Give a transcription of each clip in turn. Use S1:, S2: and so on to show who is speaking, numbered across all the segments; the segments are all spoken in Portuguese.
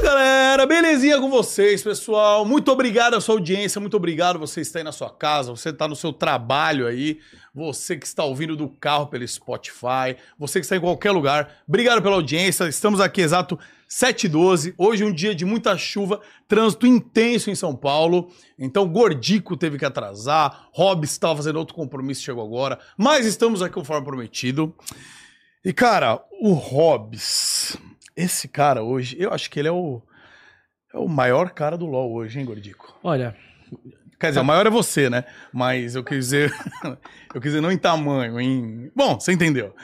S1: galera, belezinha com vocês, pessoal? Muito obrigado à sua audiência, muito obrigado você está aí na sua casa, você está no seu trabalho aí, você que está ouvindo do carro pelo Spotify, você que está em qualquer lugar. Obrigado pela audiência. Estamos aqui exato 7h12. Hoje um dia de muita chuva, trânsito intenso em São Paulo. Então Gordico teve que atrasar, Hobbs estava fazendo outro compromisso, chegou agora, mas estamos aqui conforme prometido. E cara, o Hobbs, esse cara hoje, eu acho que ele é o, é o maior cara do LoL hoje, hein, Gordico?
S2: Olha,
S1: Quer dizer, o maior é você, né? Mas eu quis dizer, eu quis dizer não em tamanho, em... Bom, você entendeu.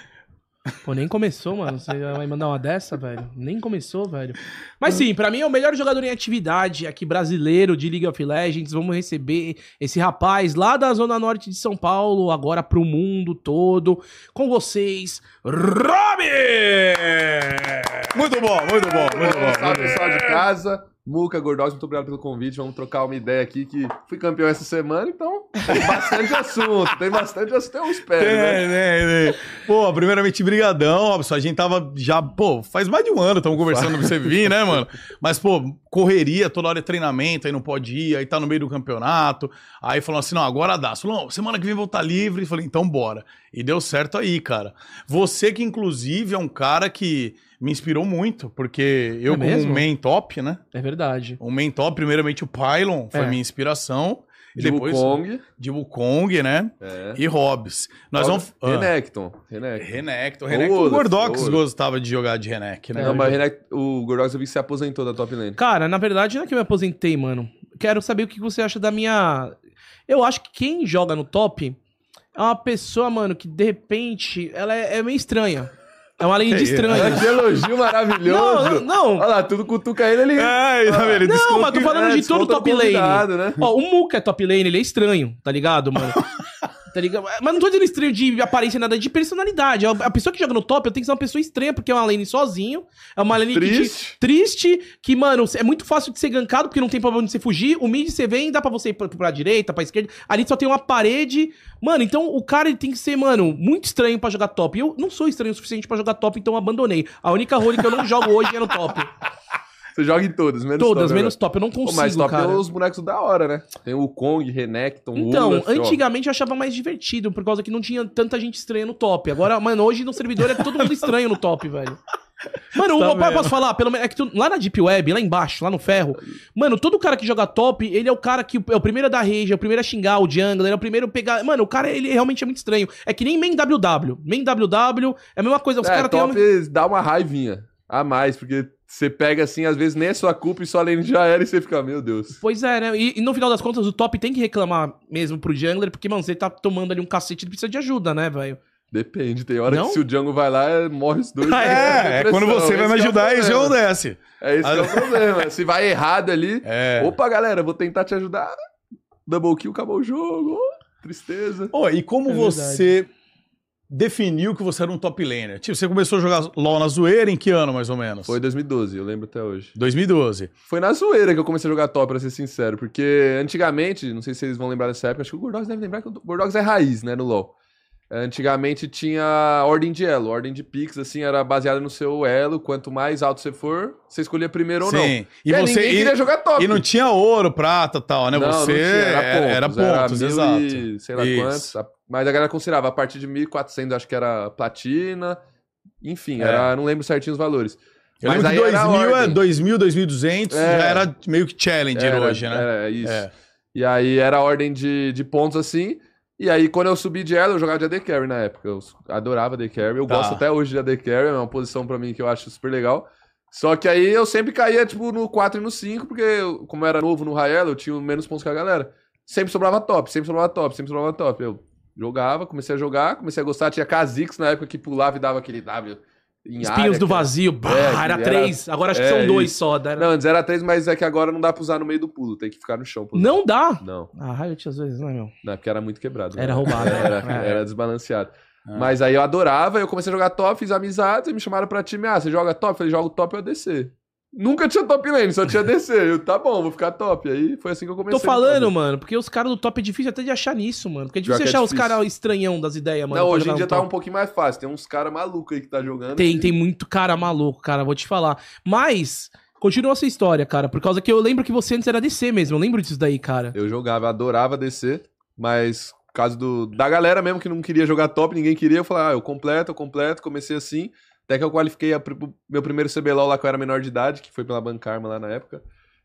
S2: pô, nem começou, mano. Você vai mandar uma dessa, velho? Nem começou, velho. Mas sim, pra mim é o melhor jogador em atividade aqui brasileiro de League of Legends. Vamos receber esse rapaz lá da Zona Norte de São Paulo, agora pro mundo todo. Com vocês, Rob!
S1: É. Muito bom, muito bom, muito bom.
S3: Salve, pessoal de casa. Muca Gordox, muito obrigado pelo convite. Vamos trocar uma ideia aqui que fui campeão essa semana, então tem bastante assunto. Tem bastante assunto, tem uns pés, né?
S1: É, né, né. Pô, primeiramente, brigadão, ó, pessoal. A gente tava já, pô, faz mais de um ano estamos conversando pra você vir, né, mano? Mas, pô, correria, toda hora é treinamento, aí não pode ir, aí tá no meio do campeonato. Aí falou assim, não, agora dá. Falou, não, semana que vem vou estar livre. Falei, então bora. E deu certo aí, cara. Você que, inclusive, é um cara que me inspirou muito, porque eu
S2: É
S1: como um
S2: mesmo?
S1: main top, né?
S2: É verdade.
S1: Um main top, primeiramente o Pylon foi
S2: É.
S1: minha inspiração. E
S3: De
S1: depois
S3: Wukong.
S1: de Wukong, né?
S3: É.
S1: E Hobbs. Nós vamos... Ah.
S3: Renekton. Renekton.
S1: Renekton. Renekton.
S3: Todas,
S1: o Gordox
S3: todas. gostava
S1: gostava de jogar de Renek, né?
S3: É, Não, mas Renekton, o Gordox eu vi que se aposentou da top lane.
S2: Cara, na verdade não é que eu me aposentei, mano. Quero saber o que você acha da minha. Eu acho que quem joga no top é uma pessoa, mano, que de repente ela é, é meio estranha. É uma linha de
S1: Que isso?
S2: estranho.
S3: Olha que elogio
S2: Não, não,
S3: maravilhoso.
S2: não.
S3: Olha lá, tudo cutuca ele, ele...
S1: É, tá vendo?
S2: Não, mas tô falando
S3: É,
S2: de todo
S3: desconta
S2: top
S3: do
S2: lane.
S3: convidado, né?
S2: Ó, o Muka é top lane, ele é estranho, tá ligado, mano? Tá ligado? Mas não tô dizendo estranho de aparência, nada, é de personalidade. A- A pessoa que joga no top, eu tenho que ser uma pessoa estranha, porque é uma lane sozinho. É uma lane que te-
S3: Triste.
S2: triste, que, mano, é muito fácil de ser gankado, porque não tem problema de você fugir. O mid você vem, dá pra você ir pra, pra direita, pra esquerda. Ali só tem uma parede. Mano, então o cara ele tem que ser, mano, muito estranho pra jogar top. Eu não sou estranho o suficiente pra jogar top, então eu abandonei. A única role que eu não jogo hoje é no top.
S3: Você joga em todas, menos
S2: Todas,
S3: top, né,
S2: menos top. Eu não
S3: Pô,
S2: consigo,
S3: mas top
S2: cara.
S3: é os bonecos da hora, né? Tem o Kong, Renekton,
S2: Então,
S3: Olaf, ó.
S2: antigamente eu achava mais divertido, por causa que não tinha tanta gente estranha no top. Agora, mano, hoje no servidor é todo mundo estranho no top, velho. Mano,
S1: Tá
S2: o pai
S1: vendo?
S2: posso falar, pelo menos é que tu- lá na Deep Web, lá embaixo, lá no ferro, mano, todo cara que joga top, ele é o cara que é o primeiro a dar rage, é o primeiro a xingar o jungler, é o primeiro a pegar. Mano, o cara ele realmente é muito estranho. É que nem main WW. Main WW é a mesma coisa, os
S3: é,
S2: caras têm
S3: top
S2: realmente-
S3: dá uma raivinha a mais, porque você pega assim, às vezes nem é sua culpa e sua lane já era e você fica, meu Deus.
S2: Pois é, né? E, e no final das contas, o top tem que reclamar mesmo pro jungler, porque, mano, você tá tomando ali um cacete, ele precisa de ajuda, né, velho?
S3: Depende, tem hora
S2: Não?
S3: que se o Django vai lá, é- morre os dois.
S1: É, é quando você vai me ajudar,
S3: e
S1: esse é eu desce.
S3: É esse que é o problema. Se vai errado ali,
S1: É.
S3: opa, galera, vou tentar te ajudar. Double kill, acabou o jogo. Ô, Tristeza.
S1: Ô, e como
S2: É
S1: você definiu que você era um top laner? Tipo, você começou a jogar LoL na zoeira em que ano, mais ou menos?
S3: Foi 2012, eu lembro até hoje.
S1: 2012.
S3: Foi na zoeira que eu comecei a jogar top, pra ser sincero. Porque antigamente, não sei se vocês vão lembrar dessa época, acho que o Gordox deve lembrar que o Gordox é raiz, né, no LoL. Antigamente tinha ordem de elo, ordem de picks, assim, era baseada no seu elo. Quanto mais alto você for, você escolhia primeiro ou não.
S1: Sim. E
S3: É,
S1: você
S3: ninguém
S1: e,
S3: queria jogar top.
S1: e não tinha ouro, prata, tal, né?
S3: Não, não
S1: você
S3: tinha,
S1: era pontos,
S3: mil
S1: exato.
S3: e sei lá
S1: Isso.
S3: quantos. A- Mas a galera considerava a partir de 1.400, acho que era platina. Enfim,
S1: É.
S3: era, não lembro certinho os valores.
S1: Eu
S3: Mas
S1: lembro que
S3: aí era
S1: 2000, é,
S3: ordem.
S1: 2.000, 2.200
S3: É.
S1: já era meio que challenger
S3: Era-
S1: hoje, né?
S3: Era, isso.
S1: É.
S3: E aí era a ordem de, de pontos assim. E aí, quando eu subi de ela, eu jogava de AD Carry na época. Eu adorava AD Carry. Eu
S1: Tá.
S3: gosto até hoje de AD Carry, é uma posição pra mim que eu acho super legal. Só que aí eu sempre caía, tipo, no 4 e no 5, porque eu- como eu era novo no Rael, eu tinha menos pontos que a galera. Sempre sobrava top, sempre sobrava top, sempre sobrava top. Eu jogava, comecei a jogar, comecei a gostar. Tinha Kha'Zix na época que pulava e dava aquele W em
S2: Espinhos
S3: área,
S2: do
S3: cara.
S2: vazio. Bah,
S3: É,
S2: era
S3: era-
S2: três. Agora acho que
S3: é,
S2: são dois
S3: isso.
S2: só. né? da-
S3: Não, antes era 3, mas é que agora não dá pra usar no meio do pulo, tem que ficar no chão. pulando.
S2: Não dá.
S3: Não.
S2: Ah, Riot às vezes, né, meu?
S3: Não, é porque era muito quebrado.
S2: Era roubado, né?
S3: Era,
S2: É.
S3: era desbalanceado.
S1: Ah.
S3: Mas aí eu adorava, eu comecei a jogar top, fiz amizades, e me chamaram pra time. Ah, você joga top? Eu falei, jogo top e ADC. Nunca tinha top lane, só tinha ADC. Eu, tá bom, vou ficar top. Aí foi assim que eu comecei.
S2: Tô falando,
S3: mano.
S2: mano, porque os caras do top é difícil até de achar nisso, mano. Porque é
S3: Pior
S2: difícil
S3: que é
S2: achar os
S3: difícil.
S2: caras estranhão das ideias, mano.
S3: Não,
S2: pra
S3: hoje em
S2: jogar
S3: dia
S2: no
S3: tá
S2: top.
S3: um pouquinho mais fácil. Tem uns caras malucos aí que tá jogando.
S2: Tem,
S3: que-
S2: tem muito cara maluco, cara, vou te falar. Mas Continua essa história, cara, por causa que eu lembro que você antes era DC mesmo, eu lembro disso daí, cara.
S3: Eu jogava, adorava descer, mas por causa do, da galera mesmo que não queria jogar top, ninguém queria, eu falava, ah, eu completo, eu completo, comecei assim. Até que eu qualifiquei a pri- pro meu primeiro CBLOL lá que eu era menor de idade, que foi pela Bancarma lá na época.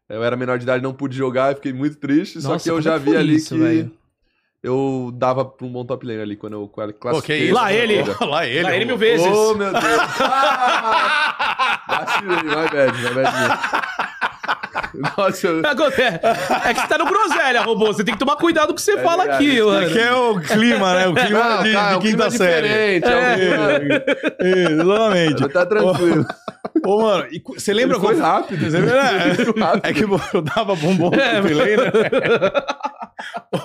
S3: Eu era menor de idade, não pude jogar, eu fiquei muito triste, só que eu
S2: como é
S3: já
S2: que
S3: vi
S2: foi
S3: ali
S2: isso,
S3: que
S2: velho?
S3: eu dava pra um bom top lane ali quando eu quali- classifiquei.
S2: isso, Lá ele!
S1: Lá ele!
S2: Lá ele
S1: mano.
S2: mil vezes.
S3: Oh, meu Deus! Ah! Vacilei, vai bad, vai bad. mesmo. Nossa, eu...
S2: Acontece. É que você tá no groselha, robô. Você tem que tomar cuidado com o que você
S3: É
S2: fala
S3: verdade,
S2: aqui,
S3: isso
S1: É
S2: mano.
S1: que é o clima, né? O clima
S3: Não,
S1: de,
S3: tá,
S1: de
S3: o clima
S1: quinta
S3: é
S1: série.
S3: diferente, é um clima-
S1: Exatamente.
S2: Tipo,
S3: Tá tranquilo.
S1: Ô, mano, e cu- você lembra
S3: Ele foi
S1: quando-
S3: rápido.
S1: Você lembra?
S3: Foi rápido.
S1: É que eu dava bombom pro
S2: É,
S1: delay, né?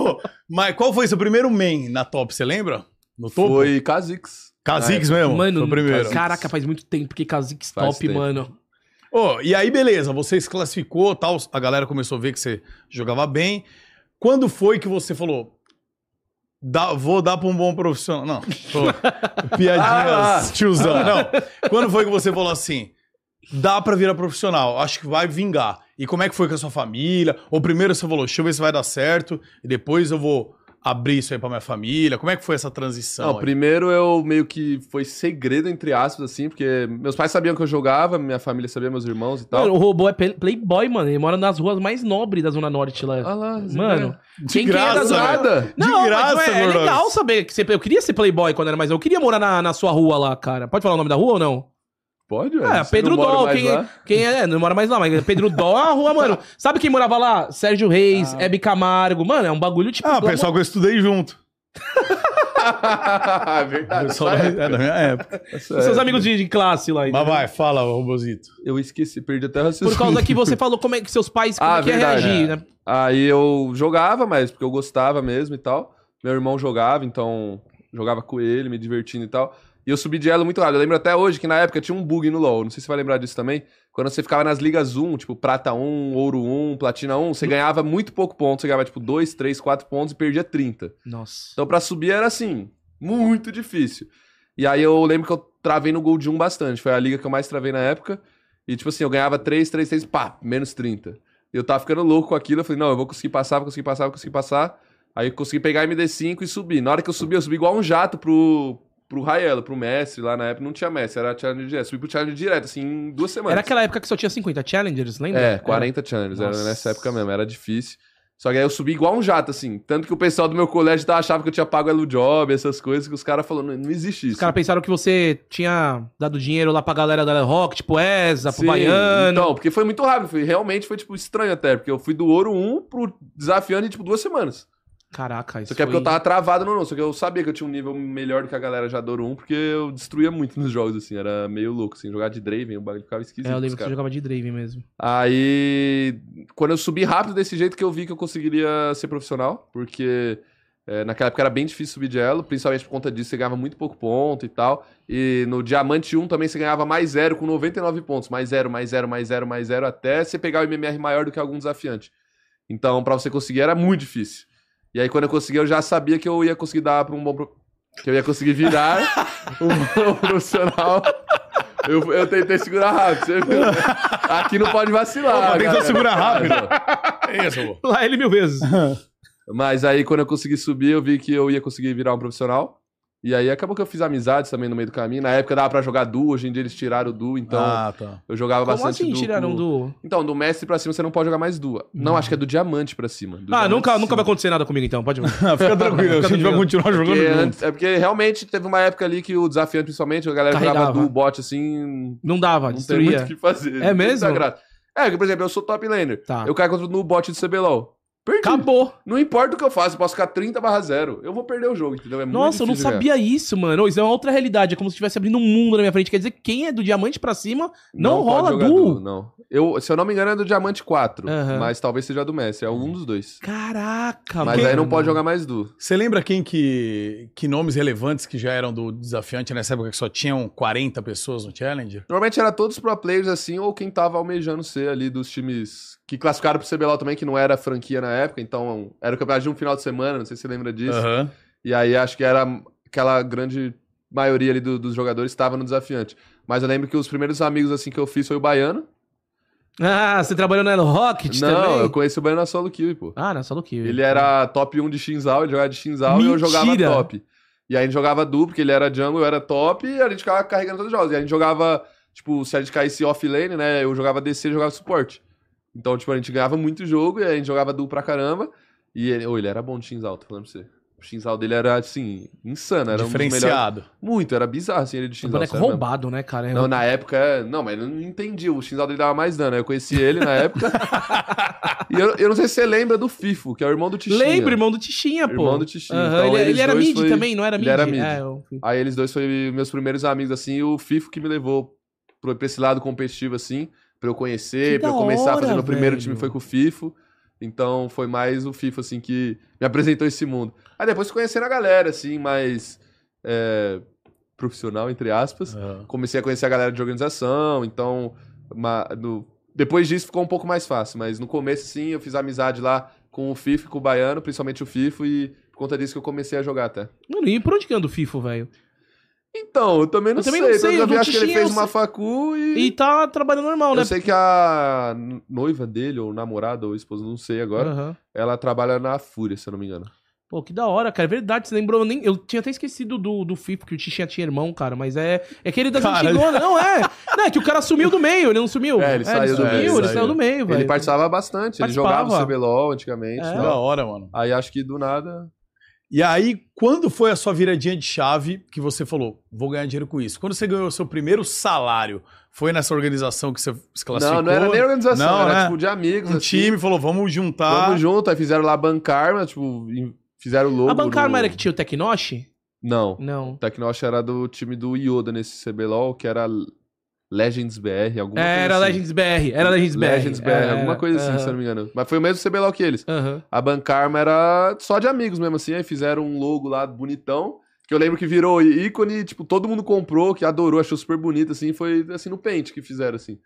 S1: Ô, Mas qual foi seu primeiro main na top, você lembra? No topo?
S3: Foi Kha'Zix.
S1: Kha'Zix mesmo? foi
S2: Mano,
S1: o primeiro.
S2: caraca, faz muito tempo que Kha'Zix
S3: Faz
S2: top,
S3: tempo.
S2: mano.
S1: Ô, e aí, beleza, você se classificou, tal, a galera começou a ver que você jogava bem. Quando foi que você falou, "Dá- vou dar pra um bom profissional? Não, tô- piadinhas,
S3: Ah!
S1: tiozão. Não, quando foi que você falou assim, dá pra virar profissional, acho que vai vingar. E como é que foi com a sua família? Ou primeiro você falou, deixa eu ver se vai dar certo, e depois eu vou abrir isso aí pra minha família. Como é que foi essa
S2: Tá
S1: transição?
S3: Não,
S1: aí?
S3: primeiro eu meio que foi segredo, entre aspas, assim, porque meus pais sabiam que eu jogava, minha família sabia, meus irmãos e tal.
S2: Mano, o robô é pe- playboy, mano. Ele mora nas ruas mais nobres da Zona Norte lá.
S3: Ah lá,
S2: mano, quem
S1: graça,
S2: quem é da
S3: do
S1: Nossa,
S2: Zona Norte?
S3: nada.
S1: De
S2: Não,
S1: graça,
S2: mas é, é
S1: Gordox.
S2: legal saber que você. Eu queria ser playboy quando era mais. novo. Eu queria morar na, na sua rua lá, cara. Pode falar o nome da rua ou não?
S3: Pode, velho.
S2: É,
S3: Você
S2: Pedro
S3: não mora
S2: Dol.
S3: mais
S2: Quem,
S3: lá?
S2: quem é, não mora mais lá, mas Pedro Dol é uma rua, mano. Sabe quem morava lá? Sérgio Reis, Hebe Camargo. Mano, é um bagulho tipo.
S1: Ah, o pessoal que eu estudei junto.
S3: É
S1: O
S3: Verdade.
S1: pessoal
S3: essa
S1: da,
S3: época,
S1: é, da minha época.
S3: essa
S2: Seus
S3: época.
S2: amigos de, de classe lá.
S1: Mas
S2: entendeu?
S1: vai, fala, robozito.
S3: Eu esqueci, perdi até o raciocínio.
S2: Por causa que você falou como é que seus pais como
S3: Ah,
S2: é que ia
S3: verdade,
S2: reagir,
S1: é.
S2: né?
S3: Aí eu jogava, mas porque eu gostava mesmo e tal. Meu irmão jogava, então jogava com ele, me divertindo e tal. E eu subi de elo muito rápido. Eu lembro até hoje que na época tinha um bug no LoL. Não sei se você vai lembrar disso também. Quando você ficava nas ligas 1, tipo prata 1, ouro 1, platina 1, você ganhava muito pouco ponto. Você ganhava tipo 2, 3, 4 pontos e perdia 30.
S2: Nossa.
S3: Então pra subir era assim, muito difícil. E aí eu lembro que eu travei no Gold 1 bastante, foi a liga que eu mais travei na época. E tipo assim, eu ganhava 3, 3, 3, pá, menos 30. E eu tava ficando louco com aquilo, eu falei, não, eu vou conseguir passar, vou conseguir passar, vou conseguir passar. Aí eu consegui pegar MD5 e subir. Na hora que eu subi, eu subi igual um jato pro, pro Raelo, pro mestre lá na época. Não tinha mestre, era challenge direto. Subi pro challenge direto, assim, em duas semanas.
S2: Era aquela época que só tinha 50 challengers, lembra?
S3: É, 40 channels, era
S2: Nossa.
S3: nessa época mesmo, era difícil. Só que aí eu subi igual um jato, assim. Tanto que o pessoal do meu colégio tá, achava que eu tinha pago elo job, essas coisas, que os caras falaram, não, não existe isso.
S2: Os caras pensaram que você tinha dado dinheiro lá pra galera da Rock, tipo Eza, pro
S3: Sim,
S2: Baiano.
S3: Então, porque foi muito rápido, foi, realmente foi, tipo, estranho até, porque eu fui do ouro 1 pro desafiando em, tipo, duas semanas.
S2: Caraca, isso
S3: Só que é porque eu
S2: foi-
S3: tava travado no não, só que eu sabia que eu tinha um nível melhor do que a galera já do ouro 1, porque eu destruía muito nos jogos, assim, era meio louco, assim, jogar de Draven, o bagulho ficava esquisito.
S2: É, eu
S3: pros
S2: lembro que você
S3: caras.
S2: jogava de Draven mesmo.
S3: Aí, quando eu subi rápido desse jeito que eu vi que eu conseguiria ser profissional, porque é, naquela época era bem difícil subir de elo, principalmente por conta disso, você ganhava muito pouco ponto e tal. E no Diamante 1 também você ganhava mais zero com 99 pontos, mais zero, mais zero, mais zero, mais zero, até você pegar o MMR maior do que algum desafiante. Então, pra você conseguir era muito difícil. E aí, quando eu consegui, eu já sabia que eu ia conseguir dar pra um bom. pro- que eu ia conseguir virar um bom profissional. Eu, eu tentei segurar rápido, você viu? né? Aqui não pode vacilar.
S1: Opa, tentou
S3: galera.
S1: segurar rápido. Ah, É isso, robô.
S2: Lá ele mil vezes.
S3: Mas aí, quando eu consegui subir, eu vi que eu ia conseguir virar um profissional. E aí, acabou que eu fiz amizades também no meio do caminho. Na época dava pra jogar duo, hoje em dia eles tiraram o duo, então
S1: ah, tá.
S3: eu jogava
S2: Como
S3: bastante
S2: assim
S3: duo
S2: tiraram
S3: com-
S2: do.
S3: Então, do mestre pra cima você não pode jogar mais duo. Não, acho que é do diamante pra cima. Do
S2: Ah,
S3: diamante
S2: nunca,
S3: pra
S2: nunca vai
S3: cima.
S2: acontecer nada comigo então, pode ver.
S1: Fica tranquilo, a gente vai continuar jogando
S3: Porque
S1: junto.
S3: antes- é porque realmente teve uma época ali que o desafiante, principalmente, a galera jogava
S2: Carregava.
S3: duo, bot, assim,
S2: Não dava,
S3: não tem muito
S2: destruía.
S3: o que fazer.
S2: É mesmo?
S3: Não dá graça. É, que, por exemplo, eu sou top laner.
S2: Tá.
S3: Eu caio contra no bot do CBLOL. Perdi.
S2: Acabou.
S3: Não importa o que eu faço, eu posso ficar 30 barra 0. Eu vou perder o jogo, entendeu? É muito
S2: Nossa, eu não
S3: difícil ganhar.
S2: sabia isso, mano. Ô, Isso é uma outra realidade. É como se estivesse abrindo um mundo na minha frente. Quer dizer, quem é do diamante pra cima não,
S3: pode
S2: rola
S3: jogar
S2: duo.
S3: duo, Não. Eu, se eu não me engano, é do Diamante 4.
S2: Aham. Ah,
S3: Mas talvez seja do Messi. É algum dos dois.
S2: Caraca,
S3: mas aí não pode jogar mais duo.
S1: Você lembra quem que, que nomes relevantes que já eram do desafiante nessa época que só tinham 40 pessoas no Challenger?
S3: Normalmente era todos pro players assim, ou quem tava almejando ser ali dos times que classificaram pro CBLOL também, que não era franquia na época. Então era o campeonato de um final de semana, não sei se você lembra disso.
S1: Aham.
S3: E aí acho que era aquela grande maioria ali do- dos jogadores estava no desafiante. Mas eu lembro que os primeiros amigos assim que eu fiz foi o Baiano.
S2: Ah, você trabalhou na Hello Rocket
S3: não,
S2: também?
S3: eu conheci o Baiano na solo Kiwi, pô.
S2: Ah, não, só no Kiwi.
S3: Ele era top 1 de Shinzal, ele jogava de Shinzal e eu jogava
S2: Mentira!
S3: top. E aí a gente jogava duplo, porque ele era jungle, eu era top, e a gente ficava carregando todos os jogos. E a gente jogava, tipo, se a gente caísse offlane, né? Eu jogava DC, ele jogava suporte. Então, tipo, a gente ganhava muito jogo e a gente jogava duplo pra caramba. E ele, oh, ele era bom de Shinzal, tô falando pra você. O Shinzal dele era, assim, insano. Era um dos melhores.
S1: Diferenciado.
S3: Muito, era bizarro, assim, ele de
S2: Um
S3: Shinzal.
S2: boneco
S3: sério mesmo.
S2: roubado, né, cara?
S3: Não, na época. é- Não, mas eu não entendi. O Shinzal dele dava mais dano. aí Eu conheci ele na época. e eu, eu não sei se você lembra do Fifo, que é o irmão do Tichinha.
S2: Lembro, irmão do Tichinha, pô.
S3: Irmão do Tichinha.
S2: Aham,
S3: Então,
S2: ele,
S3: eles
S2: ele era
S3: dois
S2: mid
S3: foi-
S2: também, não era mid?
S3: ele era mid.
S2: É, eu-
S3: Aí eles dois foram meus primeiros amigos, assim, e o Fifo que me levou pro- pra esse lado competitivo, assim, pra eu
S2: Que
S3: conhecer, pra eu
S2: da
S3: começar
S2: hora,
S3: fazendo o primeiro
S2: velho.
S3: time foi com o Fifo. Então foi mais o Fifo, assim, que me apresentou esse mundo. Aí depois conhecendo a galera, assim, mais é, profissional, entre aspas. Comecei a conhecer a galera de organização, então. uma- no- Depois disso ficou um pouco mais fácil, mas no começo, sim, eu fiz amizade lá com o Fifo e com o Baiano, principalmente o Fifo, e por conta disso que eu comecei a jogar até.
S2: Mano, e por onde que anda o FIFO, velho?
S3: Então, eu também não
S2: Eu também
S3: sei.
S2: não sei,
S3: eu
S2: o do
S3: acho que ele
S2: Tichinha
S3: fez
S2: eu
S3: uma
S2: sei.
S3: facu e.
S2: E tá trabalhando normal, né?
S3: Uhum. Eu sei que a noiva dele, ou namorada, ou esposa, não sei agora,
S2: Aham.
S3: ela trabalha na Fúria, se eu não me engano.
S2: Pô, que da hora, cara. É verdade, você lembrou. Eu, nem... eu tinha até esquecido do, do FIFO, que o Tichinha tinha irmão, cara. Mas é, é aquele das
S1: Cara,
S2: antigonas. Não, é. Não, é que o cara sumiu do meio, ele não sumiu.
S3: É, ele saiu do
S2: sumiu,
S3: meio,
S2: Ele
S3: saiu.
S2: saiu do meio, velho.
S3: Ele participava bastante, ele
S2: Participava.
S3: jogava o CBLOL antigamente.
S2: É.
S3: e
S1: Da
S3: tal.
S1: hora, mano.
S3: Aí acho que do nada.
S1: E aí, quando foi a sua viradinha de chave que você falou, vou ganhar dinheiro com isso? Quando você ganhou o seu primeiro salário, foi nessa organização que você se classificou?
S3: Não, não era nem organização,
S1: Não,
S3: era
S2: é.
S1: né?
S3: tipo de amigos.
S1: Um
S3: assim.
S1: time falou, vamos juntar.
S3: Vamos junto, aí fizeram lá a Bancarma, tipo, em- fizeram o logo.
S2: Ah. A Bancarma
S3: do-
S2: era que tinha o Tecnoshi?
S3: Não.
S2: Não.
S3: O Tecnosh era do time do Yoda nesse CBLOL, que era Legends BR, alguma coisa
S2: É, Era
S3: assim.
S2: Legends BR, era Legends BR.
S3: Legends BR,
S2: é,
S3: alguma coisa assim,
S2: aham,
S3: se eu não me engano. Mas foi o mesmo CBLOL que eles.
S2: aham.
S3: A Bancarma era só de amigos mesmo, assim. Aí fizeram um logo lá bonitão, que eu lembro que virou ícone, tipo, todo mundo comprou, que adorou, achou super bonito, assim. Foi, assim, no Paint que fizeram, assim.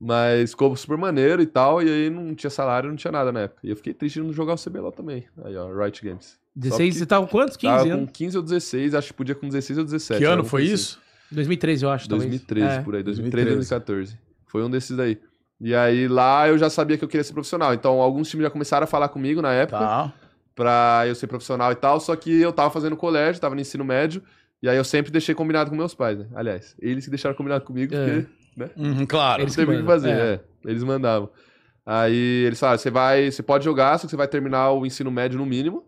S3: Mas ficou super maneiro e tal, e aí não tinha salário, não tinha nada na época. E eu fiquei triste de não jogar o CBLOL também. Aí, ó, Riot Games.
S2: 16,
S3: que
S2: você tava com quantos? 15
S3: Tava
S2: anos?
S3: com 15 ou 16, acho que podia com 16 ou 17.
S1: Que ano
S3: alguma
S1: foi
S3: coisa
S1: isso?
S2: 2013, eu acho, talvez.
S3: 2013,
S2: É.
S3: por aí, 2013,
S1: 2013.
S3: 2014. Foi um desses daí. E aí lá eu já sabia que eu queria ser profissional. Então alguns times já começaram a falar comigo na época
S1: Tá.
S3: pra eu ser profissional e tal. Só que eu tava fazendo colégio, tava no ensino médio. E aí eu sempre deixei combinado com meus pais, né? Aliás, eles que deixaram combinado comigo,
S2: É.
S3: porque
S1: Uhum, claro.
S2: Eles
S3: não teve o
S2: que
S3: que
S2: mandam,
S3: fazer, é. Eles mandavam. Aí eles falaram: "Ah, você vai, você pode jogar, só que você vai terminar o ensino médio no mínimo.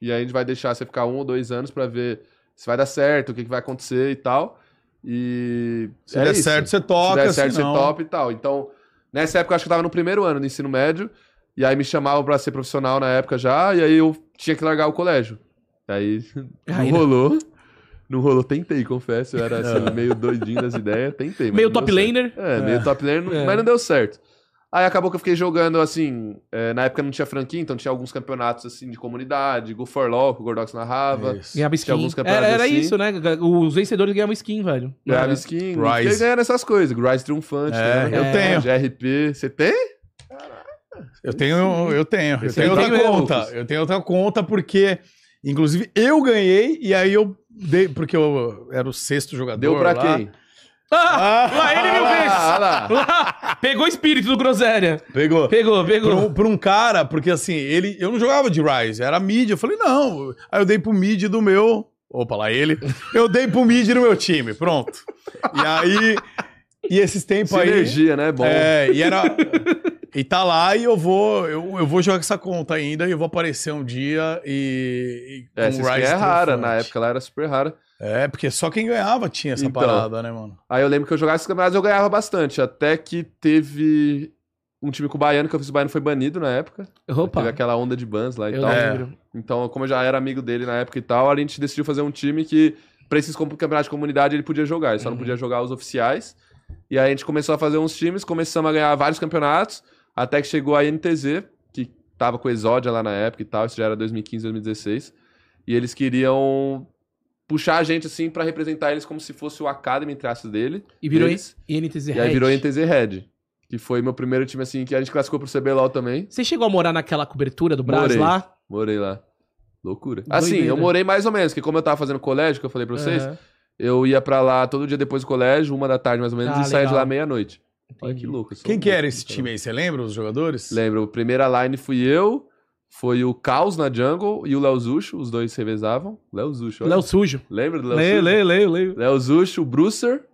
S3: E aí a gente vai deixar você ficar um ou dois anos pra ver se vai dar certo, o que, que vai acontecer e tal. E.
S1: Se
S3: é
S1: der
S3: isso.
S1: certo, você
S3: Se
S1: toca.
S3: der certo,
S1: se
S3: você
S1: não-
S3: top e tal. Então, nessa época, eu acho que eu tava no primeiro ano do ensino médio. E aí me chamavam pra ser profissional na época já. E aí eu tinha que largar o colégio. E aí não
S2: Aí, né?
S3: rolou. Não rolou. Tentei, confesso. Eu era assim,
S1: É.
S3: meio doidinho das ideias. Tentei. mas
S2: Meio
S3: não
S2: top
S3: deu certo.
S2: laner.
S3: É,
S1: É.
S3: meio top lane,
S2: É.
S3: mas não deu certo. Aí acabou que eu fiquei jogando, assim, é, na época não tinha franquia, então tinha alguns campeonatos, assim, de comunidade, Go for Law, que o Gordox narrava,
S1: Isso.
S2: Ganhava skin.
S3: alguns
S2: Era,
S3: campeonatos
S2: era
S3: assim.
S2: isso, né? Os vencedores ganhavam skin, velho.
S3: ganhava
S2: É.
S3: skin,
S1: Rise.
S3: fiquei ganhando essas coisas, Rise Triunfante,
S1: É,
S3: né?
S1: eu tenho.
S3: GRP, você tem?
S1: Eu tenho, eu tenho, eu
S3: Esse
S1: tenho
S3: aí
S1: outra
S3: tem erros.
S1: conta. Eu tenho outra conta porque, inclusive, eu ganhei e aí eu dei, porque eu era o sexto jogador.
S3: Deu pra
S1: lá.
S3: quem?
S2: Ah,
S1: Ah,
S2: lá ele mil vezes!
S3: Ah, lá.
S2: Lá! Pegou o espírito do Groselha.
S1: Pegou.
S2: Pegou,
S1: Pra
S2: pegou.
S1: um, pra um cara, porque assim, ele, eu não jogava de Rise, era mid. Eu falei, não. Aí eu dei pro mid do meu. Opa, lá ele. Eu dei pro mid do meu time, pronto. E aí. E esses tempos aí.
S3: Sinergia, né? Bom.
S1: É, e era. e tá lá e eu vou. Eu, eu vou jogar com essa conta ainda e eu vou aparecer um dia e. e com
S3: É, essa skin é
S1: Rise
S3: rara,
S1: triunfante.
S3: na época ela era super rara.
S1: É, porque só quem ganhava tinha essa
S3: Então.
S1: parada, né, mano?
S3: Aí eu lembro que eu jogava esses campeonatos e eu ganhava bastante, até que teve um time com o Baiano, que eu fiz o Baiano, foi banido na época.
S2: Opa,
S3: Teve aquela onda de bans lá e
S2: eu
S3: tal.
S2: lembro.
S3: Então, como eu já era amigo dele na época e tal, a gente decidiu fazer um time que, pra esses com- campeonatos de comunidade, ele podia jogar. Ele só
S2: Uhum.
S3: não podia jogar os oficiais. E aí a gente começou a fazer uns times, começamos a ganhar vários campeonatos, até que chegou a NTZ, que tava com o Exódia lá na época e tal, isso já era 2015, 2016. E eles queriam puxar a gente, assim, pra representar eles como se fosse o Academy, entre aspas, dele.
S2: E virou
S3: Eles-
S2: INTZ
S3: E aí virou
S2: Red.
S3: NTZ Red, que foi meu primeiro time, assim, que a gente classificou pro CBLOL também.
S2: Você chegou a morar naquela cobertura do Brás
S3: Morei.
S2: lá?
S3: Morei lá. Loucura.
S2: Doideira.
S3: Assim, eu morei mais ou menos, porque como eu tava fazendo colégio, que eu falei pra vocês,
S2: Aham.
S3: eu ia pra lá todo dia depois do colégio, uma da tarde mais ou menos,
S2: Ah,
S3: e saía de
S2: legal.
S3: lá meia-noite. Olha que louco. eu sou
S1: Quem que
S3: muito
S1: era esse
S3: sincero.
S1: time aí? Você lembra os jogadores?
S3: Lembro, a primeira line fui eu, foi o Caos na jungle e o Léo Zuxo, os dois se revezavam. Léo Zuxo, olha.
S2: Léo Sujo.
S3: Lembra do Léo
S2: Leio,
S3: Zuxo?
S2: leio, leio, leio.
S3: Léo Zuxo, o Brucer,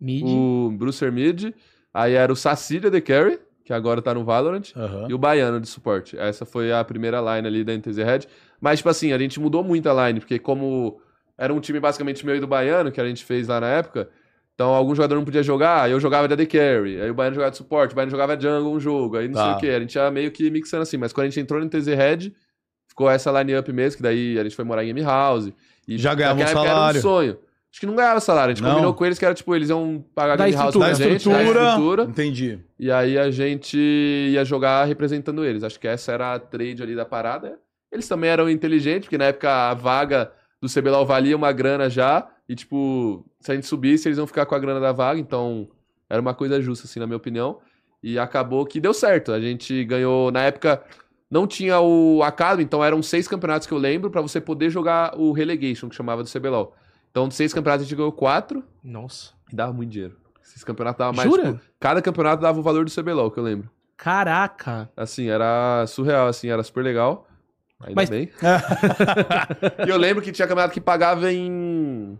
S2: Mid.
S3: o Brucer Mid, aí era o Sacilia The Carry, que agora tá no Valorant,
S1: Aham.
S3: e o Baiano de suporte. Essa foi a primeira line ali da NTZ Red. Mas, tipo assim, a gente mudou muito a line, porque como era um time basicamente meu e do Baiano, que a gente fez lá na época, então algum jogador não podia jogar, aí eu jogava de AD Carry, aí o Baiano jogava de suporte, o Baiano jogava jungle um jogo, aí não
S1: Tá.
S3: sei o que, a gente ia meio que mixando assim. Mas quando a gente entrou na NTZ Red, ficou essa line-up mesmo, que daí a gente foi morar em Game House. E
S1: Já ganhava um
S3: naquela época
S1: salário.
S3: Era um sonho. Acho que não ganhava salário, a gente
S1: Não.
S3: combinou com eles que era tipo, eles iam pagar
S2: Da
S3: Game House pra
S1: Da
S2: estrutura.
S3: gente, da
S1: estrutura.
S3: estrutura.
S1: Entendi.
S3: E aí a gente ia jogar representando eles. Acho que essa era a trade ali da parada. Eles também eram inteligentes, porque na época a vaga do CBLOL valia uma grana já. E, tipo, se a gente subisse, eles iam ficar com a grana da vaga. Então, era uma coisa justa, assim, na minha opinião. E acabou que deu certo. A gente ganhou, na época, não tinha o Academy, então eram seis campeonatos que eu lembro pra você poder jogar o Relegation, que chamava do CBLOL. Então, de seis campeonatos, a gente ganhou quatro
S2: Nossa.
S3: e dava muito dinheiro. Esses campeonatos davam mais,
S2: Jura?
S3: tipo, cada campeonato dava o valor do CBLOL, que eu lembro.
S2: Caraca.
S3: Assim, era surreal, assim, era super legal. Ainda
S2: Mas-
S3: bem.
S1: É.
S3: e eu lembro que tinha campeonato que pagava em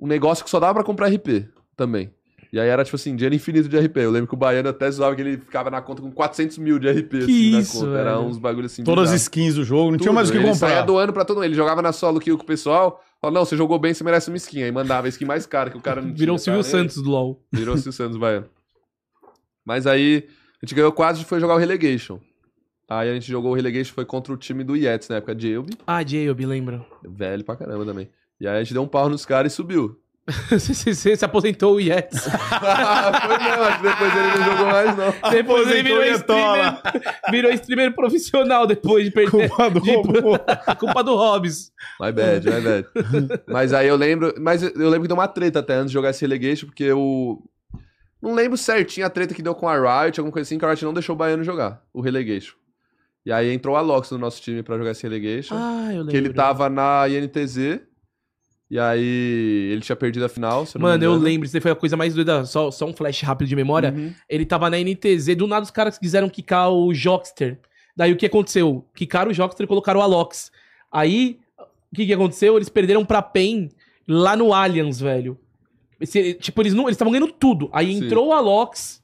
S3: um negócio que só dava pra comprar RP também. E aí era, tipo assim, dinheiro infinito de RP. Eu lembro que o Baiano até zoava que ele ficava na conta com 400 mil de RP, assim, na
S2: isso,
S3: conta. Era
S2: velho.
S3: uns bagulhos assim.
S1: Todas as
S3: bizarro.
S1: skins do jogo, não tinha
S3: Tudo.
S1: mais o que
S3: ele
S1: comprar.
S3: saía doando pra todo mundo. Ele jogava na solo que com o pessoal. Falava, não, você jogou bem, você merece uma skin. Aí mandava a skin mais cara, que o cara não
S2: Virou
S1: um
S2: o
S3: tinha,
S2: Silvio
S3: tá?
S2: Santos do LoL.
S3: Virou o Santos Baiano. Mas aí, a gente ganhou quase e foi jogar o Relegation. Aí a gente jogou o Relegation, foi contra o time do Yetis na época, Jailby.
S2: Ah, Jacob, lembro.
S3: Velho pra caramba também. E aí a gente deu um pau nos caras e subiu.
S2: Você- Você você se aposentou o Yetis.
S3: foi mesmo, acho que depois ele não jogou mais não.
S2: Depois ele virou
S1: Aposentou o Yetola.
S2: streamer, virou streamer profissional depois de perder.
S1: Culpa do
S2: Tipo-
S1: robô.
S2: Culpa do Hobbs.
S3: My bad, my bad. mas aí eu lembro, mas eu lembro que deu uma treta até antes de jogar esse Relegation, porque eu não lembro certinho a treta que deu com a Riot, alguma coisa assim, que a Riot não deixou o Baiano jogar, o Relegation. E aí entrou a Lox no nosso time pra jogar esse Relegation.
S2: Ah, eu lembro.
S3: Que ele tava na INTZ. E aí ele tinha perdido a final. se não me
S2: Mano, eu
S3: engano.
S2: lembro, isso daí foi a coisa mais doida, só, só um flash rápido de memória.
S3: Uhum.
S2: Ele tava na NTZ, do nada os caras quiseram quicar o Jockster. Daí o que aconteceu? Quicaram o Jockster e colocaram o Alox. Aí, o que que aconteceu? Eles perderam pra PEN lá no Allianz, velho. Esse- tipo, eles não, eles estavam ganhando tudo. Aí
S3: Sim.
S2: entrou o Alox,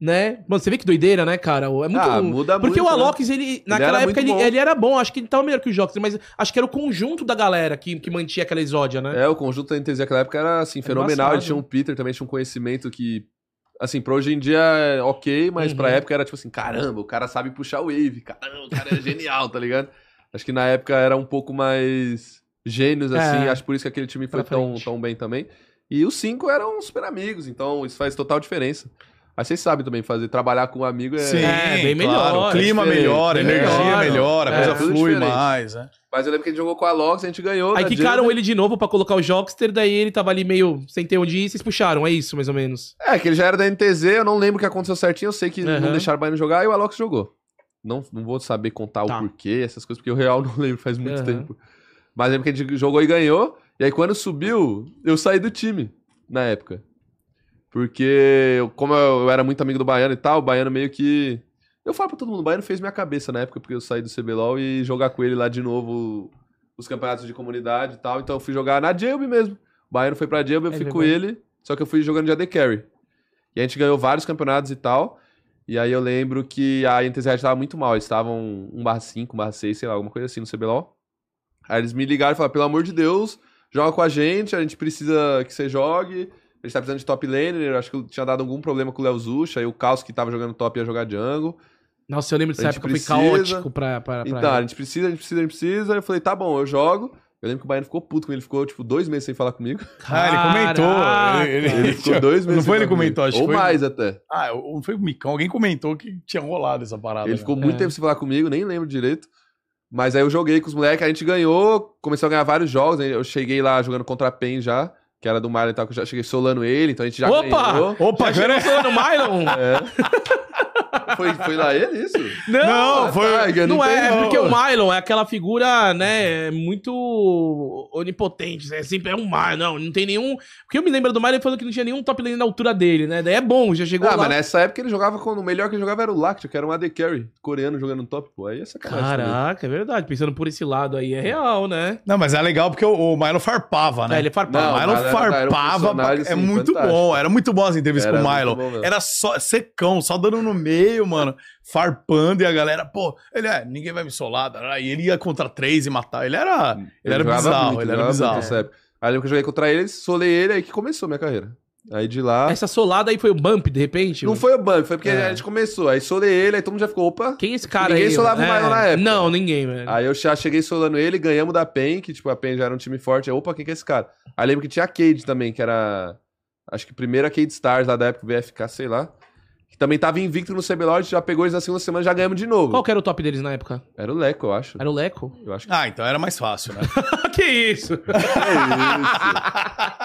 S2: né? Mano, você vê que doideira, né, cara? É muito...
S3: Ah, muda muito.
S2: Porque o
S3: né?
S2: Alox, ele, naquela
S3: era
S2: época,
S3: muito
S2: ele,
S3: bom.
S2: ele era bom. Acho que ele tava melhor que o Jockster, mas acho que era o conjunto da galera que, que mantinha aquela exódia, né?
S3: É, o conjunto da INTZ naquela época era assim, fenomenal.
S2: embaçado.
S3: Eles tinham um Peter também, tinha um conhecimento que. Assim, pra hoje em dia é ok, mas
S2: Uhum.
S3: pra época era tipo assim, caramba, o cara sabe puxar wave, caramba, o cara é genial, tá ligado? Acho que na época era um pouco mais gênios,
S2: É.
S3: assim, acho por isso que aquele time foi
S2: Pra
S3: tão,
S2: frente.
S3: tão bem também. E os cinco eram super amigos, então isso faz total diferença. Aí vocês sabem também, fazer trabalhar com um amigo é.
S2: É, bem melhor,
S1: O clima
S3: é diferente,
S1: melhora, a
S3: bem
S1: energia
S2: melhor.
S1: melhora, a
S2: É,
S1: coisa
S3: tudo
S1: flui
S3: diferente.
S1: mais, né?
S3: Mas eu lembro que a gente jogou com a Lox, a gente ganhou. né,
S2: Aí
S3: da
S2: quicaram
S3: Jana.
S2: ele de novo pra colocar o Jockster, daí ele tava ali meio sem ter onde ir, vocês puxaram, é isso mais ou menos.
S3: É, que ele já era da NTZ, eu não lembro o que aconteceu certinho, eu sei que
S2: Aham.
S3: não deixaram o Bayern jogar e o Alox jogou. Não, não vou saber contar
S2: Tá.
S3: o porquê, essas coisas, porque o Real não lembro, faz muito
S2: Aham.
S3: tempo. Mas lembro que a gente jogou e ganhou, e aí quando subiu, eu saí do time, na época. Porque, eu- como eu, eu era muito amigo do Baiano e tal, o Baiano meio que... Eu falo pra todo mundo, o Baiano fez minha cabeça na época, porque eu saí do CBLOL e jogar com ele lá de novo os campeonatos de comunidade e tal. Então eu fui jogar na Jailb mesmo. O Baiano foi pra Jailb, eu
S2: É
S3: fui com ele, só que eu fui jogando de AD Carry. E a gente ganhou vários campeonatos e tal. E aí eu lembro que a INTZ tava muito mal. Eles estavam 1/5, 1/6, sei lá, alguma coisa assim no CBLOL. Aí eles me ligaram e falaram: pelo amor de Deus, joga com a gente, a gente precisa que você jogue. A gente tá precisando de top laner. Acho que eu tinha dado algum problema com o Léo Zucha. Aí o Caos que tava jogando top ia jogar jungle.
S2: Nossa, eu lembro dessa
S3: A gente
S2: época,
S3: precisa.
S2: foi caótico pra... pra, pra-
S3: Então, a gente precisa, a gente precisa, a gente precisa. Eu falei: tá bom, eu jogo. Eu lembro que o Baiano ficou puto comigo. Ele ficou, tipo, dois meses sem falar comigo.
S1: Ah, ele
S2: Caraca.
S1: comentou. Ele, ele-
S3: Ele ficou dois
S1: Não
S3: meses
S1: foi
S3: sem
S1: ele que
S3: falar
S1: comentou,
S3: comigo.
S1: acho que
S3: Ou
S1: foi-
S3: mais até.
S1: Ah, eu- não foi o Micão, alguém comentou que tinha rolado essa parada.
S3: Ele
S1: né?
S3: ficou
S2: É.
S3: muito tempo sem falar comigo, nem lembro direito. Mas aí eu joguei com os moleques, a gente ganhou, começou a ganhar vários jogos. aí Eu cheguei lá jogando contra a PEN já, que era do Marlon e tal, que eu já cheguei solando ele, então a gente já
S2: Opa!
S3: ganhou.
S1: Opa,
S2: Já
S1: agora
S2: chegou
S1: é...
S2: falando Mylon?
S3: É. Foi, foi lá ele isso?
S1: Não,
S3: Ah,
S1: foi.
S3: tá, Iga,
S2: Não,
S3: tem
S2: é, é
S3: não.
S2: porque o Mylon é aquela figura, né, muito onipotente. É sempre é um Mylon, não, não tem nenhum. Porque eu me lembro do Mylon ele falou que não tinha nenhum top lane na altura dele, né? Daí é bom, já chegou
S3: Ah,
S2: lá.
S3: mas nessa época ele jogava quando o melhor que ele jogava era o Lactio, que era um AD Carry coreano jogando no top, pô. Aí é sacanagem. também.
S2: Caraca, é verdade. Pensando por esse lado aí, é real, né?
S1: Não, mas é legal porque o, o Milo farpava, né?
S2: É, ele
S1: O
S2: farpava.
S3: Não,
S1: Milo
S3: cara, era- era um
S1: farpava. pra-
S3: personagem,
S1: é
S3: assim,
S1: muito
S3: fantástico.
S1: bom. Era muito bom as entrevistas
S3: Era
S1: com o
S3: muito
S1: Milo.
S3: bom mesmo.
S1: Era só secão, só dando no meio, mano. Farpando e a galera, pô, ele é, ninguém vai me solar. dará. E ele ia contra três e matar. Ele era. Ele, era
S3: jogava
S1: bizarro,
S3: muito,
S1: ele era
S3: jogava muito
S1: bizarro.
S3: nessa época. Aí eu lembro que eu joguei contra ele, solei ele, aí que começou minha carreira. Aí de
S1: É,
S3: lá.
S2: Essa solada aí foi o bump, de repente?
S3: Não
S2: mano?
S3: foi o ban, foi porque
S2: É.
S3: a gente começou. Aí solei ele, aí todo mundo já ficou, opa.
S2: Quem é esse cara
S3: Ninguém
S2: aí? É.
S3: solava o Mylon na época. Ah,
S2: Não, ninguém, velho.
S3: Aí eu já cheguei solando ele, ganhamos da PEN, que tipo, a PEN já era um time forte. Aí, opa, quem que é esse cara? Aí lembro que tinha a Cade também, que era. Acho que primeira Cade Stars lá da época, VFK, sei lá. Que também tava invicto no CBLOL, a gente já pegou eles na segunda semana e já ganhamos de novo.
S2: Qual que era o top deles na época?
S3: Era o Leco, eu acho.
S2: Era o Leco?
S3: Eu acho que
S1: Ah, então era mais fácil, né?
S3: Ah,
S2: que isso?
S3: é isso.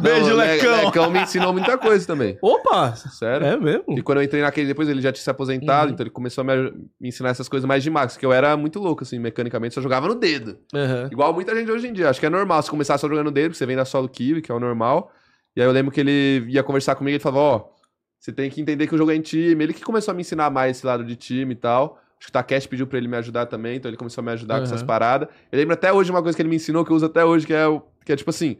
S1: Beijo,
S3: Não, o Le-
S1: Lecão.
S3: Lecão me ensinou muita coisa também.
S2: Opa!
S3: Sério.
S2: É mesmo?
S3: E quando eu entrei na Cade depois, ele já tinha se aposentado,
S2: Uhum.
S3: então ele começou a me, aj- me ensinar essas coisas mais de Max, que eu era muito louco, assim, mecanicamente, só jogava no dedo.
S2: Aham.
S3: Igual muita gente hoje em dia. Acho que é normal você começar só jogando dele, porque você vem da solo kill, que é o normal. E aí eu lembro que ele ia conversar comigo e ele falava, ó, você tem que entender que o jogo é em time. Ele que começou a me ensinar mais esse lado de time e tal. Acho que o Takeshi pediu pra ele me ajudar também, então ele começou a me ajudar com
S2: Aham.
S3: essas paradas. Eu lembro até hoje uma coisa que ele me ensinou, que eu uso até hoje, que é, o- que é tipo assim...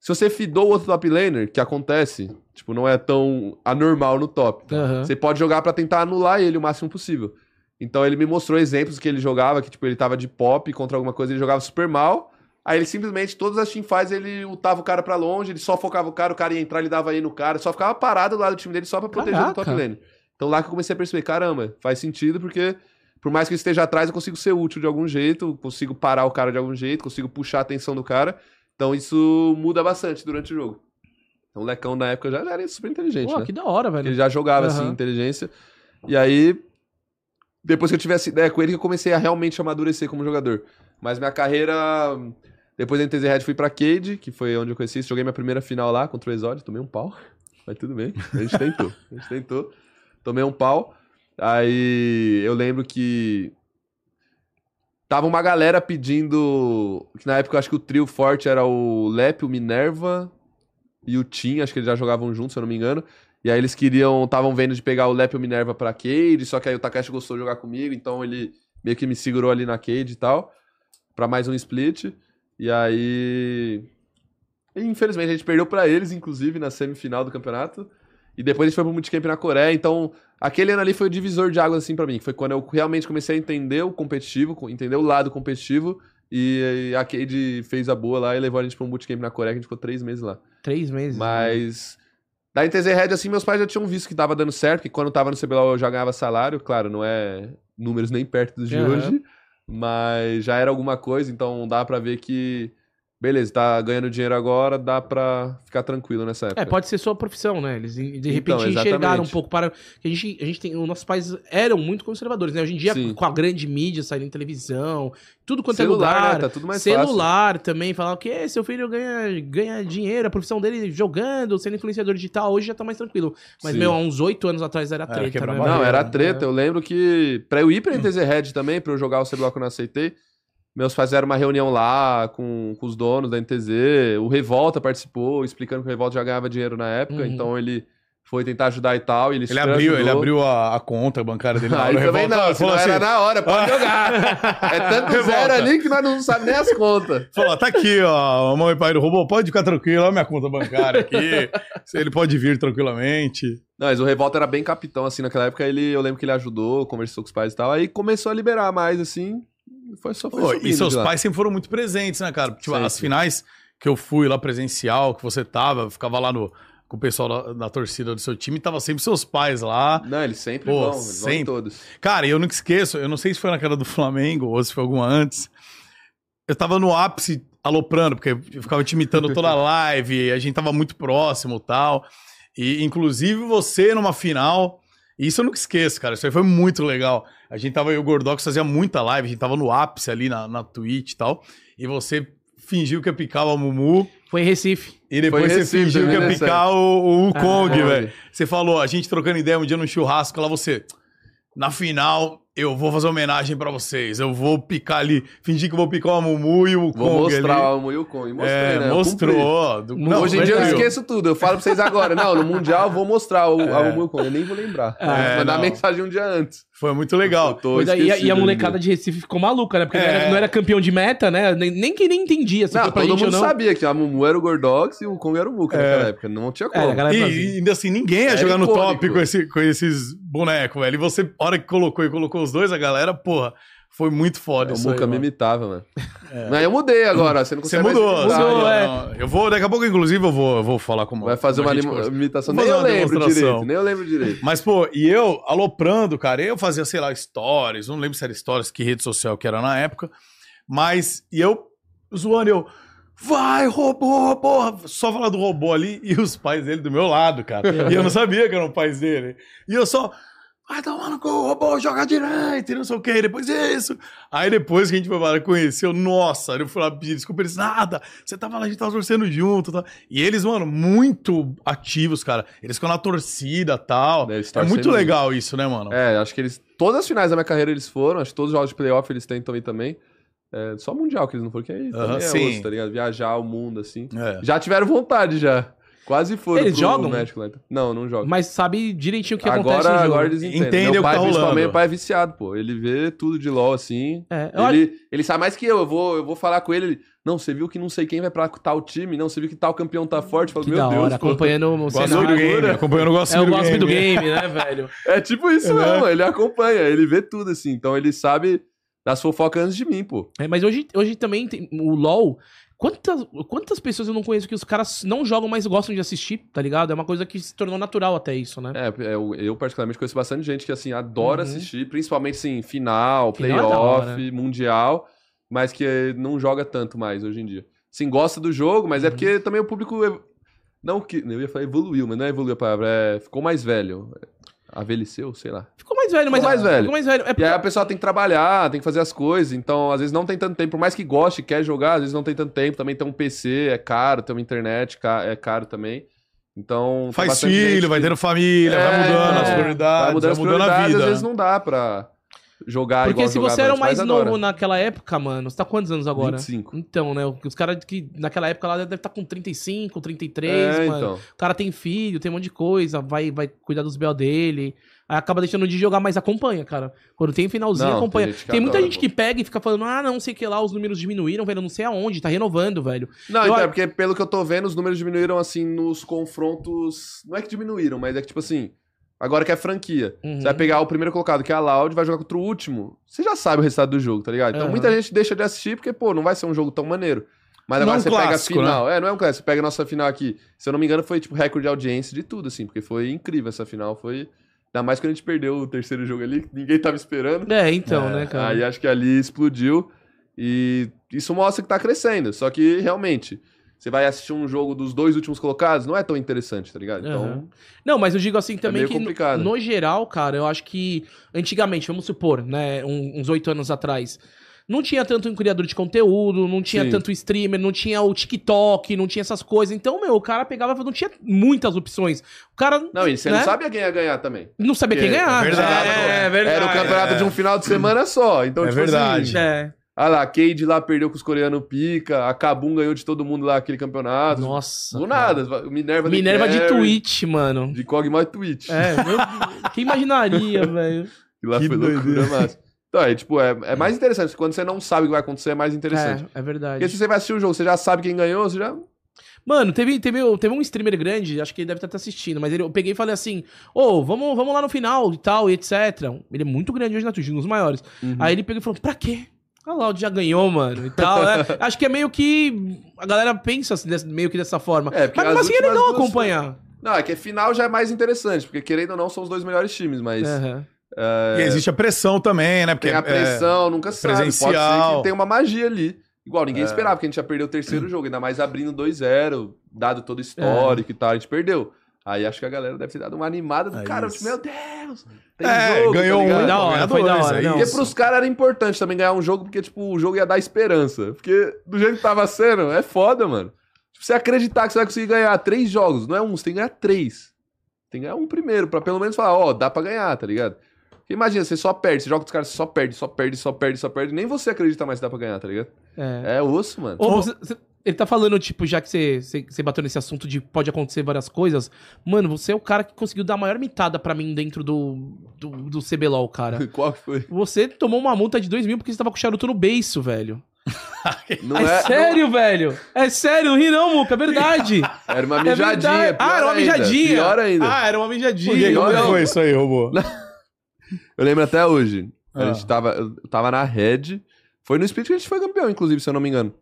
S3: Se você fidou o outro top laner, que acontece, tipo, não é tão anormal no top. tá
S2: Aham.
S3: Você pode jogar pra tentar anular ele o máximo possível. Então ele me mostrou exemplos que ele jogava, que tipo, ele tava de pop contra alguma coisa, ele jogava super mal. Aí ele simplesmente, todas as teamfights, ele ultava o cara pra longe, ele só focava o cara, o cara ia entrar, ele dava aí no cara, só ficava parado lá do time dele só pra proteger o top
S2: Caraca.
S3: lane. Então lá que eu comecei a perceber, caramba, faz sentido porque por mais que eu esteja atrás, eu consigo ser útil de algum jeito, consigo parar o cara de algum jeito, consigo puxar a atenção do cara. Então isso muda bastante durante o jogo. Então o Lecão na época já era super inteligente,
S2: Pô,
S3: né?
S2: que da hora, velho.
S3: Ele já jogava, assim,
S2: Aham.
S3: inteligência. E aí, depois que eu tive essa ideia com ele, que eu comecei a realmente amadurecer como jogador. Mas minha carreira... Depois da NTZ Red, fui pra Cade, que foi onde eu conheci. isso. Joguei minha primeira final lá contra o Exódio, tomei um pau. Mas tudo bem, a gente tentou. A gente tentou. Tomei um pau. Aí eu lembro que... Tava uma galera pedindo... Que na época eu acho que o trio forte era o Lep, o Minerva e o Tim. Acho que eles já jogavam juntos, se eu não me engano. E aí eles queriam, estavam vendo de pegar o Lep e o Minerva pra Cade, só que aí o Takashi gostou de jogar comigo, então ele meio que me segurou ali na Cade e tal, pra mais um split. E aí. e infelizmente a gente perdeu pra eles, inclusive, na semifinal do campeonato. E depois a gente foi pro Multicamp na Coreia, então aquele ano ali foi o divisor de águas, assim, pra mim. que Foi quando eu realmente comecei a entender o competitivo, co- entender o lado competitivo. E e a Cade fez a boa lá e levou a gente pra um bootcamp na Coreia, que a gente ficou três meses lá.
S2: Três meses.
S3: Mas. Da NTZ Red, assim, meus pais já tinham visto que tava dando certo, que quando eu tava no CBLOL eu já ganhava salário, claro, não é números nem perto dos de
S2: Aham.
S3: hoje, mas já era alguma coisa, então dá pra ver que, beleza, tá ganhando dinheiro agora, dá pra ficar tranquilo nessa época.
S2: É, pode ser sua profissão, né? Eles de de repente
S3: Então, exatamente.
S2: enxergaram um pouco para. que A gente, a gente tem. Os nossos pais eram muito conservadores, né? Hoje em dia,
S3: Sim.
S2: com a grande mídia saindo em televisão, tudo quanto
S3: celular,
S2: é lugar.
S3: né? Tá tudo mais fácil.
S2: celular também, falar que seu filho ganha, ganha dinheiro, a profissão dele jogando, sendo influenciador digital, hoje já tá mais tranquilo. Mas,
S3: Sim.
S2: meu, há uns oito anos atrás era
S1: Era
S2: treta, né?
S1: quebra-barra.
S2: velho?
S3: Não,
S1: Valeu,
S3: era treta. Eu lembro que, pra eu ir pra NTZ Red também, pra eu jogar o CBLOL que eu não aceitei, meus pais fizeram uma reunião lá com, com os donos da NTZ. O Revolta participou, explicando que o Revolta já ganhava dinheiro na época,
S2: Uhum.
S3: então ele foi tentar ajudar e tal. E ele,
S1: Ele
S3: super
S1: abriu,
S3: ajudou.
S1: ele abriu a, a conta bancária dele na
S3: Aí
S1: hora.
S3: também
S1: Revolta,
S3: não, senão
S1: falou assim,
S3: era na hora, pode jogar. É tanto zero
S1: Revolta.
S3: ali que nós não sabemos nem as contas.
S1: Falou, tá aqui, ó, mamãe e pai do robô, pode ficar tranquilo, olha minha conta bancária aqui. Ele pode vir tranquilamente.
S3: Não, mas o Revolta era bem capitão, assim, naquela época. Ele, eu lembro que ele ajudou, conversou com os pais e tal. Aí começou a liberar mais, assim. Foi só foi
S1: Pô,
S3: subindo
S1: e seus
S3: de lá.
S1: pais sempre foram muito presentes, né, cara? Tipo,
S3: Sempre.
S1: as finais que eu fui lá presencial, que você tava, eu ficava lá no, com o pessoal da, da torcida do seu time, tava sempre seus pais lá.
S3: Não, eles sempre
S1: Pô,
S3: vão, eles vão em
S1: sempre.
S3: todos.
S1: Cara, e eu nunca esqueço, eu não sei se foi naquela do Flamengo ou se foi alguma antes. Eu tava no ápice aloprando, porque eu ficava te imitando toda a live, a gente tava muito próximo e tal. E inclusive você numa final. e Isso eu nunca esqueço, cara. Isso aí foi muito legal. A gente tava, eu e o Gordox fazia muita live, a gente tava no ápice ali na, na Twitch e tal. E você fingiu que ia picar o Mumu
S2: Foi em Recife.
S1: e depois
S3: Foi em
S1: você
S3: Recife
S1: fingiu que
S3: também,
S1: ia
S3: né,
S1: picar o, o Kong,
S3: Ah.
S1: velho. Você falou, a gente trocando ideia um dia num churrasco, lá você. Na final, eu vou fazer homenagem pra vocês. Eu vou picar ali, fingir que vou picar o Mumu e o
S3: Vou
S1: Kong ali.
S3: mostrar o Mumu e o Kong. Mostrei,
S1: é,
S3: né? Eu cumpri.
S1: mostrou. Do-
S2: Não,
S3: Hoje em dia eu
S1: cumpriu.
S3: esqueço tudo. Eu falo pra vocês agora. Não, no Mundial eu vou mostrar o, a Mumu e o Kong. Eu nem vou lembrar.
S1: É,
S3: vou mandar
S1: não.
S3: mensagem um dia antes.
S1: Foi muito legal.
S3: Eu tô
S2: Foi daí- e, a- e
S3: esquecido
S2: a
S3: ainda.
S2: molecada de Recife ficou maluca, né? Porque não,
S1: É.
S2: era, não era campeão de meta, né? Nem, nem que nem entendia se
S3: Não,
S2: foi pra
S3: todo
S2: gente ou
S3: mundo
S2: não.
S3: sabia que a Mumu era o Gordox e o Kong era o
S1: É.
S3: Muca naquela época. Não tinha como.
S2: É, a galera
S1: E,
S2: fazia.
S1: e ainda assim, ninguém ia
S3: né, Era
S1: jogar no
S3: icônico.
S1: top com, esse- com esses bonecos, velho. E você, a hora que colocou e colocou os dois, a galera, porra, foi muito foda
S3: o
S1: isso aí,
S3: Muca É, me
S1: mano.
S3: imitava, mano. Mas eu mudei agora. Você não
S1: Você
S3: consegue mais
S1: mudou,
S3: imitar.
S1: mudou,
S2: é.
S1: não. Eu vou, daqui a pouco, inclusive, eu vou, eu vou falar com
S3: Vai fazer
S1: com
S3: uma
S1: a gente
S3: limo-
S1: conversa.
S3: imitação.
S1: Vou
S3: Nem eu
S1: fazer uma
S3: lembro
S1: demonstração.
S3: direito. Nem eu lembro direito.
S1: Mas, pô, e eu aloprando, cara, eu fazia, sei lá, stories, não lembro se era stories, que rede social que era na época, mas, e eu zoando, eu, vai, robô, porra, só falar do robô ali, e os pais dele do meu lado, cara, e eu não sabia que eram pais dele, e eu só, vai tomar no cu, robô, joga direito, e não sei o que, depois isso, aí depois que a gente foi para conhecer, eu, nossa, eu fui lá pedir desculpa, eles, nada, você tava lá, a gente tava torcendo junto, tá? e eles, mano, muito ativos, cara, eles ficam na torcida e tal,
S3: Deve estar
S1: é muito
S3: sendo-
S1: legal isso, né, mano?
S2: Então.
S3: É, acho que eles. Todas as finais da minha carreira eles foram, acho que todos os jogos de playoff eles tentam ir também. É, só Mundial que eles não foram, que aí também
S1: Aham,
S3: é
S1: sim.
S3: osso, tá ligado? Viajar o mundo, assim.
S1: É.
S3: Já tiveram vontade, já. Quase foram
S2: Eles jogam?
S3: México, né? Não, não jogam.
S2: Mas sabe direitinho o que acontece no
S3: agora,
S2: jogo.
S3: agora eles entendem.
S1: Entendem
S3: meu
S1: o que
S3: pai,
S1: tá rolando.
S3: principalmente, meu pai é viciado, pô. Ele vê tudo de LOL, assim.
S2: É, eu acho-
S3: Ele, ele sabe mais que eu. Eu vou, eu vou falar com ele. ele, Não, você viu que não sei quem vai pra tal time? Não, você viu que tal campeão tá forte? Eu falo,
S2: que
S3: meu
S2: da
S3: Deus,
S2: hora,
S3: pô.
S2: acompanhando o
S1: Gosto do
S2: cenário.
S1: game, acompanhando o gosto
S2: É o gosto do
S1: é.
S2: game, né, velho?
S3: É tipo isso
S1: Né?
S3: mesmo, ele acompanha, ele vê tudo assim. Então ele sabe das fofocas antes de mim, pô.
S2: É, mas hoje, hoje também tem o LoL. Quantas, quantas pessoas eu não conheço que os caras não jogam, mas gostam de assistir, tá ligado? É uma coisa que se tornou natural até isso, né?
S3: É, eu, eu particularmente conheço bastante gente que assim adora
S2: Uhum.
S3: assistir, principalmente assim, final,
S2: Final é da
S3: playoff, mundial, mas que eh, não joga tanto mais hoje em dia. Sim, gosta do jogo, mas é
S2: Uhum.
S3: porque também o público ev- não que eu ia falar evoluiu, mas não é evoluiu a palavra, é ficou mais velho. Avelheceu, sei lá.
S2: Ficou mais velho, mas.
S3: Ficou mais velho.
S2: Ficou mais velho. É
S3: E
S2: porque-
S3: aí a pessoa tem que trabalhar, tem que fazer as coisas, então às vezes não tem tanto tempo, por mais que goste, quer jogar, às vezes não tem tanto tempo, também tem um PC, é caro, tem uma internet, ca- é caro também. Então. tem
S1: Faz
S3: bastante
S1: filho,
S3: gente
S1: vai
S3: que
S1: tendo família, vai
S3: É,
S1: mudando as
S2: vai
S1: prioridades, vai mudando,
S3: as prioridades,
S1: a vida.
S3: às vezes não dá pra jogar
S2: Porque
S3: igual
S2: se
S3: jogava
S2: você era o
S3: antes,
S2: mais
S3: mas é
S2: novo
S3: adora.
S2: naquela época, mano, você tá quantos anos agora?
S3: 25.
S2: Então, né? Os caras que naquela época lá deve estar com 35, 33,
S3: é,
S2: mano.
S3: então.
S2: O cara tem filho, tem um monte de coisa, vai, vai cuidar dos BO dele. Aí acaba deixando de jogar, mas acompanha, cara. Quando tem finalzinho,
S3: Não, tem
S2: acompanha. Tem,
S3: gente que
S2: muita
S3: adora,
S2: gente
S3: pô.
S2: que pega e fica falando, ah, não sei o que lá, os números diminuíram, velho, não sei aonde, tá renovando, velho.
S3: Não,
S2: Eu
S3: então,
S2: acho-
S3: é porque pelo que eu tô vendo, os números diminuíram assim nos confrontos. Não é que diminuíram, mas é que tipo assim. Agora que é franquia.
S2: Uhum.
S3: Você vai pegar o primeiro colocado, que é a Loud, vai jogar contra o último. Você já sabe o resultado do jogo, tá ligado? Então
S2: Aham.
S3: muita gente deixa de assistir porque, pô, não vai ser um jogo tão maneiro.
S1: Não
S3: Mas
S1: é
S3: agora
S1: um
S3: você
S1: clássico,
S3: pega a final. É, não é um clássico. Você pega a nossa final aqui. Se eu não me engano, foi tipo recorde de audiência de tudo, assim, porque foi incrível essa final. Foi. Ainda mais quando a gente perdeu o terceiro jogo ali, que ninguém tava esperando.
S2: É, então,
S1: É,
S2: né, cara?
S3: Aí acho que ali explodiu. E isso mostra que tá crescendo. Só que realmente, você vai assistir um jogo dos dois últimos colocados, não é tão interessante, tá ligado? Então.
S2: Aham. Não, mas eu digo assim também
S3: é meio
S2: que, no-
S3: complicado.
S2: no geral, cara, eu acho que antigamente, vamos supor, né, um- uns oito anos atrás, não tinha tanto um criador de conteúdo, não tinha
S3: Sim.
S2: tanto streamer, não tinha o TikTok, não tinha essas coisas. Então, meu, o cara pegava, não tinha muitas opções. O cara
S3: Não, e você
S2: Né?
S3: não sabia quem ia ganhar também.
S2: não sabia quem
S3: Porque-
S2: ganhar.
S1: é verdade,
S2: né?
S1: é verdade.
S3: Era o campeonato
S1: é.
S3: de um final de semana só. Então,
S1: É
S3: tipo
S1: verdade.
S3: assim.
S2: É.
S3: Ah lá, a Cade lá perdeu com os coreanos pica, a Kabum ganhou de todo mundo lá aquele campeonato.
S2: Nossa.
S3: Do
S2: cara.
S3: nada, o Minerva
S2: Minerva de
S3: Carry,
S2: Twitch, mano.
S3: De Kog'Maw e Twitch.
S2: É, meu, quem imaginaria, velho?
S3: E lá
S1: Que
S3: foi loucura,
S1: doideira.
S3: mas... Então, é, tipo, é, é mais interessante. Quando você não sabe o que vai acontecer, é mais interessante.
S2: É, é verdade.
S3: Porque se você vai assistir o jogo, você já sabe quem ganhou, você já...
S2: Mano, teve, teve, teve um streamer grande, acho que ele deve estar até assistindo, mas ele, eu peguei e falei assim: Ô, vamos, vamos lá no final e tal, e etc. Ele é muito grande hoje na Twitch, um dos maiores.
S3: Uhum.
S2: Aí ele pegou e falou: pra quê? A Loud já ganhou, mano, e tal. né? acho que é meio que. A galera pensa assim, dessa- meio que dessa forma.
S3: É, porque
S2: mas mesmo
S3: as
S2: assim é
S3: últimas
S2: legal
S3: duas-
S2: acompanhar.
S3: Não, é que final já é mais interessante, porque querendo ou não, são os dois melhores times, mas...
S2: Aham.
S1: E existe a pressão também, né? Porque
S3: É. Tem a pressão, nunca sabe. Pode ser
S1: presencial. É. Hum.
S3: que tem uma magia ali. Igual, ninguém esperava,
S1: É.
S3: porque a gente já perdeu o terceiro jogo, ainda mais abrindo 2-0, dado todo o histórico e tal, a gente perdeu. Aí acho que a galera deve ter dado uma animada do
S1: É
S3: cara,
S1: isso.
S3: meu Deus! tá
S1: É, ganhou
S3: ligado?
S1: um,
S2: Da hora,
S1: ganhou
S2: foi da
S1: dois,
S2: hora,
S1: é
S2: não.
S1: isso.
S3: Porque pros caras era importante também ganhar um jogo, porque, tipo, o jogo ia dar esperança. Porque do jeito que tava sendo, é foda, mano. Tipo, você acreditar que você vai conseguir ganhar três jogos, não é um, você tem que ganhar três. Tem que ganhar um primeiro, pra pelo menos falar, ó, dá pra ganhar, tá ligado? Porque imagina, você só perde, você joga com os caras, você só perde, só perde, só perde, só perde. Nem você acredita mais que dá pra ganhar, tá ligado?
S2: É.
S3: É osso, mano.
S2: Ô, você- você- ele tá falando, tipo, já que você, você, você bateu nesse assunto de pode acontecer várias coisas. Mano, você é o cara que conseguiu dar a maior mitada pra mim dentro do, do, do CBLOL, cara.
S3: Qual que foi?
S2: Você tomou uma multa de 2 mil porque você tava com o charuto no beiço, velho.
S3: Não
S2: é, sério, velho? É sério, não ri não, Muca, é verdade.
S3: Era uma
S2: É
S3: mijadinha.
S2: verdade. Ah, era uma
S3: pior ainda,
S2: mijadinha.
S3: Pior ainda.
S2: ah,
S1: um
S2: era uma
S1: Por quê?
S2: mijadinha.
S1: Como
S3: Não,
S1: que
S3: não.
S1: foi isso aí, robô?
S3: Eu lembro até hoje.
S1: Ah.
S3: A gente tava, eu tava na Red. Foi no split que a gente foi campeão, inclusive, se eu não me engano.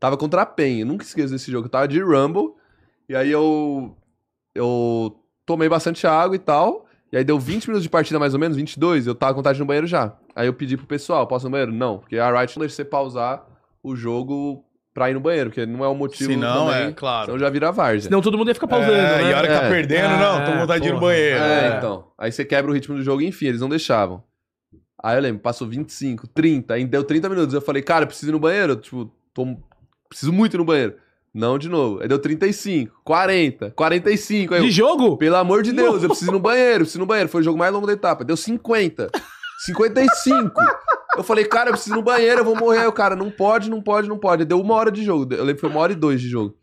S3: Tava contra a PEN. Eu nunca esqueço desse jogo. Eu tava de Rumble. E aí eu. Eu tomei bastante água e tal. E aí deu 20 minutos de partida, mais ou menos, 22. Eu tava com vontade de ir no banheiro já. Aí eu pedi pro pessoal: posso ir no banheiro? Não, porque é a Riot não deixa você pausar o jogo pra ir no banheiro, porque não é o motivo.
S1: Se não,
S3: também.
S1: é, claro.
S3: Então já vira várzea.
S2: Senão todo mundo ia ficar pausando,
S1: é,
S2: né?
S1: E a hora que tá
S3: É.
S1: perdendo, não, tô com vontade de ir no
S2: Porra.
S1: banheiro.
S3: É, então. Aí você quebra o ritmo do jogo, enfim, eles não deixavam. Aí eu lembro, passou 25, 30, aí deu 30 minutos. Eu falei, cara, eu preciso ir no banheiro. Tipo, tô- preciso muito ir no banheiro. Não, de novo. Aí deu 35, 40, 45. Aí eu,
S2: De jogo?
S3: pelo amor de Deus, eu preciso ir no banheiro, eu preciso ir no banheiro. Foi o jogo mais longo da etapa. Deu 50, 55. Eu falei, cara, eu preciso ir no banheiro, eu vou morrer. Aí o cara, não pode, não pode, não pode. Deu uma hora de jogo. Eu lembro que foi uma hora e dois de jogo.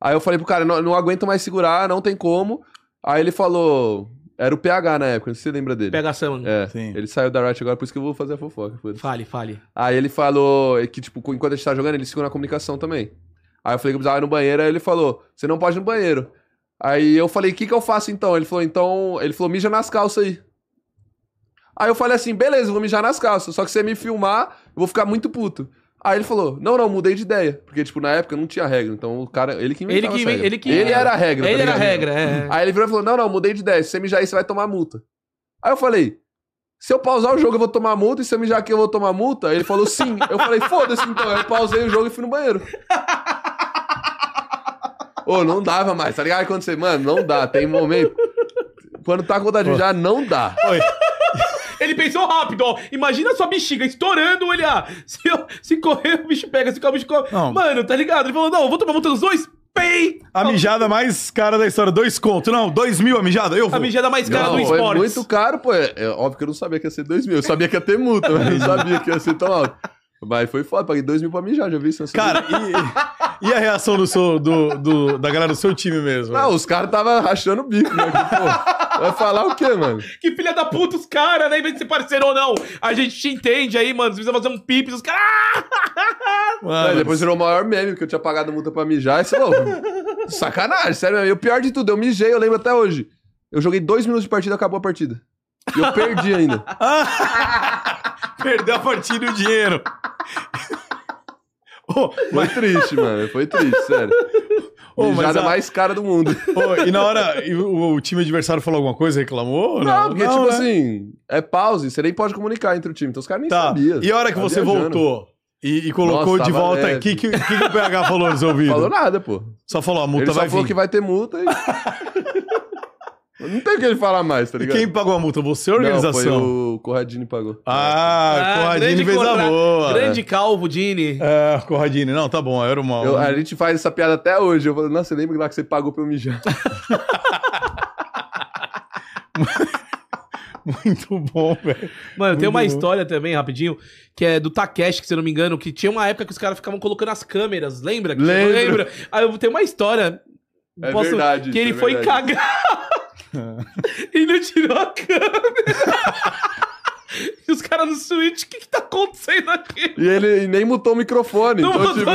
S3: Aí eu falei pro cara, não, não aguento mais segurar, não tem como. Aí ele falou. Era o PH na época, não sei se você lembra dele.
S2: Pega essa, mano.
S3: É.
S1: Sim.
S3: Ele saiu da Riot agora, por isso que eu vou fazer a fofoca. foda-se.
S2: Fale, fale.
S3: Aí ele falou que, tipo, enquanto a gente tá jogando, ele segura a comunicação também. Aí eu falei que eu precisava ir no banheiro, aí ele falou, você não pode ir no banheiro. Aí eu falei, o que que eu faço então? Ele falou, então... Ele falou, mija nas calças aí. Aí eu falei assim, beleza, eu vou mijar nas calças, só que se você me filmar, eu vou ficar muito puto. Aí ele falou, não, não, mudei de ideia. Porque, tipo, na época não tinha regra, então o cara... Ele que
S2: Ele
S3: inventava
S2: que,
S3: essa regra.
S2: ele que.
S3: Ele era a regra, tá
S2: Ele era a
S3: ligado?
S2: regra, é.
S3: Aí ele virou e falou: Não, não, mudei de ideia. Se você mijar aí, você vai tomar multa. Aí eu falei: Se eu pausar o jogo, eu vou tomar multa. E se eu mijar aqui, eu vou tomar multa? Ele falou: Sim. Eu falei: Foda-se então. Aí eu pausei o jogo e fui no banheiro. Ô, não dava mais, tá ligado? Aí Quando você, mano, não dá, tem momento. Quando tá com vontade de mijar, não dá.
S1: Oi.
S2: Ele pensou rápido, ó. Imagina a sua bexiga estourando, ele, ah, se, eu- se correr, o bicho pega, se correr, o bicho corre.
S1: Não.
S2: Mano, tá ligado? Ele falou, não, eu vou tomar multa dos dois, pei!
S1: A mijada mais cara da história. Dois contos. Não, dois mil a mijada. Eu vou.
S2: A mijada mais cara
S3: Não,
S2: do
S3: foi
S2: esporte.
S3: muito caro, pô. É, é óbvio que eu não sabia que ia ser 2 mil. Eu sabia que ia ter multa, mas eu não sabia que ia ser tão alto. Mas foi foda, paguei 2 mil pra mijar, já vi isso.
S1: Cara, e, e a reação do seu, do, do- da galera do seu time mesmo?
S3: Não, Ah, os caras tava rachando o bico, né? Pô, vai falar o quê, mano?
S2: Que filha da puta, os caras, né? Em vez de ser parceiro ou não, a gente te entende aí, mano. Você precisa fazer um pips, os caras.
S1: Mano,
S3: Aí depois virou o maior meme que eu tinha pagado multa pra mijar. E você, "Ô, sacanagem, sério mesmo. E o pior de tudo, eu mijei, eu lembro até hoje. Eu joguei dois minutos de partida, acabou a partida. E eu perdi ainda.
S1: perdeu a partida e o dinheiro. Ô,
S3: Foi triste, mano. Foi triste, sério.
S1: Ô, mas
S3: Mijada
S1: a-
S3: mais cara do mundo.
S1: ô, e na hora, e o, o time adversário falou alguma coisa, reclamou? ou
S3: Não, porque, tipo
S1: né?
S3: assim, é pause, você nem pode comunicar entre o time. Então os caras nem
S1: Tá.
S3: sabiam.
S1: E a hora que
S3: Tava
S1: você
S3: viajando.
S1: voltou e, e colocou
S3: Nossa,
S1: de
S3: tava
S1: volta
S3: leve.
S1: aqui, o que, que, que o PH falou no seu ouvido?
S3: Falou nada, pô.
S1: Só falou, a multa
S3: ele só
S1: vai
S3: falou
S1: vir.
S3: que vai ter multa e. não tem o que ele falar mais, tá
S1: E
S3: ligado?
S1: quem pagou a multa? Você ou a organização?
S3: Não, foi o Corradini pagou.
S1: Ah,
S2: Ah, grande
S1: Corradini fez a
S2: Corra-
S1: boa.
S2: Grande calvo, Dini.
S1: É, Corradini. Não, tá bom, era uma...
S3: Eu- a gente faz essa piada até hoje. Eu falo, nossa, você lembra lá que você pagou pra eu mijar?
S1: Muito bom, velho.
S2: Mano, tem uma
S1: Muito
S3: Uhum.
S1: bom.
S2: história também, rapidinho, que é do Takeshi, que se eu não me engano, que tinha uma época que os caras ficavam colocando as câmeras, lembra? Que-
S3: Lembro.
S2: Lembra? Aí eu tenho uma história.
S3: É verdade
S2: Que
S3: isso,
S2: ele
S3: é
S2: foi
S3: verdade.
S2: cagar e não tirou a câmera. e os caras no Switch, o que que tá acontecendo aqui?
S3: E ele e nem mutou o microfone.
S2: Não mudou.
S3: então, tipo,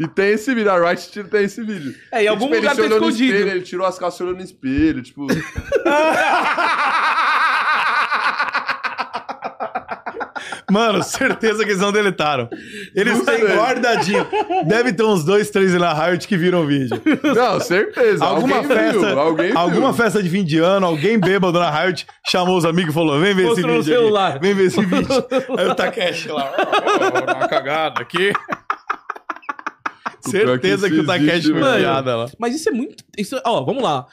S3: e tem esse vídeo, a Riot tira- tem esse vídeo.
S2: É, em
S3: E,
S2: algum
S3: tipo, ele
S2: lugar
S3: se
S2: tá
S3: olhou no
S2: escondido.
S3: espelho, ele tirou as calças e se olhou no espelho, tipo...
S1: Mano, certeza que eles não deletaram. Eles
S3: Não
S1: têm
S3: sei.
S1: guardadinho. Deve ter uns dois, três na Riot que viram o vídeo.
S3: Não, certeza.
S1: Alguma
S3: alguém
S1: festa,
S3: viu, alguém viu.
S1: alguma festa de fim de ano, alguém bêbado na Riot chamou os amigos e falou: "Vem ver
S2: Mostrou no
S1: esse vídeo". aqui.
S2: celular.
S1: Vem ver esse
S3: é
S1: vídeo. Aí o Takeshi lá, ó, ó, ó, dá uma cagada aqui. Certeza que, o Takeshi foi
S2: mano.
S1: piada lá.
S2: Mas isso é muito. Isso, ó, vamos lá.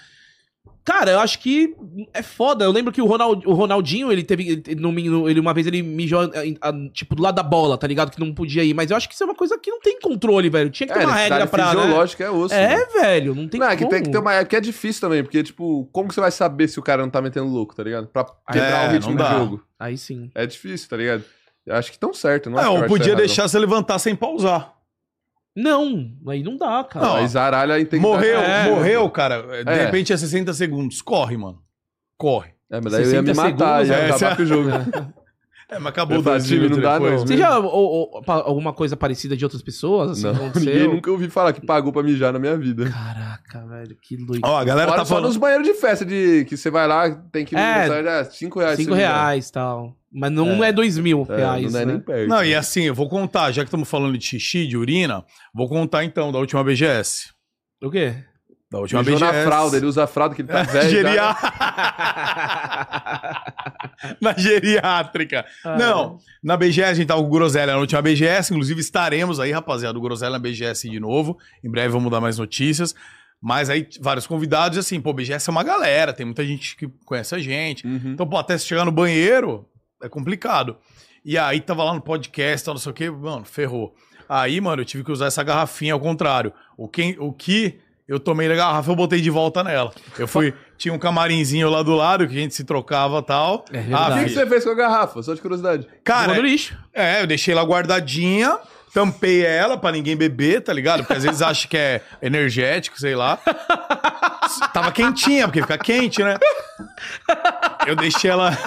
S2: Cara, eu acho que é foda. Eu lembro que o, Ronald, o Ronaldinho, ele teve. Ele, no- no- ele- uma vez ele mijou, eh, a- tipo, do lado da bola, tá ligado? Que não podia ir. Mas eu acho que isso é uma coisa que não tem controle, velho. Tinha
S3: É,
S2: que ter uma regra pra. Né?
S3: fisiológica é osso.
S2: É,
S3: mano.
S2: velho, não tem
S3: Não, é que
S2: como.
S3: tem que ter uma. É que é difícil também, porque, tipo, como que você vai saber se o cara não tá metendo louco, tá ligado? Pra quebrar
S1: É,
S3: o ritmo
S1: não
S3: do
S1: dá.
S3: jogo.
S2: Aí sim.
S3: É difícil, tá ligado? Eu Acho que tão certo,
S2: É,
S3: não
S2: um
S3: acho
S1: Não,
S3: que eu acho
S1: podia
S3: errado,
S1: deixar você levantar sem pausar.
S2: Não, aí não dá, cara.
S1: Não,
S3: Não, mas zaralha a integridade.
S1: Morreu,
S2: É.
S1: morreu, cara. De
S3: É.
S1: repente é 60 segundos. Corre, mano. Corre.
S3: É, mas daí eu ia me
S2: 60
S3: matar,
S2: segundos, né?
S3: ia
S1: é,
S3: acabar
S1: você-
S3: com o jogo.
S1: É, mas acabou
S3: Eu bati,
S1: minutos
S3: não dá,
S1: depois,
S3: não.
S1: né?
S2: Você já ou- ou- pa- alguma coisa parecida de outras pessoas? Assim,
S3: não, ninguém
S2: aconteceu?
S3: nunca ouvi falar que pagou pra mijar na minha vida.
S2: Caraca, velho, que doido.
S1: Ó, a galera
S3: Fora
S1: tá
S3: só
S1: falando.
S3: nos banheiros de festa, de que você vai lá, tem que
S2: É,
S3: mijar, é, 5 reais.
S2: Cinco
S3: se mijar.
S2: reais e tal. Mas não é, dois mil
S3: É,
S2: reais.
S3: não é
S2: né?
S3: nem perto.
S1: Não, e assim, eu vou contar, já que estamos falando de xixi, de urina, vou contar então da última BGS.
S2: O quê?
S1: Da última
S3: Mijou na
S1: BGS.
S3: fralda, ele usa a fralda que ele tá velho. já, né?
S1: Geria- na geriátrica.
S2: Ah,
S1: Não, na BGS a gente tava com o Groselha na última BGS, inclusive estaremos aí, rapaziada, o Groselha na BGS de novo. Em breve vamos dar mais notícias. Mas aí t- vários convidados, e assim, pô, BGS é uma galera, tem muita gente que conhece a gente.
S3: Uhum.
S1: Então, pô, até se chegar no banheiro, é complicado. E aí tava lá no podcast, tal, não sei o quê, mano, ferrou. Aí, mano, eu tive que usar essa garrafinha ao contrário. O que, o que eu tomei na garrafa, eu botei de volta nela. Eu fui, tinha um camarinzinho lá do lado que a gente se trocava e tal.
S2: É
S3: O
S2: verdade.
S3: que, que você fez com a garrafa? Só de curiosidade.
S1: Cara,
S2: Jogou no lixo.
S1: é, eu deixei ela guardadinha, tampei ela pra ninguém beber, tá ligado? Porque às vezes acha que é energético, sei lá. S- Tava quentinha, porque fica quente, né? Eu deixei ela.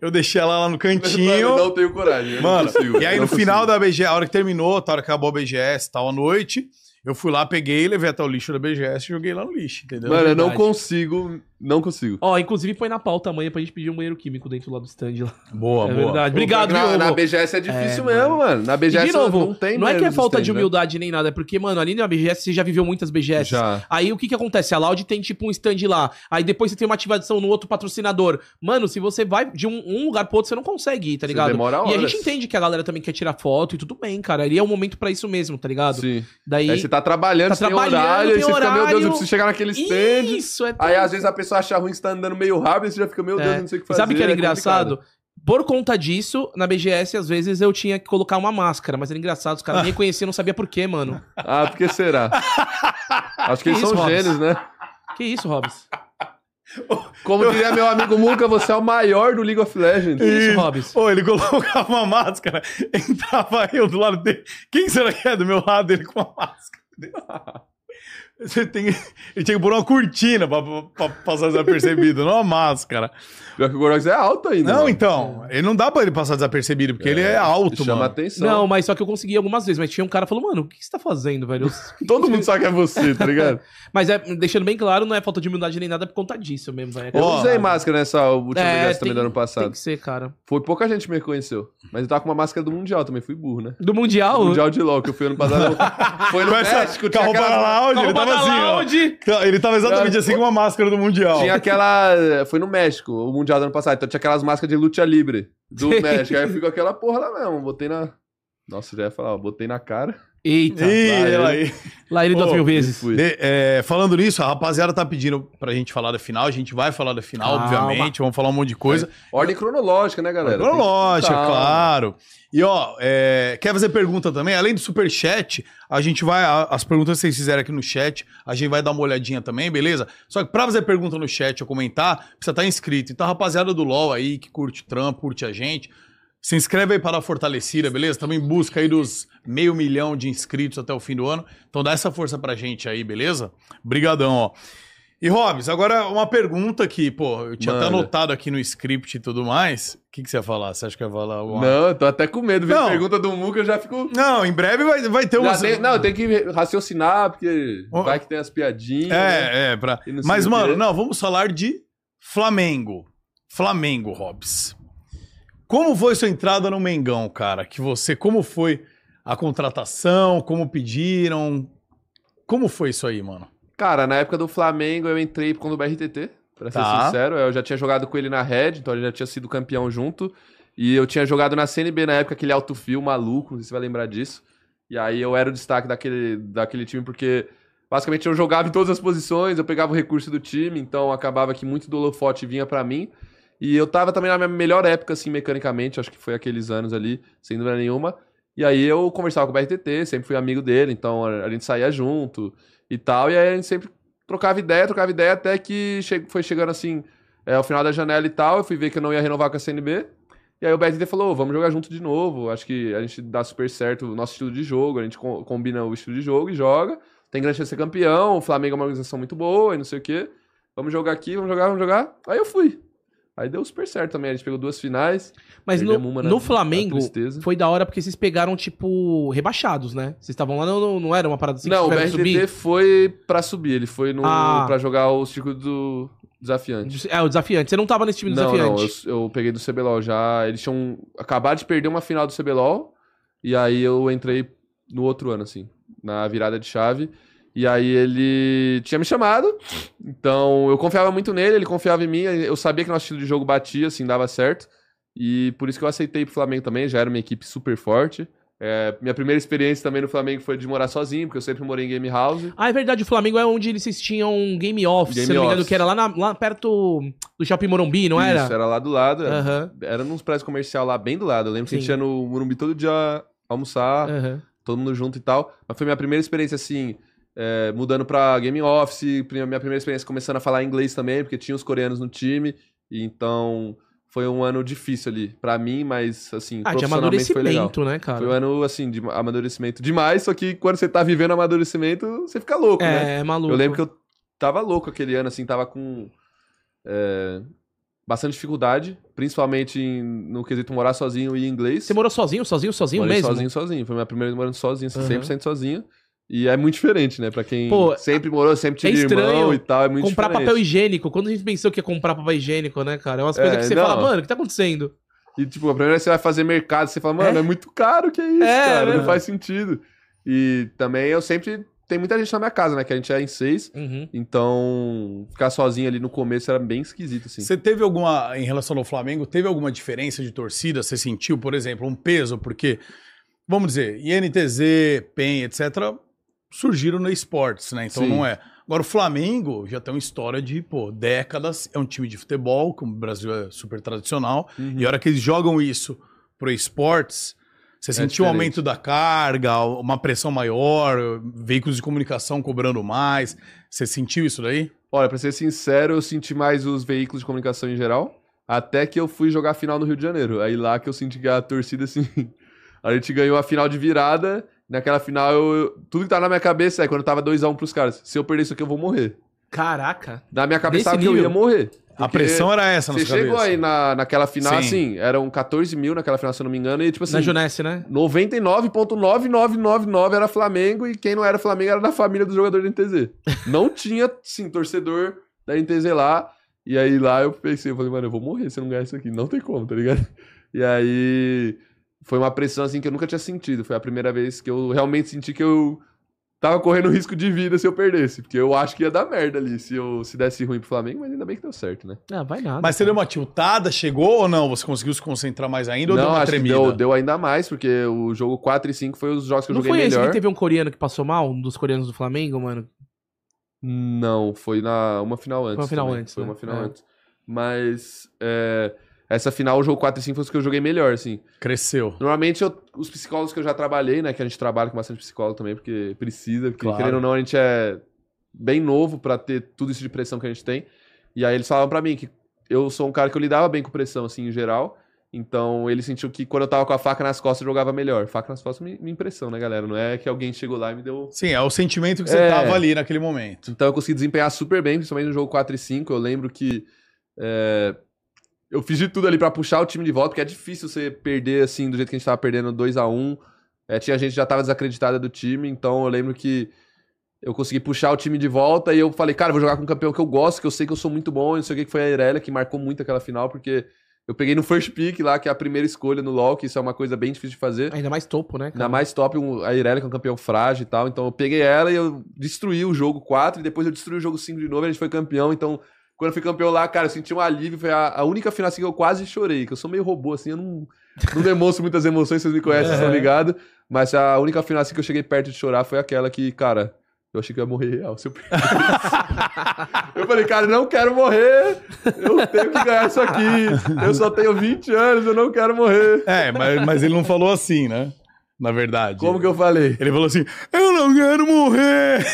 S1: Eu deixei ela lá no
S3: Eu
S1: cantinho.
S3: não tenho coragem. eu não
S1: Mano,
S3: consigo,
S1: e aí
S3: eu
S1: no
S3: não
S1: final
S3: consigo.
S1: da BGS, a hora que terminou, tá, a hora que acabou a BGS e tal, à noite, eu fui lá, peguei, levei até o lixo da BGS e joguei lá no lixo, entendeu?
S3: Mano, é eu não
S2: Verdade.
S3: consigo. Não consigo.
S2: Ó, inclusive põe na pauta amanhã pra gente pedir um banheiro químico dentro lá do stand lá.
S1: Boa,
S2: é
S1: boa.
S2: verdade. Obrigado,
S3: na,
S2: viu?
S3: na
S2: Hugo?
S3: BGS é difícil
S2: É,
S3: mesmo, mano. Na
S2: E
S3: BGS
S2: de novo,
S3: não tem
S2: não é que é
S3: mesmo
S2: falta de
S3: stand, né?
S2: humildade nem nada, é porque, mano, ali na BGS você já viveu muitas BGS.
S3: Já.
S2: Aí o que que acontece? A Loud tem tipo um stand lá, aí depois você tem uma ativação no outro patrocinador. Mano, se você vai de um, um lugar pro outro, você não consegue ir, tá
S3: Você
S2: ligado?
S3: demora
S2: e a
S3: horas.
S2: gente entende que a galera também quer tirar foto e tudo bem, cara. Ali é o momento pra isso mesmo, tá ligado?
S3: Sim.
S2: Daí.
S3: Aí você tá trabalhando,
S2: Tá
S3: você tem
S2: trabalhando,
S3: horário, aí
S2: tem
S3: você fica, meu Deus,
S2: horário.
S3: eu preciso chegar naquele stand.
S2: Isso, é
S3: Aí às vezes a pessoa acha ruim, você tá andando meio rápido, e você já fica, meu Deus,
S2: É.
S3: eu não sei o que
S2: E
S3: fazer.
S2: Sabe o que era
S3: é
S2: engraçado? Por conta disso, na BGS, às vezes eu tinha que colocar uma máscara, mas era engraçado, os caras me reconheciam, não sabia por quê, mano.
S3: complicado. Ah, por que será? Acho que eles
S2: Que
S3: são
S2: isso, Robson?
S3: gênios, né?
S2: Que isso, Hobbs?
S3: Como diria meu amigo Muca, você é o maior do League of Legends.
S2: Que isso,
S1: Isso.
S2: Hobbs?
S1: Pô, ele colocava uma máscara, entrava eu do lado dele. Quem será que é do meu lado? Ele com uma máscara. Você tem, ele tinha que pôr uma cortina pra, pra- pra passar desapercebido, não uma máscara.
S3: Pior que o Gorox é alto ainda.
S1: Não,
S3: mano.
S1: então, ele não dá pra ele passar desapercebido, porque ele é alto,
S3: Chama
S1: mano.
S3: atenção.
S2: Não, mas só que eu consegui algumas vezes, mas tinha um cara que falou, mano, o que você tá fazendo, velho? Eu-
S3: Todo mundo sabe que é você, tá ligado?
S2: mas é, deixando bem claro, não é falta de humildade nem nada por conta disso mesmo, velho.
S3: Eu
S1: Ó.
S3: usei máscara nessa última
S2: É,
S3: BGS também
S2: tem-
S3: do ano
S2: Tem
S3: passado.
S2: que ser, cara.
S3: Foi pouca gente que me reconheceu. Mas eu tava com uma máscara do Mundial também, fui burro, né?
S2: Do Mundial?
S3: Do Mundial de LOL, que eu fui ano passado. foi no
S1: Com essa
S3: México, tinha
S1: carro para
S3: aquela...
S1: lounge, ele
S2: Arroba
S1: tava
S2: da
S1: assim,
S2: Loud!
S1: ó. Ele tava exatamente assim com uma máscara do Mundial.
S3: Tinha aquela. Foi no México, o Mundial do ano passado. Então tinha aquelas máscaras de luta livre do
S2: Sim.
S3: México. Aí ficou aquela porra lá mesmo. Botei na. Nossa, já ia falar, ó, botei na cara.
S2: Eita,
S1: Ih,
S3: lá
S1: ele
S3: ele.
S1: aí.
S2: lá ele duas
S1: Ô,
S2: mil vezes.
S3: fui.
S1: De- é, falando nisso, a rapaziada tá pedindo pra gente falar da final, a gente vai falar da final,
S2: Calma.
S1: obviamente, vamos falar um monte de coisa.
S3: Ordem cronológica, né, galera?
S1: Cronológica,
S3: Tem que-
S1: claro. E ó, é, quer fazer pergunta também? Além do superchat, a gente vai. a- As perguntas que vocês fizeram aqui no chat, a gente vai dar uma olhadinha também, beleza? Só que pra fazer pergunta no chat ou comentar, precisa estar inscrito. Então, rapaziada do LOL aí, que curte o trampo, curte a gente. Se inscreve aí para a Fortalecida, beleza? Também busca aí dos meio milhão de inscritos até o fim do ano. Então dá essa força pra gente aí, beleza? Brigadão, ó. E, Robs, agora uma pergunta que, pô, eu tinha até
S3: Manda.
S1: anotado aqui no script e tudo mais. O que, que você ia falar? Você acha que ia falar alguma...
S3: Não, eu tô até com medo. Vem
S1: Não.
S3: pergunta do Muca, eu já fico.
S1: Não, em breve vai, vai ter
S3: Já
S1: uma...
S3: tem- Não, tem que raciocinar, porque
S1: Ó.
S3: vai que tem as piadinhas. né?
S1: É, é, pra...
S3: E não sei
S1: Mas,
S3: o quê.
S1: mano, não, vamos falar de Flamengo. Flamengo, Robs. Como foi sua entrada no Mengão, cara? Que você, como foi a contratação, como pediram? Como foi isso aí, mano?
S3: Cara, na época do Flamengo eu entrei por conta do BRTT, pra ser
S1: Tá.
S3: sincero. Eu já tinha jogado com ele na Red, então ele já tinha sido campeão junto. E eu tinha jogado na CNB na época, aquele alto fio maluco, não sei se você vai lembrar disso. E E aí eu era o destaque daquele, daquele time porque basicamente eu jogava em todas as posições, eu pegava o recurso do time, então acabava que muito do holofote vinha pra mim. E eu tava também na minha melhor época, assim, mecanicamente, acho que foi aqueles anos ali, sem dúvida nenhuma. E aí eu conversava com o BRTT, sempre fui amigo dele, então a a gente saía junto e tal. E aí a gente sempre trocava ideia, trocava ideia, até que che- foi chegando assim, é, ao final da janela e tal. Eu fui ver que eu não ia renovar com a CNB. E aí o BRTT falou: "Ô, vamos jogar junto de novo. Acho que a gente dá super certo o nosso estilo de jogo, a gente co- combina o estilo de jogo e joga. Tem grande chance de ser campeão, o Flamengo é uma organização muito boa e não sei o quê. Vamos jogar aqui, vamos jogar, vamos jogar. Aí eu fui. Aí deu super certo também. A gente pegou duas finais.
S2: Mas no,
S3: perdemos uma Tá na-
S2: no
S3: na
S2: Flamengo,
S3: tristeza.
S2: foi da hora porque vocês pegaram, tipo, rebaixados, né? Vocês estavam lá, não, não, não era uma parada assim
S3: não, o
S2: que tiveram que
S3: BRTT foi pra subir. Ele foi no,
S2: Ah.
S3: pra jogar o circuito do desafiante.
S2: É, o desafiante. Você não tava nesse time do
S3: Não, não, eu,
S2: tipo, desafiante.
S3: eu peguei do CBLOL já. Eles tinham acabado de perder uma final do CBLOL. E aí eu entrei no outro ano, assim, na virada de chave. E aí ele tinha me chamado. Então eu confiava muito nele, ele confiava em mim. Eu sabia que nosso estilo de jogo batia, assim, dava certo. E por isso que eu aceitei ir pro Flamengo também. Já era uma equipe super forte. É, minha primeira experiência também no Flamengo foi de morar sozinho, porque eu sempre morei em game house.
S2: Ah, é verdade, o Flamengo é onde eles tinham um game office,
S3: Game
S2: se eu não me engano,
S3: office.
S2: que era lá, na- lá perto do Shopping Morumbi, não
S3: Isso, é
S2: era?
S3: era lá do lado. Era,
S2: Aham,
S3: era num prédio comercial lá bem do lado. Eu lembro que a gente
S2: Sim. É.
S3: ia no Morumbi todo dia almoçar,
S2: aham. Ah,
S3: todo mundo junto e tal. Mas foi minha primeira experiência, assim, é, mudando pra Game Office, prim- minha primeira experiência começando a falar inglês também, porque tinha os coreanos no time. E então foi um ano difícil ali pra mim, mas assim,
S2: Ah, de
S3: profissionalmente foi legal.
S2: amadurecimento, né, cara?
S3: Foi um ano, assim, de amadurecimento demais, só que quando você tá vivendo amadurecimento, você fica louco, né?
S2: É, é maluco.
S3: Eu lembro que eu tava louco aquele ano, assim, tava com é, bastante dificuldade, principalmente em- no quesito morar sozinho e inglês.
S2: Você morou sozinho, sozinho, sozinho
S3: Morei
S2: mesmo?
S3: sozinho, sozinho. Foi minha primeira vez morando sozinho, assim,
S2: Aham.
S3: 100% sozinho. E é muito diferente, né? Pra quem
S2: Pô,
S3: sempre morou, sempre
S2: é
S3: tive irmão
S2: estranho
S3: e tal, é muito
S2: comprar
S3: diferente.
S2: papel higiênico. Quando a gente pensou que ia comprar papel higiênico, né, cara? É umas
S3: É,
S2: coisas que você
S3: não.
S2: fala, mano, o que tá acontecendo?
S3: E, tipo, a primeira vez que você vai fazer mercado, você fala, mano, é, muito caro, que é isso,
S2: É,
S3: cara?
S2: né?
S3: Não faz sentido. E também eu sempre... Tem muita gente na minha casa, né? Que a gente é em seis.
S2: Uhum.
S3: Então, ficar sozinho ali no começo era bem esquisito, assim.
S1: Você teve alguma, em relação ao Flamengo, teve alguma diferença de torcida? Você sentiu, por exemplo, um peso? Porque, vamos dizer, INTZ, PEN, etc., surgiram no esportes, né? Então
S3: Sim.
S1: não é. Agora, o Flamengo já tem uma história de, pô, décadas, é um time de futebol, como o Brasil é super tradicional,
S3: Uhum.
S1: e a hora que eles jogam isso pro esportes, você sentiu um
S3: É diferente.
S1: aumento da carga, uma pressão maior, veículos de comunicação cobrando mais. Você sentiu isso daí?
S3: Olha, pra ser sincero, eu senti mais os veículos de comunicação em geral, até que eu fui jogar a final no Rio de Janeiro. Aí lá que eu senti que a torcida, assim, a gente ganhou a final de virada, naquela final, eu, eu- tudo que tá na minha cabeça é quando tava 2x1 pros caras, se eu perder isso aqui eu vou morrer.
S2: Caraca.
S3: Na minha cabeça
S2: Desse
S3: tava que eu
S2: nível?
S3: ia morrer.
S1: A
S3: Porque
S1: pressão era essa na
S3: Você
S1: sua
S3: chegou
S1: tá cabeça.
S3: aí na, naquela final,
S1: Sim.
S3: assim, eram 14 mil naquela final, se eu não me engano, e tipo assim...
S2: Na Junesse, né?
S3: 99,9999 era Flamengo e quem não era Flamengo era da família do jogador da NTZ. Não tinha, sim, torcedor da NTZ lá. E aí lá eu pensei, eu falei, mano, eu vou morrer se eu não ganhar isso aqui. Não tem como, tá ligado? E aí foi uma pressão assim que eu nunca tinha sentido. Foi a primeira vez que eu realmente senti que eu tava correndo risco de vida se eu perdesse. Porque eu acho que ia dar merda ali se eu se desse ruim pro Flamengo, mas ainda bem que deu certo, né?
S2: Ah, vai nada.
S1: Mas você
S2: cara.
S1: deu uma tiltada, chegou ou não? Você conseguiu se concentrar mais ainda ou deu uma
S3: acho que
S1: tremida?
S3: deu, deu ainda mais, porque o jogo 4 e 5 foi os jogos que eu
S2: Não
S3: joguei
S2: foi
S3: melhor.
S2: esse que teve um coreano que passou mal? Um dos coreanos do Flamengo, mano?
S3: Não, foi na uma final antes.
S2: uma final
S3: também.
S2: antes,
S3: Foi
S2: né?
S3: uma final
S2: É.
S3: antes. Mas é, essa final, o jogo 4 e 5 foi os que eu joguei melhor, assim.
S1: Cresceu.
S3: Normalmente, eu- os psicólogos que eu já trabalhei, né? Que a gente trabalha com bastante psicólogo também, porque precisa, porque
S1: Claro.
S3: querendo ou não, a gente é bem novo pra ter tudo isso de pressão que a gente tem. E aí eles falavam pra mim que eu sou um cara que eu lidava bem com pressão, assim, em geral. Então ele sentiu que quando eu tava com a faca nas costas, eu jogava melhor. Faca nas costas me, me impressão, né, galera? Não é que alguém chegou lá e me deu
S1: Sim, é o sentimento que você
S3: É.
S1: tava ali naquele momento.
S3: então eu consegui desempenhar super bem, principalmente no jogo 4 e 5. Eu lembro que é, eu fiz de tudo ali pra puxar o time de volta, porque é difícil você perder assim, do jeito que a gente tava perdendo 2 a 1 É, Tinha gente que já tava desacreditada do time, então eu lembro que eu consegui puxar o time de volta e eu falei, cara, eu vou jogar com um campeão que eu gosto, que eu sei que eu sou muito bom, e não sei o que, que foi a Irelia que marcou muito aquela final, porque eu peguei no first pick lá, que é a primeira escolha no LoL, que isso é uma coisa bem difícil de fazer.
S2: Ainda mais topo, né, cara?
S3: Ainda mais top um- a Irelia, que é um campeão frágil e tal. Então eu peguei ela e eu destruí o jogo 4 e depois eu destruí o jogo 5 de novo e a gente foi campeão. Então, quando eu fui campeão lá, cara, eu senti um alívio. Foi a, a única final assim, que eu quase chorei, que eu sou meio robô, assim, eu não, não demonstro muitas emoções, vocês me conhecem, vocês estão
S2: Uhum.
S3: ligados. Mas a única final assim que eu cheguei perto de chorar foi aquela que, cara, eu achei que eu ia morrer real. se eu perdesse. eu falei, cara, eu não quero morrer. Eu tenho que ganhar isso aqui. Eu só tenho 20 anos, eu não quero morrer.
S1: É, mas, mas ele não falou assim, né? Na verdade.
S3: Como que eu falei?
S1: Ele falou assim: Eu não quero morrer!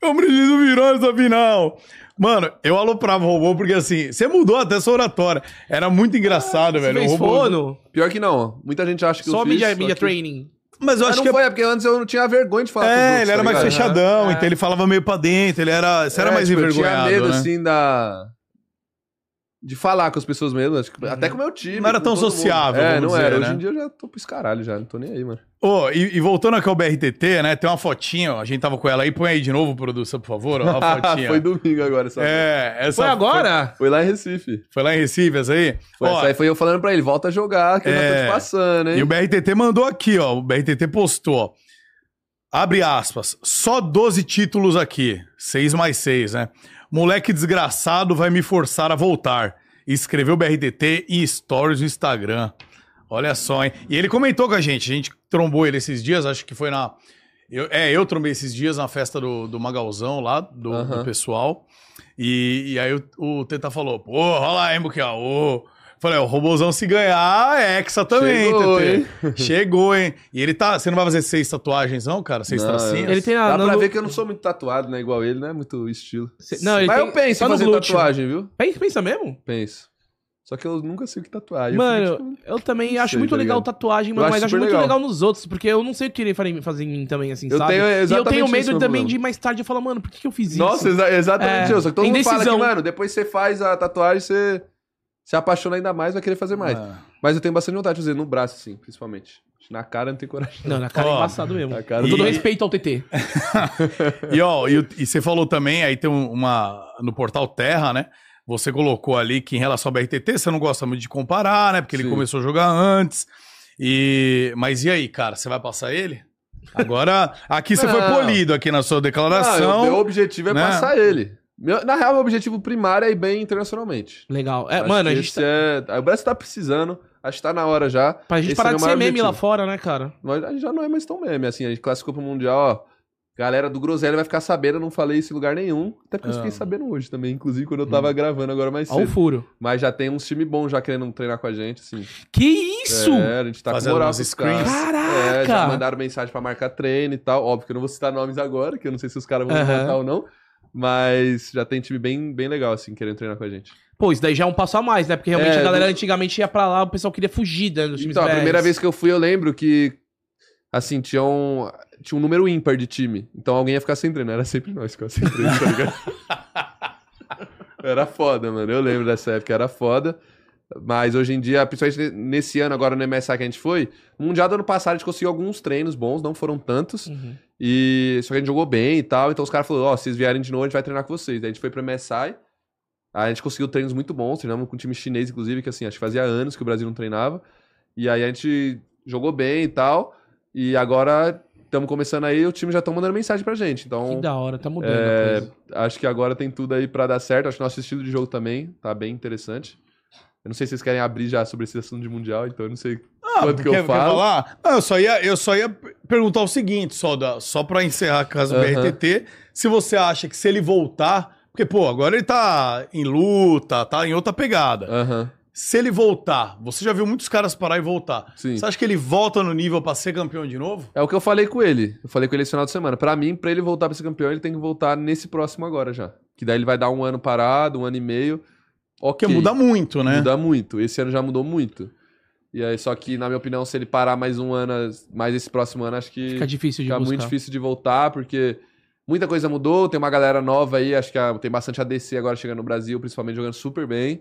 S1: Eu preciso virar essa final! Mano, eu aloprava o robô porque assim, você mudou até sua oratória. Era muito engraçado,
S3: Ah,
S2: Você
S1: velho. O
S2: fez
S1: robô.
S2: fono?
S3: Pior que não. Muita gente acha que eu
S2: Só
S3: fiz,
S2: media,
S3: só
S2: media
S3: que-
S2: training.
S1: Mas eu
S3: Mas
S1: acho
S3: não
S1: que é
S3: foi, é porque antes eu não tinha vergonha de falar com os
S1: É,
S3: outros,
S1: ele era
S3: tá
S1: mais
S3: ligado?
S1: fechadão,
S2: É.
S1: então ele falava meio pra dentro, ele era. Você era
S3: É,
S1: mais
S3: tipo,
S1: envergonhado.
S3: Eu tinha medo,
S1: né?
S3: assim, da... De falar com as pessoas mesmo, acho que- até com o meu time.
S1: Uhum. Não era
S3: com
S1: tão
S3: todo mundo.
S1: sociável,
S3: É,
S1: vamos
S3: não
S1: dizer,
S3: era.
S1: né?
S3: Hoje em dia eu já tô pros caralho já, não tô nem aí, mano.
S1: Ô, e, e voltando aqui ao BRTT, né? Tem uma fotinha, ó, a gente tava com ela aí, põe aí de novo, produção, por favor, ó, a fotinha.
S3: Ah, foi domingo agora, sabe?
S1: É, essa
S2: Foi agora?
S3: Foi lá em Recife.
S1: Foi, foi lá em Recife essa aí?
S3: Foi,
S1: Ó,
S3: essa aí foi eu falando pra ele, volta a jogar, que eu já tô
S1: É.
S3: te passando, hein?
S1: E o BRTT mandou aqui, ó. O BRTT postou, ó. Abre aspas. Só 12 títulos aqui. 6 mais 6, né? Moleque desgraçado vai me forçar a voltar. Escreveu BRTT e stories no Instagram. Olha só, hein? E ele comentou com a gente. A gente trombou ele esses dias, acho que foi na. eu- é, eu trombei esses dias na festa do, do Magalzão lá, do, do
S3: Aham.
S1: pessoal. E, e aí o, o Teta falou: pô, olha lá, hein, Buquial? Ô. Falei, ó, o robôzão se ganhar é hexa também,
S3: Chegou,
S1: Tete. Chegou, hein? E ele tá. Você não vai fazer seis tatuagens, não, cara? Seis
S3: Não,
S1: tracinhas?
S3: eu-
S2: Ele tem a-
S3: Dá
S2: Ah, não,
S3: pra
S2: no-
S3: ver que eu não sou muito tatuado, né? Igual ele, né? Muito estilo.
S2: Cê- Não, ele
S3: Mas
S2: tem...
S3: eu penso
S2: só
S3: em
S2: no
S3: fazer
S2: glúteo.
S3: tatuagem, viu?
S2: Pensa, É pensa mesmo?
S3: Penso. Só que eu nunca sei o que tatuar. E eu
S2: Mano,
S3: fico, tipo,
S2: Eu também
S3: Não
S2: acho
S3: sei,
S2: muito
S3: tá
S2: legal
S3: ligado?
S2: tatuagem, mano,
S3: Eu acho
S2: mas acho
S3: super
S2: muito legal.
S3: legal.
S2: nos outros, porque eu não sei o que ele faria fazer em mim também, assim,
S3: Eu
S2: sabe?
S3: tenho
S2: e eu
S3: exatamente
S2: tenho
S3: isso que
S2: medo
S3: eu tô
S2: também
S3: falando.
S2: de mais tarde eu falar, mano, por que, que eu fiz isso?
S3: Nossa, exa- exatamente
S2: É.
S3: isso. Só que todo mundo fala
S2: Indecisão.
S3: que, mano, depois você faz a tatuagem, você se apaixona ainda mais, vai querer fazer mais.
S1: Ah.
S3: Mas eu tenho bastante vontade de fazer no braço, assim, principalmente. Na cara eu não tem coragem.
S2: Não, na cara
S1: Ó,
S2: é embaçado mesmo.
S3: na cara
S2: Com todo
S1: e-
S2: respeito ao TT.
S1: E, ó, e, o- e você falou também, aí tem um- uma. No portal Terra, né? Você colocou ali que em relação ao BRTT, você não gosta muito de comparar, né? Porque ele
S3: Sim.
S1: começou a jogar antes. E. Mas e aí, cara? Você vai passar ele? Agora. Aqui você foi
S3: Não.
S1: polido aqui na sua
S3: Não,
S1: declaração.
S3: eu- meu objetivo é
S1: né?
S3: passar ele. Meu- na real, meu objetivo primário é ir bem internacionalmente.
S2: Legal.
S3: Eu
S2: É,
S3: acho
S2: mano, a
S3: que
S2: gente,
S3: esse é- O Brasil tá precisando, acho que tá na hora já.
S2: tá- pra gente
S3: esse
S2: parar
S3: é
S2: de
S3: meu
S2: ser
S3: maior
S2: meme lá
S3: objetivo.
S2: fora, né, cara?
S3: Nós, a gente já não é mais tão meme, assim. A gente classificou pro Mundial, ó. Galera do Groselha vai ficar sabendo, eu não falei isso em lugar nenhum. Até porque eu
S1: Ah. Hum.
S3: fiquei sabendo hoje também, inclusive quando eu tava gravando agora mais
S2: Olha o
S3: cedo.
S2: furo.
S3: Mas já tem uns time bons já querendo treinar com a gente, assim.
S2: Que isso?
S3: É, a gente tá
S1: Fazendo
S3: com moral
S1: umas
S3: com os
S1: screens.
S3: caras.
S2: Caraca!
S3: É, já mandaram mensagem pra marcar treino e tal. Óbvio que eu não vou citar nomes agora, que eu não sei se os caras vão
S2: Aham.
S3: levantar ou não. Mas já tem time bem, bem legal, assim, querendo treinar com a gente.
S2: Pô, isso daí já é um passo a mais, né? Porque realmente
S3: É,
S2: a galera
S3: não-
S2: antigamente ia pra lá, o pessoal queria fugir né, dos times
S3: Então, a
S2: velhos.
S3: primeira vez que eu fui, eu lembro que, assim, tinha um, tinha um número ímpar de time. Então alguém ia ficar sem treino. Era sempre nós que ficava sem treino, tá ligado? era foda, mano. Eu lembro dessa época, era foda. Mas hoje em dia, principalmente nesse ano agora no MSA que a gente foi, no Mundial do ano passado a gente conseguiu alguns treinos bons, não foram tantos.
S2: Uhum.
S3: E só que a gente jogou bem e tal. Então os caras falaram: Ó, se vocês vierem de novo, a gente vai treinar com vocês. Aí a gente foi pra MSI. Aí a gente conseguiu treinos muito bons. Treinamos com um time chinês, inclusive, que assim, acho que fazia anos que o Brasil não treinava. E aí a gente jogou bem e tal. E agora estamos começando aí. O time já estão mandando mensagem pra gente.
S2: Que
S3: Então
S2: da hora, tá mudando a
S3: É,
S2: coisa.
S3: acho que agora tem tudo aí pra dar certo. Acho que nosso estilo de jogo também tá bem interessante. Eu não sei se vocês querem abrir já sobre esse assunto de mundial, então eu não sei.
S1: Ah,
S3: Quanto que eu
S1: quer- quer
S3: falo?
S1: falar? Não, eu só ia, eu só ia perguntar o seguinte, só, da, só pra encerrar a casa do
S3: Aham.
S1: BRTT, se você acha que se ele voltar, porque, pô, agora ele tá em luta, tá em outra pegada.
S3: Aham,
S1: Se ele voltar, você já viu muitos caras parar e voltar.
S3: sim.
S1: Você acha que ele volta no nível pra ser campeão de novo?
S3: É o que eu falei com ele. Eu falei com ele esse final de semana. Pra mim, pra ele voltar pra ser campeão, ele tem que voltar nesse próximo agora já. Que daí ele vai dar um ano parado, um ano e meio.
S1: Porque
S3: Ok.
S1: muda muito, né?
S3: Muda muito. Esse ano já mudou muito. E aí, só que, na minha opinião, se ele parar mais um ano, mais esse próximo ano, acho que
S2: Fica difícil de
S3: fica
S2: buscar.
S3: muito difícil de voltar, porque muita coisa mudou. Tem uma galera nova aí, acho que a- tem bastante ADC agora chegando no Brasil, principalmente jogando super bem.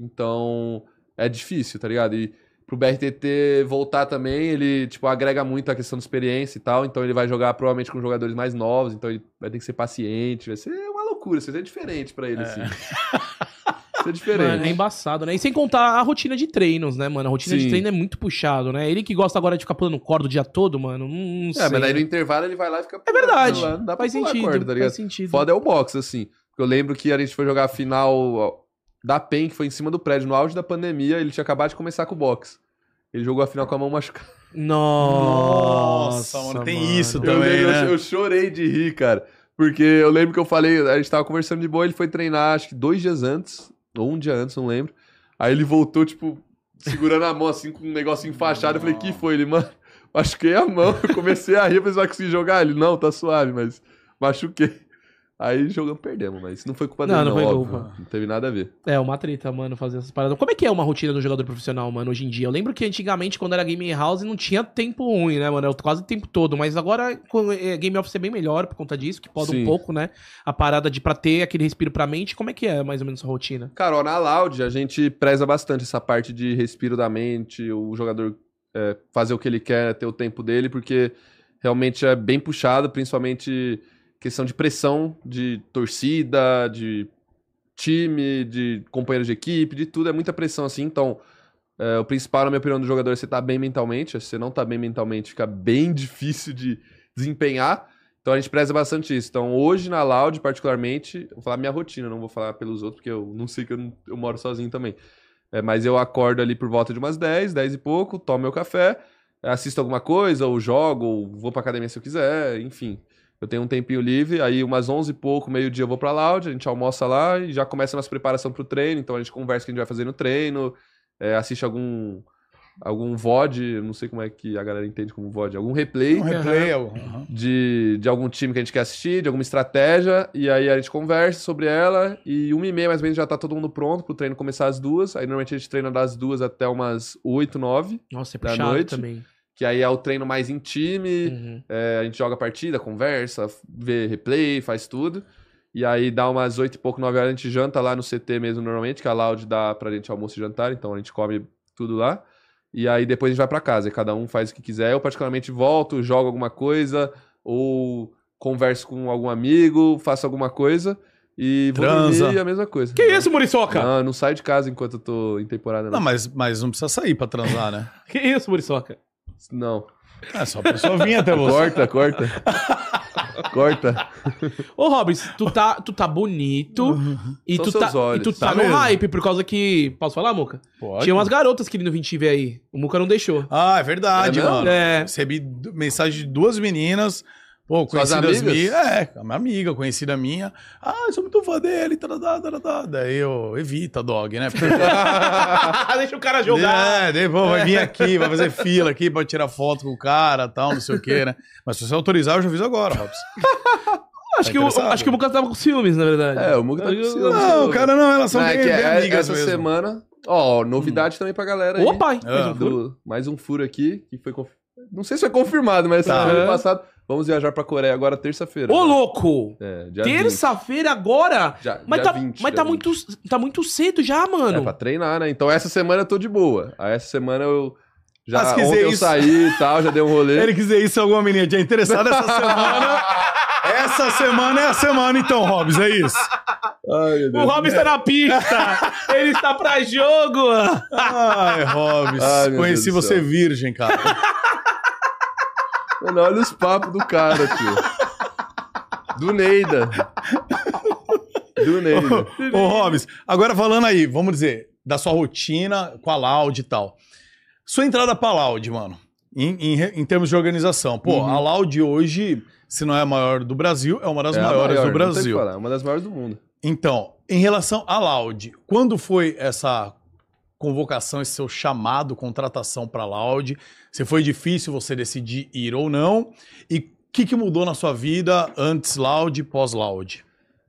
S3: Então, é difícil, tá ligado? E pro BRTT voltar também, ele, tipo, agrega muito a questão de experiência e tal. Então, ele vai jogar provavelmente com jogadores mais novos, então ele vai ter que ser paciente. Vai ser uma loucura, isso vai ser diferente pra ele, assim. Vai ser diferente.
S2: É. Mano, é embaçado, né? E sem contar a rotina de treinos, né, mano? A rotina de
S3: Sim.
S2: treino é muito puxado, né? Ele que gosta agora de ficar pulando corda o dia todo, mano, não, não sei.
S3: É, mas daí no intervalo ele vai lá e fica.
S2: É verdade.
S3: Lá, Não dá pra
S2: faz
S3: pular a
S2: sentido,
S3: corda, tá ligado?
S2: faz sentido.
S3: Foda é o box, assim. Eu lembro que a gente foi jogar a final ó, da PEN, que foi em cima do prédio, no auge da pandemia, ele tinha acabado de começar com o box. Ele jogou a final com a mão machucada.
S2: Nossa,
S1: Nossa, mano, tem isso
S3: Eu,
S1: Também,
S3: lembro-
S1: né?
S3: eu chorei de rir, cara. Porque eu lembro que eu falei, a gente tava conversando de boa, ele foi treinar, acho que dois dias antes, ou um dia antes, não lembro. Aí ele voltou, tipo, segurando a mão, assim, com um negócio enfaixado. Eu falei, que foi? Ele, mano, machuquei a mão. Eu comecei a rir, mas vai conseguir jogar? Ele, não, tá suave, mas machuquei. Aí jogamos, perdemos, mas isso não foi culpa
S2: Não,
S3: dele,
S2: não
S3: não,
S2: foi
S3: óbvio.
S2: culpa.
S3: Não teve nada a ver.
S2: É, uma treta, mano, fazer essas paradas. Como é que é uma rotina do jogador profissional, mano, hoje em dia? Eu lembro que antigamente, quando era Game House, não tinha tempo ruim, né, mano? Era quase o tempo todo. Mas agora, com- é, Game Office é bem melhor por conta disso, que pode um
S3: Sim.
S2: pouco, né? A parada de pra ter aquele respiro pra mente. Como é que é, mais ou menos, a rotina?
S3: Cara, ó, na Loud a gente preza bastante essa parte de respiro da mente, o jogador é, fazer o que ele quer, ter o tempo dele, porque realmente é bem puxado, principalmente questão de pressão, de torcida, de time, de companheiros de equipe, de tudo, é muita pressão assim, então é, o principal, na minha opinião, do jogador é você estar bem mentalmente, se você não tá bem mentalmente fica bem difícil de desempenhar, então a gente preza bastante isso. Então hoje na Loud, particularmente, vou falar minha rotina, não vou falar pelos outros, porque eu não sei que eu, não- eu moro sozinho também. É, mas eu acordo ali por volta de umas 10, 10 e pouco, tomo meu café, assisto alguma coisa, ou jogo, ou vou pra academia se eu quiser, enfim. Eu tenho um tempinho livre, aí umas 11 e pouco, meio-dia eu vou pra Loud, a gente almoça lá e já começa a nossa preparação pro treino, então a gente conversa o que a gente vai fazer no treino, é, assiste algum algum VOD, não sei como é que a galera entende como VOD, algum replay
S1: Um replay. aham.
S3: de, de algum time que a gente quer assistir, de alguma estratégia, e aí a gente conversa sobre ela, e uma e meia mais ou menos já tá todo mundo pronto pro treino começar às duas, aí normalmente a gente treina das duas até umas oito, nove,
S2: Nossa, é
S3: Da
S2: puxado
S3: noite.
S2: também.
S3: que aí é o treino mais em time,
S2: Uhum.
S3: é, a gente joga partida, conversa, vê replay, faz tudo, e aí dá umas oito e pouco, nove horas, a gente janta lá no CT mesmo normalmente, que é a Loud dá pra gente almoço e jantar, então a gente come tudo lá, e aí depois a gente vai pra casa, e cada um faz o que quiser. Eu particularmente volto, jogo alguma coisa, ou converso com algum amigo, faço alguma coisa e vou
S1: Transa.
S3: dormir e é a mesma coisa.
S2: Que isso, Muriçoca?
S3: Não, eu não saio de casa enquanto eu tô em temporada,
S1: Não,
S3: não.
S1: mas, mas não precisa sair pra transar, né?
S2: Que isso, Muriçoca?
S3: Não.
S1: É só a pessoa vir até você.
S3: Corta, corta. corta.
S2: Ô, Robins, tu tá, tu tá bonito e
S3: São
S2: tu,
S3: seus
S2: tá, e
S3: olhos.
S2: tu tá,
S1: Uhum. Tá
S2: no
S1: mesmo.
S2: hype por causa que... Posso falar, Muca?
S1: Pode.
S2: Tinha umas garotas querendo vir te ver aí. O Muca não deixou.
S1: Ah, é verdade,
S3: É mesmo?
S1: mano.
S2: É.
S1: Recebi du- mensagem de duas meninas. Pô,
S3: Suas
S1: conhecidas
S3: amigas?
S1: minhas. É, uma amiga, conhecida minha. Ah, eu sou muito fã dele. tá, Taradá, taradá. Daí eu evita dog, né? Porque-
S2: Deixa o cara
S1: É, daí, pô, vai vir aqui, vai fazer fila aqui pra tirar foto com o cara tal, não sei o quê, né? Mas se você autorizar, eu já fiz agora, Robson.
S2: acho, que o,
S1: tá interessado?
S2: acho que o Lucas tava com ciúmeis, na verdade.
S3: É, o Mug tá com ciúme.
S1: Não, cara, não, elas são
S3: Não, é
S1: bem,
S3: que
S1: bem
S3: é-
S1: amigas
S3: essa
S1: mesmo. Hum.
S3: semana. Ó, novidade também pra galera aí. né?
S2: Ô, pai!
S1: Ah,
S2: Mas o-
S3: do- mais um furo aqui, que foi. conf- Não sei se foi confirmado, mas
S1: Tá.
S3: essa semana passada. Vamos viajar pra Coreia agora, terça-feira. Né?
S2: Ô, louco!
S3: É, dia
S2: Terça-feira agora?
S3: 20, já-
S2: Mas,
S3: dia
S2: tá,
S3: 20,
S2: mas
S3: dia
S2: tá,
S3: 20.
S2: muito, tá muito cedo já,
S3: É
S2: mano.
S3: pra treinar, né? Então essa semana eu tô de boa. Aí essa semana eu. Já
S1: Ah, se quiser
S3: ontem eu
S1: isso.
S3: saí e tal, já dei um rolê.
S1: Ele quiser isso, alguma menina tinha interessada essa semana. Essa semana é a semana, então, Robson, é isso.
S3: Ai, meu
S2: O Robin está na pista! Ele está pra jogo!
S1: Ai, Robson,
S3: Ai, meu
S1: conheci
S3: Deus do
S1: você
S3: céu.
S1: virgem, cara.
S3: Mano, olha os papos do cara, tio. Do Neida. Do Neida.
S1: Ô, ô, Robson, agora falando aí, vamos dizer, da sua rotina com a Loud e tal. Sua entrada pra Loud, mano, em, em re- em termos de organização. Pô, a Loud hoje, se não é a maior do Brasil, é uma das
S3: Uhum. É a
S1: maiores
S3: maior,
S1: do
S3: não tem o que
S1: Brasil.
S3: falar, é uma das maiores do mundo.
S1: Então, em relação à Loud, quando foi essa convocação, esse seu chamado, contratação para Loud? Se foi difícil você decidir ir ou não? E o que, que mudou na sua vida antes Loud e pós Loud?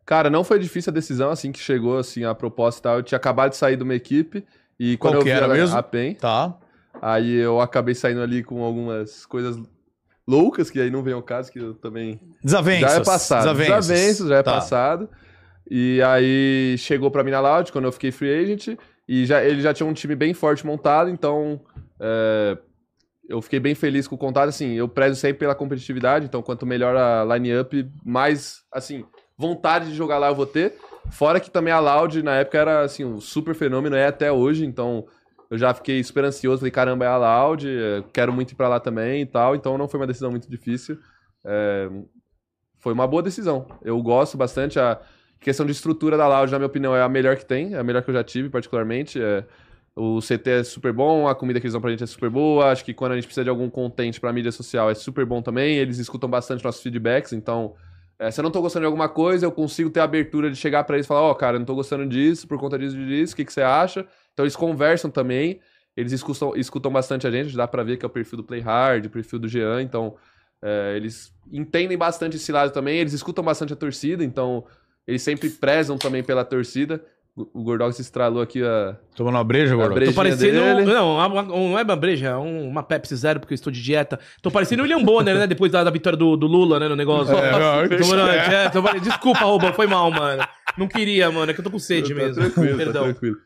S3: Cara, não foi difícil a decisão, assim que chegou assim a proposta e tal. Eu tinha acabado de sair de uma equipe e
S1: Qual
S3: quando eu
S1: que
S3: vi
S1: era
S3: ela-
S1: mesmo?
S3: a PEN,
S1: Tá?
S3: aí eu acabei saindo ali com algumas coisas loucas, que aí não vem ao caso, que eu também.
S1: Desavenças.
S3: Já é passado.
S1: Desavenças,
S3: Desavenças, já é
S1: Tá.
S3: passado. E aí chegou pra mim na Loud quando eu fiquei free agent. E já, ele já tinha um time bem forte montado, então é, eu fiquei bem feliz com o contato. Assim, eu prezo sempre pela competitividade, então quanto melhor a line-up, mais assim, vontade de jogar lá eu vou ter. Fora que também a Loud na época era assim, um super fenômeno, é até hoje, então eu já fiquei super ansioso, falei, caramba, é a Loud, eh, quero muito ir pra lá também e tal, então não foi uma decisão muito difícil. É, foi uma boa decisão. Eu gosto bastante. A questão de estrutura da Loud, na minha opinião, é a melhor que tem, é a melhor que eu já tive, particularmente. É, O CT é super bom, a comida que eles dão pra gente é super boa. Acho que quando a gente precisa de algum content pra mídia social é super bom também. Eles escutam bastante nossos feedbacks, então. é, se eu não tô gostando de alguma coisa, eu consigo ter a abertura de chegar pra eles e falar, ó, cara, eu não tô gostando disso, por conta disso, disso, o que, que você acha? Então eles conversam também, eles escutam, escutam bastante a gente, dá pra ver que é o perfil do Play Hard, o perfil do Jean, então é, eles entendem bastante esse lado também, eles escutam bastante a torcida, então eles sempre prezam também pela torcida. O o Gordox estralou aqui a,
S1: Tomando uma breja,
S3: a
S1: Gordão.
S2: Tô
S3: brejinha
S2: parecendo.
S3: dele.
S2: um- Não, uma- uma- não é uma breja, é um- uma Pepsi Zero, porque eu estou de dieta. Tô parecendo o William Bonner, né? Depois da, da vitória do, do Lula, né? No negócio.
S1: É, não,
S2: Tô morando, é, tô pare- Desculpa, Robão, foi mal, mano. Não queria, mano, é que eu tô com sede
S3: Tá
S2: mesmo.
S3: Tranquilo, tá
S2: Perdão.
S3: tranquilo.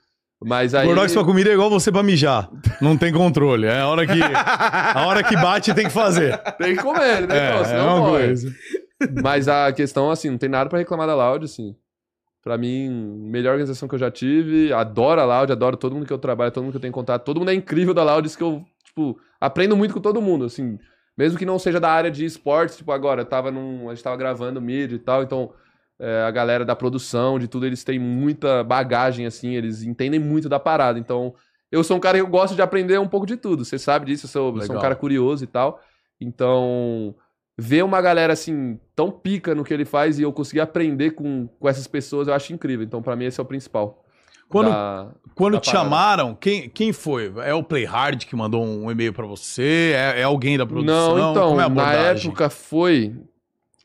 S3: Mas aí.
S1: Gordox, sua comida é igual você pra mijar. Não tem controle. É a hora que, a hora que bate tem que fazer.
S3: Tem que comer, né?
S1: É,
S3: Então,
S1: é
S3: senão
S1: uma
S3: morre.
S1: coisa.
S3: Mas a questão, assim, não tem nada pra reclamar da Loud, assim. Pra mim, melhor organização que eu já tive. Adoro a Loud, adoro todo mundo que eu trabalho, todo mundo que eu tenho contato. Todo mundo é incrível da Loud, isso que eu, tipo, aprendo muito com todo mundo, assim. Mesmo que não seja da área de esportes, tipo, agora, eu tava num, a gente tava gravando mídia e tal, então é, a galera da produção, de tudo, eles têm muita bagagem, assim, eles entendem muito da parada. Então, eu sou um cara que eu gosto de aprender um pouco de tudo. Você sabe disso, eu sou, eu sou um
S1: Legal.
S3: cara curioso e tal. Então, ver uma galera, assim, tão pica no que ele faz e eu conseguir aprender com, com essas pessoas, eu acho incrível. Então, pra mim, esse é o principal.
S1: Quando,
S3: Da-
S1: quando
S3: da
S1: te
S3: parada.
S1: chamaram, quem, quem foi? É o Playhard que mandou um e-mail pra você? É, é alguém da produção?
S3: Não, então,
S1: Como é a
S3: na
S1: abordagem?
S3: época foi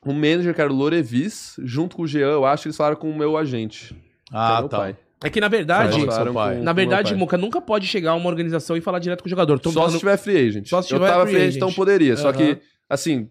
S3: o manager, que era o Lorevis, junto com o Jean, eu acho que eles falaram com o meu agente. que é
S1: Ah,
S3: meu
S1: tá.
S3: pai.
S2: É que na
S1: Fala
S2: verdade,
S1: com seu pai.
S2: na verdade,
S3: meu pai.
S2: Muca, nunca pode chegar uma organização e falar direto com o jogador. Tô
S3: só
S2: falando-
S3: se tiver free agent.
S2: Só se tiver
S3: eu tava
S2: free
S3: free agent,
S2: agent.
S3: então poderia. Só
S2: Aham.
S3: que, assim,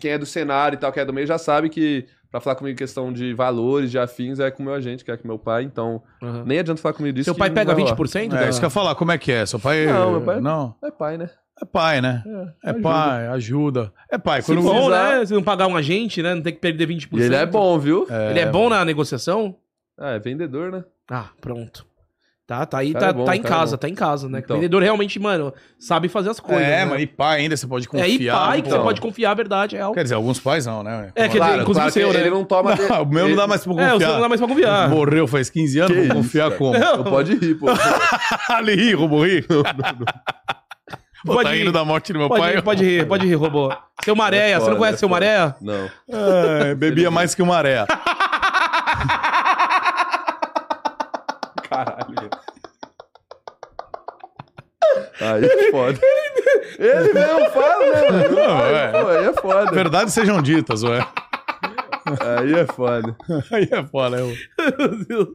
S3: quem é do cenário e tal, quem é do meio, já sabe que pra falar comigo questão de valores, de afins, é com o meu agente, que é com meu pai. Então,
S2: Aham.
S3: nem adianta falar comigo disso.
S2: Seu
S3: que
S2: pai
S3: não
S2: pega
S3: vai rolar.
S2: 20%?
S1: É,
S2: da-
S1: isso que eu ia falar, como é que é? Seu pai.
S3: Não, meu pai-
S1: Não.
S3: É pai, né?
S1: É pai, né? É
S3: ajuda.
S1: pai, ajuda. É pai,
S3: Se
S1: quando.
S3: for-
S2: Bom,
S3: precisar.
S2: né? Se não pagar um agente, né? Não tem que perder 20%.
S3: E ele é bom, viu? É,
S2: Ele é bom na negociação?
S3: é vendedor, né?
S2: Ah, pronto. Tá, tá aí,
S3: Cara
S2: tá,
S3: é bom,
S2: tá em
S3: cara é
S2: casa,
S3: bom.
S2: tá em casa, né?
S3: Então.
S2: O vendedor realmente, mano, sabe fazer as coisas.
S1: é,
S2: né?
S1: mas e pai ainda você pode
S2: É,
S1: confiar.
S2: e pai que
S1: pô.
S3: então?
S2: você pode confiar, a verdade, é real.
S1: Quer dizer, alguns pais não, né?
S2: É, quer dizer,
S1: Claro.
S2: inclusive o seu,
S3: que
S2: né?
S3: ele não toma... de-
S1: Não, o meu não
S3: ele-
S1: dá mais pra
S2: É, você não dá
S1: confiar.
S2: mais pra confiar.
S1: Morreu faz 15 anos,
S3: Que
S1: vou
S3: isso,
S1: confiar
S3: cara.
S1: como?
S2: Não,
S3: Não pode rir, pô.
S1: Ali ri, robô ri. Pô,
S2: Pode
S1: tá
S2: rir.
S1: rindo da morte do meu
S2: pode,
S1: pai.
S2: rir, pode rir, pode rir, robô. Seu Maréia,
S3: É
S2: você não
S3: foda,
S2: conhece
S3: é
S2: seu
S3: foda.
S2: Maréia?
S3: Não.
S1: É, bebia mais que uma areia.
S3: Caralho. Aí é foda. Ele mesmo fala, né, mano?
S1: Não,
S3: Aí,
S1: é.
S3: pô, aí é foda.
S1: Verdades sejam ditas, ué.
S3: Aí é foda.
S1: Aí é foda. Eu...
S2: Meu Deus.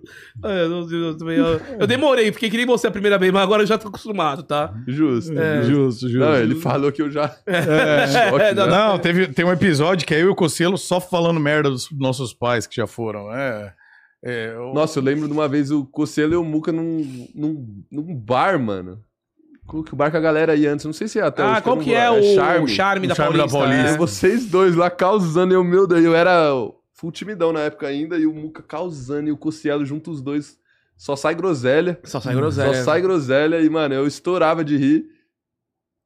S2: Ai, meu Deus, eu também, eu- Eu demorei, fiquei que nem você a primeira vez, mas agora eu já tô acostumado, tá?
S3: Justo.
S1: É
S3: justo.
S1: Justo, justo.
S3: Não, ele falou que eu já. Choque,
S2: É, não,
S3: né?
S1: Não, teve, tem um episódio que é eu e o Cocielo só falando merda dos nossos pais que já foram. É. é, eu-
S3: Nossa, eu lembro de uma vez o Cocelo e o Muca num, num, num bar, mano. Qual que o bar que a galera ia antes? Não sei se é até hoje,
S2: Ah, qual
S3: eu
S2: que
S3: não
S2: é
S3: vou-
S2: o charme,
S3: Charme.
S2: da,
S1: O charme da
S2: Paulista?
S1: Paulista.
S3: E
S2: é?
S3: vocês dois lá causando, e o meu Deus, eu era full timidão na época ainda, e o Muca causando e o Cocielo junto os dois. Só sai groselha.
S2: Só sai groselha.
S3: Só sai groselha e, mano, eu estourava de rir.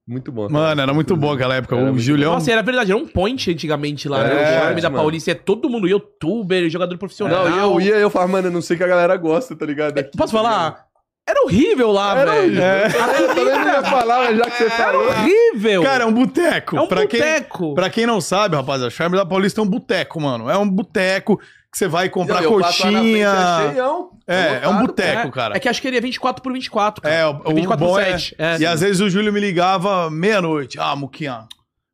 S3: Muito bom.
S1: Mano, era muito boa aquela época.
S3: Era
S1: o
S3: muito
S1: Julião.
S2: Nossa, era verdade, era um point antigamente lá, né?
S3: É,
S2: O charme da
S3: mano.
S2: Paulista é todo mundo youtuber, jogador profissional.
S3: Não, e eu ia, eu falava, mano, eu não sei o que a galera gosta, tá
S1: É,
S3: ligado? Aqui,
S2: Posso
S3: tá
S2: falar? Era horrível lá,
S3: Era
S2: velho.
S3: horrível. Eu também não ia falar, mas já que
S1: É,
S3: você falou.
S2: Horrível.
S1: Cara, é um boteco.
S2: é um
S1: pra, quem,
S2: boteco.
S1: pra quem não sabe, rapaz, a Charme da Paulista é um boteco, mano. É um boteco que você vai comprar coxinha. É, é um boteco, cara.
S2: É que acho que ele é 24 por 24, cara.
S1: É, o, o
S2: 24
S1: bom
S2: por
S1: é-
S2: 7.
S3: né?
S2: É.
S1: E às vezes o Júlio me ligava meia-noite. Ah, Muquinha,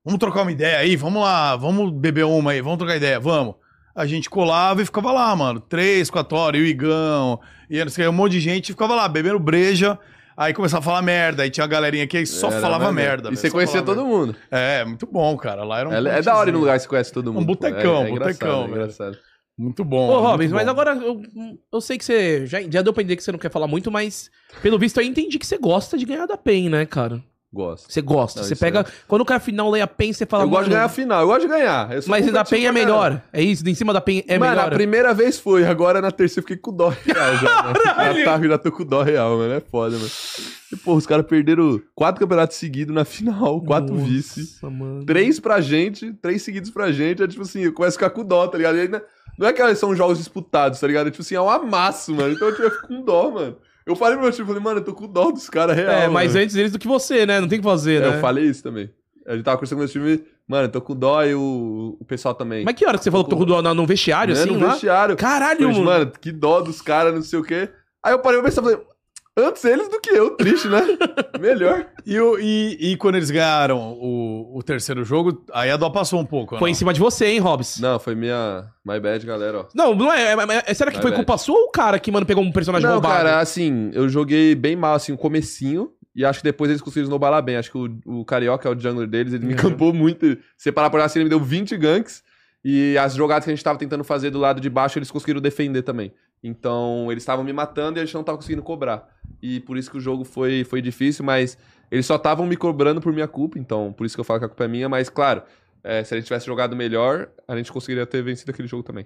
S1: vamos trocar uma ideia aí, vamos lá, vamos beber uma aí, vamos trocar ideia, vamos. A gente colava e ficava lá, mano. Três, quatro horas, e o Igão, e eu não sei, um monte de gente ficava lá, bebendo breja. Aí começava a falar merda, aí tinha a galerinha que só falava merda.
S3: E
S1: velho,
S3: você
S1: só
S3: conhecia
S1: falava
S3: todo mundo.
S1: merda. É, muito bom, cara. Lá era um
S3: É, é da hora ir num lugar que você conhece todo mundo. pô.
S1: botecão,
S3: é, é engraçado,
S1: botecão,
S3: é
S1: velho.
S3: engraçado.
S1: Muito bom.
S2: Ô,
S1: muito
S2: Robins,
S1: bom.
S2: mas agora eu, eu sei que você. Já, já deu pra entender que você não quer falar muito, mas pelo visto eu entendi que você gosta de ganhar da PEN, né, cara?
S3: Gosto.
S2: Você gosta.
S3: Não,
S2: você
S3: isso é.
S2: pega. Quando cai a final, leia a PEN, você fala.
S3: eu gosto de
S2: mano,
S3: ganhar a final, eu gosto de ganhar. Eu sou
S2: Mas da PEN é
S3: competitivo pra
S2: melhor. É isso, de em cima da PEN é
S3: mano,
S2: melhor.
S3: a primeira vez foi, agora na terceira eu fiquei com dó real já. Né?
S2: Caralho!
S3: Já, tá, já tô com dó real, mano. É foda, mano. E, porra, os caras perderam quatro campeonatos seguidos na final, quatro
S2: Nossa,
S3: vice.
S2: mano.
S3: Três pra gente, três seguidos pra gente. É tipo assim, eu começo a ficar com dó, tá ligado? E ainda, não é que são jogos disputados, tá ligado? É tipo assim, é um amasso, mano. Então tipo, eu fico com dó, mano. Eu falei pro meu time, falei, mano, eu tô com dó dos caras real.
S2: É, mas
S3: mano.
S2: antes deles do que você, né? Não tem o que fazer,
S3: É,
S2: né?
S3: Eu falei isso também. A gente tava conversando com o meu time, mano, eu tô com dó e o, o pessoal também.
S2: Mas que hora que você falou que tocou do, na- no vestiário,
S3: Né,
S2: assim,
S3: no
S2: lá?
S3: vestiário.
S2: Caralho,
S3: Falei,
S2: mano.
S3: mano, que dó dos caras, não sei o quê. Aí eu parei pra pensar, falei, antes eles do que eu, triste, né? Melhor.
S1: E, o- e, e quando eles ganharam o, o terceiro jogo, aí a dó passou um pouco.
S2: Foi em
S1: não?
S2: cima de você, hein, Hobbs?
S3: Não, foi minha. My bad, galera, ó.
S2: Não, não é. é- é- é- será que
S3: Vai,
S2: foi
S3: velho.
S2: culpa sua ou o cara que, mano, pegou um personagem
S3: Não,
S2: roubado?
S3: cara, assim, eu joguei bem mal, assim, o comecinho. E acho que depois eles conseguiram snowballar bem. Acho que o, o Carioca, é o jungler deles, ele me
S2: Uhum.
S3: campou muito. Se parar pra olhar assim, ele me deu 20 ganks. E as jogadas que a gente tava tentando fazer do lado de baixo, eles conseguiram defender também. Então, eles estavam me matando e a gente não tava conseguindo cobrar. E por isso que o jogo foi, foi difícil, mas eles só estavam me cobrando por minha culpa. Então, por isso que eu falo que a culpa é minha. Mas, claro, eh, se a gente tivesse jogado melhor, a gente conseguiria ter vencido aquele jogo também.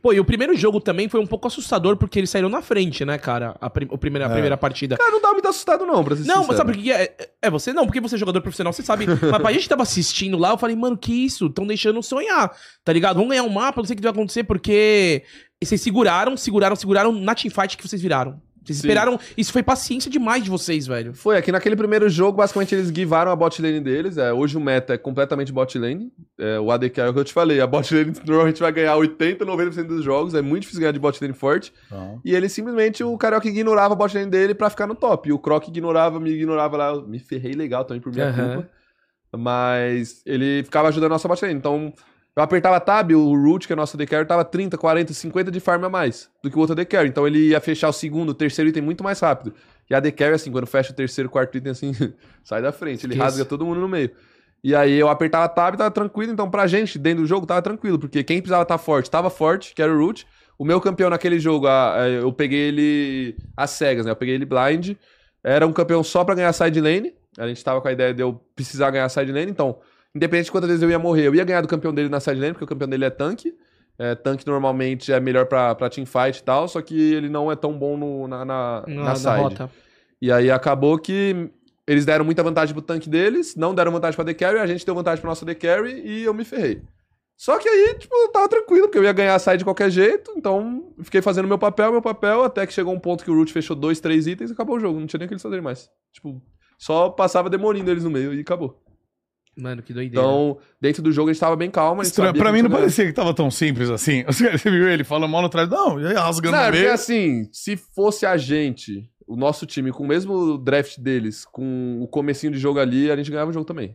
S2: Pô, e o primeiro jogo também foi um pouco assustador porque eles saíram na frente, né, cara? A, prim- o primeira, a
S1: É.
S2: primeira partida.
S3: Cara, não tava muito assustado não, pra ser
S2: Não,
S3: sincero.
S2: mas sabe o que é? É- É você não, porque você é jogador profissional, você sabe. Mas pra gente que tava assistindo lá, eu falei, mano, que isso? Tão deixando sonhar, tá ligado? Vamos ganhar um mapa, não sei o que vai acontecer, porque vocês seguraram, seguraram, seguraram na teamfight que vocês viraram. Vocês
S3: Sim.
S2: esperaram. Isso foi paciência demais de vocês, velho.
S3: Foi, aqui naquele primeiro jogo, basicamente eles guivaram a bot lane deles. É, hoje o meta é completamente bot lane. É, o ADC é o que eu te falei. A bot lane normalmente vai ganhar 80, 90% dos jogos. É muito difícil ganhar de bot lane forte.
S1: Então,
S3: E ele simplesmente, o Carioca ignorava a bot lane dele pra ficar no top. E o Croc ignorava, me ignorava lá. Eu me ferrei legal também por minha
S2: Aham.
S3: culpa. Mas ele ficava ajudando a nossa bot lane. Então eu apertava tab, o root, que é nosso AD carry, tava 30, 40, 50 de farm a mais do que o outro AD carry. Então ele ia fechar o segundo, o terceiro item muito mais rápido. E a AD carry, assim, quando fecha o terceiro, quarto item, assim, sai da frente. Ele
S2: Esquece.
S3: rasga todo mundo no meio. E aí eu apertava tab e tava tranquilo. Então pra gente, dentro do jogo, tava tranquilo. Porque quem precisava estar forte, tava forte, que era o root. O meu campeão naquele jogo, a- a- eu peguei ele às cegas, né? Eu peguei ele blind. Era um campeão só pra ganhar side lane. A gente tava com a ideia de eu precisar ganhar side lane, então, independente de quantas vezes eu ia morrer, eu ia ganhar do campeão dele na side lane, porque o campeão dele é tanque. É, tanque normalmente é melhor pra, pra teamfight e tal, só que ele não é tão bom no- na, na, na side.
S2: rota.
S3: E aí acabou que eles deram muita vantagem pro tanque deles, não deram vantagem pra The Carry, a gente deu vantagem pro nosso The Carry e eu me ferrei. Só que aí, tipo, eu tava tranquilo, porque eu ia ganhar a side de qualquer jeito, então fiquei fazendo meu papel, meu papel, até que chegou um ponto que o Root fechou dois, três itens e acabou o jogo, não tinha nem o que eles fazerem mais. Tipo, só passava demolindo eles no meio e acabou.
S2: Mano, que doideira.
S3: Então, dentro do jogo a gente tava bem calmo, a gente
S1: Estranho.
S3: sabia
S1: Pra
S3: que a
S1: mim
S3: gente
S1: não
S3: ia ganhar.
S1: parecia que tava tão simples assim. Os caras- Você viu ele falando mal no trás? Não, e aí rasgando
S3: Não,
S1: no
S3: é porque
S1: meio.
S3: assim, se fosse a gente, o nosso time, com o mesmo draft deles, com o comecinho de jogo ali, a gente ganhava o jogo também.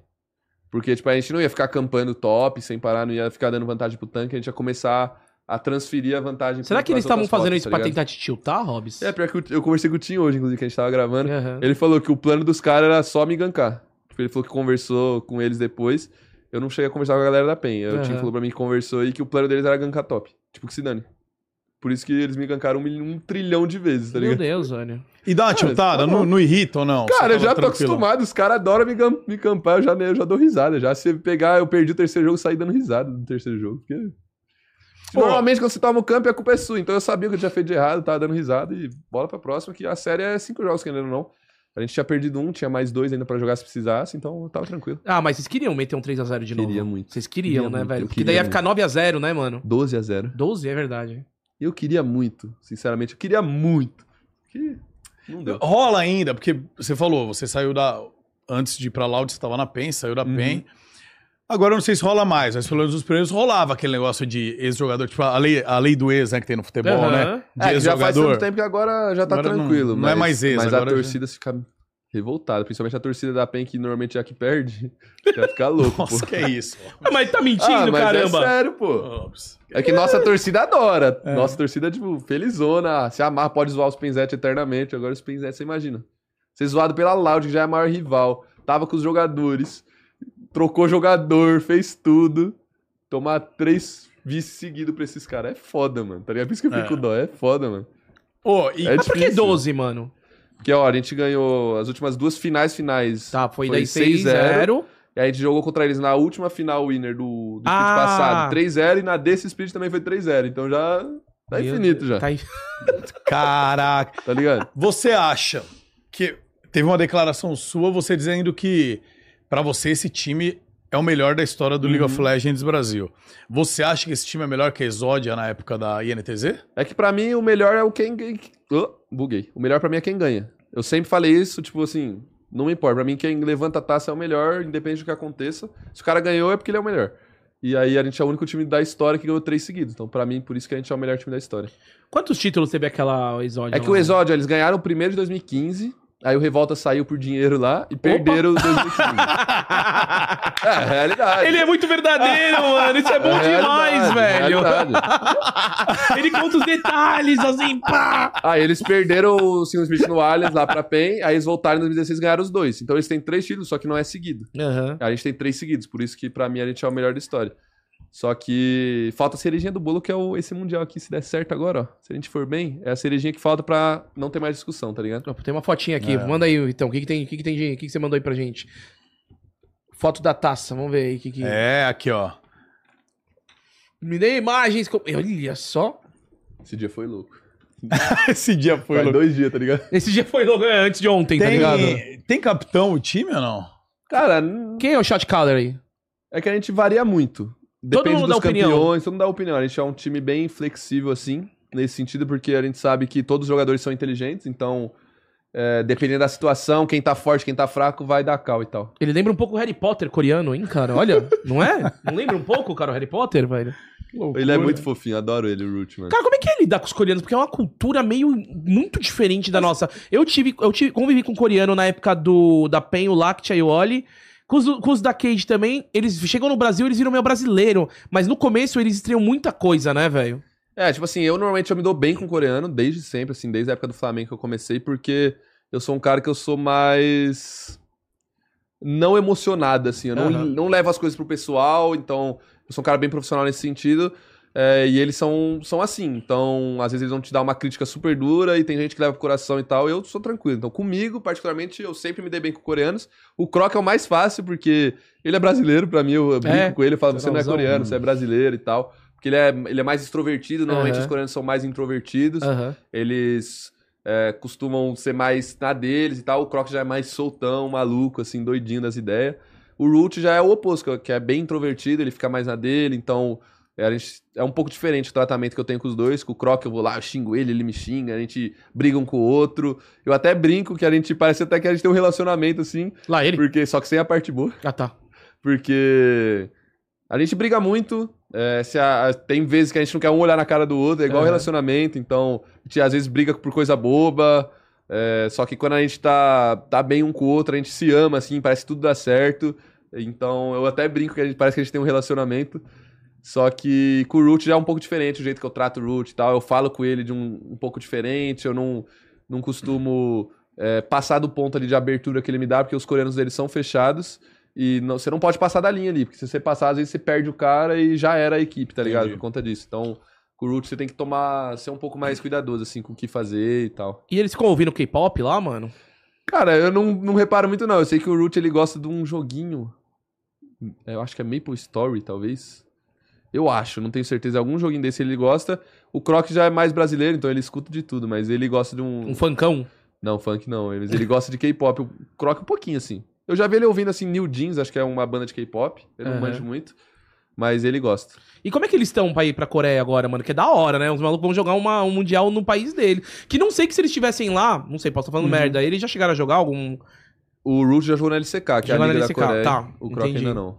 S3: Porque, tipo, a gente não ia ficar campanhando top sem parar, não ia ficar dando vantagem pro tanque, a gente ia começar a transferir a vantagem
S2: Será
S3: pro-
S2: que eles
S3: pras
S2: estavam
S3: outras
S2: fazendo
S3: rotas,
S2: isso
S3: tá
S2: pra
S3: ligado?
S2: tentar te tiltar, Hobbs?
S3: É, pior que eu, eu conversei com o Tim hoje, inclusive, que a gente tava gravando.
S2: Aham.
S3: Ele falou que o plano dos caras era só me gankar. Tipo, ele falou que conversou com eles depois. Eu não cheguei a conversar com a galera da PEN. O Tim
S2: Aham.
S3: falou pra mim que conversou e que o plano deles era gankar top. Tipo, que se dane. Por isso que eles me gankaram um, milhão- um trilhão de vezes, tá
S2: Meu
S3: ligado?
S2: Deus, velho.
S1: E dá uma
S3: Cara,
S1: tiltada,
S3: tá
S1: não,
S3: bom.
S1: não irrita ou não?
S3: Cara, eu
S1: Você
S3: já
S1: tava
S3: tô
S1: tranquilo?
S3: acostumado. Os caras adoram me, gam- me campar. Eu já, eu já dou risada. Já se pegar, eu perdi o terceiro jogo, saí dando risada do terceiro jogo. Porque...
S1: Pô.
S3: Normalmente, quando você toma o campo, a culpa é sua. Então eu sabia o que eu tinha feito de errado, tava dando risada e bola pra próxima, que a série é cinco jogos, querendo ou não. A gente tinha perdido um, tinha mais dois ainda pra jogar se precisasse, então eu tava tranquilo.
S2: Ah, mas vocês queriam meter um 3x0 de novo.
S3: Queria muito.
S2: Vocês queriam,
S3: Queria
S2: né,
S3: muito,
S2: velho?
S3: eu
S2: Porque daí ia
S3: queria
S2: ficar 9x0, né, mano?
S3: 12 a 0
S2: 12 é verdade.
S3: Eu queria muito, sinceramente, eu queria muito. Que não deu.
S1: Rola ainda, porque você falou, você saiu da. Antes de ir pra Loud, você tava na PEN, saiu da
S3: Uhum.
S1: PEN. Agora eu não sei se rola mais, mas pelo menos nos primeiros rolava aquele negócio de ex-jogador, tipo a lei, a lei do ex, né, que tem no futebol, né?
S2: Aham.
S1: De
S3: É, que já faz
S1: ex-jogador.
S3: tanto tempo que agora já tá
S1: Agora não-
S3: tranquilo.
S1: não é mais ex,
S3: Mas a
S1: agora já-
S3: torcida fica revoltada, principalmente a torcida da PEN, que normalmente é a que perde, já fica louco,
S1: Nossa,
S3: pô.
S1: que é isso.
S2: Ah, mas tá
S3: Ah,
S2: mentindo,
S3: mas é
S2: caramba.
S3: sério, pô.
S1: Ops.
S3: É que nossa torcida adora. Nossa torcida, tipo, felizona. Se amar, pode zoar os Pinzete eternamente. Agora os Pinzete, você imagina. Ser zoado pela Loud, que já é a maior rival. Tava com os jogadores. Trocou jogador, fez tudo. Tomar três vices seguidos pra esses caras é foda, mano. Tá ligado? Por isso que eu fico
S1: É.
S3: com dó. É foda, mano.
S1: Ô, e
S3: É
S2: mas por que
S3: difícil.
S2: 12, mano?
S3: Porque, ó, a gente ganhou as últimas duas finais finais.
S2: Tá, foi,
S3: Foi
S2: daí
S3: 6-0.
S2: 6x0.
S3: E a gente jogou contra eles na última final winner do, do split
S2: Ah!
S3: passado. 3-0 e na desse split também foi 3-0. Então já tá infinito já, tá,
S2: Tá in-
S1: caraca.
S3: ligado?
S1: Você acha que teve uma declaração sua você dizendo que pra você esse time é o melhor da história do League
S3: Uhum.
S1: of Legends Brasil. Você acha que esse time é melhor que a Exodia na época da INTZ?
S3: É que pra mim o melhor é o quem ganha. Ah, buguei. O melhor pra mim é quem ganha. Eu sempre falei isso, tipo assim, não me importa. Pra mim, quem levanta a taça é o melhor, independente do que aconteça. Se o cara ganhou, é porque ele é o melhor. E aí a gente é o único time da história que ganhou três seguidos. Então, pra mim, por isso que a gente é o melhor time da história.
S2: Quantos títulos teve aquela exódio?
S3: É que o Exódio, eles ganharam o primeiro de 2015. Aí o Revolta saiu por dinheiro lá e perderam o 2015. é a realidade.
S2: Ele é muito verdadeiro, mano. Isso é bom
S3: É
S2: demais,
S3: realidade,
S2: velho.
S3: é realidade.
S2: Ele conta os detalhes, assim, pá.
S3: Aí eles perderam o Simon Smith no Allianz lá pra PEN, aí eles voltaram em 2016 e ganharam os dois. Então eles têm três títulos, só que não é seguido.
S2: Aham.
S3: A gente tem três seguidos, por isso que pra mim a gente é o melhor da história. Só que falta a cerejinha do bolo, que é o, esse mundial aqui, se der certo agora, ó. Se a gente for bem, é a cerejinha que falta pra não ter mais discussão, tá ligado?
S2: Ó, Tem uma fotinha aqui.
S1: É.
S2: Manda aí, então. O que, que tem? O que, que tem? de- O que, que você mandou aí pra gente? Foto da taça. Vamos ver aí. o Que que...
S1: É, aqui, ó.
S2: Me dê imagens. co- Olha só.
S3: Esse dia foi louco.
S1: Esse dia foi
S3: Foi
S1: louco.
S3: dois dias, tá ligado?
S2: Esse dia foi logo é, antes de ontem, tá ligado?
S1: Tem, tem capitão o time ou não?
S3: Cara,
S2: Quem é o shot caller aí?
S3: é que a gente varia muito.
S2: Todo
S3: Depende
S2: mundo
S3: dos
S2: dá opinião.
S3: campeões, todo mundo dá opinião. A gente é um time bem flexível, assim, nesse sentido, porque a gente sabe que todos os jogadores são inteligentes, então, é, dependendo da situação, quem tá forte, quem tá fraco, vai dar cal e tal.
S2: Ele lembra um pouco o Harry Potter coreano, hein, cara? Olha, não é? Não lembra um pouco, cara, o Harry Potter, velho?
S3: Ele é muito fofinho, adoro ele, o Root, mano.
S2: Cara, como é que é lidar com os coreanos? Porque é uma cultura meio muito diferente da nossa. Eu tive, eu tive, convivi com um coreano na época do da Pen, o Lactia e o Oli. Com os, com os da Cage também, eles chegam no Brasil, eles viram meio brasileiro. Mas no começo eles estreiam muita coisa, né, velho?
S3: É, tipo assim, eu normalmente eu me dou bem com coreano desde sempre, assim, desde a época do Flamengo que eu comecei, porque eu sou um cara que eu sou mais não emocionado, assim, eu não,
S2: Aham.
S3: não levo as coisas pro pessoal, então eu sou um cara bem profissional nesse sentido. é, e eles são, são assim, então às vezes eles vão te dar uma crítica super dura e tem gente que leva pro coração e tal, eu sou tranquilo. Então comigo, particularmente, eu sempre me dei bem com coreanos. O Croc é o mais fácil porque ele é brasileiro, pra mim, eu brinco
S2: É,
S3: com ele, eu falo, você não é
S2: geralzão. né?"
S3: coreano, você é brasileiro e tal. Porque ele é, ele é mais extrovertido, normalmente
S2: Aham. Ah.
S3: os coreanos são mais introvertidos.
S2: Aham.
S3: Eles é, costumam ser mais na deles e tal. O Croc já é mais soltão, maluco, assim, doidinho das ideias. O Root já é o oposto, que é- que é bem introvertido, ele fica mais na dele, então. é, a gente- é um pouco diferente o tratamento que eu tenho com os dois. Com o Croc, eu vou lá, eu xingo ele, ele me xinga, a gente briga um com o outro. Eu até brinco que a gente parece até que a gente tem um relacionamento, assim,
S2: Lá ele.
S3: porque só que sem a parte boa.
S2: Ah, tá.
S3: Porque a gente briga muito. é, se a- a- tem vezes que a gente não quer um olhar na cara do outro, é igual
S2: Aham.
S3: relacionamento, então a gente às vezes briga por coisa boba. é, só que quando a gente tá, tá bem um com o outro, a gente se ama, assim, parece que tudo dá certo. Então eu até brinco que a gente parece que a gente tem um relacionamento. Só que com o Root já é um pouco diferente o jeito que eu trato o Root e tal. Eu falo com ele de um, um pouco diferente, eu não, não costumo é, passar do ponto ali de abertura que ele me dá, porque os coreanos deles são fechados. E não- você não pode passar da linha ali, porque se você passar, às vezes você perde o cara e já era a equipe, tá ligado?
S1: Entendi.
S3: Por conta disso. Então, com o Root você tem que tomar, ser um pouco mais cuidadoso, assim, com o que fazer e tal.
S2: E eles ficam ouvindo K-pop lá, mano?
S3: Cara, eu não, não reparo muito, não. Eu sei que o Root ele gosta de um joguinho. Eu acho que é Maple Story, talvez. Eu acho, não tenho certeza. Algum joguinho desse ele gosta. O Croc já é mais brasileiro, então ele escuta de tudo, mas ele gosta de
S2: Um fancão?
S3: não, funk não. Mas ele gosta de K-pop. O Croc um pouquinho, assim. Eu já vi ele ouvindo, assim, New Jeans, acho que é uma banda de K-pop. Eu não
S2: Aham.
S3: manjo muito. Mas ele gosta.
S2: E como é que eles estão pra ir pra Coreia agora, mano? Que é da hora, né? Os malucos vão jogar uma- um mundial no país dele. Que não sei que se eles estivessem lá, não sei, posso estar falando
S3: Uhum.
S2: merda, eles já chegaram a jogar algum.
S3: O Root já jogou na LCK, que é a
S2: Jogou na
S3: Liga
S2: LCK,
S3: da Coreia.
S2: tá,
S3: o Croc
S2: entendi.
S3: ainda não.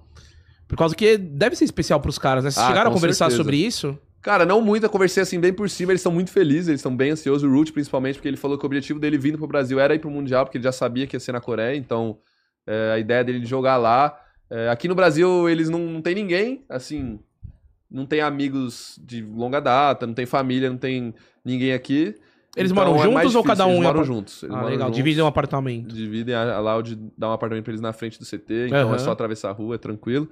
S2: Por causa que deve ser especial pros caras, né? Vocês
S3: Ah,
S2: chegaram a
S3: com
S2: conversar
S3: certeza.
S2: sobre isso?
S3: Cara, não muito, eu conversei assim bem por cima, eles estão muito felizes, eles estão bem ansiosos, o Root principalmente, porque ele falou que o objetivo dele vindo pro Brasil era ir pro Mundial, porque ele já sabia que ia ser na Coreia, então é, a ideia dele de jogar lá. É, aqui no Brasil eles não, não tem ninguém, assim, não tem amigos de longa data, não tem família, não tem ninguém aqui.
S2: Eles moram juntos
S3: Então, é mais
S2: ou cada um
S3: difícil,
S2: em
S3: Eles moram
S2: apart-
S3: juntos. Eles
S2: Ah,
S3: moram
S2: legal.
S3: juntos,
S2: Dividem um apartamento.
S3: Dividem, a, a Loud dá um apartamento pra eles na frente do CT, então
S2: Aham.
S3: é só atravessar a rua, é tranquilo.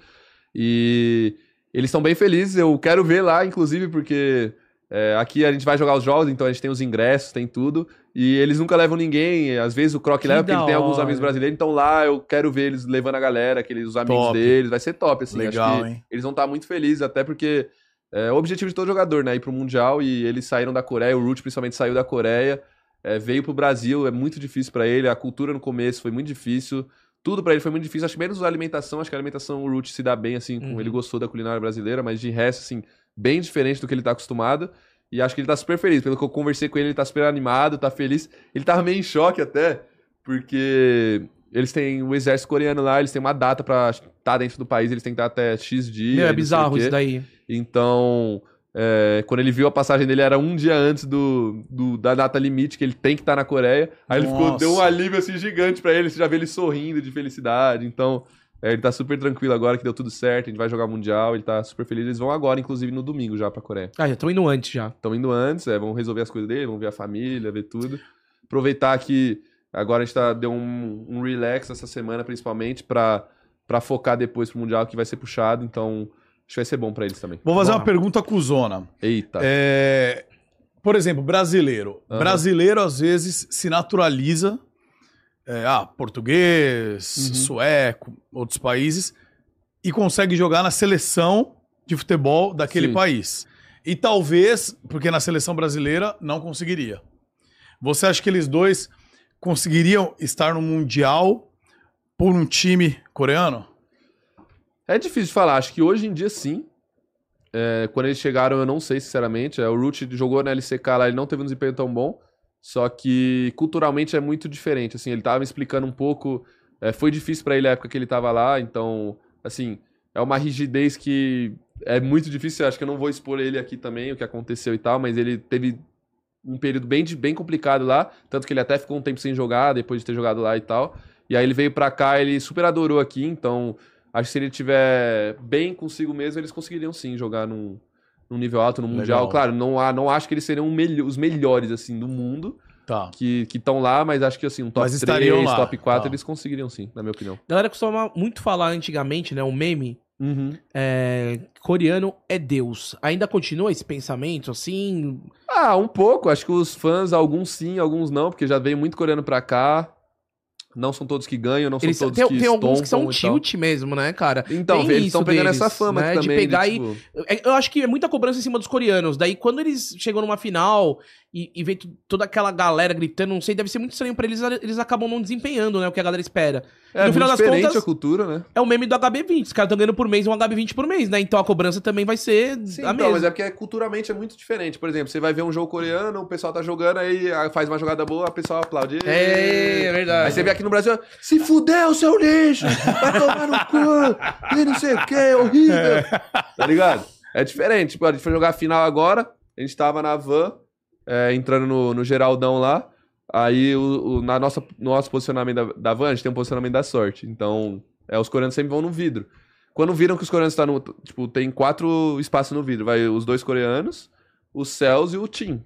S3: E eles estão bem felizes, eu quero ver lá, inclusive, porque é, aqui a gente vai jogar os jogos, então a gente tem os ingressos, tem tudo. E eles nunca levam ninguém, às vezes o Croc
S2: Que
S3: leva, porque
S2: da
S3: ele tem alguns
S2: hora.
S3: amigos brasileiros, então lá eu quero ver eles levando a galera, aqueles, os amigos
S1: Top.
S3: deles, vai ser top, assim.
S1: Legal,
S3: que
S1: hein?
S3: Eles vão estar muito felizes, até porque é o objetivo de todo jogador, né? Ir pro Mundial e eles saíram da Coreia, o Root principalmente saiu da Coreia, é, veio pro Brasil, é muito difícil pra ele, a cultura no começo foi muito difícil, Tudo pra ele foi muito difícil, acho que menos a alimentação, acho que a alimentação o Root se dá bem, assim, com-
S2: Uhum.
S3: ele gostou da culinária brasileira, mas de resto, assim, bem diferente do que ele tá acostumado. E acho que ele tá super feliz. Pelo que eu conversei com ele, ele tá super animado, tá feliz. Ele tava meio em choque até, porque eles têm o exército coreano lá, eles têm uma data pra estar dentro do país, eles têm que estar até X dias.
S2: Meu,
S3: não
S2: é
S3: sei o
S2: bizarro
S3: quê.
S2: isso daí.
S3: Então, é, quando ele viu a passagem dele, era um dia antes do, do- da data limite, que ele tem que estar na Coreia. Aí ele ficou,
S1: Nossa.
S3: deu um alívio assim gigante pra ele. Você já vê ele sorrindo de felicidade. Então, é, ele tá super tranquilo agora que deu tudo certo. A gente vai jogar Mundial, ele tá super feliz. Eles vão agora, inclusive, no domingo já pra Coreia.
S2: Ah, já tô indo antes já.
S3: Estão indo antes, é, vão resolver as coisas dele, vão ver a família, ver tudo. Aproveitar que agora a gente tá, deu um, um relax essa semana, principalmente, pra, pra focar depois pro Mundial que vai ser puxado. Então, acho que vai ser bom pra eles também.
S1: Vou fazer
S2: Bora.
S1: uma pergunta cuzona.
S3: Eita.
S1: É, por exemplo, brasileiro.
S3: Tá. Aham.
S1: Brasileiro, às vezes, se naturaliza. é, ah, português,
S3: Uhum.
S1: sueco, outros países. E consegue jogar na seleção de futebol daquele
S3: Sim.
S1: país. E talvez, porque na seleção brasileira não conseguiria. Você acha que eles dois conseguiriam estar no Mundial por um time coreano?
S3: É difícil de falar, acho que hoje em dia sim. É, quando eles chegaram, eu não sei, sinceramente. É, o Root jogou na LCK lá, ele não teve um desempenho tão bom. Só que culturalmente é muito diferente. Assim, ele tava me explicando um pouco. é, foi difícil pra ele a época que ele tava lá, então, assim, é uma rigidez que é muito difícil. Eu Acho que eu não vou expor ele aqui também, o que aconteceu e tal, mas ele teve um período bem, de- bem complicado lá. Tanto que ele até ficou um tempo sem jogar, depois de ter jogado lá e tal. E aí ele veio pra cá, ele super adorou aqui, então. Acho que se ele tiver bem consigo mesmo, eles conseguiriam sim jogar num, num nível alto, no
S1: Legal.
S3: Mundial. Claro, não, há, não acho que eles seriam o melho- os melhores, assim, do mundo
S1: Tá.
S3: que estão lá, mas acho que assim, um top
S1: Mas
S3: 3,
S1: estariam lá.
S3: top 4,
S1: Tá.
S3: eles conseguiriam sim, na minha opinião.
S2: A galera costumava muito falar antigamente, né? O meme
S3: Uhum.
S2: é, coreano é Deus. Ainda continua esse pensamento assim?
S3: Ah, um pouco. Acho que os fãs, alguns sim, alguns não, porque já veio muito coreano pra cá. Não são todos que ganham, não são
S2: Eles,
S3: todos
S2: tem
S3: que
S2: tem alguns que são um
S3: estompam e tal.
S2: tilt mesmo, né, cara?
S3: Então,
S2: Tem
S3: eles estão
S2: isso
S3: pegando
S2: deles,
S3: essa fama
S2: né, de
S3: também.
S2: pegar e-
S3: tipo,
S2: É, Eu acho que é muita cobrança em cima dos coreanos. Daí, quando eles chegam numa final e, e vê tu- toda aquela galera gritando, não sei, deve ser muito estranho pra eles, eles acabam não desempenhando, né? O que a galera espera.
S3: É
S2: no final
S3: muito
S2: das
S3: diferente
S2: contas-
S3: a cultura, né?
S2: É o meme do HB20. Os caras estão ganhando por mês um HB20 por mês, né? Então a cobrança também vai ser
S3: Sim,
S2: a
S3: então,
S2: mesma.
S3: mas é porque culturalmente é muito diferente. Por exemplo, você vai ver um jogo coreano, o pessoal tá jogando, aí ah, faz uma jogada boa, o pessoal aplaude.
S2: É, é verdade.
S3: Aí você vê aqui no Brasil, se fudeu, seu lixo, vai tomar no cu, e não sei o que, horrível. Tá ligado? É diferente. Tipo, a gente foi jogar a final agora, a gente tava na van, é, entrando no, no Geraldão lá. Aí, o, o- na nossa, no nosso posicionamento da, da van, a gente tem um posicionamento da sorte. Então, é, os coreanos sempre vão no vidro. Quando viram que os coreanos estão no. Tipo, tem quatro espaços no vidro. Vai os dois coreanos, o Cells e o Tim.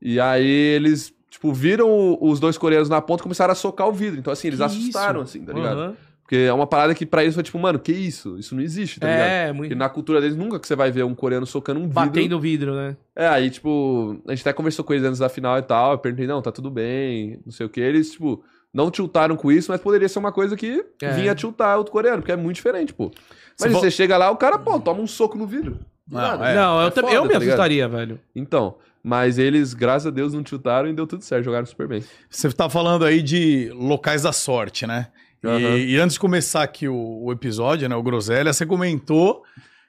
S3: E aí eles, tipo, viram o- os dois coreanos na ponta e começaram a socar o vidro. Então, assim, eles
S2: Que
S3: assustaram, assim, tá ligado?
S2: Aham.
S3: Porque é uma parada que pra eles foi tipo, mano, que isso? Isso não existe, tá ligado?
S2: é,
S3: Porque
S2: muito.
S3: na cultura deles nunca que você vai ver um coreano socando um vidro.
S2: Batendo o vidro, né?
S3: É, aí, tipo, a gente até conversou com eles antes da final e tal. Eu perguntei, não, tá tudo bem, não sei o que. Eles, tipo, não tiltaram com isso, mas poderia ser uma coisa que
S2: É.
S3: vinha tiltar outro coreano, porque é muito diferente, pô.
S1: Você
S3: Mas
S1: vo-
S3: você chega lá, o cara, pô, toma um soco no vidro.
S1: Não,
S3: Nada.
S1: É,
S2: não, eu,
S3: é
S2: também
S3: foda,
S2: eu me
S3: tá ligado?
S2: assustaria, velho.
S3: Então, mas eles, graças a Deus, não tiltaram e deu tudo certo, jogaram super bem.
S1: Você tá falando aí de locais da sorte, né? E-
S3: Aham.
S1: E, antes de começar aqui o, o episódio, né, o Groselha, você comentou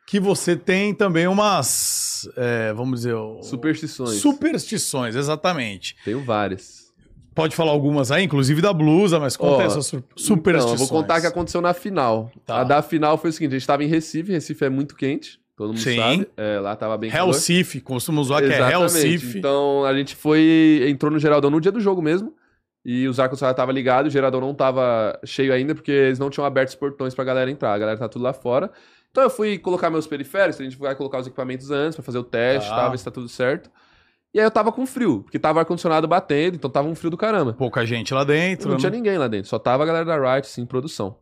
S1: que você tem também umas, é, vamos dizer, o-
S3: Superstições.
S1: superstições, exatamente.
S3: Tenho várias.
S1: Pode falar algumas aí, inclusive da blusa, mas conta
S3: Ó,
S1: essas su-
S3: Então, eu
S1: superstições.
S3: vou contar o que aconteceu na final.
S1: Tá.
S3: A da final foi o seguinte: a gente tava em Recife, Recife é muito quente, todo mundo
S1: Sim.
S3: sabe. É, lá tava bem
S1: Hell
S3: calor.
S1: Sif, costumo usar que é Hell
S3: Exatamente.
S1: Sif.
S3: Então a gente foi, entrou no Geraldão no dia do jogo mesmo. E o Zarco já tava ligado, o Geraldão não tava cheio ainda, porque eles não tinham aberto os portões pra galera entrar. A galera tá tudo lá fora. Então eu fui colocar meus periféricos, a gente vai colocar os equipamentos antes pra fazer o teste,
S1: Tá.
S3: tá. ver se tá tudo certo. E aí eu tava com frio, porque tava ar-condicionado batendo, então tava um frio do caramba.
S1: Pouca gente lá dentro.
S3: Não
S1: né?
S3: tinha ninguém lá dentro, só tava a galera da Riot, sim, produção.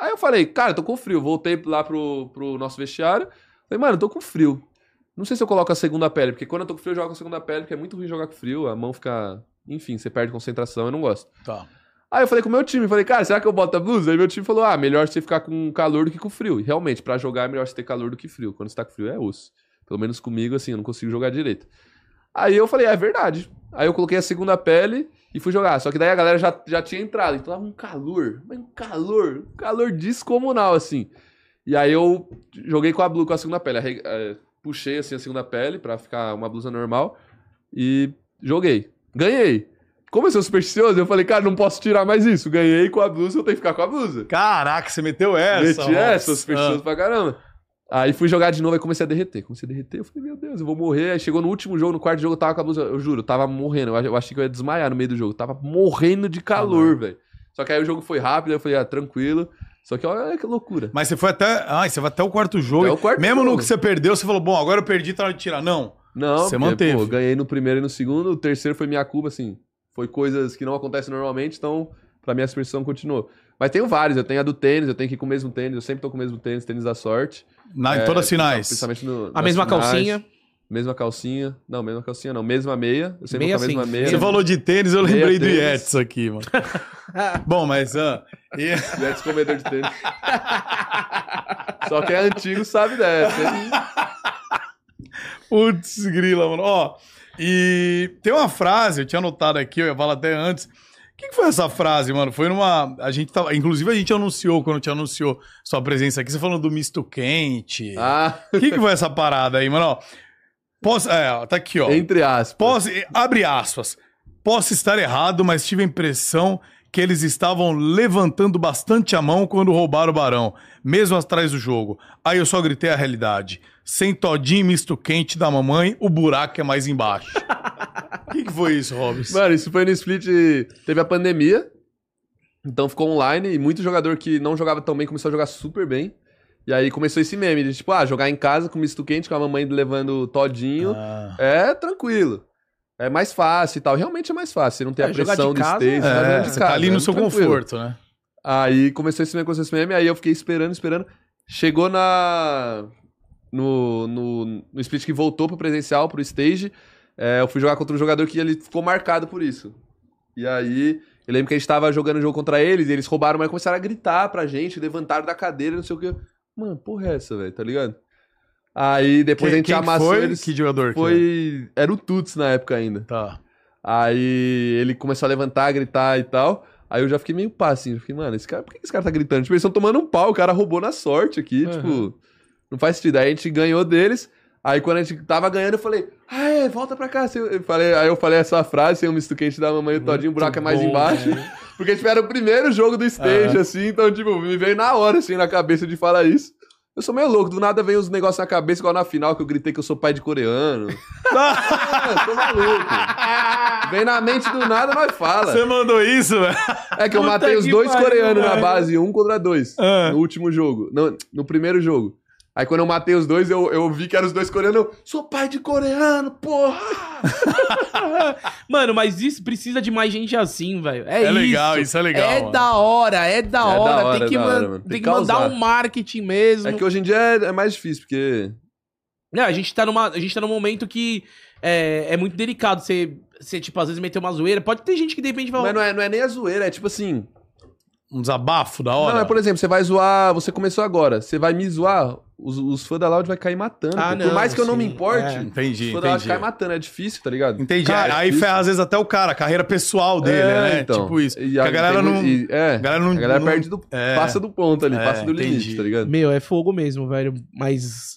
S3: Aí eu falei, cara, tô com frio. Voltei lá pro, pro nosso vestiário. Falei, mano, eu tô com frio. Não sei se eu coloco a segunda pele, porque quando eu tô com frio, eu jogo com a segunda pele, porque é muito ruim jogar com frio, a mão fica. Enfim, você perde concentração, eu não gosto.
S1: Tá.
S3: Aí eu falei com o meu time, falei, cara, será que eu boto a blusa? Aí meu time falou, ah, melhor você ficar com calor do que com frio. E realmente, pra jogar é melhor você ter calor do que frio. Quando você tá com frio é osso. Pelo menos comigo, assim, eu não consigo jogar direito. Aí eu falei, ah, é verdade. Aí eu coloquei a segunda pele e fui jogar. Só que daí a galera já, já tinha entrado. Então tava um calor, mas um calor, um calor descomunal, assim. E aí eu joguei com a blue, com a segunda pele. Arre- eh, Puxei, assim, a segunda pele pra ficar uma blusa normal. E joguei. Ganhei. Como eu sou supersticioso, eu falei, cara, não posso tirar mais isso. Ganhei com a blusa, eu tenho que ficar com a blusa.
S1: Caraca, você meteu essa.
S3: Meti essa,
S1: Robson. Ah.
S3: supersticioso pra caramba. Aí fui jogar de novo, aí comecei a derreter. Comecei a derreter, eu falei, meu Deus, eu vou morrer. Aí chegou no último jogo, no quarto jogo, eu tava com a blusa, eu juro, eu tava morrendo. Eu ach- Eu achei que eu ia desmaiar no meio do jogo. Eu tava morrendo de calor,
S1: Uhum.
S3: velho. Só que aí o jogo foi rápido, aí eu falei, ah, tranquilo. Só que olha que loucura.
S1: Mas você foi até. Ai, você vai até o quarto jogo.
S3: Até o quarto
S1: Mesmo no
S3: jogo.
S1: que você perdeu, você falou, bom, agora eu perdi, tá na hora de tirar. Não.
S3: Não,
S1: Você
S3: porque,
S1: manteve.
S3: pô, ganhei no primeiro e no segundo. O terceiro foi minha cuba, assim. Foi coisas que não acontecem normalmente, então, pra mim, a expressão continuou. Mas tenho vários, eu tenho a do tênis, eu tenho que ir com o mesmo tênis, eu sempre tô com o mesmo tênis, tênis da sorte.
S1: Na, em
S3: É,
S1: todas as finais.
S3: Principalmente no,
S2: A
S3: nas
S2: mesma
S3: finais.
S2: calcinha.
S3: Mesma calcinha. Não, mesma calcinha não. Mesma meia. Eu sempre
S2: Meia
S3: vou com a mesma
S2: sim.
S3: meia.
S1: Você falou de tênis, eu
S3: Meia
S1: lembrei do
S3: tênis.
S1: Yetis aqui, mano. bom, mas. ah, e-
S3: Jets comedor Né, de tênis. Só quem é antigo sabe dessa. hein?
S1: Putz, grila, mano. Ó, e tem uma frase, eu tinha anotado aqui, eu ia falar até antes. O que, que foi essa frase, mano? Foi numa. A gente tava. Inclusive, a gente anunciou, quando te anunciou sua presença aqui, você falando do misto quente. O
S3: Ah,
S1: que, que foi essa parada aí, mano? Ó, posso. É, ó, tá aqui, ó.
S3: entre aspas.
S1: Posso, abre aspas. Posso estar errado, mas tive a impressão que eles estavam levantando bastante a mão quando roubaram o Barão, mesmo atrás do jogo. Aí eu só gritei a realidade. Sem todinho e misto quente da mamãe, o buraco é mais embaixo. O que, que foi isso, Robson?
S3: Mano, isso foi no split. Teve a pandemia. Então ficou online e muito jogador que não jogava tão bem começou a jogar super bem. E aí começou esse meme de tipo, ah, jogar em casa com misto quente, com a mamãe levando todinho.
S1: Ah,
S3: É tranquilo. É mais fácil e tal. Realmente é mais fácil. Você não tem a
S2: É, jogar de
S3: pressão do
S2: casa,
S3: stage.
S2: é,
S3: tá jogando
S1: é,
S3: de
S1: você tá
S3: casa,
S1: ali no
S3: é
S1: seu
S3: tranquilo.
S1: conforto, né?
S3: Aí começou esse meme, começou esse meme, aí eu fiquei esperando, esperando. Chegou na. No, no, no split que voltou pro presencial, pro stage. é, eu fui jogar contra um jogador que ele ficou marcado por isso. E aí, eu lembro que a gente tava jogando o jogo contra eles, e eles roubaram, mas começaram a gritar pra gente, levantaram da cadeira, não sei o que. Mano, porra é essa, velho, tá ligado? Aí depois
S1: Quem-
S3: a gente
S1: quem que
S3: amassou
S1: foi?
S3: eles.
S1: Que jogador? que é?
S3: Foi. Era o Tuts na época ainda.
S1: Tá.
S3: Aí ele começou a levantar, gritar e tal. Aí eu já fiquei meio pá, assim. Eu fiquei, mano, esse cara, por que esse cara tá gritando? Tipo, eles estão tomando um pau, o cara roubou na sorte aqui,
S2: Aham.
S3: tipo. Não faz sentido. Aí a gente ganhou deles. Aí quando a gente tava ganhando, eu falei, ah, é, volta pra cá. seu-" Eu falei, aí eu falei essa frase, sem o misto quente da mamãe e o todinho, o buraco é mais
S2: bom, né?
S3: embaixo. Porque, tipo, era o primeiro jogo do stage,
S1: Aham.
S3: assim, então, tipo, me veio na hora, assim, na cabeça de falar isso. Eu sou meio louco, do nada vem uns negócios na cabeça, igual na final que eu gritei que eu sou pai de coreano. ah, tô maluco. Vem na mente do nada,
S1: Você
S3: nós fala.
S1: mandou isso, velho?
S3: É que eu
S2: Puta
S3: matei os
S2: que
S3: dois
S2: pariu,
S3: coreanos na
S2: velho.
S3: base, um contra dois,
S1: Ah.
S3: no último jogo, no, no primeiro jogo. Aí quando eu matei os dois, eu, eu vi que eram os dois coreanos, eu, sou pai de coreano, porra!
S2: Mano, mas isso precisa de mais gente assim, velho. É,
S1: É,
S2: isso.
S1: legal, isso é legal.
S2: É
S1: mano.
S2: da hora, é da
S3: da
S2: hora.
S3: hora,
S2: Tem que,
S3: é da
S2: man-
S3: hora, mano.
S2: tem
S3: Tem
S2: que
S3: que
S2: mandar
S3: causar.
S2: um marketing mesmo.
S3: É que hoje em dia é, é mais difícil, porque...
S2: Não, a gente tá numa, a gente tá num momento que é, é muito delicado. Você, você, tipo, às vezes meter uma zoeira. Pode ter gente que de repente vai.
S3: Mas não é, não é nem a zoeira, é tipo assim,
S1: Um desabafo da hora.
S3: Não, é por exemplo, você vai zoar, você começou agora, você vai me zoar, os, os fãs da Loud vai cair matando.
S2: Ah,
S3: pô.
S2: não,
S3: Por mais que eu não me
S2: sim,
S3: importe,
S2: é.
S3: os
S1: Entendi,
S3: fãs da Loud
S1: entendi.
S3: caem matando, é difícil, tá ligado?
S1: Entendi.
S3: Cara,
S1: aí
S3: isso-
S1: ferra às vezes até o cara, a carreira pessoal dele,
S3: É,
S1: né?
S3: então.
S1: Tipo isso.
S3: E
S1: Porque a
S3: aí
S1: galera
S3: tem
S1: não.
S3: muito- e- é,
S1: A galera não.
S3: a galera
S1: não-
S3: perde do...
S1: É.
S3: Passa do ponto ali,
S1: É,
S3: passa do limite,
S1: entendi.
S3: tá ligado?
S2: Meu, é fogo mesmo, velho. Mas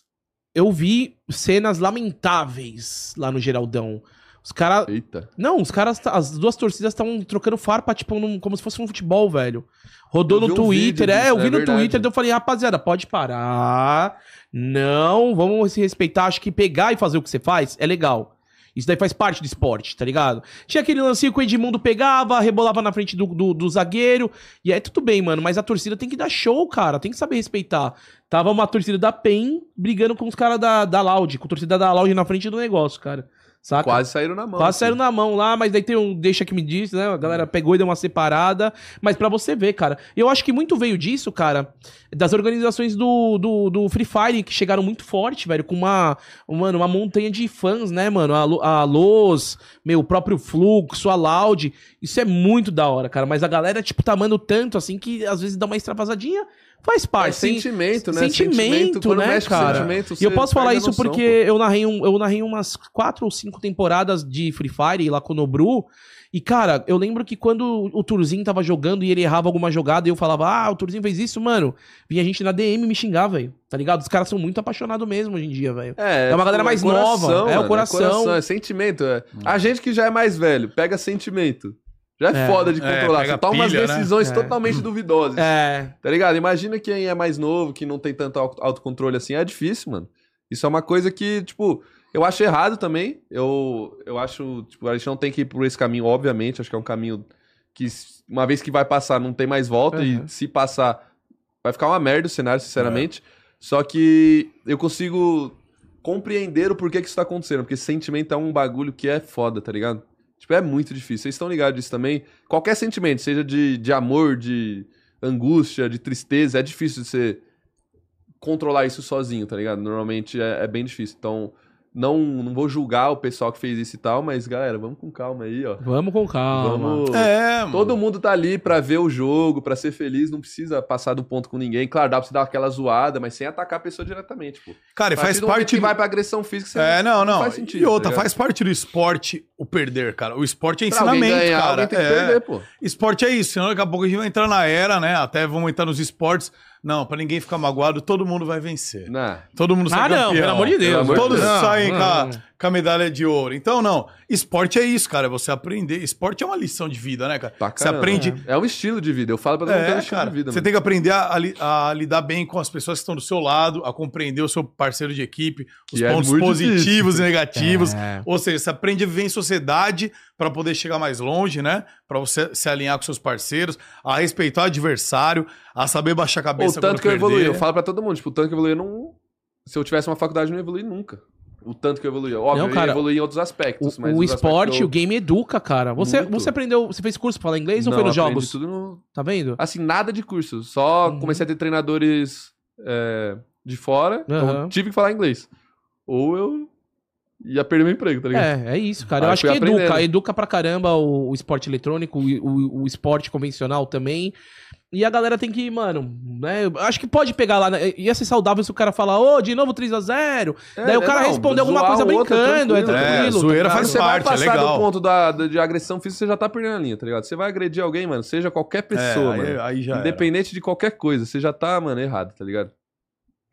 S2: eu vi cenas lamentáveis lá no Geraldão. Os caras.
S3: Eita.
S2: Não, os caras. tá- As duas torcidas estavam trocando farpa, tipo, num- como se fosse um futebol, velho. Rodou
S3: Eu vi
S2: no
S3: um
S2: Twitter.
S3: vídeo
S2: é, eu
S3: disso,
S2: vi
S3: é
S2: no
S3: verdade.
S2: Twitter, daí eu falei, rapaziada, pode parar. Não, vamos se respeitar. Acho que pegar e fazer o que você faz é legal. Isso daí faz parte do esporte, tá ligado? Tinha aquele lancinho que o Edmundo pegava, rebolava na frente do, do, do zagueiro. E aí tudo bem, mano, mas a torcida tem que dar show, cara. Tem que saber respeitar. Tava uma torcida da PEN brigando com os caras da, da Loud, com a torcida da Loud na frente do negócio, cara. Saca?
S3: Quase saíram na mão.
S2: Quase
S3: assim.
S2: saíram na mão lá, mas daí tem um deixa que me diz, né? A galera pegou e deu uma separada. Mas pra você ver, cara. Eu acho que muito veio disso, cara, das organizações do, do, do Free Fire, que chegaram muito forte, velho, com uma, mano, uma montanha de fãs, né, mano? A, Lu- a Luz, meu, o próprio Fluxo, a Loud. Isso é muito da hora, cara. Mas a galera, tipo, tá amando tanto, assim, que às vezes dá uma extravasadinha. Faz
S3: É
S2: parte, sim.
S3: sentimento, né?
S2: sentimento,
S3: Quando
S2: né,
S3: mexe com
S2: cara?
S3: sentimento,
S2: E eu
S3: você
S2: posso falar
S3: perde a
S2: isso
S3: noção,
S2: porque eu narrei, um, eu narrei umas quatro ou cinco temporadas de Free Fire lá com o Nobru. E, cara, eu lembro que quando o Turzinho tava jogando e ele errava alguma jogada e eu falava, ah, o Turzinho fez isso, mano. Vinha gente na DM me xingar, velho. Tá ligado? Os caras são muito apaixonados mesmo hoje em dia, velho.
S3: É,
S2: É uma galera mais nova, é o
S3: mano,
S2: coração.
S3: É sentimento. é. A gente que já é mais velho, pega sentimento. Já é,
S2: É.
S3: foda de
S1: É,
S3: controlar.
S1: pega
S3: Você toma umas
S1: pilha, né?
S3: decisões
S2: É.
S3: totalmente duvidosas.
S2: É.
S3: Tá ligado? Imagina quem é mais novo, que não tem tanto au- autocontrole assim. É difícil, mano. Isso é uma coisa que, tipo, eu acho errado também. Eu, eu acho, tipo, a gente não tem que ir por esse caminho, obviamente. Acho que é um caminho que, s- uma vez que vai passar, não tem mais volta.
S2: Uhum.
S3: E se passar, vai ficar uma merda o cenário, sinceramente. Só que eu consigo compreender o porquê que isso tá acontecendo. Porque sentimento é um bagulho que é foda, tá ligado? Tipo, é muito difícil. Vocês estão ligados disso também? Qualquer sentimento, seja de, de amor, de angústia, de tristeza, é difícil de você controlar isso sozinho, tá ligado? Normalmente é, é bem difícil. Então, não, não vou julgar o pessoal que fez isso e tal, mas, galera, vamos com calma aí, ó.
S2: Vamos com calma.
S3: Vamos...
S1: É, mano.
S3: Todo mundo tá ali pra ver o jogo, pra ser feliz, não precisa passar do ponto com ninguém. Claro, dá pra você dar aquela zoada, mas sem atacar a pessoa diretamente, pô.
S1: Cara, e É,
S3: A partir
S1: faz
S3: do momento
S1: parte.
S3: que
S1: do-
S3: vai pra agressão física, você
S1: É, não, não.
S3: faz sentido,
S1: e outra,
S3: tá ligado?
S1: faz parte do esporte o perder, cara. O esporte é
S3: Pra alguém
S1: ensinamento,
S3: ganhar,
S1: cara.
S3: alguém tem que
S1: É.
S3: perder, pô.
S1: Esporte é isso, senão daqui a pouco a gente vai entrar na era, né? Até vamos entrar nos esportes. Não, pra ninguém ficar magoado, todo mundo vai vencer.
S3: Não.
S1: Todo mundo sai
S2: Ah,
S1: campeão.
S2: não, pelo amor de Deus.
S3: Pelo amor de
S1: Todos
S3: Deus.
S1: saem
S2: Não,
S1: com a-
S2: não.
S1: com a medalha de ouro. Então, não. Esporte é isso, cara. É você aprender. Esporte é uma lição de vida, né, cara?
S3: Pra
S1: Você
S3: caramba.
S1: aprende.
S3: É um estilo de vida. Eu falo pra todo mundo que é um
S1: É,
S3: estilo
S1: cara.
S3: de vida,
S1: você
S3: mano.
S1: tem que aprender a, a li- a lidar bem com as pessoas que estão do seu lado, a compreender o seu parceiro de equipe, os
S3: Que é
S1: pontos
S3: muito
S1: positivos e negativos.
S2: É.
S1: Ou seja, você aprende a viver em sociedade para poder chegar mais longe, né? Para você se alinhar com seus parceiros, a respeitar o adversário, a saber baixar a
S3: O
S1: cabeça
S3: tanto
S1: quando
S3: que eu
S1: perder.
S3: evoluí, eu falo pra todo mundo, tipo, o tanto que eu evoluí, eu não... Se eu tivesse uma faculdade, eu não evoluí nunca. O tanto que eu evoluí. Óbvio,
S2: Não, cara,
S3: eu evoluí em outros aspectos,
S2: O,
S3: mas...
S2: o
S3: os aspectos
S2: esporte,
S3: que eu-
S2: o game educa, cara. Você,
S3: Muito.
S2: você aprendeu, você fez curso pra falar inglês ou
S3: Não,
S2: foi nos
S3: aprendi
S2: jogos?
S3: tudo no-
S2: Tá vendo?
S3: assim, nada de curso. Só
S2: Uhum.
S3: comecei a ter treinadores é, de fora, então
S2: Aham.
S3: tive que falar inglês. Ou eu ia perder meu emprego, tá ligado?
S2: É, é isso, cara. Eu
S3: Aí
S2: acho que
S3: fui
S2: educa,
S3: aprendendo.
S2: educa pra caramba o, o esporte eletrônico, o, o- o esporte convencional também. E a galera tem que, mano, né? eu Acho que pode pegar lá. né, Ia ser saudável se o cara falar, ô, de novo 3x0.
S3: É,
S2: Daí o cara
S3: não,
S2: respondeu alguma
S3: zoar
S2: coisa
S3: o outro
S2: brincando, é
S3: tranquilo.
S1: É,
S2: tranquilo. tá
S1: zoeira
S2: ligado?
S1: faz
S3: Você vai
S1: parte, é
S3: passar
S1: legal.
S3: do ponto da, da- de agressão física, você já tá perdendo a linha, tá ligado? Você vai agredir alguém, mano, seja qualquer
S1: É,
S3: pessoa,
S1: aí,
S3: mano.
S1: aí já era.
S3: Independente de qualquer coisa, você já tá, mano, errado, tá ligado?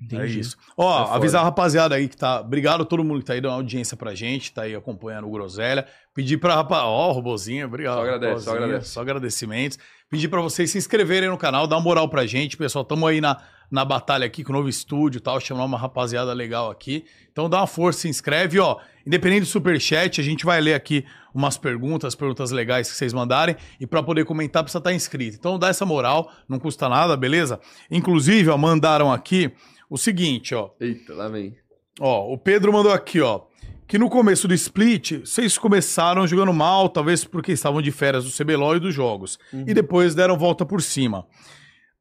S1: É
S2: Entendi.
S1: isso. Ó,
S3: É foda.
S1: avisar a rapaziada aí que tá. Obrigado a todo mundo que tá aí dando audiência pra gente, tá aí acompanhando o Groselha. Pedir pra rapaz. Ó, Robozinho, obrigado.
S3: Só agradece, só
S1: Robozinho,
S3: agradece.
S1: Só agradecimentos. Pedir pra vocês se inscreverem no canal, dar uma moral pra gente. Pessoal, tamo aí na, na batalha aqui com o novo estúdio e tal, chamar uma rapaziada legal aqui. Então dá uma força, se inscreve, ó. Independente do superchat, a gente vai ler aqui umas perguntas, perguntas legais que vocês mandarem. E pra poder comentar, precisa estar inscrito. Então dá essa moral, não custa nada, beleza? Inclusive, ó, mandaram aqui o seguinte, ó.
S3: Eita, lá vem.
S1: Ó, o Pedro mandou aqui, ó. Que no começo do split, vocês começaram jogando mal, talvez porque estavam de férias do CBLOL e dos jogos.
S3: Uhum.
S1: E depois deram volta por cima.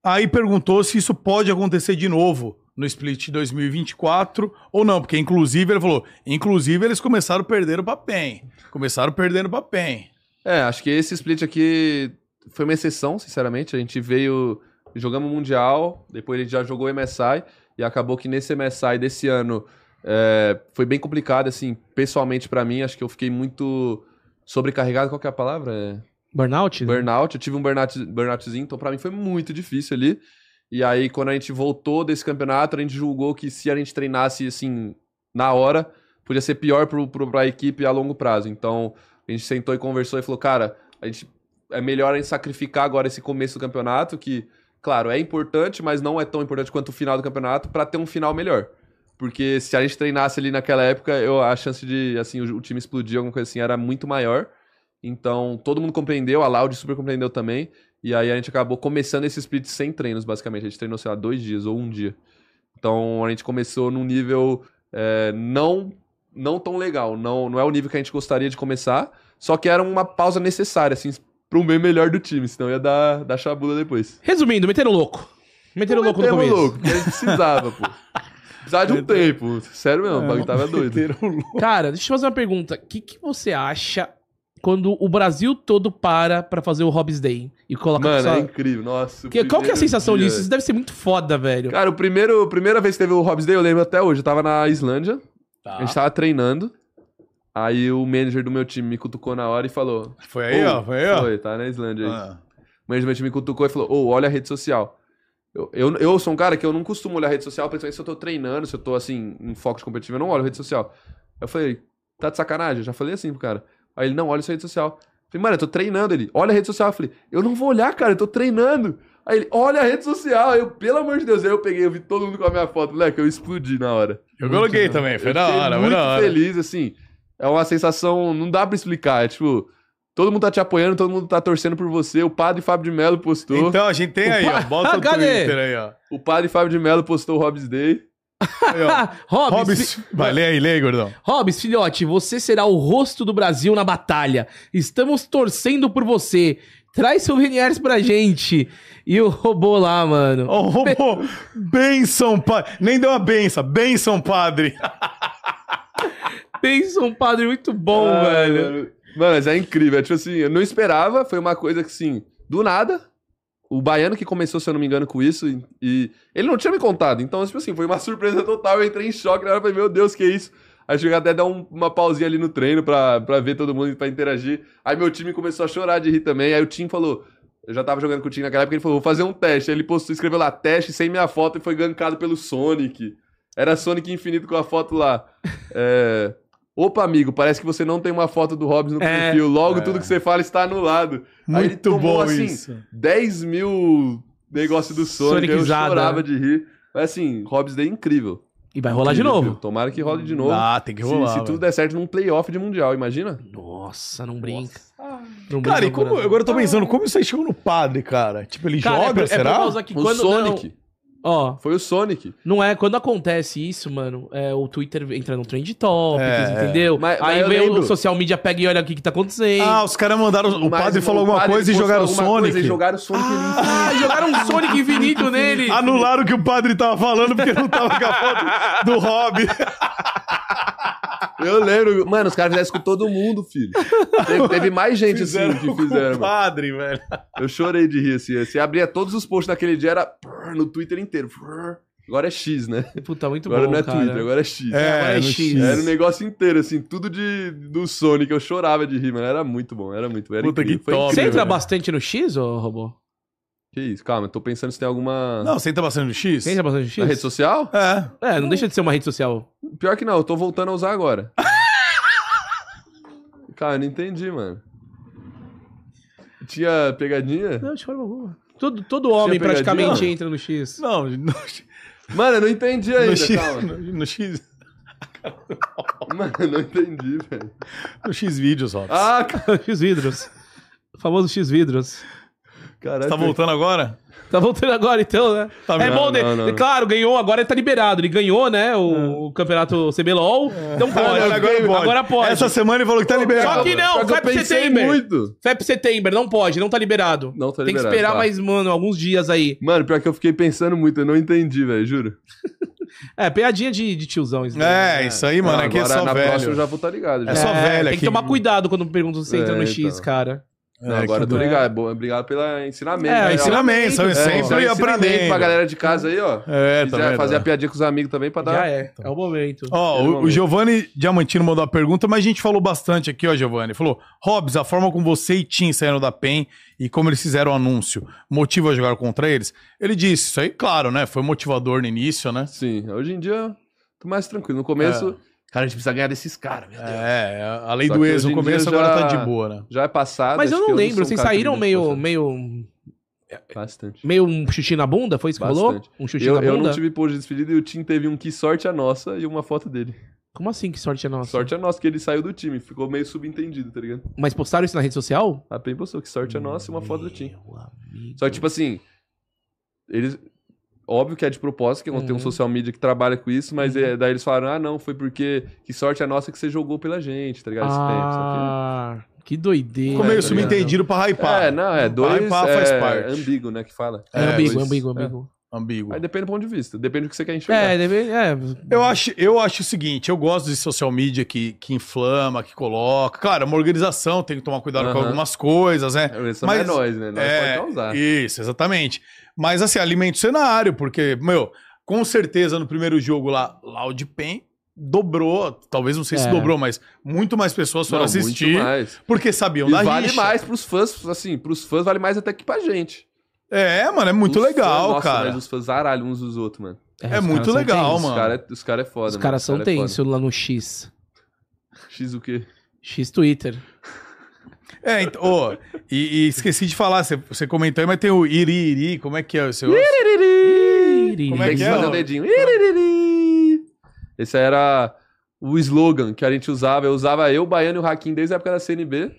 S1: Aí perguntou se isso pode acontecer de novo no split 2024 ou não, porque inclusive ele falou, inclusive eles começaram perdendo pra PEN. Começaram perdendo pra PEN.
S3: É, acho que esse split aqui foi uma exceção, sinceramente. A gente veio, jogamos Mundial, depois a gente já jogou MSI, e acabou que nesse MSI desse ano é, foi bem complicado, assim, pessoalmente pra mim. Acho que eu fiquei muito sobrecarregado. Qual que é a palavra? É...
S2: Burnout? né?
S3: Burnout, eu tive um burnout, burnoutzinho, então pra mim foi muito difícil ali. E aí, quando a gente voltou desse campeonato, a gente julgou que se a gente treinasse, assim, na hora, podia ser pior pro, pro, pra equipe a longo prazo. Então, a gente sentou e conversou e falou, cara, a gente, é melhor a gente sacrificar agora esse começo do campeonato, que, claro, é importante, mas não é tão importante quanto o final do campeonato, pra ter um final melhor. Porque se a gente treinasse ali naquela época, eu, a chance de, assim, o, o time explodir, alguma coisa assim, era muito maior. Então, todo mundo compreendeu, a Loud super compreendeu também. E aí a gente acabou começando esse split sem treinos, basicamente. A gente treinou, sei lá, dois dias ou um dia. Então a gente começou num nível é, não, não tão legal. Não, não é o nível que a gente gostaria de começar. Só que era uma pausa necessária, assim, pro bem melhor do time, senão ia dar, dar chabula depois.
S2: Resumindo, meteram louco. Meteram louco no
S3: Metemos
S2: começo. É,
S3: louco, porque a gente precisava, pô. Precisava de um tempo. Sério mesmo, o bagulho
S1: É.
S3: tava doido.
S2: Cara, deixa eu fazer uma pergunta. O que, que você acha quando o Brasil todo para pra fazer o Hobbs Day e coloca
S3: Mano,
S2: só-
S3: é incrível, nossa. o
S2: Que- qual que é a
S3: primeiro
S2: sensação
S3: dia.
S2: disso? Isso deve ser muito foda, velho.
S3: Cara, o primeiro, a primeira vez que teve o Hobbs Day, eu lembro até hoje, eu tava na Islândia,
S1: Tá.
S3: a gente tava treinando. Aí o manager do meu time me cutucou na hora e falou.
S1: Foi aí,
S3: "Ô,
S1: ó. Foi aí, ó.
S3: Foi, tá na Islândia aí.
S1: Ah.
S3: O manager do meu time me cutucou e falou, ô, olha a rede social. Eu, eu, eu sou um cara que eu não costumo olhar a rede social, principalmente se eu tô treinando, se eu tô assim, em foco de competitivo, eu não olho a rede social. Aí Eu falei, tá de sacanagem? Eu já falei assim pro cara. Aí ele, não, olha sua rede social. Eu falei, mano, eu tô treinando ele. Olha a rede social. Eu falei, eu não vou olhar, cara, eu tô treinando. Aí ele, olha a rede social. Eu, pelo amor de Deus, aí eu peguei, eu vi todo mundo com a minha foto, moleque, eu explodi na hora.
S1: Eu coloquei
S2: Muito, né?
S1: também, foi
S3: Eu
S1: É da
S3: fiquei
S1: hora, foi
S3: muito
S1: da hora.
S3: feliz, assim. É uma sensação, não dá pra explicar. É tipo, todo mundo tá te apoiando, todo mundo tá torcendo por você. O padre Fábio de Mello postou.
S1: Então a gente tem aí, ó. Bota o
S2: Cadê?
S1: Twitter aí, ó.
S3: O padre Fábio de Mello postou o Hobbs Day.
S1: Aí, ó.
S2: Ah, Hobbs, fi-
S1: Hobbs. Vai, lê aí, lê aí, gordão.
S2: Hobbs, filhote, você será o rosto do Brasil na batalha. Estamos torcendo por você. Traz souvenirs pra gente. E o robô lá, mano.
S1: Ó, o robô. Benção, padre. Nem deu uma benção. Benção, padre.
S2: Pensa um padre muito bom,
S3: Ah,
S2: velho.
S3: Mano, Mano, mas é incrível. É tipo assim, eu não esperava. Foi uma coisa que, assim, do nada. O baiano que começou, se eu não me engano, com isso. e- E ele não tinha me contado. Então, tipo assim, foi uma surpresa total. Eu entrei em choque. Na hora eu falei, meu Deus, que é isso? Aí cheguei até a dar um- uma pausinha ali no treino pra, pra ver todo mundo e pra interagir. Aí meu time começou a chorar de rir também. Aí o Tim falou. Eu já tava jogando com o Tim naquela época, ele falou, vou fazer um teste. Aí ele postou, escreveu lá, teste sem minha foto e foi gankado pelo Sonic. Era Sonic Infinito com a foto lá. É... Opa, amigo, parece que você não tem uma foto do Hobbs no
S2: É.
S3: perfil. Logo,
S1: É.
S3: tudo que você fala está anulado. Aí ele
S1: Muito
S3: tomou,
S1: bom
S3: assim,
S1: isso.
S3: 10 mil negócio do Sonic, eu
S2: Sonicizada,
S3: chorava
S2: né?
S3: de rir. Mas assim, Hobbs Day incrível.
S2: E vai rolar de
S3: Incrível.
S2: novo.
S3: Tomara que role de novo.
S1: Ah, tem que
S3: se,
S1: rolar.
S3: se
S1: velho.
S3: tudo der certo num playoff de Mundial, imagina?
S2: Nossa, não brinca.
S3: é
S2: Não
S1: Cara, e
S2: brinca,
S1: como,
S2: Bruno.
S1: agora eu tô pensando, como isso aí chegou no padre, cara? Tipo, ele
S2: Cara, é
S1: joga,
S2: por- é por
S1: será?
S2: causa que
S3: O
S2: quando-
S3: Sonic.
S2: não, Ó,
S3: Foi o Sonic.
S2: não é. Quando acontece isso, mano, é, o Twitter entra no trend topics,
S1: É, é.
S2: entendeu?
S3: Mas- mas
S2: Aí
S3: eu
S2: vem o
S3: lembro.
S2: social media, pega e olha o que, que tá acontecendo.
S1: Ah, os caras mandaram. O
S3: Mas
S1: padre falou alguma
S3: padre
S1: coisa e
S3: postou
S1: jogaram o
S3: alguma coisa
S1: Sonic.
S3: E jogaram o Sonic
S2: Ah, jogaram um Sonic infinito nele.
S3: né? Ah,
S1: Anularam o que o padre tava falando porque não tava com a foto do Hobby.
S3: Eu lembro. Mano, os caras fizeram isso com todo mundo, filho. Teve, teve mais gente assim que
S1: com
S3: fizeram,
S1: o
S3: mano.
S1: padre, velho.
S3: Eu chorei de rir, assim. Se abria todos os posts daquele dia, era prrr, no Twitter inteiro. prrr. Agora é X, né?
S2: Puta, muito
S3: agora
S2: bom,
S3: não é
S2: cara.
S3: Twitter, agora é X.
S2: É,
S1: no
S2: X.
S1: X.
S3: Era o negócio inteiro, assim, tudo de, do Sonic. Eu chorava de rir, mano. Era muito bom, era muito bom. Era
S1: Puta, que
S3: incrível. Foi
S1: top,
S2: Você
S3: incrível.
S2: entra
S1: velho.
S2: bastante no X, ô robô?
S3: Que isso? Calma, eu tô pensando se tem alguma.
S1: Não, você tá passando no X?
S2: Você entra bastante no X?
S3: Na rede social?
S1: É.
S2: É, não deixa de ser uma rede social.
S3: Pior que não, eu tô voltando a usar agora. Cara, eu não entendi, mano. Tinha pegadinha?
S2: Não, de forma alguma. Todo, todo homem
S3: pegadinha,
S2: praticamente
S3: mano?
S2: entra no X.
S1: Não, no,
S3: Mano, eu não entendi ainda,
S1: no X,
S3: calma.
S1: no, no X.
S3: Mano, eu não entendi, velho.
S1: No X vídeos, Hobby.
S3: Ah, ca-
S2: X vidros. O famoso X vidros.
S3: caralho.
S1: Você tá voltando agora?
S2: Tá voltando agora então, né?
S1: Tá
S2: é
S1: vendo?
S2: bom, de...
S3: Não, não, É. não.
S2: claro, ganhou, agora ele tá liberado. Ele ganhou, né, o, o campeonato CBLOL.
S3: É.
S2: Então pode.
S1: Agora, agora pode.
S2: Agora pode.
S1: Essa semana ele falou que tá
S2: Só
S1: liberado.
S2: que não,
S3: Só que
S2: vai
S3: eu
S2: pro
S3: pensei
S2: setembro.
S3: muito.
S2: FEP é setembro, não pode, não tá liberado.
S3: Não tá
S2: Tem que
S3: liberado,
S2: esperar
S3: tá.
S2: mais, mano, alguns dias aí.
S3: Mano, pior que eu fiquei pensando muito, eu não entendi, velho, juro.
S2: É, piadinha de, de tiozão isso.
S1: É, isso aí, mano.
S3: Não,
S1: Aqui é
S3: Ah, agora
S1: só
S3: na próxima
S1: velho.
S3: eu já vou tá ligado. Já.
S1: É só velho
S2: Tem
S1: aqui.
S2: que tomar cuidado quando perguntam se você entra
S3: É,
S2: no X,
S3: então.
S2: cara.
S3: Não,
S1: É,
S3: agora eu
S1: que-
S3: tô ligado. Bom, obrigado pelo ensinamento.
S2: É,
S3: né, ó.
S2: ensina-
S1: Ensinamento, são
S2: É,
S3: isso é um
S1: sempre
S3: ensinamento
S1: aprendendo.
S3: pra galera de casa aí, ó.
S1: É,
S3: Quiser
S1: tá vendo?
S3: fazer a piadinha com os amigos também pra
S2: Já
S3: dar.
S2: é, é
S1: Então.
S2: o momento.
S1: Ó,
S3: Pelo
S1: o- o,
S3: momento.
S1: Giovanni Diamantino mandou a pergunta, mas a gente falou bastante aqui, ó, Giovanni. Falou, Hobbs, a forma como você e Tim saíram da PEN e como eles fizeram o anúncio, motiva a jogar contra eles? Ele disse, isso aí, claro, né? Foi motivador no início, né?
S3: Sim, hoje em dia tô mais tranquilo. No começo,
S2: É.
S3: cara, a gente precisa ganhar desses caras, meu Deus.
S1: É, a lei
S3: Só
S1: do
S3: que
S1: ex
S3: hoje
S1: no
S3: em dia
S1: começo
S3: já-
S1: agora tá de boa, né?
S3: Já é passado.
S2: Mas eu
S3: acho
S2: não
S3: que
S2: lembro,
S3: sou um
S2: vocês
S3: cara que
S2: saíram
S3: liga
S2: meio,
S3: bastante.
S2: meio,
S3: Bastante.
S2: meio um chutinho na bunda, foi isso que rolou?
S3: Bastante.
S2: Um chutinho
S3: Eu,
S2: na
S3: eu
S2: bunda?
S3: não tive post de despedida e o Tim teve um que sorte a nossa e uma foto dele.
S2: Como assim, que sorte é nossa?
S3: Sorte a nossa, que ele saiu do time. Ficou meio subentendido, tá ligado?
S2: Mas postaram isso na rede social?
S3: A PEN postou que sorte a nossa e uma foto do Tim.
S2: Meu amigo.
S3: Só que, tipo assim, eles. Óbvio que é de propósito, que tem
S2: Uhum.
S3: um social media que trabalha com isso, mas é- daí eles falaram, ah, não, foi porque que sorte a nossa que você jogou pela gente, tá ligado? Esse tempo, só
S2: Ah, que doideira.
S1: Ficou meio
S3: tá ligado?
S1: subentendido pra
S3: que-
S1: hypar.
S3: É, não, é dois.
S1: Pai, pá, faz
S3: é,
S1: parte.
S3: Ambíguo, né, que fala.
S2: É,
S1: É,
S2: ambíguo,
S3: dois-
S2: ambíguo, ambíguo.
S1: Ambíguo.
S3: Aí depende do ponto de vista, dende do que você quer enxergar.
S2: É, deve, é.
S1: Eu acho, eu acho o seguinte, eu gosto de social media que, que inflama, que coloca. Claro, é uma organização, tem que tomar cuidado com
S3: Aham.
S1: algumas coisas, né?
S3: Essa
S1: mas-
S3: é nós, né? Nós
S1: É,
S3: pode causar.
S1: isso, exatamente. Mas assim, alimenta o cenário, porque, meu, com certeza no primeiro jogo lá, Loud Pen dobrou, talvez não sei se
S2: É.
S1: dobrou, mas muito mais pessoas foram
S3: Não, muito
S1: assistir
S3: mais.
S1: porque sabiam
S3: E
S1: da
S3: vale
S1: rixa.
S3: mais pros fãs, assim, pros fãs vale mais até que pra gente.
S1: É, mano, é muito
S3: Os fãs,
S1: legal,
S3: nossa,
S1: cara.
S3: Mas os fãs zaralham uns dos outros, mano.
S1: É muito legal, mano.
S3: Os caras os cara é foda,
S2: Os
S3: mano.
S2: caras
S3: Os
S2: são
S3: cara é
S2: tensos lá no X.
S3: foda. X o quê?
S2: X Twitter.
S1: É, então, ô, e, e esqueci de falar, você, você comentou aí, mas tem o iriri, como é que é o seu? Como é
S3: Tem
S1: que
S3: que
S1: é,
S3: fazer
S1: ó?
S3: o dedinho. Esse era o slogan que a gente usava. Eu usava eu, o Baiano e o Hakim desde a época da CNB.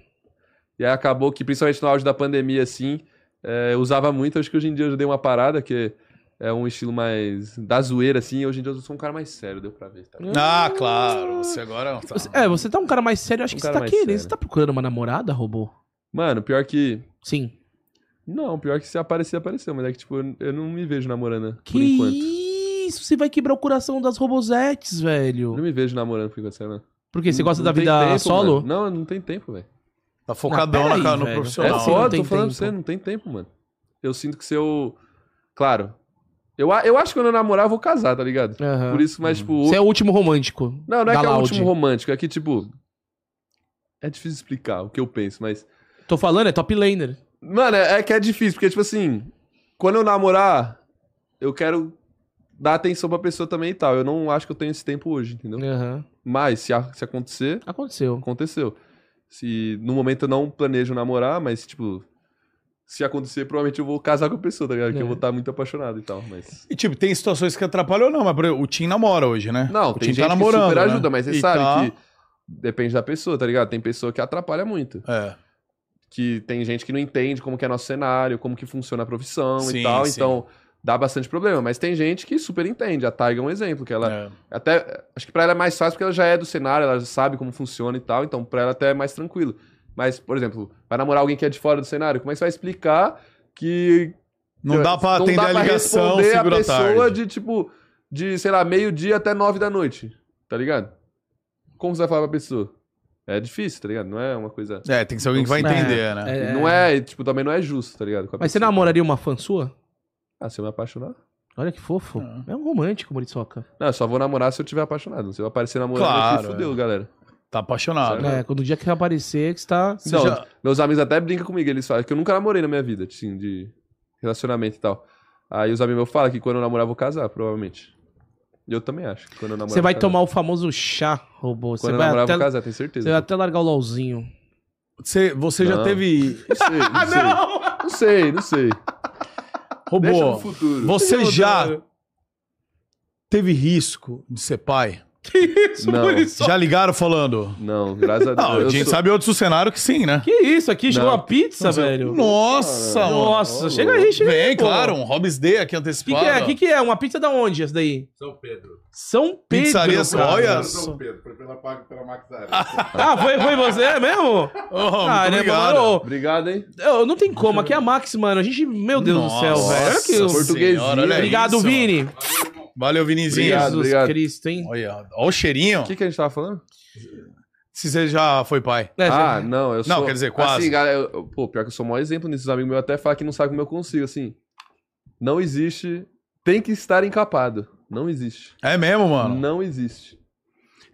S3: E aí acabou que, principalmente no auge da pandemia, assim, é, eu usava muito. Acho que hoje em dia eu já dei uma parada, que é um estilo mais da zoeira, assim. Hoje em dia eu sou um cara mais sério, deu pra ver. Tá?
S1: Ah, claro, você agora não tá.
S2: Você- É, você tá um cara mais sério, acho
S3: Um
S2: que você
S3: cara
S2: tá
S3: mais
S2: querendo.
S3: sério.
S2: Você tá procurando uma namorada, robô?
S3: Mano, pior que...
S2: Sim.
S3: Não, pior que se aparecer, apareceu. Mas é que, tipo, eu- eu não me vejo namorando, por
S2: Que
S3: enquanto.
S2: isso? Você vai quebrar o coração das robozetes,
S3: Eu
S2: velho.
S3: Não me vejo namorando, por enquanto, sei lá.
S2: Porque você gosta
S3: Não
S2: da
S3: tem
S2: vida
S3: tempo,
S2: solo?
S3: mano. Não, não tem tempo, velho.
S1: Tá focadão
S2: Não,
S1: na
S2: peraí,
S1: cara, no
S2: velho.
S3: É
S1: profissional.
S2: Não, não
S3: foda,
S2: tem
S3: tô falando pra
S2: tempo.
S3: você, não tem tempo, mano. Eu sinto que se eu. Claro. Eu, a- eu acho que quando eu namorar, eu vou casar, tá ligado?
S2: Aham.
S3: Por isso, mas, tipo. o-
S2: Você é o último romântico.
S3: Não, não é
S2: da
S3: que é o
S2: Loud.
S3: último romântico, é que, tipo. É difícil explicar o que eu penso, mas.
S2: Tô falando, é top laner.
S3: Mano, é, é que é difícil, porque, tipo assim. Quando eu namorar, eu quero dar atenção pra pessoa também e tal. Eu não acho que eu tenho esse tempo hoje, entendeu?
S2: Aham.
S3: Mas, se, a- se acontecer,
S2: Aconteceu.
S3: aconteceu. Se no momento eu não planejo namorar, mas tipo, se acontecer, provavelmente eu vou casar com a pessoa, tá ligado? Que
S2: É.
S3: eu vou estar muito apaixonado e tal, mas
S1: E, tipo, tem situações que atrapalham ou não, mas por exemplo, o Tim namora hoje, né?
S3: Não,
S1: o
S3: tem
S1: Tim
S3: gente que super ajuda,
S1: né?
S3: mas você
S1: E
S3: sabe
S1: tá-
S3: que depende da pessoa, tá ligado? Tem pessoa que atrapalha muito,
S1: É.
S3: que tem gente que não entende como que é nosso cenário, como que funciona a profissão
S1: Sim,
S3: e tal,
S1: sim.
S3: então dá bastante problema, mas tem gente que super entende. A Taiga é um exemplo, que ela
S1: é.
S3: Até, acho que pra ela é mais fácil porque ela já é do cenário, ela já sabe como funciona e tal, então pra ela até é mais tranquilo. Mas, por exemplo, vai namorar alguém que é de fora do cenário, como é que você vai explicar que...
S1: Não dá pra atender a Ah, ligação,
S3: responder a
S1: segura a
S3: pessoa
S1: tarde.
S3: de, tipo, de, sei lá, meio-dia até nove da noite, tá ligado? Como você vai falar pra pessoa? É difícil, tá ligado? Não é uma coisa...
S1: É, tem que ser alguém que vai
S2: É,
S1: entender, né?
S2: é.
S3: Não é, tipo, também não é justo, tá ligado? com a
S2: Mas você
S3: pessoa.
S2: namoraria uma fã sua?
S3: Ah, se eu me apaixonar?
S2: Olha que fofo.
S1: Ah.
S2: É um romântico, Muriçoca.
S3: Não, eu só vou namorar se eu tiver apaixonado. Se eu aparecer namorando aqui,
S1: Claro, é.
S3: fudeu, galera.
S1: Tá apaixonado.
S3: Sabe?
S2: É, quando o dia que aparecer, que você tá.
S1: Você
S3: Não,
S1: já-
S3: meus amigos até brincam comigo, eles falam que eu nunca namorei na minha vida, assim, de relacionamento e tal. Aí os amigos meus falam que quando eu namorar eu vou casar, provavelmente. E Eu também acho que quando eu namorar
S2: Você
S3: eu
S2: vai
S3: vou casar.
S2: tomar o famoso chá, robô. Você
S3: um. Quando eu
S2: vai,
S3: namorar eu
S2: até...
S3: vou casar, tenho certeza.
S2: você vai até largar o LOLzinho.
S1: Você, você Ah, já
S3: Não.
S1: teve.
S3: Não sei, não sei. Não sei, não sei. Deixa no
S1: Robô,
S3: futuro.
S1: você já teve risco de ser pai?
S2: Que isso,
S3: Não.
S2: Muriçoca?
S1: Já ligaram falando?
S3: Não, graças a Deus.
S1: Não, a
S3: eu
S1: gente
S3: sou-
S1: sabe outro cenário que sim, né?
S2: Que isso? Aqui chegou
S3: Não.
S2: uma pizza,
S1: Nossa,
S2: velho.
S1: Nossa,
S3: Cara,
S1: mano.
S2: Nossa,
S3: Ô,
S2: chega
S3: louco.
S2: aí, chega aí.
S1: Vem,
S2: pô.
S1: claro, um Hobbs Day
S2: O
S1: aqui
S2: que, que é?
S1: antecipado.
S2: que, que é? Uma pizza da onde essa daí?
S4: São Pedro.
S2: São Pedro.
S1: Pizzaria
S2: cara.
S1: Olha só.
S4: São Pedro, foi pela, Pag- pela Max Arena.
S2: Ah, foi, foi você mesmo?
S1: Oh, muito
S2: é? Caramba,
S1: obrigado.
S2: mano,
S3: Obrigado, hein?
S2: eu- eu não tem como. Aqui é a Max, mano. A gente, meu Deus
S1: Nossa,
S2: do céu, velho. Olha que-
S1: senhora,
S3: portuguesinho.
S1: olha
S2: Obrigado,
S1: isso.
S2: Vini.
S1: Valeu, Vinizinho.
S3: Obrigado,
S2: Jesus
S3: obrigado.
S2: Cristo, hein?
S1: Olha, olha o cheirinho.
S3: O que, que a gente tava falando?
S1: Se você já foi pai.
S2: É, já-
S3: ah, não, eu sou.
S1: Não, quer dizer, quase.
S3: Assim, galera, eu- eu- pô, pior que eu sou o maior exemplo nisso. Os amigos meus até falam que não sabe como eu consigo, assim. Não existe. Tem que estar encapado. Não existe.
S1: É mesmo, mano.
S3: Não existe.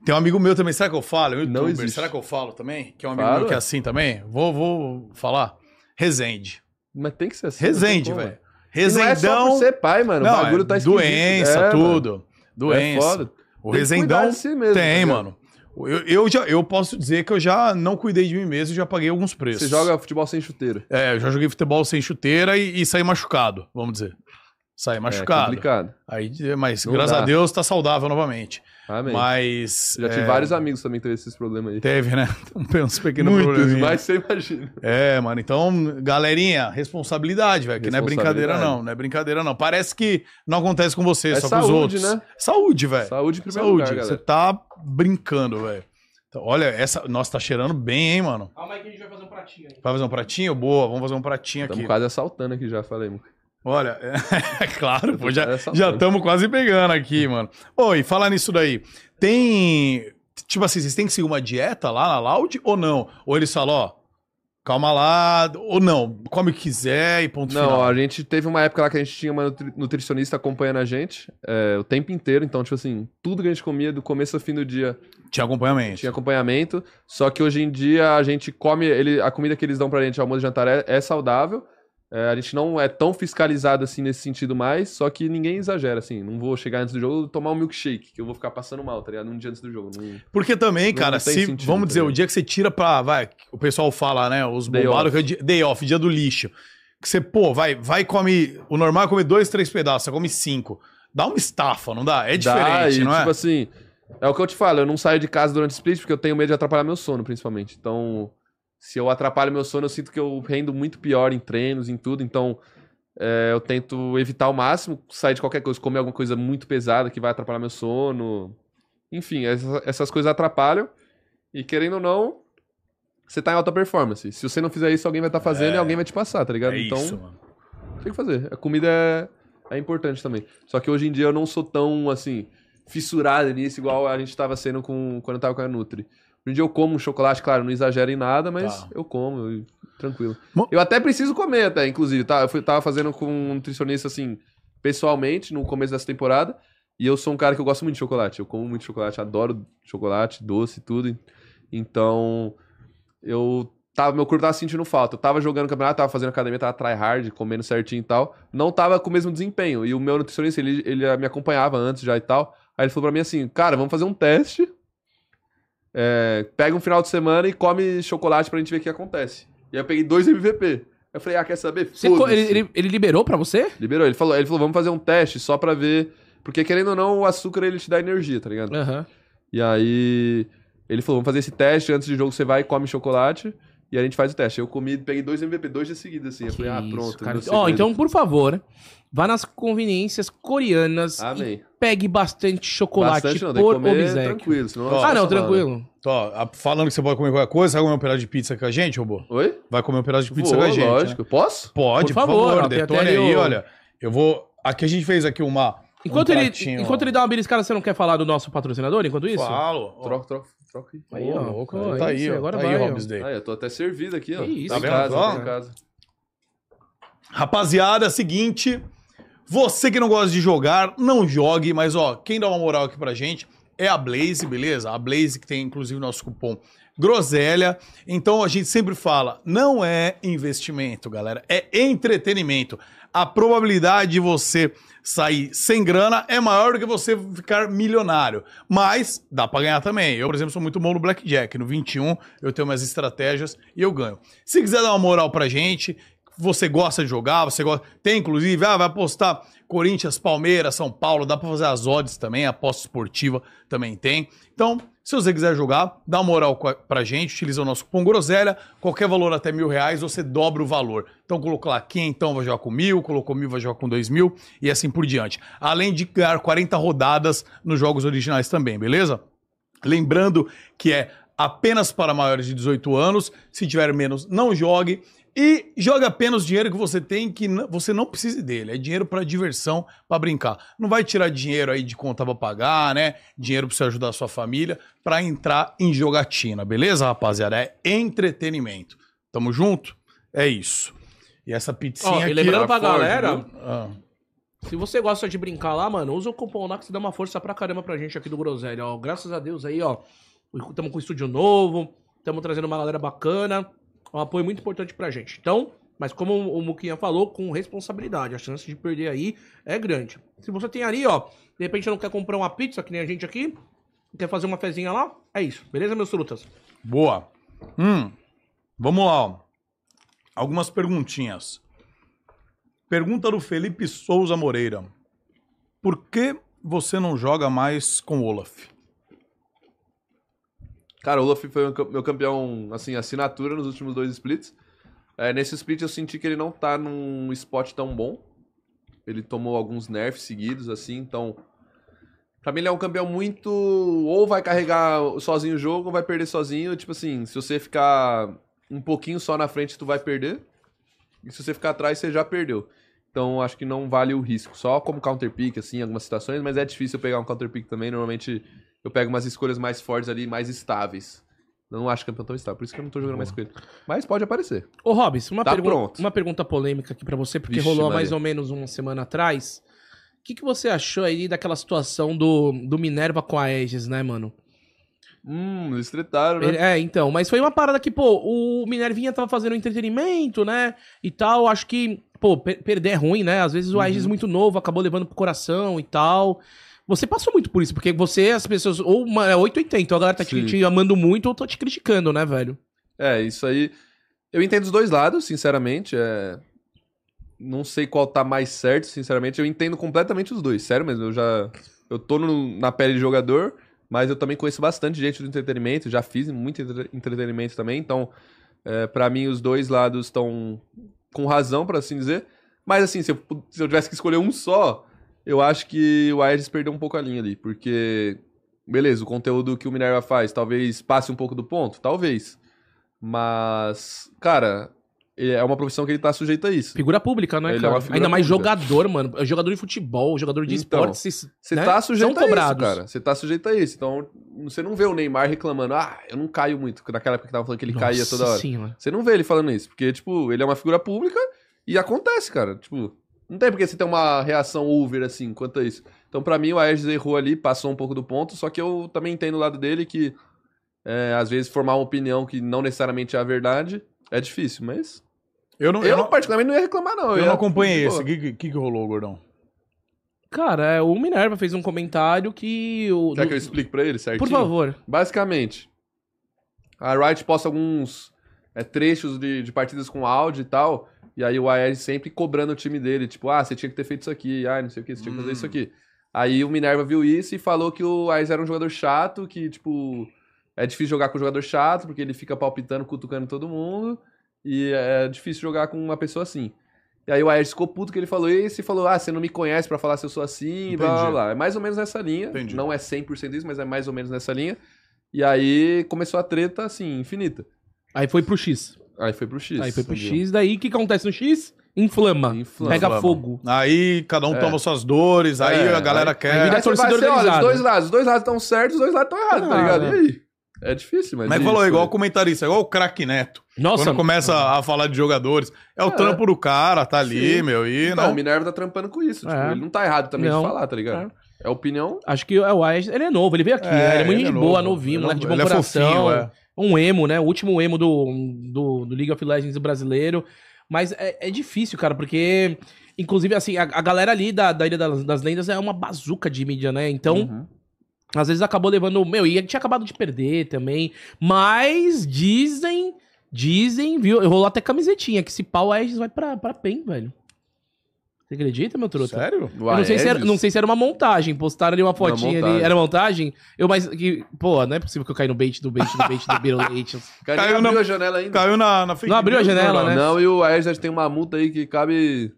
S1: Tem um amigo meu também, será que eu falo? É um
S3: Não
S1: youtuber,
S3: existe.
S1: será que eu falo também? Que é um amigo
S3: Fala.
S1: meu que é assim também? Vou, vou falar. Resende.
S3: Mas tem que ser assim. não tem
S1: Resende,
S3: como,
S1: velho.
S3: mano. E Não é só
S1: Resendão.
S3: por ser pai, mano. o bagulho
S1: é
S3: tá esquisito.
S1: Doença,
S3: É, mano.
S1: tudo.
S3: É
S1: Doença.
S3: foda.
S1: o
S3: Tem que cuidar
S1: Resendão
S3: de si mesmo, tá
S1: tem,
S3: ligado?
S1: mano. Eu, eu, já, eu posso dizer que eu já não cuidei de mim mesmo e já paguei alguns preços.
S3: Você joga futebol sem chuteira.
S1: É, eu já joguei futebol sem chuteira e, e saí machucado, vamos dizer. Saí
S3: É
S1: machucado.
S3: complicado.
S1: Aí, mas
S3: Não
S1: graças
S3: dá.
S1: a Deus tá saudável novamente.
S3: Amém.
S1: Mas.
S3: Já
S1: é,
S3: tive vários amigos também que teve esses problemas aí.
S1: Teve, né? Uns pequenos
S3: Muitos,
S1: probleminhas.
S3: mas você imagina.
S1: É, mano. Então, galerinha, responsabilidade, velho. Que não é brincadeira, não. Não é brincadeira, não. Parece que não acontece com você,
S3: É
S1: só com os
S3: saúde,
S1: outros.
S3: né?
S1: Saúde, velho.
S3: Saúde em primeiro
S1: É. Saúde.
S3: lugar,
S1: você
S3: galera.
S1: tá brincando, velho. Então, olha, essa. Nossa, tá cheirando bem, hein, mano.
S2: Calma aí que a gente vai fazer um pratinho aí.
S1: Vai fazer um pratinho? Boa, vamos fazer um pratinho
S3: Estamos
S1: aqui.
S3: quase assaltando aqui já, falei. mano.
S1: Olha, é claro, pô, já
S3: É só
S1: já
S3: tanto.
S1: estamos quase pegando aqui, mano. Oi, fala nisso daí. Tem. Tipo assim, vocês têm que seguir uma dieta lá na Loud ou não? Ou eles falam, ó, Calma lá, ou não, come o que quiser e ponto
S3: Não,
S1: final.
S3: a gente teve uma época lá que a gente tinha uma nutri- nutricionista acompanhando a gente é, o tempo inteiro. Então, tipo assim, tudo que a gente comia do começo ao fim do dia
S1: Tinha acompanhamento.
S3: tinha acompanhamento. Só que hoje em dia a gente come. Ele, a comida que eles dão pra gente, almoço e jantar, é, é saudável. É, a gente não é tão fiscalizado assim nesse sentido mais. Só que ninguém exagera, assim. Não vou chegar antes do jogo e tomar um milkshake, que eu vou ficar passando mal, tá ligado? Um dia antes do jogo. Não...
S1: Porque também,
S3: Não
S1: cara,
S3: tem
S1: se,
S3: sentido,
S1: vamos
S3: tá
S1: dizer, o
S3: ligado?
S1: dia que você tira pra, vai, o pessoal fala, né, os
S3: Day
S1: bombados,
S3: off.
S1: que é o dia- day off, dia do lixo. Que você, pô, vai, vai e come, o normal é comer dois, três pedaços, você come cinco. Dá uma estafa, não dá? É
S3: Dá,
S1: diferente,
S3: e,
S1: não é?
S3: Tipo assim, é o que eu te falo, eu não saio de casa durante o split porque eu tenho medo de atrapalhar meu sono, principalmente. Então, se eu atrapalho meu sono, eu sinto que eu rendo muito pior em treinos, em tudo. Então, é, eu tento evitar ao máximo sair de qualquer coisa, comer alguma coisa muito pesada que vai atrapalhar meu sono. Enfim, essas, essas coisas atrapalham. E querendo ou não, você tá em alta performance. Se você não fizer isso, alguém vai estar fazendo
S1: É.
S3: e alguém vai te passar, tá ligado?
S1: é
S3: então,
S1: isso, mano.
S3: tem que fazer. A comida é, é importante também. Só que hoje em dia eu não sou tão, assim, fissurado nisso, igual a gente tava sendo com, quando eu tava com a Nutri. Hoje em dia eu como um chocolate, claro, não exagero em nada, mas
S1: Tá.
S3: eu como, eu- tranquilo.
S1: Mo-
S3: Eu até preciso comer, até, inclusive, tá? Eu fui, tava fazendo com um nutricionista, assim, pessoalmente, no começo dessa temporada. E eu sou um cara que eu gosto muito de chocolate. Eu como muito chocolate, adoro chocolate, doce, tudo. Então, eu tava, meu corpo tava sentindo falta. Eu tava jogando campeonato, tava fazendo academia, tava tryhard, comendo certinho e tal. Não tava com o mesmo desempenho. E o meu nutricionista, ele, ele eh, me acompanhava antes já e tal. Aí ele falou pra mim assim, cara, vamos fazer um teste. É, pega um final de semana e come chocolate pra gente ver o que acontece. E aí eu peguei dois MVP. Eu falei, ah, quer saber?
S2: Você co-
S3: Foda-se.
S2: ele, ele- ele liberou pra você?
S3: Liberou. Ele falou, ele falou, vamos fazer um teste só pra ver... Porque querendo ou não, o açúcar ele te dá energia, tá ligado?
S2: Aham.
S3: E aí ele falou, vamos fazer esse teste, antes do jogo você vai e come chocolate, e a gente faz o teste. Eu comi, peguei dois MVP, dois de seguida, assim. eu falei, ah,
S2: Que isso,
S3: pronto.
S2: cara.
S3: meu segredo.
S2: Ó, então, por favor, vá nas conveniências coreanas e
S3: Amém.
S2: pegue bastante chocolate
S3: Bastante não, tem que
S2: por
S3: comer
S2: obséquio.
S3: tranquilo. Senão
S1: Ah,
S3: passa
S2: Ah, não,
S3: mal, né?
S2: tranquilo.
S1: Tô, Então, a- falando que você pode comer qualquer coisa, você vai comer um pedaço de pizza com a gente, robô?
S3: Oi?
S1: Vai comer um pedaço de pizza
S3: Vou,
S1: com a gente. né?
S3: lógico. Posso?
S1: Pode, por
S2: Por
S1: favor,
S2: favor, ó, tem
S1: detone
S2: até
S1: aí,
S2: ali o-
S1: olha. Eu vou. Aqui a gente fez aqui uma.
S2: Enquanto,
S1: um
S2: ele,
S1: pratinho,
S2: enquanto ele dá uma beliscada, você não quer falar do nosso patrocinador enquanto isso?
S1: Falo. ó.
S3: Troca, troca, troca aí.
S2: Aí,
S1: Ô,
S2: ó.
S1: louco,
S2: Pô,
S1: tá
S2: é isso,
S1: aí, ó.
S2: agora
S1: tá aí,
S2: vai, ó.
S1: Rob's Day.
S3: Ah, eu tô até servido aqui, ó.
S2: Que isso,
S3: tá em
S1: cara.
S3: casa,
S1: Ó.
S3: tá em casa.
S1: Rapaziada, é o seguinte. Você que não gosta de jogar, não jogue, mas ó, quem dá uma moral aqui pra gente é a Blaze, beleza? A Blaze que tem inclusive nosso cupom Groselha. Então a gente sempre fala, não é investimento, galera, é entretenimento. A probabilidade de você sair sem grana é maior do que você ficar milionário. Mas dá pra ganhar também. Eu, por exemplo, sou muito bom no Blackjack. No 21, eu tenho minhas estratégias e eu ganho. Se quiser dar uma moral pra gente, você gosta de jogar, você gosta. Tem, inclusive, ah, vai apostar Corinthians, Palmeiras, São Paulo, dá pra fazer as odds também, a aposta esportiva também tem. Então, se você quiser jogar, dá uma moral co- pra gente, utiliza o nosso cupom Groselha, qualquer valor até mil reais, você dobra o valor. Então, colocou lá quem então vai jogar com mil, colocou mil, vai jogar com dois mil e assim por diante. Além de ganhar 40 rodadas nos jogos originais também, beleza? Lembrando que é apenas para maiores de 18 anos. Se tiver menos, não jogue. E joga apenas o dinheiro que você tem, que n- você não precise dele. É dinheiro para diversão, para brincar. Não vai tirar dinheiro aí de conta para pagar, né? Dinheiro para você ajudar a sua família, para entrar em jogatina, beleza, rapaziada? É entretenimento. Tamo junto? É isso. E essa pizzinha
S2: Ó,
S1: aqui...
S2: e lembrando pra
S1: ela forte,
S2: galera,
S1: viu? Ah.
S2: Se você gosta de brincar lá, mano, usa o cupom lá que você dá uma força pra caramba pra gente aqui do Groselha, ó. Graças a Deus aí, ó. Estamos com um estúdio novo, estamos trazendo uma galera bacana. É Um apoio muito importante pra gente. Então, mas como o Muquinha falou, com responsabilidade. A chance de perder aí é grande. Se você tem ali, ó, de repente não quer comprar uma pizza, que nem a gente aqui, quer fazer uma fezinha lá, é isso. Beleza, meus frutas?
S1: Boa. Hum, vamos lá. ó. Algumas perguntinhas. Pergunta do Felipe Souza Moreira. Por que você não joga mais com o Olaf?
S3: Cara, o Luffy foi meu cam- meu campeão, assim, assinatura nos últimos dois splits. É, nesse split eu senti que ele não tá num spot tão bom. Ele tomou alguns nerfs seguidos, assim, então. Pra mim ele é um campeão muito. Ou vai carregar sozinho o jogo, ou vai perder sozinho. Tipo assim, se você ficar um pouquinho só na frente, tu vai perder. E se você ficar atrás, você já perdeu. Então acho que não vale o risco. Só como counter pick, assim, em algumas situações, mas é difícil eu pegar um counter pick também. Normalmente eu pego umas escolhas mais fortes ali, mais estáveis. Não acho campeão tão estável. Por isso que eu não tô jogando mais com ele. Mas pode aparecer.
S2: Ô, Robis, uma,
S3: Tá
S2: pergun-
S3: pronto.
S2: uma pergunta polêmica aqui pra você, porque
S3: Vixe,
S2: rolou há
S3: Maria.
S2: mais ou menos uma semana atrás. O que, que você achou aí daquela situação do, do Minerva com a Aegis, né, mano?
S3: Hum, eles tretaram, né?
S2: Ele- é, então, mas foi uma parada que, pô, o Minervinha tava fazendo entretenimento, né? E tal, acho que, pô, per- perder é ruim, né? Às vezes o
S3: Uhum.
S2: Aegis muito novo acabou levando pro coração e tal. Você passou muito por isso, porque você, as pessoas, ou uma, é 880, ou a galera tá te,
S3: Sim.
S2: te amando muito ou tá te criticando, né, velho?
S3: É, isso aí. Eu entendo os dois lados, sinceramente. É... Não sei qual tá mais certo, sinceramente. Eu entendo completamente os dois. Sério mesmo, eu já. Eu tô no- na pele de jogador, mas eu também conheço bastante gente do entretenimento. Já fiz muito entre- entretenimento também. Então, é, para mim, os dois lados estão com razão, por assim dizer. Mas assim, se eu, pu- se eu tivesse que escolher um só, eu acho que o Aegis perdeu um pouco a linha ali. Porque, beleza, o conteúdo que o Minerva faz talvez passe um pouco do ponto? Talvez. Mas, cara, é uma profissão que ele tá sujeito a isso.
S2: Figura pública, né,
S3: Ele é
S2: cara?
S3: uma figura
S2: Ainda mais
S3: pública.
S2: jogador, mano. Jogador de futebol, jogador de
S3: Então,
S2: esporte. Você
S3: Você
S2: Né?
S3: tá
S2: São
S3: sujeito a isso,
S2: cobrados.
S3: cara. Você tá sujeito a isso. Então, você não vê o Neymar reclamando, ah, eu não caio muito. porque Naquela época que tava falando que ele caía toda hora.
S2: Senhora.
S3: Você não vê ele falando isso, porque, tipo, ele é uma figura pública e acontece, cara. Tipo, não tem porque você ter uma reação over, assim, quanto a isso. Então, pra mim, o Aegis errou ali, passou um pouco do ponto, só que eu também entendo o lado dele que, é, às vezes, formar uma opinião que não necessariamente é a verdade é difícil, mas...
S1: Eu não,
S3: Eu,
S1: eu não,
S3: particularmente, não ia reclamar, não.
S1: eu não
S3: ia-
S1: acompanhei
S3: Pô,
S1: esse. O que, que, que rolou, gordão?
S2: Cara, é, o Minerva fez um comentário que. O,
S3: Quer que eu explique pra ele certinho?
S2: Por favor.
S3: Basicamente, a Riot posta alguns é, trechos de, de partidas com áudio e tal, e aí o Aegis sempre cobrando o time dele, tipo, ah, você tinha que ter feito isso aqui, ah, não sei o que, você tinha que fazer
S1: Hum.
S3: isso aqui. Aí o Minerva viu isso e falou que o Aegis era um jogador chato, que, tipo, é difícil jogar com um jogador chato, porque ele fica palpitando, cutucando todo mundo, e é difícil jogar com uma pessoa assim. E aí o Aegis ficou puto que ele falou isso e falou, ah, você não me conhece pra falar se eu sou assim, blá, blá,
S1: Entendi.
S3: blá. É mais ou menos nessa linha,
S1: Entendi.
S3: não é 100% isso, mas é mais ou menos nessa linha. E aí começou a treta, assim, infinita.
S2: Aí foi pro X.
S3: Aí foi pro X.
S2: Aí foi pro
S3: entendeu?
S2: X, daí o que acontece no X? Inflama.
S3: Inflama.
S2: Pega
S1: Inflama.
S2: fogo.
S1: Aí cada um
S3: É.
S1: toma suas dores, aí
S3: É,
S1: a galera
S3: aí-
S1: quer.
S2: aí vira-
S3: Aí você
S2: torcida
S3: vai ser, olha, os
S2: organizada.
S3: dois lados, os dois lados estão certos, os dois lados estão errados,
S2: Ah,
S3: tá ligado?
S2: né?
S3: E aí? É difícil, mas.
S1: Mas falou, é
S3: isso,
S1: igual
S3: né?
S1: comentarista, é igual o craque Neto.
S2: Nossa,
S1: Quando começa a falar de jogadores, é o
S3: É.
S1: trampo do cara, tá ali,
S3: Sim.
S1: meu, e
S3: Então, o
S1: né?
S3: Minerva tá trampando com isso. Tipo,
S2: É.
S3: ele não tá errado também
S2: Não.
S3: de falar, tá ligado? É, opinião.
S2: acho que é o Ayes, ele é novo, ele veio aqui, né? ele é muito
S1: ele
S2: de boa,
S1: novo,
S2: novinho,
S1: ele um
S2: moleque de bom
S1: ele
S2: coração.
S1: fofinho, é.
S2: Um emo, né? O último emo do, do, do League of Legends brasileiro. Mas é, é difícil, cara, porque. Inclusive, assim, a, a galera ali da, da Ilha das, das Lendas é uma bazuca de mídia, né? Então,
S3: Uhum.
S2: Às vezes acabou levando. Meu, e ele tinha acabado de perder também. Mas dizem. Dizem, viu? Rolou até camisetinha que se pau a Aegis vai pra, pra PEN, velho. Você acredita, meu truta?
S1: Sério?
S3: O
S2: Eu não sei, se era,
S3: Aegis-
S2: não sei se era uma montagem. Postaram ali uma fotinha ali.
S3: é montagem.
S2: Era montagem? Eu, mas. Que, pô, não é possível que eu caia no bait do bait do bait do Beiro Leite.
S3: Cara,
S1: Caiu
S3: Caiu abriu
S1: na-
S3: a janela ainda.
S1: Caiu na, na fake
S2: Não abriu a
S1: news,
S2: janela,
S1: Gordão.
S2: né?
S3: Não, e o Aegis tem uma multa aí que cabe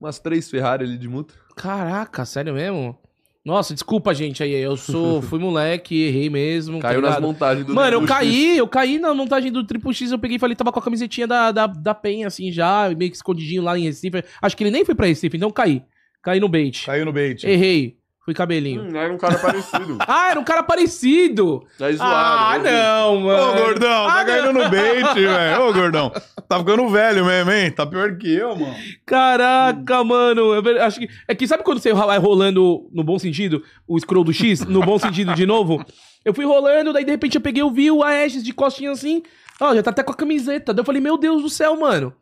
S3: umas três Ferrari ali de multa.
S2: Caraca, sério mesmo? Nossa, desculpa, gente. Aí, eu sou. Fui moleque, errei mesmo. tá
S3: Caiu nas
S2: ligado?
S3: montagens do
S2: Mano, eu
S3: do X.
S2: caí, eu caí na montagem do Triple X, eu peguei e falei, tava com a camisetinha da, da, da PEN, assim, já, meio que escondidinho lá em Recife. Acho que ele nem foi pra Recife, então eu caí. Caí no bait.
S1: Caiu no bait.
S2: Errei. Fui cabelinho.
S3: Hum, era um cara parecido.
S2: Ah, era um cara parecido!
S3: Aí zoaram.
S2: ah,
S3: né?
S2: não,
S1: Ô,
S2: mano.
S1: gordão,
S2: Ah,
S1: tá caindo no bait, velho. Ô, gordão, tá ficando velho mesmo, hein? Tá pior que eu, mano.
S3: Hum.
S2: Caraca, mano. é ver- acho que, é que sabe quando você vai rolando, no bom sentido, o scroll do X, no bom sentido de novo? Eu fui rolando, daí de repente eu peguei, eu vi o Aegis de costinha assim. Ó, já tá até com a camiseta. Daí eu falei, meu Deus do céu, mano.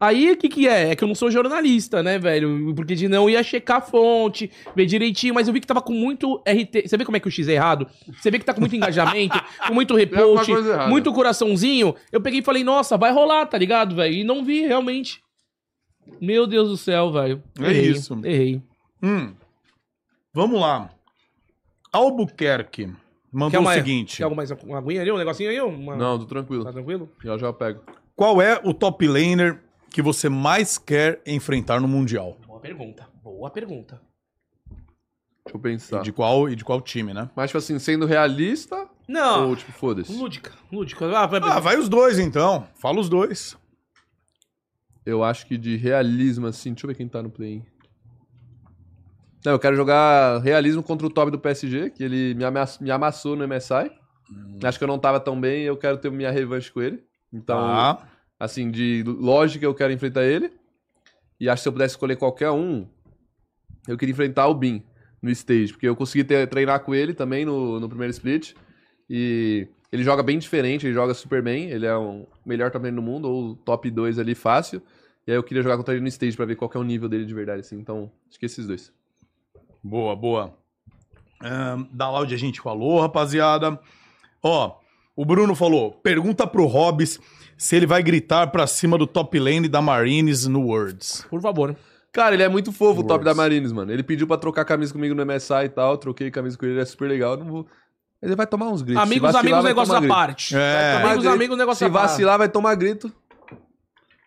S2: Aí, o que que é? É que eu não sou jornalista, né, velho? Porque de não ia checar a fonte, ver direitinho, mas eu vi que tava com muito RT. Você vê como é que o X é errado? Você vê que tá com muito engajamento, com muito
S3: alguma
S2: repost,
S3: É coisa errada.
S2: muito coraçãozinho. Eu peguei e falei, nossa, vai rolar, tá ligado, velho? E não vi, realmente. Meu Deus do céu, velho.
S1: É
S2: Errei,
S1: isso.
S2: Errei.
S1: Hum. Vamos lá. Albuquerque
S2: Quer
S1: mandou
S2: uma,
S1: o seguinte.
S2: Quer alguma mais uma aguinha ali? Um negocinho aí? Uma...
S3: Não, tô tranquilo.
S2: Tá tranquilo?
S3: Já já eu pego.
S1: Qual é o top laner que você mais quer enfrentar no Mundial?
S2: Boa pergunta. Boa pergunta.
S3: Deixa eu pensar.
S2: Tá.
S1: E de qual e de qual time, né?
S3: Mas, tipo assim, sendo realista
S2: Não.
S3: ou, tipo, foda-se?
S2: Lúdica, lúdica. Ah, vai,
S1: Ah, vai os dois então. Fala os dois.
S3: Eu acho que de realismo, assim, deixa eu ver quem tá no play. Não, eu quero jogar realismo contra o Toby do PSG, que ele me, ameaç- me amassou no MSI. Acho que eu não tava tão bem e eu quero ter minha revanche com ele. Então,
S1: Tá.
S3: assim, de lógica eu quero enfrentar ele. E acho que se eu pudesse escolher qualquer um, eu queria enfrentar o Bin no stage, porque eu consegui ter- treinar com ele também no, no primeiro split. E ele joga bem diferente, ele joga super bem, ele é o melhor também do mundo, ou top 2 ali fácil. E aí eu queria jogar contra ele no stage pra ver qual que é o nível dele de verdade, assim. Então, acho que esses dois.
S1: Boa, boa. Ahn, da Laude a gente falou, rapaziada. Ó, o Bruno falou: pergunta pro Hobbs se ele vai gritar pra cima do top lane da Marines no Words.
S2: Por favor.
S3: Cara, ele é muito fofo, o
S1: Words.
S3: top da Marines, mano. Ele pediu pra trocar camisa comigo no MSI e tal, troquei camisa com ele, ele é super legal. eu Não vou... Ele vai tomar uns gritos. Se
S2: Amigos,
S3: vacilar,
S2: amigos,
S3: vai
S2: negócio
S3: tomar
S2: à
S3: grito.
S2: parte.
S1: É.
S2: Amigos,
S3: Vai-
S2: amigos, negócio à
S3: Se
S2: parte.
S3: vacilar, vai tomar grito.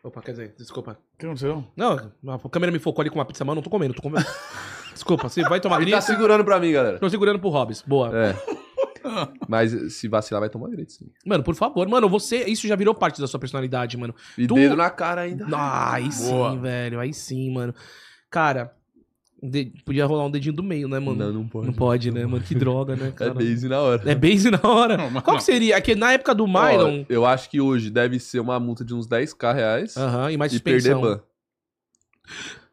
S2: Opa, quer dizer, desculpa.
S1: O que aconteceu?
S2: Não, a câmera me focou ali com uma pizza, mano, não tô comendo, tô comendo. desculpa, você vai tomar
S3: Ele tá
S2: grito.
S3: segurando pra mim, galera.
S2: Tô segurando pro Hobbs. Boa.
S3: É. Mas se vacilar, vai tomar grito, sim.
S2: Mano, por favor, mano, você. Isso já virou parte da sua personalidade, mano.
S3: E
S2: Tu-
S3: dedo na cara ainda.
S2: Ah, aí sim,
S1: Boa.
S2: velho. Aí sim, mano. Cara, de- podia rolar um dedinho do meio, né, mano? Não,
S3: pode.
S2: pode, né, mano? Que droga, né,
S3: É
S2: cara?
S3: base na hora.
S2: É base na hora.
S1: Não, mas
S2: Qual
S1: não.
S2: que seria? É que na época do
S3: Ó,
S2: Mylon.
S3: eu acho que hoje deve ser uma multa de uns 10k reais
S2: Aham, e mais
S3: e perder
S2: Ah, suspensão.
S3: ban.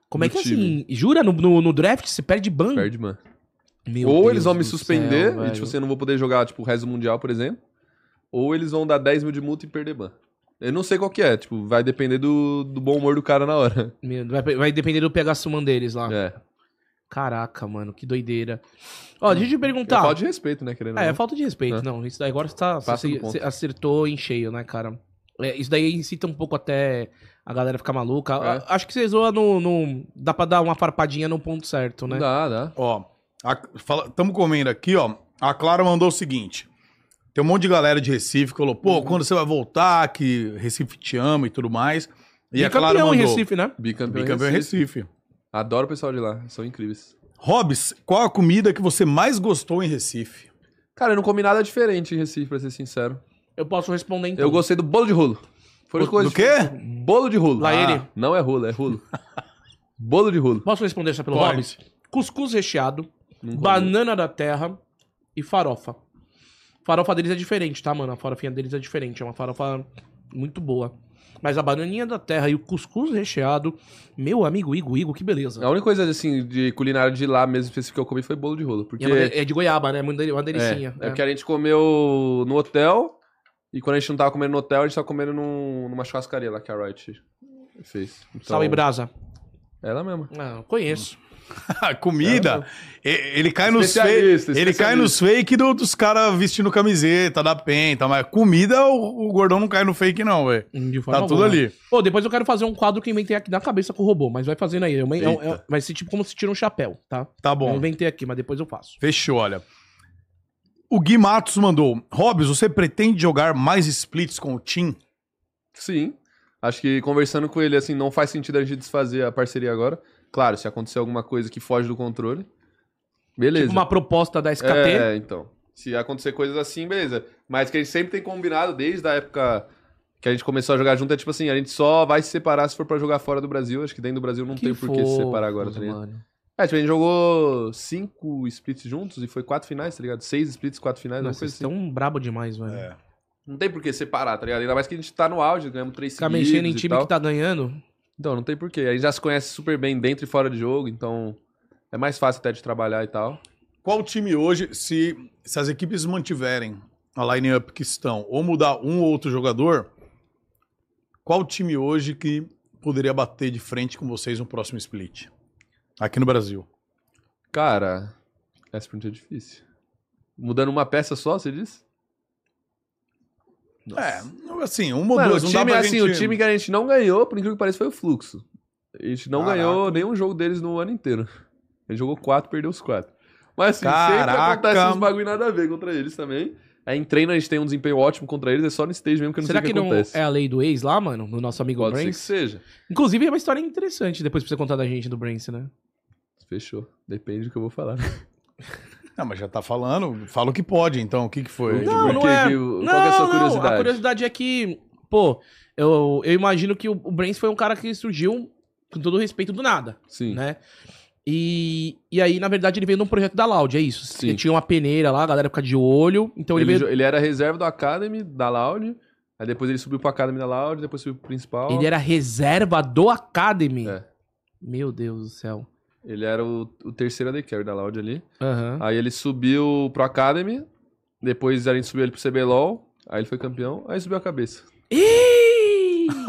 S2: Como é
S3: do
S2: que é assim?
S3: time.
S2: Jura? No, no, no draft você perde ban?
S3: Perde ban.
S2: Meu
S3: ou
S2: Deus
S3: eles vão me
S2: do
S3: suspender
S2: céu,
S3: e,
S2: velho.
S3: tipo, assim, eu não vou poder jogar, tipo, o resto do mundial, por exemplo. Ou eles vão dar 10 mil de multa e perder ban. Eu não sei qual que é, tipo, vai depender do, do bom humor do cara na hora.
S2: Meu, vai, vai depender do PH Suman deles lá.
S3: É.
S2: Caraca, mano, que doideira. Ó, deixa eu te
S3: Tá. É
S2: perguntar.
S3: falta de respeito, né, querendo ou
S2: Ah, é
S3: não.
S2: falta de respeito.
S3: É.
S2: Não, isso daí agora você, tá,
S3: Passa
S2: você,
S3: do ponto.
S2: você acertou em cheio, né, cara? É, isso daí incita um pouco até a galera ficar
S3: É.
S2: maluca. A- Acho que vocês zoam no, no- Dá pra dar uma farpadinha no ponto certo, né?
S3: Dá, dá.
S1: Ó, a- fala- tamo comendo aqui, ó. A Clara mandou o seguinte: tem um monte de galera de Recife que falou, pô,
S2: Uhum.
S1: quando você vai voltar, que Recife te ama e tudo mais. E, a Clara
S2: campeão
S1: mandou.
S2: em Recife, né?
S3: Bicampeão, é
S1: Bicampeão é em
S3: Recife.
S1: Recife.
S3: Adoro o pessoal de lá, são incríveis.
S1: Hobbs, qual a comida que você mais gostou em Recife?
S3: Cara, eu não comi nada diferente em Recife, pra ser sincero.
S2: Eu posso responder então.
S3: Eu gostei do bolo de rolo. Foram
S1: Do-
S3: coisas
S1: do quê?
S3: diferentes. Bolo de rolo.
S2: Lá ele.
S3: Não é rolo, é rolo. bolo de rolo.
S2: Posso responder só pelo
S1: Pode.
S2: Hobbs? Cuscuz recheado,
S3: Não rolou.
S2: banana da terra e farofa. Farofa deles é diferente, tá, mano? A farofinha deles é diferente. É uma farofa muito boa. Mas a bananinha da terra e o cuscuz recheado, meu amigo Igo, Igo, que
S1: É
S2: beleza.
S3: A única coisa, assim, de culinária de lá mesmo, específica que eu comi foi bolo de rolo. Porque...
S2: E é, uma de- é de goiaba, né? É Uma deli- uma delicinha.
S3: É, é
S2: é.
S3: porque a gente comeu no hotel, e quando a gente não tava comendo no hotel, a gente tava comendo num- numa churrascaria lá que a Wright fez.
S1: é.
S3: Então,
S2: Sal e brasa.
S3: Ela mesma.
S2: Ah, eu conheço.
S1: A Ah, comida, e- ele cai nos fake,
S3: Especialista,
S1: ele cai nos fake do- dos caras vestindo camiseta da penta, mas comida o, o gordão não cai no fake não, velho.
S2: De forma
S1: Tá tudo
S2: alguma.
S1: ali.
S2: Pô, depois eu quero fazer um quadro que eu inventei aqui na cabeça com o robô, mas vai fazendo aí. É uma- é um- é um-
S1: Eita.
S2: vai ser tipo como se tira um chapéu, tá?
S1: Tá
S2: Eu
S1: bom.
S2: inventei aqui, mas depois eu faço. Tipo
S1: Fechou, olha. O Gui Matos mandou: Hobbs, você pretende jogar mais splits com o Tim?
S3: Sim. Acho que conversando com ele, assim, não faz sentido a gente desfazer a parceria agora. Claro, se acontecer alguma coisa que foge do controle, beleza.
S2: Tipo Uma proposta da SKT.
S3: É, então. Se acontecer coisas assim, beleza. Mas que a gente sempre tem combinado desde a época que a gente começou a jogar junto, é tipo assim, a gente só vai se separar se for pra jogar fora do Brasil. Acho que dentro do Brasil não tem por que se separar agora, tá ligado? É, tipo, a gente jogou cinco splits juntos e foi quatro finais, tá ligado? Seis splits, quatro finais,
S2: Nossa,
S3: alguma coisa
S2: vocês
S3: assim. É,
S2: estão brabo demais, velho.
S3: Não tem por que separar, tá ligado? Ainda mais que a gente tá no auge, ganhamos três
S2: Ficar
S3: seguidos
S2: mexendo em
S3: e
S2: time
S3: tal.
S2: que tá ganhando.
S3: Então, não tem porquê. A gente já se conhece super bem dentro e fora de jogo, então é mais fácil até de trabalhar e tal.
S1: Qual time hoje, se, se as equipes mantiverem a line-up que estão, ou mudar um ou outro jogador, qual time hoje que poderia bater de frente com vocês no próximo split? Aqui no Brasil.
S3: Cara, essa pergunta é difícil. Mudando uma peça só, você disse?
S1: É,
S3: Nossa.
S1: não- assim, um ou
S3: Mano, o
S1: dois. não dá
S3: time,
S1: pra
S3: assim,
S1: gente-
S3: o time que a gente não ganhou, por incrível que pareça, foi o Fluxo. A gente não
S1: Caraca.
S3: ganhou nenhum jogo deles no ano inteiro. A gente jogou quatro, perdeu os quatro. Mas assim, sempre
S1: Caraca.
S3: acontece uns bagulho nada a ver contra eles também. Aí em treino a gente tem um desempenho ótimo contra eles, é só no stage mesmo que eu não
S2: Será
S3: sei
S2: que,
S3: o que,
S2: não
S3: acontece.
S2: é a lei do ex lá, mano? Do nosso amigo
S3: Pode ser que
S2: Brains?
S3: seja.
S2: Inclusive, é uma história interessante depois pra você contar da gente do Brains, né?
S3: Fechou. Depende do que eu vou falar.
S1: Não, mas já tá falando. Fala o que pode, então. O que, que foi?
S3: Não. Por que que o- qual que é a sua curiosidade?
S2: A curiosidade é que, pô, eu, eu imagino que o, o Brains foi um cara que surgiu, com todo respeito, do nada,
S3: Sim.
S2: né? E, e aí, na verdade, ele veio num projeto da Loud, é isso.
S3: Sim.
S2: Ele tinha uma peneira lá, a galera fica de olho. Então ele,
S3: ele,
S2: veio.
S3: jo- ele era reserva do Academy, da Loud. Aí depois ele subiu pra Academy da Loud, depois subiu pro principal.
S2: Ele era reserva do Academy.
S3: É.
S2: Meu Deus do céu.
S3: Ele era o, o terceiro AD Carry da Loud ali.
S2: Aham.
S3: Aí ele subiu pro Academy. Depois a gente subiu ele pro CBLOL. Aí ele foi campeão. Aí subiu a cabeça.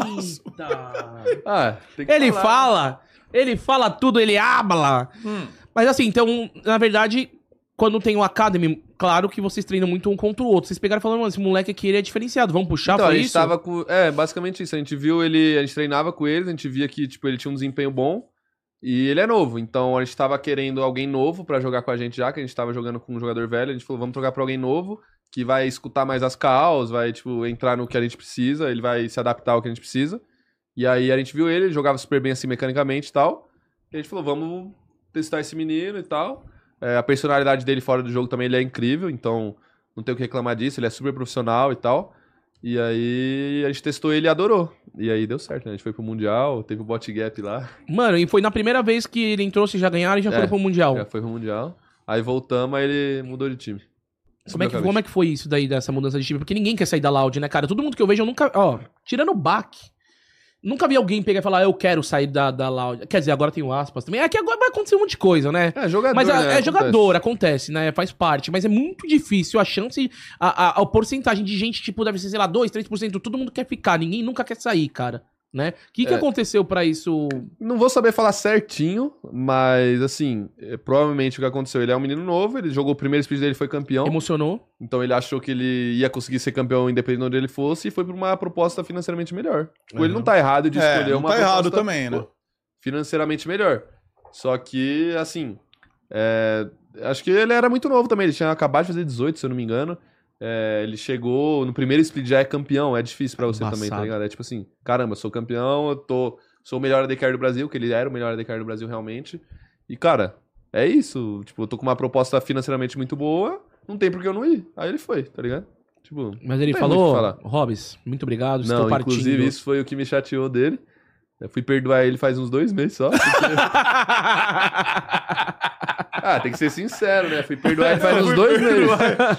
S2: Eita!
S3: Ah, tem que
S2: ele
S3: falar.
S2: fala, ele fala tudo, ele habla.
S1: hum.
S3: Hum.
S2: Mas assim, então, na verdade, quando tem o Academy, claro que vocês treinam muito um contra o outro. Vocês pegaram e falaram, mano, esse moleque aqui, ele é diferenciado, vamos puxar,
S3: Então, a
S2: foi
S3: gente
S2: isso?
S3: tava com. É, basicamente isso. A gente viu ele. A gente treinava com ele, a gente via que, tipo, ele tinha um desempenho bom. E ele é novo. Então a gente tava querendo alguém novo pra jogar com a gente já, que a gente tava jogando com um jogador velho. A gente falou, vamos trocar pra alguém novo, que vai escutar mais as calls, vai, tipo, entrar no que a gente precisa, ele vai se adaptar ao que a gente precisa. E aí a gente viu ele, ele jogava super bem assim mecanicamente e tal. E a gente falou, vamos testar esse menino e tal. É, a personalidade dele fora do jogo também ele é incrível, então não tem o que reclamar disso, ele é super profissional e tal. E aí a gente testou ele e adorou. E aí deu certo, né? A gente foi pro Mundial, teve o bot gap lá,
S2: Mano, e foi na primeira vez que ele entrou, vocês já ganharam e já
S3: É,
S2: foram pro Mundial.
S3: já foi pro Mundial. Aí voltamos, aí ele mudou de time.
S2: Como é, que, como é que foi isso daí, dessa mudança de time? Porque ninguém quer sair da Loud, né, cara? Todo mundo que eu vejo, eu nunca. Ó, tirando o Bach, nunca vi alguém pegar e falar, "Ah, eu quero sair da, da Loud. Quer dizer, agora tem o aspas também. É que agora vai acontecer um monte de coisa, né?
S3: É, jogador,
S2: Mas a-
S3: né?
S2: é
S3: Acontece.
S2: jogador, acontece, né? Faz parte. Mas é muito difícil a chance, a, a, a porcentagem de gente, tipo, deve ser, sei lá, 2, 3%. Todo mundo quer ficar, ninguém nunca quer sair, cara. Né? O que, que
S3: É.
S2: aconteceu pra isso?
S3: Não vou saber falar certinho, mas assim, é, provavelmente o que aconteceu, ele é um menino novo, ele jogou o primeiro speed dele, foi campeão.
S2: Emocionou?
S3: Então ele achou que ele ia conseguir ser campeão independente de onde ele fosse e foi pra uma proposta financeiramente melhor. Tipo, Ele não tá errado de
S1: É,
S3: escolher
S1: não
S3: uma
S1: tá errado
S3: proposta,
S1: também, né?
S3: pô, Financeiramente melhor. Só que, assim, é, acho que ele era muito novo também. Ele tinha acabado de fazer 18, se eu não me engano. É, ele chegou no primeiro split já é campeão. É difícil pra você também, tá
S2: Embaçado.
S3: ligado? É tipo assim, caramba, sou campeão, eu tô, sou o melhor AD carry do Brasil, que ele era o melhor AD carry do Brasil realmente. E, cara, é isso. Tipo, eu tô com uma proposta financeiramente muito boa, não tem por que eu não ir. Aí ele foi, tá ligado? Tipo,
S2: Mas ele
S3: Tem muito o que
S2: falou,
S3: falar.
S2: Robs, muito obrigado,
S3: não, inclusive isso foi o que me chateou dele. Eu fui perdoar ele faz uns dois meses só.
S2: Tá
S3: Tá ah, tem que ser sincero, né? Fui perdoar ele faz uns dois meses.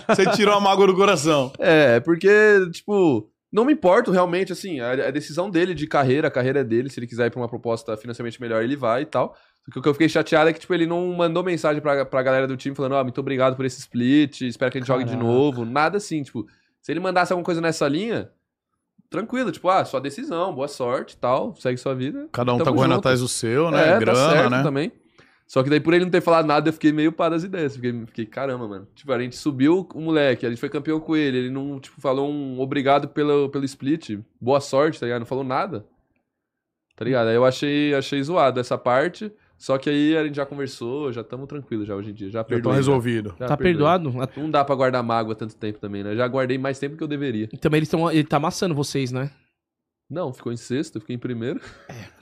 S1: Você tirou a mágoa do coração.
S3: É, porque, tipo, não me importo realmente, assim, a, a decisão dele de carreira, a carreira é dele, se ele quiser ir pra uma proposta financeiramente melhor, ele vai e tal. Só que o que eu fiquei chateado é que, tipo, ele não mandou mensagem pra, pra galera do time falando, ó, muito obrigado por esse split, espero que a gente jogue de
S2: Caraca.
S3: novo, nada assim, tipo, se ele mandasse alguma coisa nessa linha, tranquilo, tipo, ah, sua decisão, boa sorte e tal, segue sua vida.
S1: Cada um tá
S3: Tamo
S1: correndo
S3: junto. tá
S1: atrás do seu, né? Grana, né?
S3: É, também. Só que daí, por ele não ter falado nada, eu fiquei meio pá das ideias. Fiquei, fiquei, caramba, mano. Tipo, a gente subiu o moleque, a gente foi campeão com ele. Ele não, tipo, falou um obrigado pelo, pelo split. Boa sorte, tá ligado? Não falou nada. Tá ligado? Aí eu achei, achei zoado essa parte. Só que aí a gente já conversou, já estamos tranquilos já hoje em dia. Já
S1: Já tão
S3: perdoei.
S1: resolvido.
S3: já
S2: Tá
S3: perdoei.
S2: perdoado?
S3: Não dá pra guardar mágoa tanto tempo também, né? Já guardei mais tempo que eu deveria.
S2: Também eles tão, ele tá amassando vocês, né?
S3: Não, ficou em sexto, eu fiquei em primeiro.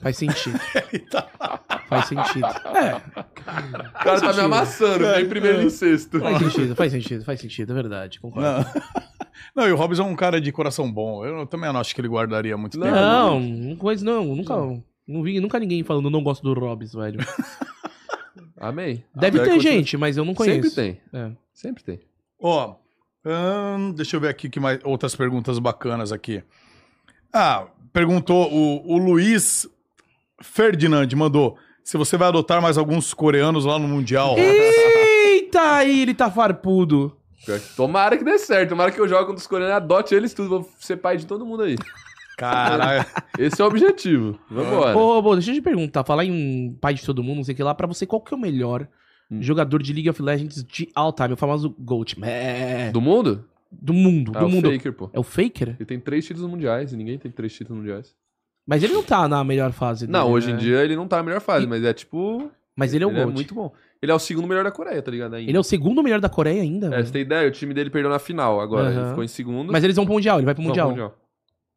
S2: Faz sentido.
S3: tá
S2: Faz sentido. É,
S3: O cara tá me
S2: sentido.
S3: amassando, fiquei em primeiro e em sexto.
S2: faz sentido, faz sentido, faz sentido, é verdade, concordo.
S1: Não. não, e o Robson é um cara de coração bom. Eu também não acho que ele guardaria muito tempo.
S2: Não, não coisa não, nunca. Não vi nunca ninguém falando, não gosto do Robs, velho.
S3: Amém.
S2: Deve
S3: Ah, Pior que
S2: ter
S3: eu
S2: gente, mas eu não conheço.
S3: Sempre tem.
S2: É.
S3: Sempre tem.
S1: Ó, ahn, deixa eu ver aqui que mais outras perguntas bacanas aqui. Ah, perguntou o, o Luiz Ferdinand, mandou se você vai adotar mais alguns coreanos lá no Mundial.
S2: Eita, aí ele tá farpudo.
S3: Pior que- Tomara que dê certo. Tomara que eu jogue contra os coreanos, adote eles tudo. Vou ser pai de todo mundo aí.
S1: Caralho.
S3: Esse é o objetivo. Vambora.
S2: Ô, Robo, deixa eu te perguntar, falar em um pai de todo mundo, não sei o que lá, pra você, qual que é o melhor
S3: Hum.
S2: jogador de League of Legends de all time, o famoso GOAT, man,
S3: Do mundo?
S2: do mundo,
S3: Ah,
S2: do
S3: o
S2: mundo.
S3: Faker, pô.
S2: É o Faker?
S3: Ele tem três títulos mundiais e ninguém tem três títulos mundiais.
S2: Mas ele não tá na melhor fase
S3: Não,
S2: dele,
S3: hoje em
S2: né?
S3: dia ele não tá na melhor fase, mas é tipo.
S2: Mas ele é o
S3: Ele é
S2: GOAT.
S3: muito bom. Ele é o segundo melhor da Coreia, tá ligado? Ainda.
S2: Ele é o segundo melhor da Coreia ainda,
S3: É,
S2: velho.
S3: você tem ideia? O time dele perdeu na final agora.
S2: Aham.
S3: Ele ficou em segundo.
S2: Mas eles vão pro Mundial, ele vai pro
S3: Não,
S2: Mundial.
S3: mundial.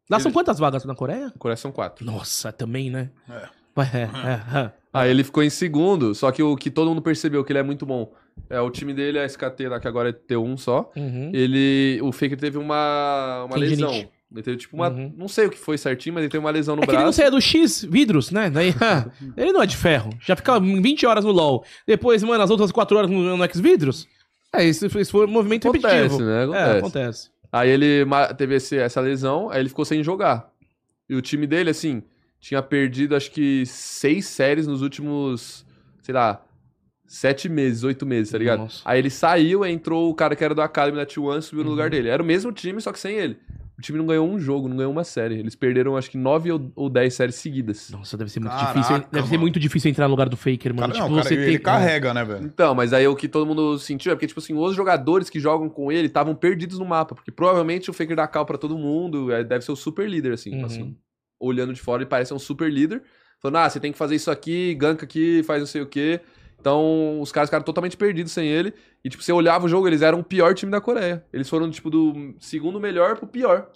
S2: Lá são
S3: Ele-
S2: quantas vagas na Coreia?
S3: A Coreia são quatro.
S2: Nossa, também, né?
S1: É.
S2: Vai, É. é, é.
S3: Aí ele ficou em segundo, só que o que todo mundo percebeu que ele é muito bom. É, o time dele, a SKT lá, que agora é T1 só.
S2: Uhum.
S3: ele. O Faker teve uma, uma lesão.
S2: Tendinite.
S3: Ele teve tipo uma.
S2: Uhum.
S3: Não sei o que foi certinho, mas ele teve uma lesão no
S2: É que ele não
S3: braço.
S2: saía do X, vidros, né? Daí, ah, ele não é de ferro. Já fica 20 horas no LOL. Depois, mano, as outras 4 horas no, no X-Vidros. É, isso, isso foi um movimento
S3: Acontece,
S2: repetitivo.
S3: né?
S2: É,
S3: Acontece.
S2: acontece.
S3: Aí ele ma- teve esse- essa lesão, aí ele ficou sem jogar. E o time dele, assim, tinha perdido acho que seis séries nos últimos, sei lá, sete meses, oito meses, tá ligado?
S2: Nossa.
S3: Aí ele saiu, aí entrou o cara que era do Academy da T1 subiu no
S2: Uhum.
S3: lugar dele. Era o mesmo time, só que sem ele. O time não ganhou um jogo, não ganhou uma série. Eles perderam acho que nove ou, ou dez séries seguidas.
S2: Nossa, deve ser muito
S1: Caraca,
S2: difícil. Deve ser
S1: mano.
S2: muito difícil entrar no lugar do Faker, mano. Tipo,
S1: Cara, não, cara, ele carrega, né, velho?
S3: Então, mas aí o que todo mundo sentiu é porque, tipo assim, os jogadores que jogam com ele estavam perdidos no mapa, porque provavelmente o Faker dá cal pra todo mundo, é, deve ser o super líder, assim,
S2: Uhum.
S3: assim, olhando de fora ele parece um super líder, falando, ah, você tem que fazer isso aqui, ganka aqui, faz não sei o quê. Então, os caras ficaram totalmente perdidos sem ele, e, tipo, você olhava o jogo, eles eram o pior time da Coreia. Eles foram, tipo, do segundo melhor pro pior,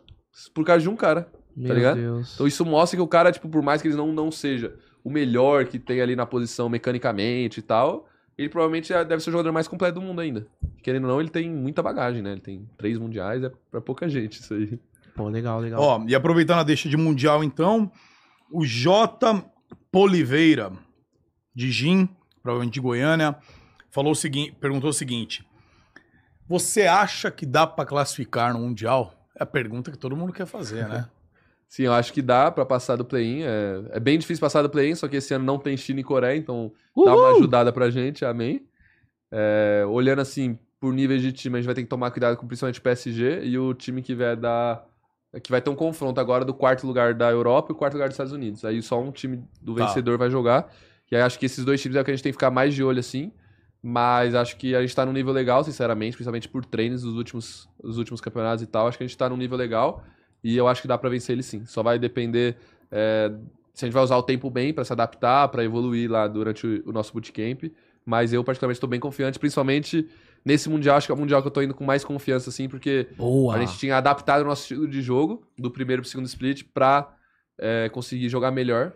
S3: por causa de um cara.
S2: Meu
S3: ligado?
S2: Deus.
S3: Então isso mostra que o cara, tipo, por mais que ele não, não seja o melhor que tem ali na posição mecanicamente e tal, ele provavelmente é- deve ser o jogador mais completo do mundo ainda. Querendo ou não, ele tem muita bagagem, né? Ele tem três mundiais, é pra pouca gente isso aí.
S2: Pô, legal, legal.
S1: Ó, e aproveitando a deixa de mundial, então, o J. Poliveira, de Gin, provavelmente de Goiânia, falou o seguinte, perguntou o seguinte: Você acha que dá pra classificar no mundial? É a pergunta que todo mundo quer fazer, né?
S3: Sim, eu acho que dá pra passar do play-in. É, é bem difícil passar do play-in, só que esse ano não tem China e Coreia, então dá uma
S2: Uhul!
S3: ajudada pra gente, amém. É, olhando assim, por níveis de time, a gente vai ter que tomar cuidado com principalmente o PSG e o time que vai dar. Que vai ter um confronto agora do quarto lugar da Europa e o quarto lugar dos Estados Unidos. Aí só um time do
S1: Tá.
S3: vencedor vai jogar. E aí acho que esses dois times é o que a gente tem que ficar mais de olho, assim. Mas acho que a gente tá num nível legal, sinceramente, principalmente por treinos dos últimos, dos últimos campeonatos e tal. Acho que a gente tá num nível legal e eu acho que dá pra vencer ele sim. Só vai depender é, se a gente vai usar o tempo bem pra se adaptar, pra evoluir lá durante o, o nosso bootcamp. Mas eu, particularmente, tô bem confiante, principalmente nesse Mundial. Acho que é o Mundial que eu tô indo com mais confiança, assim, porque
S2: Boa.
S3: a gente tinha adaptado o nosso estilo de jogo do primeiro pro segundo split pra é, conseguir jogar melhor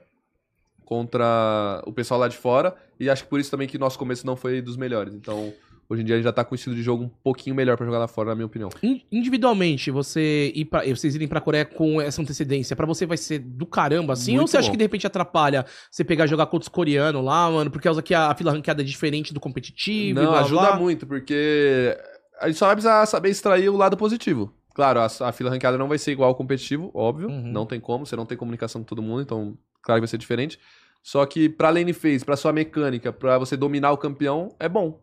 S3: contra o pessoal lá de fora. E acho que por isso também que nosso começo não foi dos melhores. Então, hoje em dia a gente já tá com um estilo de jogo um pouquinho melhor pra jogar lá fora, na minha opinião.
S2: In- Individualmente, você ir pra, eh, vocês irem pra Coreia com essa antecedência, pra você vai ser do caramba, assim?
S3: Muito
S2: ou você acha
S3: bom.
S2: que de repente atrapalha você pegar e jogar contra os coreanos lá, mano, por causa que a, a fila ranqueada é diferente do competitivo? e
S3: Não,
S2: blá,
S3: ajuda
S2: blá?
S3: muito, porque a gente só vai precisar saber extrair o lado positivo. Claro, a, a fila ranqueada não vai ser igual ao competitivo, óbvio.
S2: Uhum.
S3: Não tem como, você não tem comunicação com todo mundo, então claro que vai ser diferente. Só que pra lane phase, pra sua mecânica, pra você dominar o campeão, é bom.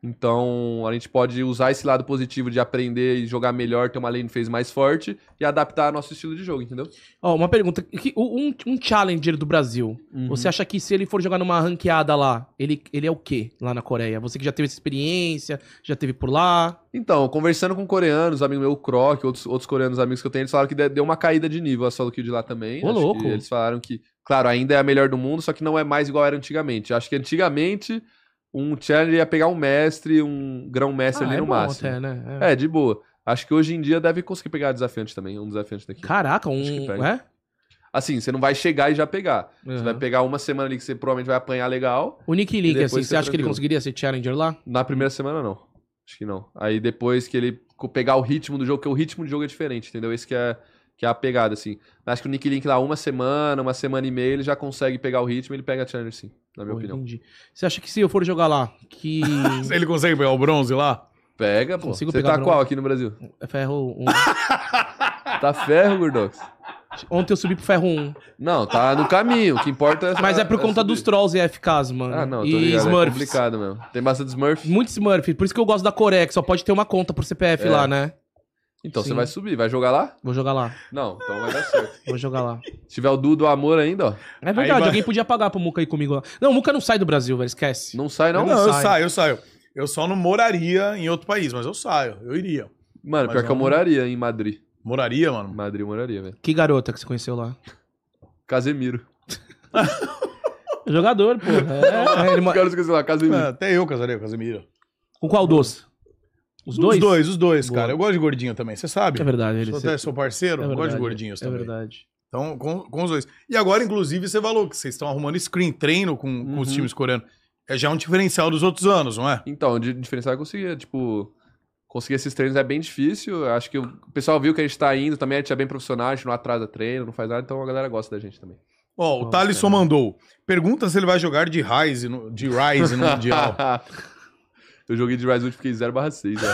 S3: Então a gente pode usar esse lado positivo de aprender e jogar melhor, ter uma lane phase mais forte e adaptar nosso estilo de jogo, entendeu?
S2: Ó, uma pergunta. que- o- Um, um challenger do Brasil,
S3: Uhum.
S2: você acha que se ele for jogar numa ranqueada lá, ele, ele é o quê lá na Coreia? Você que já teve essa experiência, já teve por lá?
S3: Então, conversando com coreanos, amigo meu, o Croc, outros, outros coreanos amigos que eu tenho, eles falaram que de- deu uma caída de nível a solo kill de lá também. né?
S2: Ô,
S3: Acho que
S2: louco.
S3: Eles falaram que, claro, ainda é a melhor do mundo, só que não é mais igual era antigamente. Acho que antigamente um challenger ia pegar um mestre, um grão-mestre ali
S2: é
S3: no
S2: bom
S3: máximo.
S2: até, né? É.
S3: É, de boa. Acho que hoje em dia deve conseguir pegar desafiante também, um desafiante daqui.
S2: Caraca,
S3: Acho que
S2: um.
S3: pega.
S2: É?
S3: Assim, você não vai chegar e já pegar. Você
S2: Uhum.
S3: vai pegar uma semana ali que você provavelmente vai apanhar legal,
S2: O Nick
S3: E
S2: Link,
S3: depois
S2: assim,
S3: você
S2: você acha que ele
S3: tranquilo.
S2: conseguiria ser challenger lá?
S3: Na primeira semana, não. Acho que não. Aí depois que ele co- pegar o ritmo do jogo, porque o ritmo do jogo é diferente, entendeu? Esse que é, que é a pegada, assim. Acho que o Nick Link lá, uma semana, uma semana e meia, ele já consegue pegar o ritmo, ele pega a Challenger, sim, na minha
S2: Pô,
S3: opinião.
S2: Entendi. Você acha que se eu for jogar lá, que
S1: Ele consegue pegar o bronze lá?
S3: Pega, pô.
S2: então Consigo
S3: Você
S2: pegar
S3: tá
S2: pra-
S3: qual aqui no Brasil?
S2: é ferro 1?
S3: Tá ferro, Gordox?
S2: Ontem eu subi pro ferro 1.
S3: Não, tá no caminho. O que importa é.
S2: Mas é por conta
S3: subir.
S2: dos trolls e FKs, mano.
S3: Ah, não, tô
S2: e
S3: ligado. É
S2: Smurfs.
S3: complicado mesmo. Tem bastante Smurf.
S2: Muito Smurf. Por isso que eu gosto da Coreia, que só pode ter uma conta por CPF
S3: É.
S2: lá, né?
S3: Então você
S2: Sim.
S3: vai subir. Vai jogar lá?
S2: Vou jogar lá.
S3: Não, então vai dar certo.
S2: Vou jogar lá.
S3: Se tiver o Du do amor ainda, ó.
S2: É verdade,
S1: vai-
S2: alguém podia pagar pro Muca ir comigo lá. Não, o Muca não sai do Brasil, velho. Esquece.
S3: Não sai, não?
S1: Não, eu
S2: sai.
S1: saio, eu saio. Eu só não moraria em outro país, mas eu saio, eu iria.
S3: Mano,
S1: Mas
S3: pior que eu
S1: não.
S3: moraria em Madrid.
S1: Moraria, mano.
S3: Madrid eu moraria, velho.
S2: Que garota que você conheceu lá?
S3: Casemiro.
S2: Jogador, pô. É, é, ele
S3: Os
S2: mo-
S3: caras esqueceram lá, Casemiro.
S2: É.
S1: Ah, Até eu casaria com a Casemiro.
S2: Com qual doce? Os dois?
S1: Os dois, os dois,
S2: Boa.
S1: cara. Eu gosto de gordinho também, você sabe.
S2: É verdade, ele.
S1: Sou,
S2: É
S1: até, sou parceiro, eu gosto
S2: verdade,
S1: de gordinhos
S2: É
S1: também.
S2: verdade.
S1: Então, com, com os dois. E agora, inclusive, você falou que vocês estão arrumando screen treino com, com os
S3: Uhum.
S1: times coreanos. É já um diferencial dos outros anos, não é?
S3: Então, de diferencial eu conseguia, tipo. Conseguir esses treinos é bem difícil. Acho que o pessoal viu que a gente tá indo também, a gente é bem profissional, a gente não atrasa treino, não faz nada, então a galera gosta da gente também.
S1: Ó, o
S2: Nossa,
S3: é.
S1: Thalisson
S2: né?
S1: mandou. Pergunta se ele vai jogar de Rise no, de Rise no Mundial.
S3: Eu joguei de Rise Hood, fiquei 0/6. né?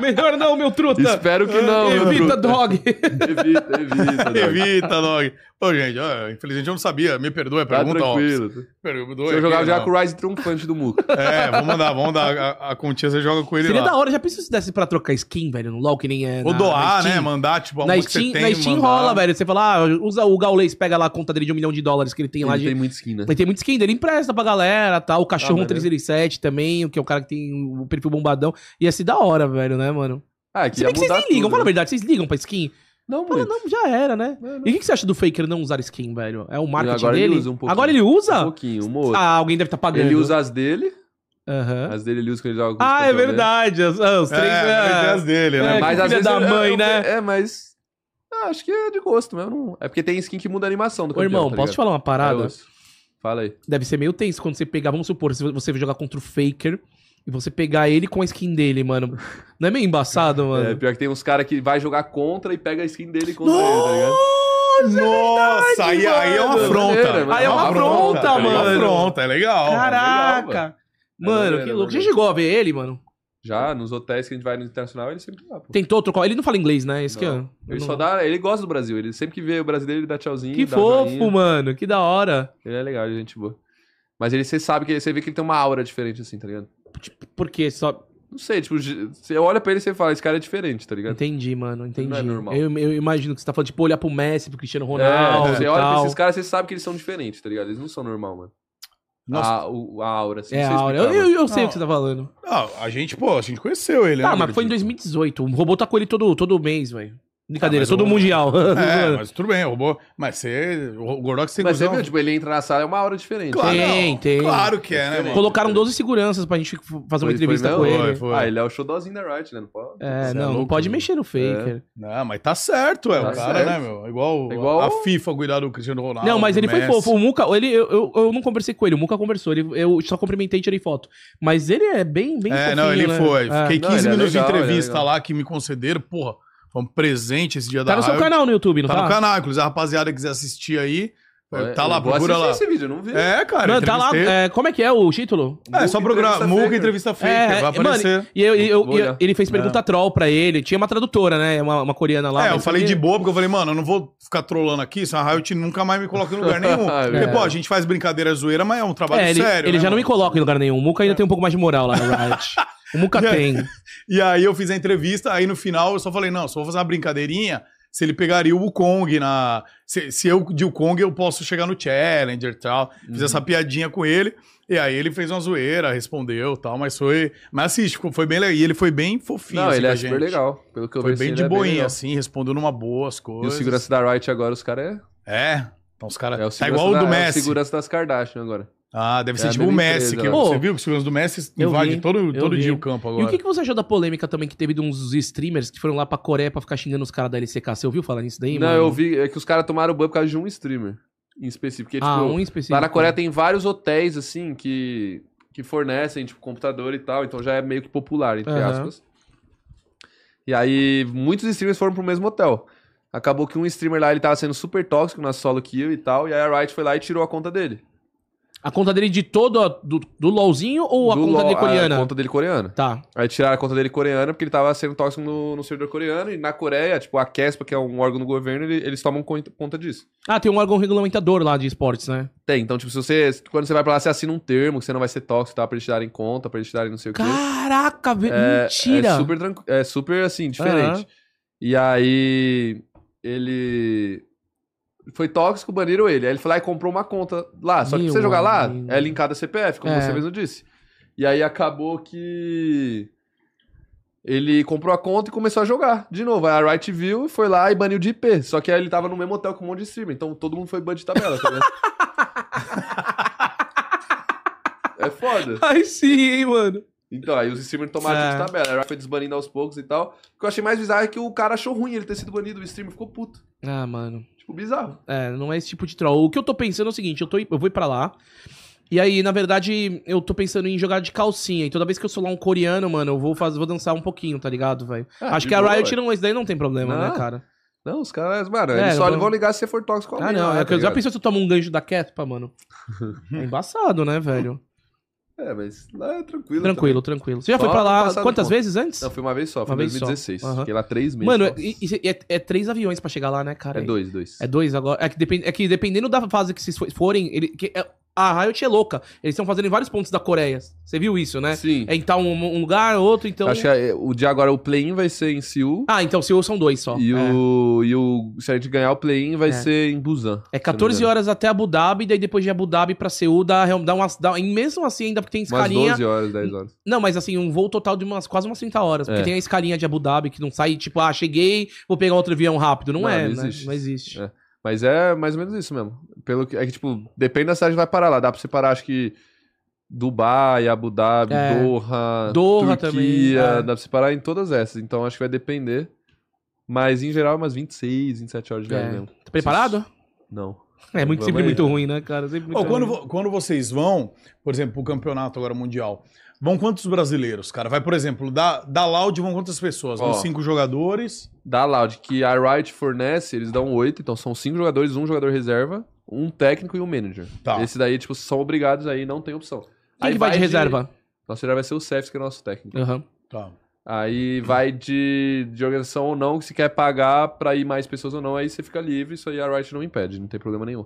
S2: Melhor não, meu truta.
S3: Espero que não, meu
S2: Evita,
S3: truta.
S2: dog.
S3: Evita, evita. Evita.
S1: Evita, dog. Ô, gente, ó, infelizmente eu não sabia. Me perdoe a
S3: Tá
S1: pergunta. ó.
S3: tranquilo.
S1: Perdoe
S3: Se eu
S1: aqui,
S3: jogava já
S1: não.
S3: com o Rise triunfante do Muco.
S1: É, vou mandar, vamos dar a, a quantia, você joga com ele
S2: Seria
S1: lá.
S2: da hora, já pensou se desse pra trocar skin, velho, no LoL, que nem é.
S1: Ou
S2: na- na
S1: doar,
S2: Steam?
S1: né? Mandar, tipo,
S2: Na
S1: uma que
S2: Steam,
S1: você tem.
S2: na Steam
S1: mandar.
S2: rola, velho. Você fala, ah, usa o Gaulês, pega lá a conta dele de um milhão de dólares que ele tem lá
S3: Ele
S2: de.
S3: tem muita skin, né?
S2: Mas tem muito skin dele, empresta pra galera, tal. O Cachorro um
S3: maneiro.
S2: 337 também, o que é o cara que tem o perfil bombadão. Ia ser da hora, velho, né, mano?
S3: Ah,
S2: Se bem que vocês nem ligam, fala a verdade, vocês ligam pra skin?
S3: né? Não,
S2: Fala,
S3: mano.
S2: não, já era, né?
S3: Não, não.
S2: E o que que você acha do Faker não usar skin, velho? É o marketing
S3: Agora ele
S2: dele?
S3: usa um pouquinho.
S2: Agora ele
S3: Um
S2: usa?
S3: pouquinho, uma ou outra.
S2: ah, alguém deve estar pagando.
S3: Ele usa né? as dele.
S2: Aham.
S3: As dele ele usa quando ele joga com os
S2: Ah, é
S3: campeão dele.
S2: verdade. Os, ah, os
S1: É,
S2: três.
S1: mas tem
S2: ah.
S1: as dele,
S2: É,
S1: né?
S2: mas-
S1: Mas,
S2: filha da
S3: eu-
S2: mãe,
S3: eu-
S2: né?
S3: É, mas. ah, acho que é de gosto mesmo. não- É porque tem skin que muda a animação do tá
S2: Ô, irmão, posso te falar uma parada?
S3: Fala aí.
S2: Deve ser meio tenso quando você pegar, vamos supor, se você jogar contra o Faker e você pegar ele com a skin dele, mano. Não é meio embaçado,
S3: É,
S2: mano?
S3: pior que tem uns caras que vai jogar contra e pega a skin dele contra ele, tá ligado?
S2: Nossa!
S1: Nossa, aí, aí é uma
S3: mano. Maneiro,
S1: afronta.
S3: mano. tá
S2: Aí é uma afronta,
S1: É uma
S2: mano.
S1: afronta, é legal.
S2: Caraca!
S3: É
S2: Mano,
S3: maneiro,
S2: que louco. Você
S3: maneiro.
S2: chegou a ver ele, mano?
S3: Já nos hotéis que a gente vai no internacional, ele sempre lá, pô.
S2: Tentou trocar. Ele não fala inglês, né? Isso que
S3: Não.
S2: eu. eu
S3: Ele
S2: não-
S3: só dá. Ele gosta do Brasil. Ele sempre que vê o brasileiro, ele dá tchauzinho.
S2: Que
S3: dá joinha.
S2: fofo, mano. Que da hora.
S3: Ele é legal, ele é gente boa. Mas ele, você sabe que você vê que ele tem uma aura diferente, assim, tá ligado?
S2: Porque só.
S3: Não sei, tipo, ge- você olha pra ele e você fala, esse cara é diferente, tá ligado?
S2: Entendi, mano. Entendi.
S3: Não é normal.
S2: Eu, eu imagino que você tá falando, tipo, olhar pro Messi, pro Cristiano
S3: é,
S2: Ronaldo.
S3: você
S2: e
S3: olha pra
S2: tal.
S3: esses caras, você sabe que eles são diferentes, tá ligado? Eles não são normal, mano.
S1: Nossa.
S3: A, o- a aura, assim,
S2: É,
S3: não sei
S2: Áurea, eu,
S3: explicar,
S2: eu,
S3: mano.
S2: eu sei
S1: Não.
S2: o que você tá falando.
S1: Ah, a gente, pô, a gente conheceu ele,
S2: Tá,
S1: né?
S2: mas foi em
S1: gordinho?
S2: 2018. O robô tá com ele todo, todo mês, velho. Brincadeira,
S1: Ah, mas
S2: todo
S1: o-
S2: mundial. né?
S1: É, mas tudo bem, roubou. Mas você. O Gordox tem
S3: Mas você
S1: cuzão.
S3: viu, tipo, ele entra na sala, é uma aura diferente.
S1: Claro,
S2: Tem,
S1: não.
S2: tem.
S1: Claro que é, né, mano?
S2: Colocaram 12 seguranças pra gente f- fazer uma
S3: Foi-
S2: entrevista
S3: foi
S2: com
S3: mesmo?
S2: ele.
S1: Foi, foi.
S3: Ah, ele é o showzinho da Riot, né? Não pode...
S2: É,
S1: Você é
S2: não, não
S1: louco,
S2: pode
S1: né?
S2: mexer no faker.
S1: Não, mas tá certo, é.
S3: Tá
S1: o cara,
S3: certo.
S1: né, meu? Igual,
S3: É igual-
S1: a FIFA cuidar do Cristiano Ronaldo.
S2: Não, mas
S1: do
S2: ele foi
S1: Ah, Messi.
S2: fofo. O Muca, ele, eu, eu, eu não conversei com ele, o Muca conversou. Ele, eu só cumprimentei e tirei foto. Mas ele é bem, bem
S1: É,
S2: fofinho,
S1: não, ele
S2: né?
S1: foi.
S2: É.
S1: Fiquei
S3: Não,
S1: 15
S3: ele é
S1: minutos de
S3: legal, ele é
S1: entrevista
S3: legal.
S1: lá que me concederam, porra. Foi um presente esse dia
S2: Tá
S1: da
S2: no seu
S1: raiva.
S2: canal no YouTube, não
S1: Tá
S2: tá?
S1: no canal, inclusive a rapaziada quiser assistir aí,
S3: É,
S1: tá
S3: eu
S1: lá,
S3: vou
S1: procura
S3: assistir
S1: lá.
S3: esse vídeo, eu não vi.
S1: É, cara,
S2: Mano, tá lá.
S1: entrevistei.
S2: é, como é que é o título?
S1: É, só
S3: Muca
S1: procurar
S3: Entrevista
S1: Muca
S3: Faker.
S1: Entrevista Fake,
S2: É,
S1: vai
S2: é, mano,
S1: aparecer.
S2: E eu, e eu-
S3: Vou
S2: e
S3: olhar.
S2: ele fez pergunta troll pra ele. Tinha uma tradutora, né? Uma, uma coreana lá.
S1: é, eu
S2: mas
S1: falei
S2: ele-
S1: de boa, porque eu falei, mano, eu não vou ficar trolando aqui, senão a Riot nunca mais me coloca em lugar nenhum.
S3: É
S1: Porque,
S2: verdade.
S1: pô, a gente faz brincadeira zoeira, mas é um trabalho
S2: É, ele,
S1: sério.
S2: ele
S1: né,
S2: já não me
S1: mano?
S2: coloca em lugar nenhum. O Muca ainda tem um pouco mais de moral lá no Riot. O Muca
S1: É.
S2: tem.
S1: E aí eu fiz a entrevista, aí no final eu só falei, não, só vou fazer uma brincadeirinha se ele pegaria o Wukong na... Se, se eu de Wukong eu posso chegar no Challenger e tal. Fiz
S2: Uhum.
S1: essa piadinha com ele, e aí ele fez uma zoeira, respondeu e tal, mas foi... Mas assiste, ficou- foi bem legal. E ele foi bem fofinho,
S3: Não,
S1: assim,
S3: ele
S1: com
S3: é
S1: a
S3: super
S1: gente.
S3: legal. Pelo que eu
S1: Foi
S3: vi,
S1: bem
S3: assim,
S1: de
S3: ele é
S1: boinha,
S3: legal.
S1: assim, respondeu numa boa as
S3: E o
S1: coisas.
S3: segurança da Riot agora, os caras é...
S1: É, então os caras...
S3: É o
S1: tá
S3: segurança
S1: igual o
S3: da-
S1: do
S3: é
S1: Messi.
S3: segurança das Kardashian agora.
S1: Ah, deve
S3: É
S1: ser
S3: a
S1: tipo o
S3: mesma
S1: Messi,
S3: empresa,
S1: que
S3: ó.
S1: você
S2: Ô,
S1: viu que o segurança do Messi
S2: eu
S1: invade
S2: vi,
S1: todo,
S2: eu
S1: todo
S2: vi.
S1: dia o
S2: E
S1: campo
S2: o
S1: agora.
S2: que, que você achou da polêmica também que teve de uns streamers que foram lá pra Coreia pra ficar xingando os caras da LCK? Você ouviu falar nisso daí,
S3: não,
S2: mano?
S3: eu vi... É que os caras tomaram ban por causa de um streamer. Em específico. Porque,
S2: ah,
S3: tipo,
S2: um específico.
S3: Lá na Coreia tem vários hotéis, assim, que, que fornecem, tipo, computador e tal. Então já é meio que popular, entre
S2: Aham.
S3: aspas. E aí, muitos streamers foram pro mesmo hotel. Acabou que um streamer lá, ele tava sendo super tóxico na solo kill e tal. E aí a Riot foi lá e tirou a conta dele.
S2: A conta dele de todo... a- do, do LOLzinho ou a
S3: Do
S2: conta
S3: LoL,
S2: dele coreana?
S3: A conta dele coreana.
S2: Tá.
S3: Aí tiraram a conta dele coreana, porque ele tava sendo tóxico no, no servidor coreano. E na Coreia, tipo, a CESPA, que é um órgão do governo, ele- eles tomam conta conta disso.
S2: Ah, tem um órgão regulamentador lá de esportes, né?
S3: Tem, então, tipo, se você. Quando você vai pra lá, você assina um termo que você não vai ser tóxico, tá? Pra eles te darem conta, pra eles te darem não sei o quê.
S2: Caraca, velho.
S3: É,
S2: mentira.
S3: É super, tranqu... é super assim, diferente.
S2: Aham.
S3: E aí ele foi tóxico, baniram ele. Aí ele foi lá e comprou uma conta lá. Só que
S2: Meu
S3: pra você jogar lá,
S2: amigo.
S3: é linkada a CPF, como
S2: É.
S3: você mesmo disse. E aí acabou que ele comprou a conta e começou a jogar de novo. Aí a Riot viu, foi lá e baniu de IP. Só que aí ele tava no mesmo hotel com um monte de streamer. Então todo mundo foi ban de tabela, tá ligado? É foda.
S2: Ai, sim, hein, mano.
S3: Então, aí os streamers tomaram
S2: É.
S3: é. de tabela. Aí foi desbanindo aos poucos e tal. O que eu achei mais bizarro é que o cara achou ruim ele ter sido banido. O streamer ficou puto.
S2: Ah, mano.
S3: Tipo, bizarro.
S2: É, não é esse tipo de troll. O que eu tô pensando é o seguinte, eu, tô, eu vou ir pra lá, E aí, na verdade, eu tô pensando em jogar de calcinha. E toda vez que eu sou lá um coreano, mano, eu vou, faz... vou dançar um pouquinho, tá ligado, velho?
S3: Ah,
S2: Acho
S3: de
S2: que a
S3: boa,
S2: Riot
S3: velho.
S2: não, isso daí não tem problema,
S3: Não.
S2: né, cara?
S3: Não, os caras, mano,
S2: É,
S3: eles só
S2: eu-
S3: vão ligar se você for tóxico com
S2: Ah,
S3: alguém.
S2: não.
S3: né,
S2: É que eu
S3: tá
S2: já
S3: ligado?
S2: pensou se eu tomo um gancho da Ketpa, mano? É embaçado, né, velho?
S3: É, mas lá é tranquilo.
S2: Tranquilo, tranquilo. Você já foi
S3: Só
S2: pra lá
S3: passado
S2: quantas
S3: ponto.
S2: vezes antes?
S3: também. Não, foi uma vez só, foi
S2: Uma
S3: em
S2: vez só.
S3: 2016.
S2: Aham.
S3: Fiquei lá três meses.
S2: Mano, é,
S3: Nossa.
S2: e- e- é- é três aviões pra chegar lá, né, cara?
S3: é dois, dois.
S2: É dois agora. É que, depend- é que dependendo da fase que vocês fo- forem, ele... que é- a Riot é louca. Eles estão fazendo em vários pontos da Coreia. Você viu isso, né?
S3: Sim.
S2: É em tal um, um lugar, outro, então.
S3: Acho que é- o de agora, o play-in vai ser em Seul.
S2: Ah, então se eu são dois só.
S3: E,
S2: é.
S3: o, e o. Se a gente ganhar o play-in, vai
S2: É.
S3: ser em Busan.
S2: É 14 horas até Abu Dhabi, daí depois de Abu Dhabi pra Seul, dá, dá umas. Dá, e mesmo assim, ainda porque tem
S3: Umas
S2: escalinha.
S3: 12 horas, 10 horas.
S2: Não, mas assim, um voo total de umas quase umas 30 horas. Porque
S3: É.
S2: tem a escalinha de Abu Dhabi que não sai, tipo, ah, cheguei, vou pegar outro avião rápido. Não,
S3: Não,
S2: é,
S3: não
S2: né?
S3: existe.
S2: Não existe.
S3: É. Mas é mais ou menos isso mesmo. Pelo que, é que, tipo, depende da cidade que vai parar lá. Dá pra você parar, acho que Dubai, Abu Dhabi,
S2: É.
S3: Doha,
S2: Doha
S3: Turquia.
S2: também, é.
S3: Dá pra você parar em todas essas. Então acho que vai depender. Mas em geral, é umas 26, 27 horas de viagem
S2: É.
S3: mesmo.
S2: Tá preparado?
S3: Não.
S2: É muito,
S3: Vamos
S2: sempre
S3: aí.
S2: muito ruim, né, cara? Sempre muito
S1: Ó, quando,
S2: ruim.
S1: vo- quando vocês vão, por exemplo, pro campeonato agora mundial, vão quantos brasileiros, cara? Vai, por exemplo, da, da Loud vão quantas pessoas? Vão
S3: Ó.
S1: cinco jogadores.
S3: Da Loud, que a Riot fornece, eles dão 8. Então são cinco jogadores, um jogador reserva, um técnico e um manager.
S1: Tá.
S3: Esse daí, tipo, são obrigados aí, não tem opção.
S2: Quem
S3: Aí
S2: que vai de reserva?
S3: Nosso reserva vai ser o Cefs, que é nosso técnico.
S2: Aham.
S1: Tá.
S3: Aí vai de, de organização ou não, se quer pagar pra ir mais pessoas ou não, aí você fica livre, isso aí a Riot não impede, não tem problema nenhum.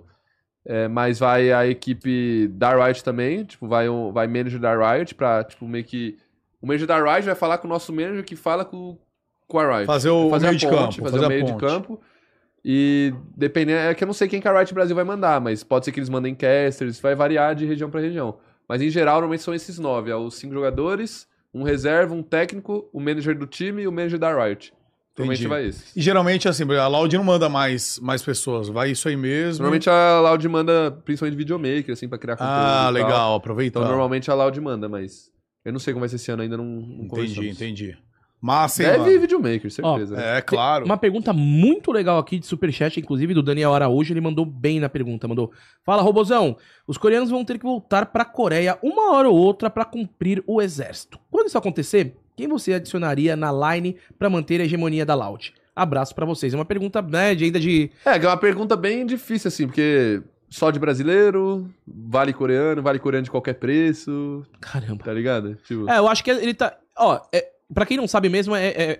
S3: É, mas vai a equipe da Riot também, tipo, vai, um, vai manager da Riot pra, tipo, meio que... O manager da Riot vai falar com o nosso manager que fala com, com a Riot.
S1: Fazer o
S3: Fazer a
S1: meio de
S3: ponte,
S1: campo.
S3: fazer, o meio
S1: ponte.
S3: de campo. E dependendo, é que eu não sei quem que a Riot Brasil vai mandar, mas pode ser que eles mandem casters, vai variar de região pra região. Mas em geral, normalmente são esses nove: é os cinco jogadores, um reserva, um técnico, o manager do time e o manager da Riot. Normalmente
S1: Entendi.
S3: vai esse.
S1: E geralmente, assim, a Loud não manda mais, mais pessoas, vai isso aí mesmo.
S3: Normalmente a Loud manda principalmente videomaker, assim, pra criar conteúdo. e
S1: Ah,
S3: tal.
S1: legal, aproveita.
S3: Então normalmente a Loud manda, mas eu não sei como vai ser esse ano ainda, não, não
S1: entendi,
S3: conversamos.
S1: entendi. Mas, sei
S3: Deve
S1: lá.
S3: ir videomaker, certeza. né?
S1: É, claro.
S2: Uma pergunta muito legal aqui de superchat, inclusive, do Daniel Araújo. Ele mandou bem na pergunta. Mandou: Fala, robozão. Os coreanos vão ter que voltar pra Coreia uma hora ou outra pra cumprir o exército. Quando isso acontecer, quem você adicionaria na line pra manter a hegemonia da Loud? Abraço pra vocês. É uma pergunta, né, de ainda de.
S3: É, que é uma pergunta bem difícil, assim, porque só de brasileiro, vale coreano, vale coreano de qualquer preço,
S2: Caramba.
S3: tá ligado? Tipo,
S2: É, eu acho que ele tá. Ó, é, pra quem não sabe mesmo, é- é-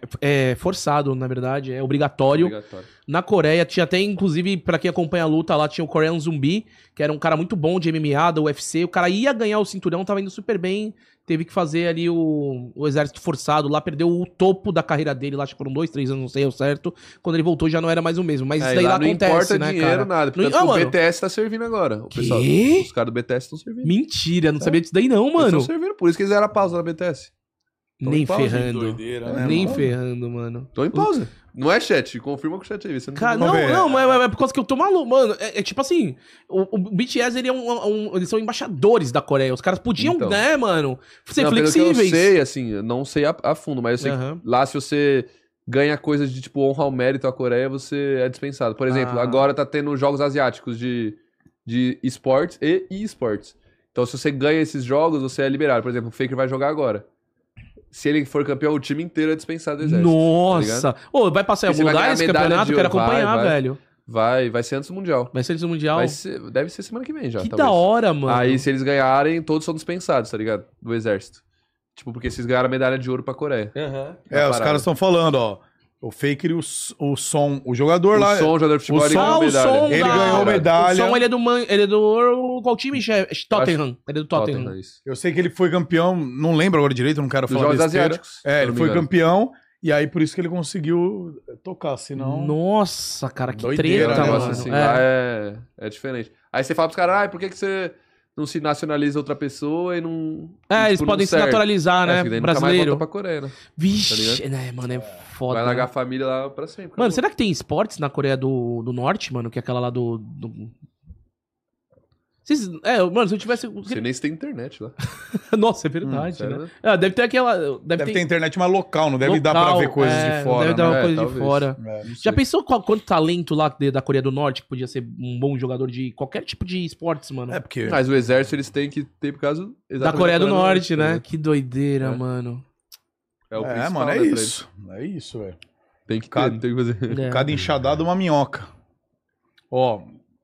S2: é forçado, na verdade, é obrigatório.
S3: obrigatório.
S2: Na Coreia tinha até, inclusive, pra quem acompanha a luta lá, tinha o Korean Zumbi, que era um cara muito bom de MMA, da UFC. O cara ia ganhar o cinturão, tava indo super bem. Teve que fazer ali o, o exército forçado lá, perdeu o topo da carreira dele lá, acho que foram dois, três anos, não sei ao certo. Quando ele voltou já não era mais o mesmo. Mas
S3: É,
S2: isso
S3: e
S2: daí lá,
S3: não
S2: acontece,
S3: importa
S2: né,
S3: dinheiro,
S2: cara?
S3: nada. Portanto,
S2: Ah,
S3: o
S2: mano.
S3: BTS tá servindo agora. O
S2: Quê?
S3: pessoal, os caras do BTS estão servindo.
S2: Mentira, não sabia disso daí não, mano.
S3: Eles tão servindo, por isso que eles eram a pausa na BTS. tão
S2: Nem
S3: em pausa,
S2: ferrando.
S1: Doideira,
S3: né,
S2: Nem
S3: mano?
S2: ferrando, mano.
S3: Tô em pausa. Não é chat, confirma com o chat aí. Você não
S2: Cara,
S3: confirma.
S2: não,
S1: Vamos ver.
S2: não, mas, mas é por causa que eu tô maluco, mano. É, é tipo assim, o, o BTS, ele é um, um- Eles são embaixadores da Coreia. Os caras podiam,
S3: Então.
S2: né, mano, ser
S3: Não, pelo que
S2: flexíveis.
S3: Eu sei, assim, eu não sei a, a fundo, mas eu sei
S2: Aham.
S3: que lá se você ganha coisas de tipo honra ao mérito à Coreia, você é dispensado. Por exemplo,
S2: Ah.
S3: agora tá tendo jogos asiáticos de, de esportes e e-sports. Então se você ganha esses jogos, você é liberado. Por exemplo, o Faker vai jogar agora. Se ele for campeão, o time inteiro é dispensado do exército.
S2: Nossa! Ô, vai passar em
S3: E
S2: algum
S3: você vai
S2: lugar
S3: ganhar
S2: esse
S3: medalha
S2: campeonato?
S3: de
S2: Quero
S3: ouro. Vai,
S2: acompanhar,
S3: vai.
S2: velho.
S3: Vai, vai ser antes do Mundial.
S2: Vai ser antes do Mundial.
S3: Vai ser- deve ser semana que vem já.
S2: que
S3: talvez.
S2: da hora, mano.
S3: Aí se eles ganharem, todos são dispensados, tá ligado? Do exército. Tipo, porque vocês ganharam a medalha de ouro pra Coreia.
S1: É, os
S3: Parada.
S1: caras estão falando, ó. O Faker e o, S- o Som, o jogador lá.
S3: O som, o jogador de futebol,
S1: o
S3: Tipo, ele
S1: Som-
S3: ganhou
S2: Ah,
S3: a
S2: o Som
S3: medalha.
S1: Ele
S2: da-
S1: ganhou medalha.
S2: O som, ele é do... Man... Ele é do... Qual time, chefe? Tottenham. Ele é do Tottenham.
S3: Tottenham, isso.
S1: Eu sei que ele foi campeão, não lembro agora direito, não quero
S3: Dos
S1: falar
S3: Jogos
S1: besteira.
S3: Asiáticos. se
S1: É,
S3: eu
S1: ele
S3: não me
S1: foi
S3: engano.
S1: campeão, e aí por isso que ele conseguiu tocar, senão...
S2: Nossa, cara, que treta,
S1: Doideira, né,
S2: mano.
S3: negócio assim,
S2: É.
S3: lá é, é diferente. Aí você fala pros caras, ah, por que, que você não se nacionaliza outra pessoa e não. É,
S2: É, eles podem se naturalizar, né?
S3: Brasileiro.
S2: Brasileiro.
S3: pra Coreia, né?
S2: Vixe, né, mano, é foda.
S3: Vai largar a
S2: né?
S3: família lá pra sempre.
S2: Mano, será que tem esportes na Coreia do, do Norte, mano? Que é aquela lá do. do- Vocês- é, mano, se eu tivesse.
S3: Você nem se tem internet lá.
S2: Nossa, é verdade,
S3: Hum,
S2: né?
S3: sério?
S2: Ah, deve ter aquela. Deve,
S1: Deve ter internet mais local, não deve dar pra
S2: local,
S1: ver coisas
S2: é,
S1: de
S2: não
S1: fora.
S2: Deve dar
S1: né?
S2: uma
S3: né?
S2: coisa
S3: É,
S2: de
S3: talvez.
S2: fora.
S1: É.
S2: Já pensou qual, quanto talento lá de- da Coreia do Norte que podia ser um bom jogador de qualquer tipo de esportes, mano?
S1: É porque.
S3: Mas o exército eles têm que ter por causa. exatamente
S2: da Coreia do Norte, né?
S3: né?
S2: Que doideira,
S3: É.
S2: mano.
S3: É, o
S1: É,
S3: principal,
S1: mano, é
S3: né, pra eles.
S1: isso. É isso, velho.
S3: Tem que
S1: Cada-
S3: ter, tem que fazer.
S2: É.
S1: Cada enxadada uma minhoca. Ó,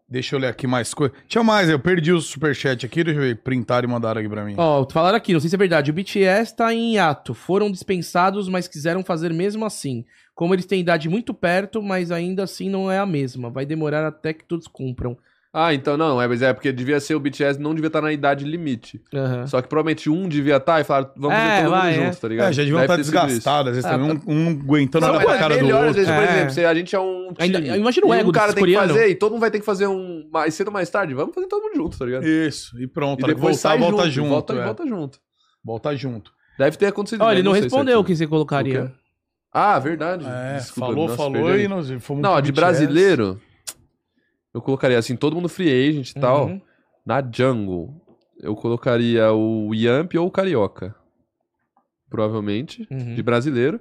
S1: deixa eu ler aqui mais coisa. Tinha mais, eu perdi o superchat aqui, deixa eu ver, printaram e mandaram aqui pra mim.
S2: Ó, falaram aqui, não sei se é verdade. O BTS tá em hiato. Foram dispensados, mas quiseram fazer mesmo assim. Como eles têm idade muito perto, mas ainda assim não é a mesma. Vai demorar até que todos cumpram.
S3: Ah, então não, é, mas é porque devia ser o BTS, não devia estar na idade limite.
S2: Aham.
S3: Só que provavelmente um devia estar e falaram, vamos
S2: É,
S3: fazer todo
S2: vai,
S3: mundo
S2: é.
S3: junto, tá ligado?
S1: É, já deviam
S3: Deve
S1: estar
S3: ter sido isso. tá.
S1: desgastados, às vezes
S2: Ah,
S1: também, um, um aguentando olhar pra
S3: mas
S1: cara
S3: é
S1: do
S3: melhor,
S1: outro.
S3: às vezes, por
S2: É.
S3: exemplo, se a gente é um time.
S2: Ainda- imagina o
S3: e
S2: ego
S3: um cara
S2: dos
S3: tem que
S2: coreanos.
S3: fazer e todo mundo vai ter que fazer um mais cedo ou mais tarde. Vamos fazer todo mundo junto, tá ligado?
S1: Isso, e pronto.
S3: E
S1: a hora que voltar,
S3: sai
S1: volta
S3: e
S1: junto.
S3: Volta,
S1: é.
S3: volta junto.
S1: Volta junto.
S3: Deve ter acontecido.
S2: Ó,
S3: né?
S2: ele não,
S3: sei
S2: respondeu o
S3: certinho.
S2: que você
S3: O
S2: colocaria.
S3: quê? Ah, verdade.
S1: É,
S3: Desculpa,
S1: falou,
S3: nossa,
S1: falou
S3: perdi.
S1: e nós fomos
S3: Não,
S1: pro é.
S3: de
S1: BTS.
S3: brasileiro, eu colocaria assim, todo mundo free agent e tal.
S2: Uhum.
S3: Na Jungle, eu colocaria o Yamp ou o Carioca. Provavelmente.
S2: Uhum.
S3: De brasileiro.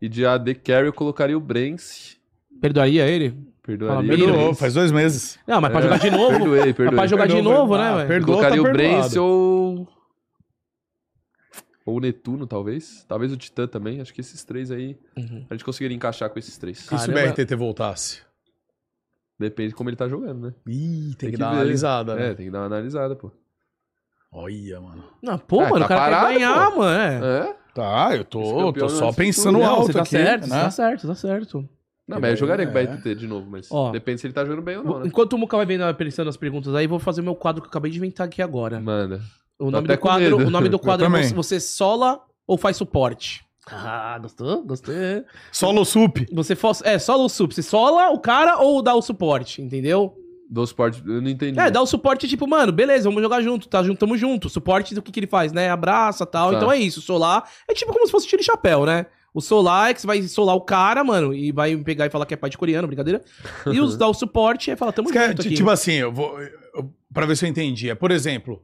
S3: E de AD Carry eu colocaria o Brence.
S2: Perdoaria ele?
S3: Perdoaria.
S2: Fala,
S1: Perdoou,
S3: Brence.
S1: faz dois meses.
S2: Não, mas pra
S3: É,
S2: jogar de novo.
S3: Perdoei,
S2: mas pra
S3: perdoei.
S2: jogar de
S1: Perdoou,
S2: novo,
S1: perdoou.
S2: né,
S1: Ah,
S2: velho?
S1: perdoou,
S3: colocaria
S1: tá
S3: o Brence
S1: perdoado.
S3: ou. Ou o Netuno, talvez. Talvez o Titã também. Acho que esses três aí
S2: Uhum.
S3: a gente conseguiria encaixar com esses três.
S1: E se o
S2: Caramba.
S1: BRTT voltasse?
S3: Depende de como ele tá jogando, né?
S1: Ih, tem, que,
S3: que
S1: dar uma
S3: ver.
S1: analisada,
S2: Tá.
S1: né?
S3: É, tem que dar uma analisada, pô.
S1: Olha, mano.
S2: Não, pô,
S3: É,
S2: mano, o
S3: tá
S2: cara
S3: parado,
S2: quer ganhar, mano. é.
S3: É?
S1: Tá, eu tô,
S3: Vice-campeão
S1: tô só
S3: antes de
S1: pensando
S3: tudo.
S2: Não,
S1: alto
S2: você tá
S1: aqui,
S2: certo,
S1: né?
S2: tá certo, tá certo.
S3: Não, mas eu jogaria com o
S1: É.
S3: BRTT de novo, mas
S2: Ó.
S3: depende se ele tá jogando bem ou não, né?
S2: Enquanto o Muca vai vendo, pensando as perguntas aí, vou fazer meu quadro que eu acabei de inventar aqui agora.
S3: Manda.
S2: O nome,
S3: até
S2: do
S3: com
S2: quadro,
S3: medo.
S2: o nome do quadro é
S1: também.
S2: você, você sola ou faz suporte? Ah, gostou? Gostou.
S1: Solo sup.
S2: Você faz, é, sola o sup. Você sola o cara ou dá o suporte, entendeu?
S3: Do suporte, eu não entendi.
S2: É, dá o suporte tipo, mano, beleza, vamos jogar junto, tá? Junto, tamo junto. Suporte do que, que ele faz, né? Abraça tal.
S3: Tá.
S2: Então é isso. Solar é tipo como se fosse tiro e chapéu, né? O Solar é que você vai solar o cara, mano, e vai pegar e falar que é pai de coreano, brincadeira. E os dá o suporte é falar, tamo
S1: Quer-
S2: junto
S1: ti-
S2: aqui.
S1: Tipo assim, eu vou. eu- Pra ver se eu entendi. É, por exemplo,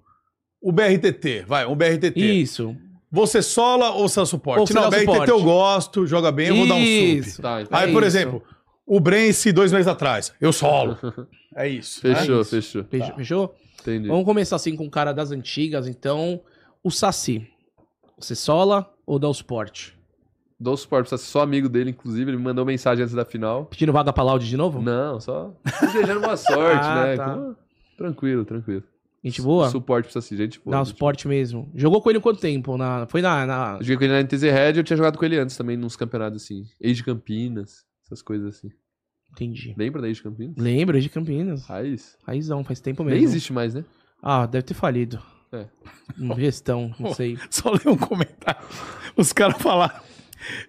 S1: o BRTT. Vai, um BRTT.
S2: Isso.
S1: Você sola ou você dá suporte?
S2: Ou você
S1: Não,
S2: dá
S1: BRTT
S2: suporte.
S1: eu gosto, joga bem, eu vou dar um sup.
S2: Isso.
S3: Tá, então.
S1: Aí,
S2: É
S1: por
S2: isso.
S1: exemplo, o Brence dois meses atrás. Eu solo. É isso. né?
S3: Fechou,
S2: isso.
S3: fechou.
S2: Fechou? fechou?
S3: Entendi.
S2: Vamos começar assim com o cara das antigas, então. O Saci. Você sola ou dá o suporte?
S3: Dou suporte pra só amigo dele, inclusive. Ele me mandou mensagem antes da final.
S2: Pedindo vaga pra Laude de novo?
S3: Não, só desejando boa sorte,
S2: Ah,
S3: né?
S2: tá.
S3: Como- Tranquilo, tranquilo.
S2: Gente boa?
S3: Suporte pra assim, gente. boa,
S2: Dá o
S3: gente
S2: suporte mesmo. Jogou com ele quanto tempo? Na... Foi na- na...
S3: boa. Eu joguei com ele na NTZ Red, eu tinha jogado com ele antes também, nos campeonatos assim. Ex de Campinas, essas coisas assim.
S2: Entendi.
S3: Lembra da Ex de Campinas?
S2: Lembro de Campinas.
S3: Raiz.
S2: Raizão, faz tempo mesmo.
S3: Nem existe mais, né?
S2: Ah, deve ter falido.
S3: É.
S2: Hum, Gestão, não sei.
S1: Só ler um comentário. Os caras falaram.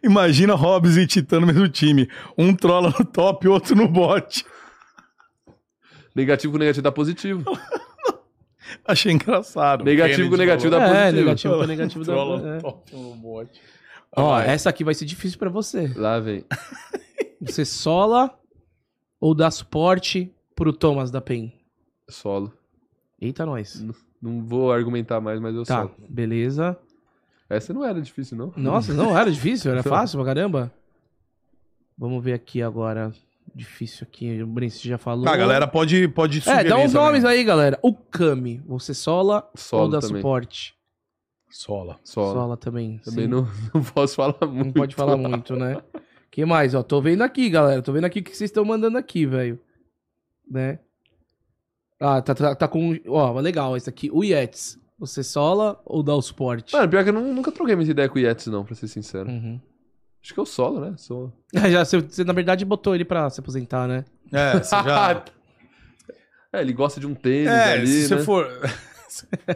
S1: Imagina Hobbs e Titã no mesmo time. Um trola no top, outro no bot.
S3: Negativo com negativo dá positivo.
S1: Achei engraçado.
S3: Negativo
S1: Kennedy
S3: com negativo
S1: falou.
S3: dá
S2: É,
S3: positivo.
S2: negativo com negativo da
S1: Trola no
S2: é.
S1: top, no bot.
S2: Ó,
S3: é
S1: Vai.
S2: essa aqui vai ser difícil pra você.
S3: Lá vem.
S2: Você sola ou dá suporte pro Thomas da PEN?
S3: Solo.
S2: Eita, nós.
S3: Não vou argumentar mais, mas eu
S2: Tá,
S3: solo.
S2: beleza.
S3: Essa não era difícil, não.
S2: Nossa, não era difícil, era fácil pra caramba. Vamos ver aqui agora. Difícil aqui, o Brince já falou.
S3: Ah,
S1: Tá, a galera pode, pode
S2: É, dá
S1: sugerir
S2: uns
S1: também.
S2: nomes aí, galera. O Kami, você sola ou
S3: né? Solo
S2: dá
S3: também.
S2: suporte?
S1: Sola.
S3: Solo.
S2: Sola também.
S3: Também
S2: sim.
S3: não, não posso falar
S2: Não
S3: muito.
S2: pode falar muito, né? que mais? Ó, tô vendo aqui, galera. Tô vendo aqui o que vocês estão mandando aqui, velho. Né? Ah, tá, tá, tá com. Ó, mas legal esse aqui. O Yetis. Você sola ou dá o suporte?
S3: Mano, pior que eu nu- nunca troquei minha ideia com o Yetis, não, pra ser sincero.
S2: Uhum.
S3: Acho que eu solo, né? Sou.
S2: Já, você, você, na verdade, botou ele pra se aposentar, né?
S1: É, você já...
S3: é, ele gosta de um tênis
S1: é,
S3: ali,
S1: se você
S3: né?
S1: for...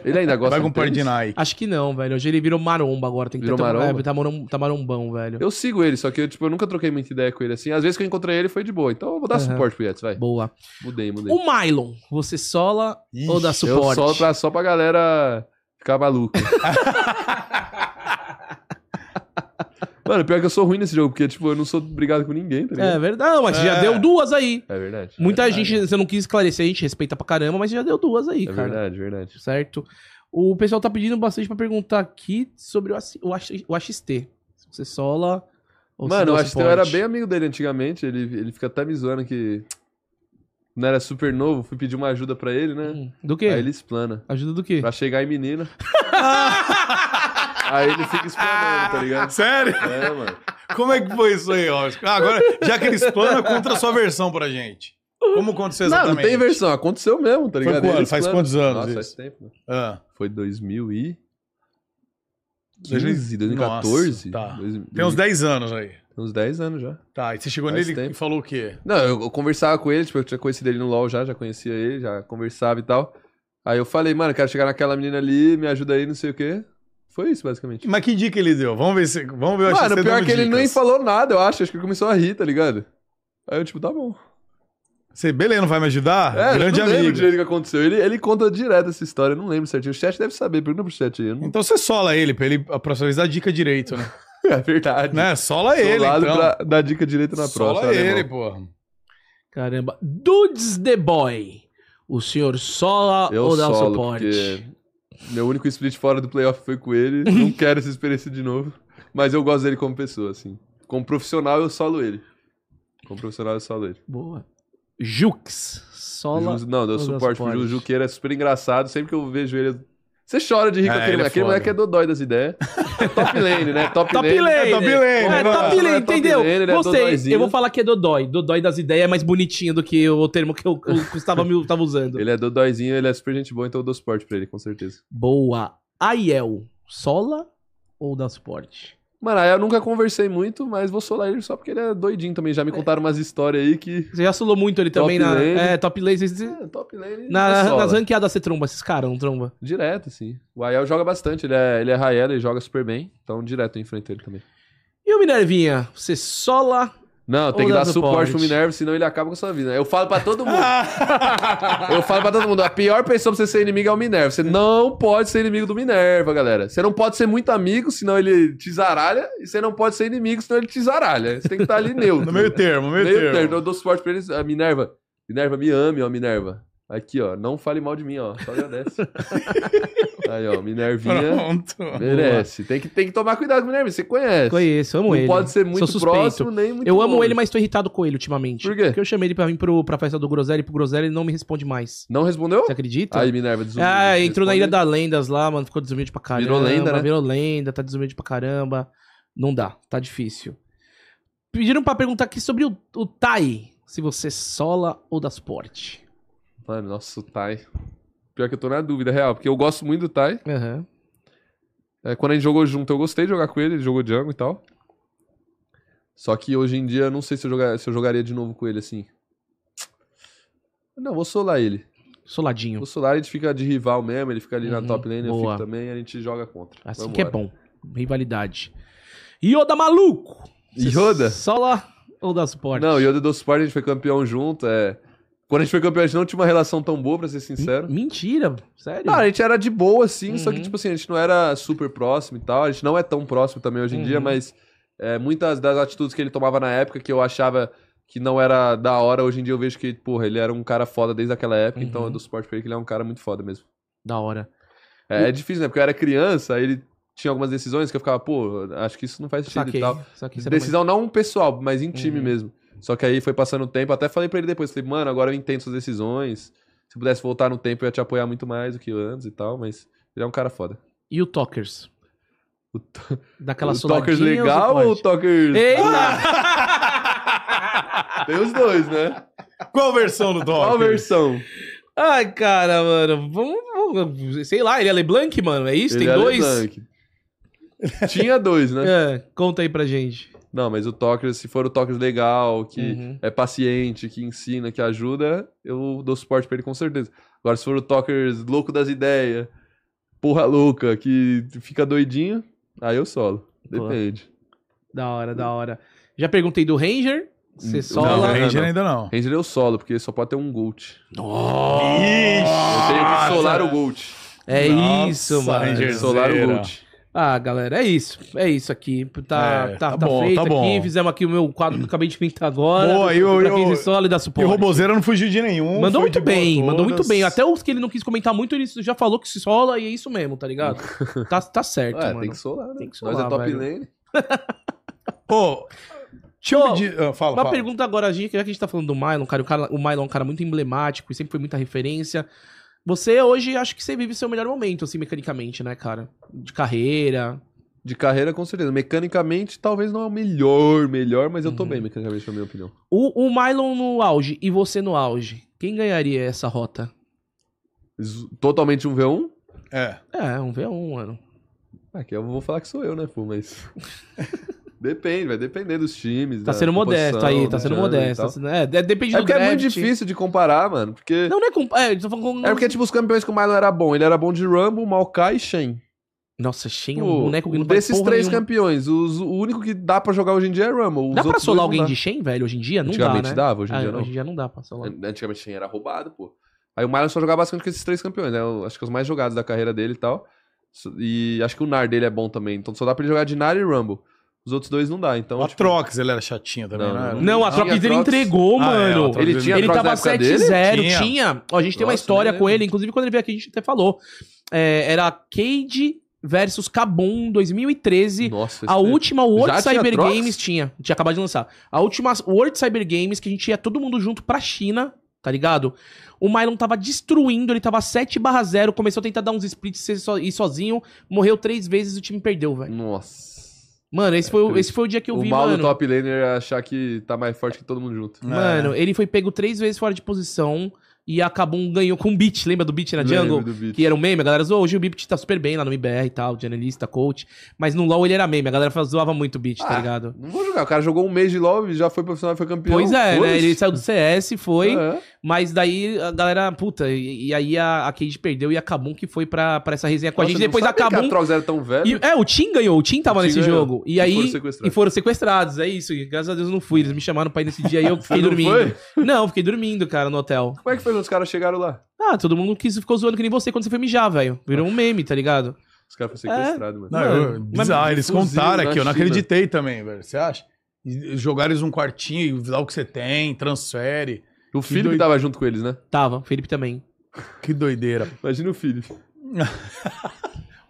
S3: Ele ainda gosta
S1: Vai com um par
S3: tênis?
S1: de Nike.
S2: Acho que não, velho. Hoje ele virou maromba agora. Tem que
S3: Virou
S2: tentar-
S3: maromba?
S2: é, tá, marom- tá marombão, velho.
S3: Eu sigo ele, só que eu, tipo, eu nunca troquei muita ideia com ele assim. Às vezes que eu encontrei ele foi de boa. Então eu vou dar
S2: Aham.
S3: suporte pro Yetis, vai.
S2: Boa.
S3: Mudei, mudei.
S2: O Mylon, você sola ou dá
S1: Ixi,
S3: Eu
S2: suporte?
S3: solo pra, só pra galera ficar maluca. Mano, pior que eu sou ruim nesse jogo, porque, tipo, eu não sou brigado com ninguém, tá
S2: É
S3: ligado?
S2: verdade, não, mas você já
S1: É.
S2: deu duas aí.
S3: É, verdade.
S2: Muita
S3: verdade.
S2: gente, você não quis esclarecer, a gente respeita pra caramba, mas você já deu duas aí,
S3: É
S2: cara.
S3: verdade, verdade.
S2: Certo? O pessoal tá pedindo bastante pra perguntar aqui sobre o, AC o, AX o AXT. Se você sola ou se
S3: Mano,
S2: dá
S3: eu acho que eu
S2: suporte.
S3: era bem amigo dele antigamente, ele, ele fica até me zoando que não era super novo, fui pedir uma ajuda pra ele, né?
S2: Hum, Do quê?
S3: Aí ele explana.
S2: Ajuda do quê?
S3: Pra chegar em menina. aí ele fica explanando, tá ligado?
S1: Sério?
S3: É, mano.
S1: Como é que foi isso aí, Oscar? Ah, agora, já que ele explana, conta a sua versão pra gente. Como aconteceu
S3: Não,
S1: exatamente?
S3: não tem versão, aconteceu mesmo, tá
S1: Foi
S3: ligado? Ele
S1: quando? Faz
S3: explana.
S1: quantos anos
S3: Nossa,
S1: isso?
S3: faz tempo. mano.
S1: Ah,
S3: Foi 2000 e... 15,
S1: 2000? Nossa,
S3: 2014?
S1: tá.
S3: Dois-
S1: tem uns
S3: dois-
S1: 10 anos aí.
S3: uns 10 anos já.
S1: Tá, e você chegou
S3: Faz
S1: nele
S3: tempo.
S1: e falou o quê?
S3: Não, eu, eu conversava com ele, tipo, eu tinha conhecido ele no LoL já, já conhecia ele, já conversava e tal. Aí eu falei, mano, quero chegar naquela menina ali, me ajuda aí, não sei o quê. Foi isso, basicamente.
S1: Mas que dica ele deu? Vamos ver se. Vamos ver o
S3: mano,
S1: AXT
S3: pior
S1: dando
S3: que ele
S1: dicas.
S3: nem falou nada, eu acho. Acho que ele começou a rir, tá ligado? Aí eu, tipo, tá bom.
S1: Você, beleza, não vai me ajudar?
S3: É,
S1: Grande
S3: eu não lembro
S1: amigo.
S3: direito o que aconteceu. Ele, ele conta direto essa história, eu não lembro certinho. O chat deve saber, pergunta pro chat aí. eu não-
S1: Então você sola ele, pra ele a próxima vez dar dica direito, né?
S3: É verdade.
S1: né? Sola
S3: Sou
S1: ele,
S3: lado
S1: então.
S3: pra dar dica direita na
S1: Sola
S3: próxima. né,
S1: ele,
S3: alemão.
S1: porra.
S2: Caramba. Dudes the Boy. O senhor sola
S3: Eu
S2: ou dá o
S3: solo,
S2: suporte?
S3: porque meu único split fora do playoff foi com ele. Não quero essa experiência de novo. Mas eu gosto dele como pessoa, assim. Como profissional, eu solo ele. Como profissional, eu solo ele.
S2: Boa. Jux. Sola.
S3: Jus- não, deu
S2: ou dá
S3: suporte pro
S2: suporte?
S3: Ju- Juqueira, é super engraçado. Sempre que eu vejo ele... eu- Você chora de rir com
S1: É,
S3: aquele
S1: ele é
S3: moleque. Aquele
S1: foda.
S3: moleque é dodói das ideias. É top lane, né? Top,
S2: Top
S3: lane.
S2: lane.
S1: É top lane,
S2: É,
S1: vai.
S2: top lane,
S3: Ele é top
S2: entendeu?
S3: lane, ele é
S2: Gostei.
S3: dodóizinho.
S2: Eu vou falar que é Dodói. Dodói das ideias é mais bonitinho do que o termo que eu- o Gustavo Mil tava usando.
S3: Ele é dodóizinho, ele é super gente boa, então eu dou suporte pra ele, com certeza.
S2: Boa. Aiel. Sola ou dá suporte?
S3: Mano, aí eu nunca conversei muito, mas vou solar ele só porque ele é doidinho também. Já me contaram umas histórias aí que.
S2: Você já solou muito ele
S3: Top
S2: também na.
S3: lane.
S2: É, top lane. vocês-
S3: É, top lane.
S2: Na,
S3: sola.
S2: nas ranqueadas você tromba esses caras, não tromba?
S3: Direto, sim. O Ayel joga bastante, ele é, ele é Rael, ele joga super bem. Então, direto eu enfrento ele também.
S2: E o Minervinha? Você sola.
S3: Não,
S2: Ou
S3: tem que
S2: dá
S3: dar suporte
S2: suporte.
S3: pro Minerva, senão ele acaba com a sua vida. Eu falo pra todo mundo. eu falo pra todo mundo. A pior pessoa pra você ser inimigo é o Minerva. Você não pode ser inimigo do Minerva, galera. Você não pode ser muito amigo, senão ele te zaralha. E você não pode ser inimigo, senão ele te zaralha. Você tem que estar ali neutro.
S1: No meio termo, meio,
S3: Meio
S1: termo.
S3: termo, eu dou suporte pra eles. A Minerva. Minerva, me ame, ó, Minerva. Aqui, ó. Não fale mal de mim, ó. Só agradece. Aí, ó, Minervinha.
S1: Pronto.
S3: Merece. Tem que, tem que tomar cuidado com o Minerva. Você conhece.
S2: Conheço, amo
S3: Não
S2: ele.
S3: pode ser muito
S2: Sou suspeito.
S3: próximo, nem muito
S2: Eu amo
S3: longe.
S2: ele, mas tô irritado com ele ultimamente.
S3: Por quê?
S2: Porque eu chamei ele pra vir pro, pra festa do Groselha e pro Groselha ele não me responde mais.
S3: Não respondeu?
S2: Você acredita?
S3: Aí, Minerva, desumilde.
S2: ah, entrou na Ilha
S3: Responde.
S2: das Lendas lá, mano. Ficou desumilde pra caramba.
S3: né? Virou lenda, né?
S2: Virou lenda, tá desumilde pra caramba. Não dá, tá difícil. Pediram pra perguntar aqui sobre o, o Tai. Se você é sola ou dá suporte.
S3: Mano, nossa, o Tai. Pior que eu tô na dúvida, real. Porque eu gosto muito do Tai.
S2: Aham.
S3: É, quando a gente jogou junto, eu gostei de jogar com ele. Ele jogou Django e tal. Só que hoje em dia, eu não sei se eu, joga- se eu jogaria de novo com ele, assim. Não, vou solar ele.
S2: Soladinho.
S3: O Solar a gente fica de rival mesmo, ele fica ali
S2: Uhum,
S3: na top lane, eu
S2: boa.
S3: fico também, a gente joga contra.
S2: Assim
S3: Vambora.
S2: que é bom. Rivalidade. Yoda maluco! Você
S3: Yoda?
S2: Sola ou dá suporte?
S3: Não, Yoda do Sport a gente foi campeão junto, é. Quando a gente foi campeão, a gente não tinha uma relação tão boa, pra ser sincero.
S2: M- Mentira, sério?
S3: Não, é a gente era de boa, assim, só que,
S2: Uhum.
S3: tipo assim, a gente não era super próximo e tal. A gente não é tão próximo também hoje em
S2: Uhum.
S3: dia, mas é, muitas das atitudes que ele tomava na época que eu achava que não era da hora, hoje em dia eu vejo que, porra, ele era um cara foda desde aquela época, então
S2: Uhum.
S3: eu dou suporte pra ele que ele é um cara muito foda mesmo.
S2: Da hora.
S3: É, é difícil, né? Porque eu era criança, aí ele tinha algumas decisões que eu ficava, pô, acho que isso não faz sentido
S2: Saquei.
S3: e tal.
S2: Saquei. você é
S3: Decisão não pessoal, mas em time
S2: Uhum.
S3: mesmo. Só que aí foi passando o tempo, até falei pra ele depois, falei, mano, agora eu entendo suas decisões. Se pudesse voltar no tempo, eu ia te apoiar muito mais do que antes e tal, mas ele é um cara foda.
S2: não- E o Tokers?
S3: O to-
S2: Daquela
S3: o Talkers
S2: soladinha ou
S3: legal ou o
S2: suporte?
S3: Talkers... Ah!
S2: Eita!
S3: Tem os dois, né?
S1: Qual versão do Doc?
S3: Qual a versão?
S2: Ai, cara, mano. Vamos, vamos- Sei lá, ele é LeBlanc, mano? É isso?
S3: Ele
S2: Tem
S3: é
S2: dois?
S3: LeBlanc. Tinha dois, né?
S2: É, conta aí pra gente.
S3: Não, mas o Talkers, se for o Talkers legal, que
S2: Uhum.
S3: é paciente, que ensina, que ajuda, eu dou suporte pra ele com certeza. Agora, se for o Talkers louco das ideias, porra louca, que fica doidinho, aí eu solo.
S2: Boa.
S3: Depende.
S2: Da hora, da hora. Já perguntei do Ranger. Você
S3: Não,
S1: Não,
S2: sola.
S3: Ranger-
S1: Ranger ainda não.
S3: Ranger eu solo, porque só pode ter um Gold.
S2: Nossa!
S3: Eu tenho que solar o Gold.
S2: É
S1: Nossa,
S2: isso, mano.
S1: Ranger.
S3: Solar o
S1: Zera.
S3: Gold.
S2: Ah, galera, é isso. É isso aqui. Tá,
S1: É,
S2: tá,
S1: tá
S2: tá
S1: bom,
S2: feito
S1: tá bom.
S2: aqui. Fizemos aqui o meu quadro que eu acabei de pintar agora.
S1: Boa, e o-
S2: pra
S1: e
S2: quem
S1: o-
S2: se sola, dá
S1: E
S2: suporte.
S1: o Robozeira não fugiu de nenhum.
S2: Mandou
S1: foi
S2: muito
S1: de boa
S2: bem, mandou muito
S1: todas.
S2: bem. Até os que ele não quis comentar muito, ele já falou que se sola e é isso mesmo, tá ligado? tá, tá certo,
S1: É,
S3: Ué,
S2: mano.
S3: tem que solar, né?
S2: Tem que
S3: Nós
S2: solar,
S3: é top
S2: velho.
S3: lane.
S1: Ô, deixa eu
S2: Ô,
S1: pedir. ah, fala,
S2: Uma
S1: fala.
S2: pergunta agora, gente, já que a gente tá falando do Mylon, cara, o, cara, o Mylon é um cara muito emblemático e sempre foi muita referência. Você hoje, acho que você vive seu melhor momento, assim, mecanicamente, né, cara? De carreira.
S3: De carreira, com certeza. Mecanicamente, talvez não é o melhor, melhor, mas eu tô
S2: Uhum.
S3: bem mecanicamente, na minha opinião.
S2: O, o Mylon no auge e você no auge, quem ganharia essa rota?
S3: Z- Totalmente um V1?
S1: É.
S2: É, um V1, mano.
S3: Aqui eu vou falar que sou eu, né, pô, mas... Depende, vai depender dos times.
S2: Tá
S3: da
S2: sendo modesto
S3: composição,
S2: aí, tá
S3: do
S2: sendo
S3: genre e
S2: modesto.
S3: tal.
S2: tá sendo- é, de- depende
S3: É
S2: do
S3: porque é muito
S2: draft.
S3: difícil de comparar, mano, porque...
S2: Não, não é com... É, eu tô falando com...
S3: É porque, tipo, os campeões que o Milo era bom, ele era bom de Rumble, Maokai e Shen.
S2: Nossa, Shen é um
S3: Pô,
S2: boneco que não faz
S3: tipo, Desses
S2: porra
S3: três
S2: nenhuma.
S3: campeões, os- o único que dá pra jogar hoje em dia é Rumble. Os
S2: Dá pra
S3: outros
S2: solar
S3: dois não
S2: alguém
S3: dá.
S2: de Shen, velho? Hoje em dia? Não dá,
S3: Antigamente
S2: né?
S3: dava, hoje em
S2: Ah,
S3: dia não.
S2: Hoje em dia não dá pra solar.
S3: An- Antigamente Shen era roubado, pô. Aí o Marlon só jogava bastante com esses três campeões, né? Eu Acho que os mais jogados da carreira dele e tal. So- E acho que o Nar dele é bom também. Então só dá pra ele jogar de Nar e Rumble. Os outros dois não dá, então.
S1: A
S3: tipo,
S1: Trox, ele era chatinha também,
S3: Não,
S1: né?
S3: não.
S2: Não, a
S3: Tinha
S2: troca dele
S3: Trox.
S2: entregou,
S1: Ah, é,
S2: mano.
S1: a troca
S3: Ele
S1: dele-
S3: tinha
S2: Ele
S3: Trox na
S2: tava
S3: época dele?
S2: 7-0,
S1: Tinha.
S2: tinha. Ó, a gente tem uma
S3: Nossa, né?
S2: história
S3: nem
S2: com
S3: lembro.
S2: ele, inclusive quando ele veio aqui a gente até falou. É, era Cade versus Kabum 2013.
S3: Nossa,
S2: A
S3: esse-
S2: última World
S3: Já tinha
S2: Cyber
S3: Trox?
S2: Games tinha, tinha acabado de lançar. A última World Cyber Games que a gente ia todo mundo junto pra China, tá ligado? O Mylon tava destruindo, ele tava 7/0, começou a tentar dar uns splits e so- e sozinho, morreu três vezes e o time perdeu, velho.
S3: é, Nossa.
S2: Mano, esse, foi, o-
S3: triste.
S2: esse foi o dia que eu
S3: É, o
S2: vi,
S3: mal do
S2: mano.
S3: top laner é achar que tá mais forte que todo mundo junto.
S1: É.
S2: Mano,
S3: É.
S2: ele foi pego três vezes fora de posição e acabou um ganhou com o Beat, lembra do Beat na Jungle?
S3: Lembro do beat.
S2: Que era um meme, a galera zoou. Hoje o Beat tá super bem lá no IBR e tal, de analista, coach. Mas no LoL ele era meme, a galera fa- zoava muito o Beat, tá
S3: Ah,
S2: ligado?
S3: Não vou jogar. O cara jogou um mês de LoL, e já foi profissional, foi campeão.
S2: Pois é, né?
S3: Foda-se.
S2: Ele saiu do CS, foi.
S3: É.
S2: Mas daí a galera, puta, e, e aí a, a Cade perdeu e a Kabum que foi pra, pra essa resenha com
S3: Nossa,
S2: a gente.
S3: eu não
S2: Depois a
S3: sabia que
S2: Kabum.
S3: A Trox era tão velho.
S2: E, é, o Tim ganhou, o Tim tava
S3: O Tim
S2: nesse
S3: ganhou.
S2: jogo. E,
S3: E
S2: aí.
S3: foram sequestrados.
S2: E foram sequestrados, é isso. E graças a Deus eu não fui. Eles me chamaram pra ir nesse dia e eu fiquei
S3: não
S2: dormindo.
S3: foi?
S2: Não, fiquei dormindo, cara, no hotel.
S3: Como é que foi quando os caras chegaram lá?
S2: Ah, todo mundo quis, ficou zoando que nem você quando você foi mijar, velho. Virou um meme, tá ligado?
S3: Os caras
S2: É.
S3: foram sequestrados, mano.
S1: Não, eu,
S2: Mano,
S1: bizarro,
S3: mas
S1: eles
S3: fuzil
S1: contaram
S3: na
S1: aqui, eu não
S3: China.
S1: acreditei também, velho. Você acha? E- e Jogaram eles um quartinho, dá o que você tem, transfere.
S3: O Felipe
S1: doido.
S3: tava junto com eles, né?
S2: Tava, Felipe também.
S1: Que doideira.
S3: Imagina o Felipe.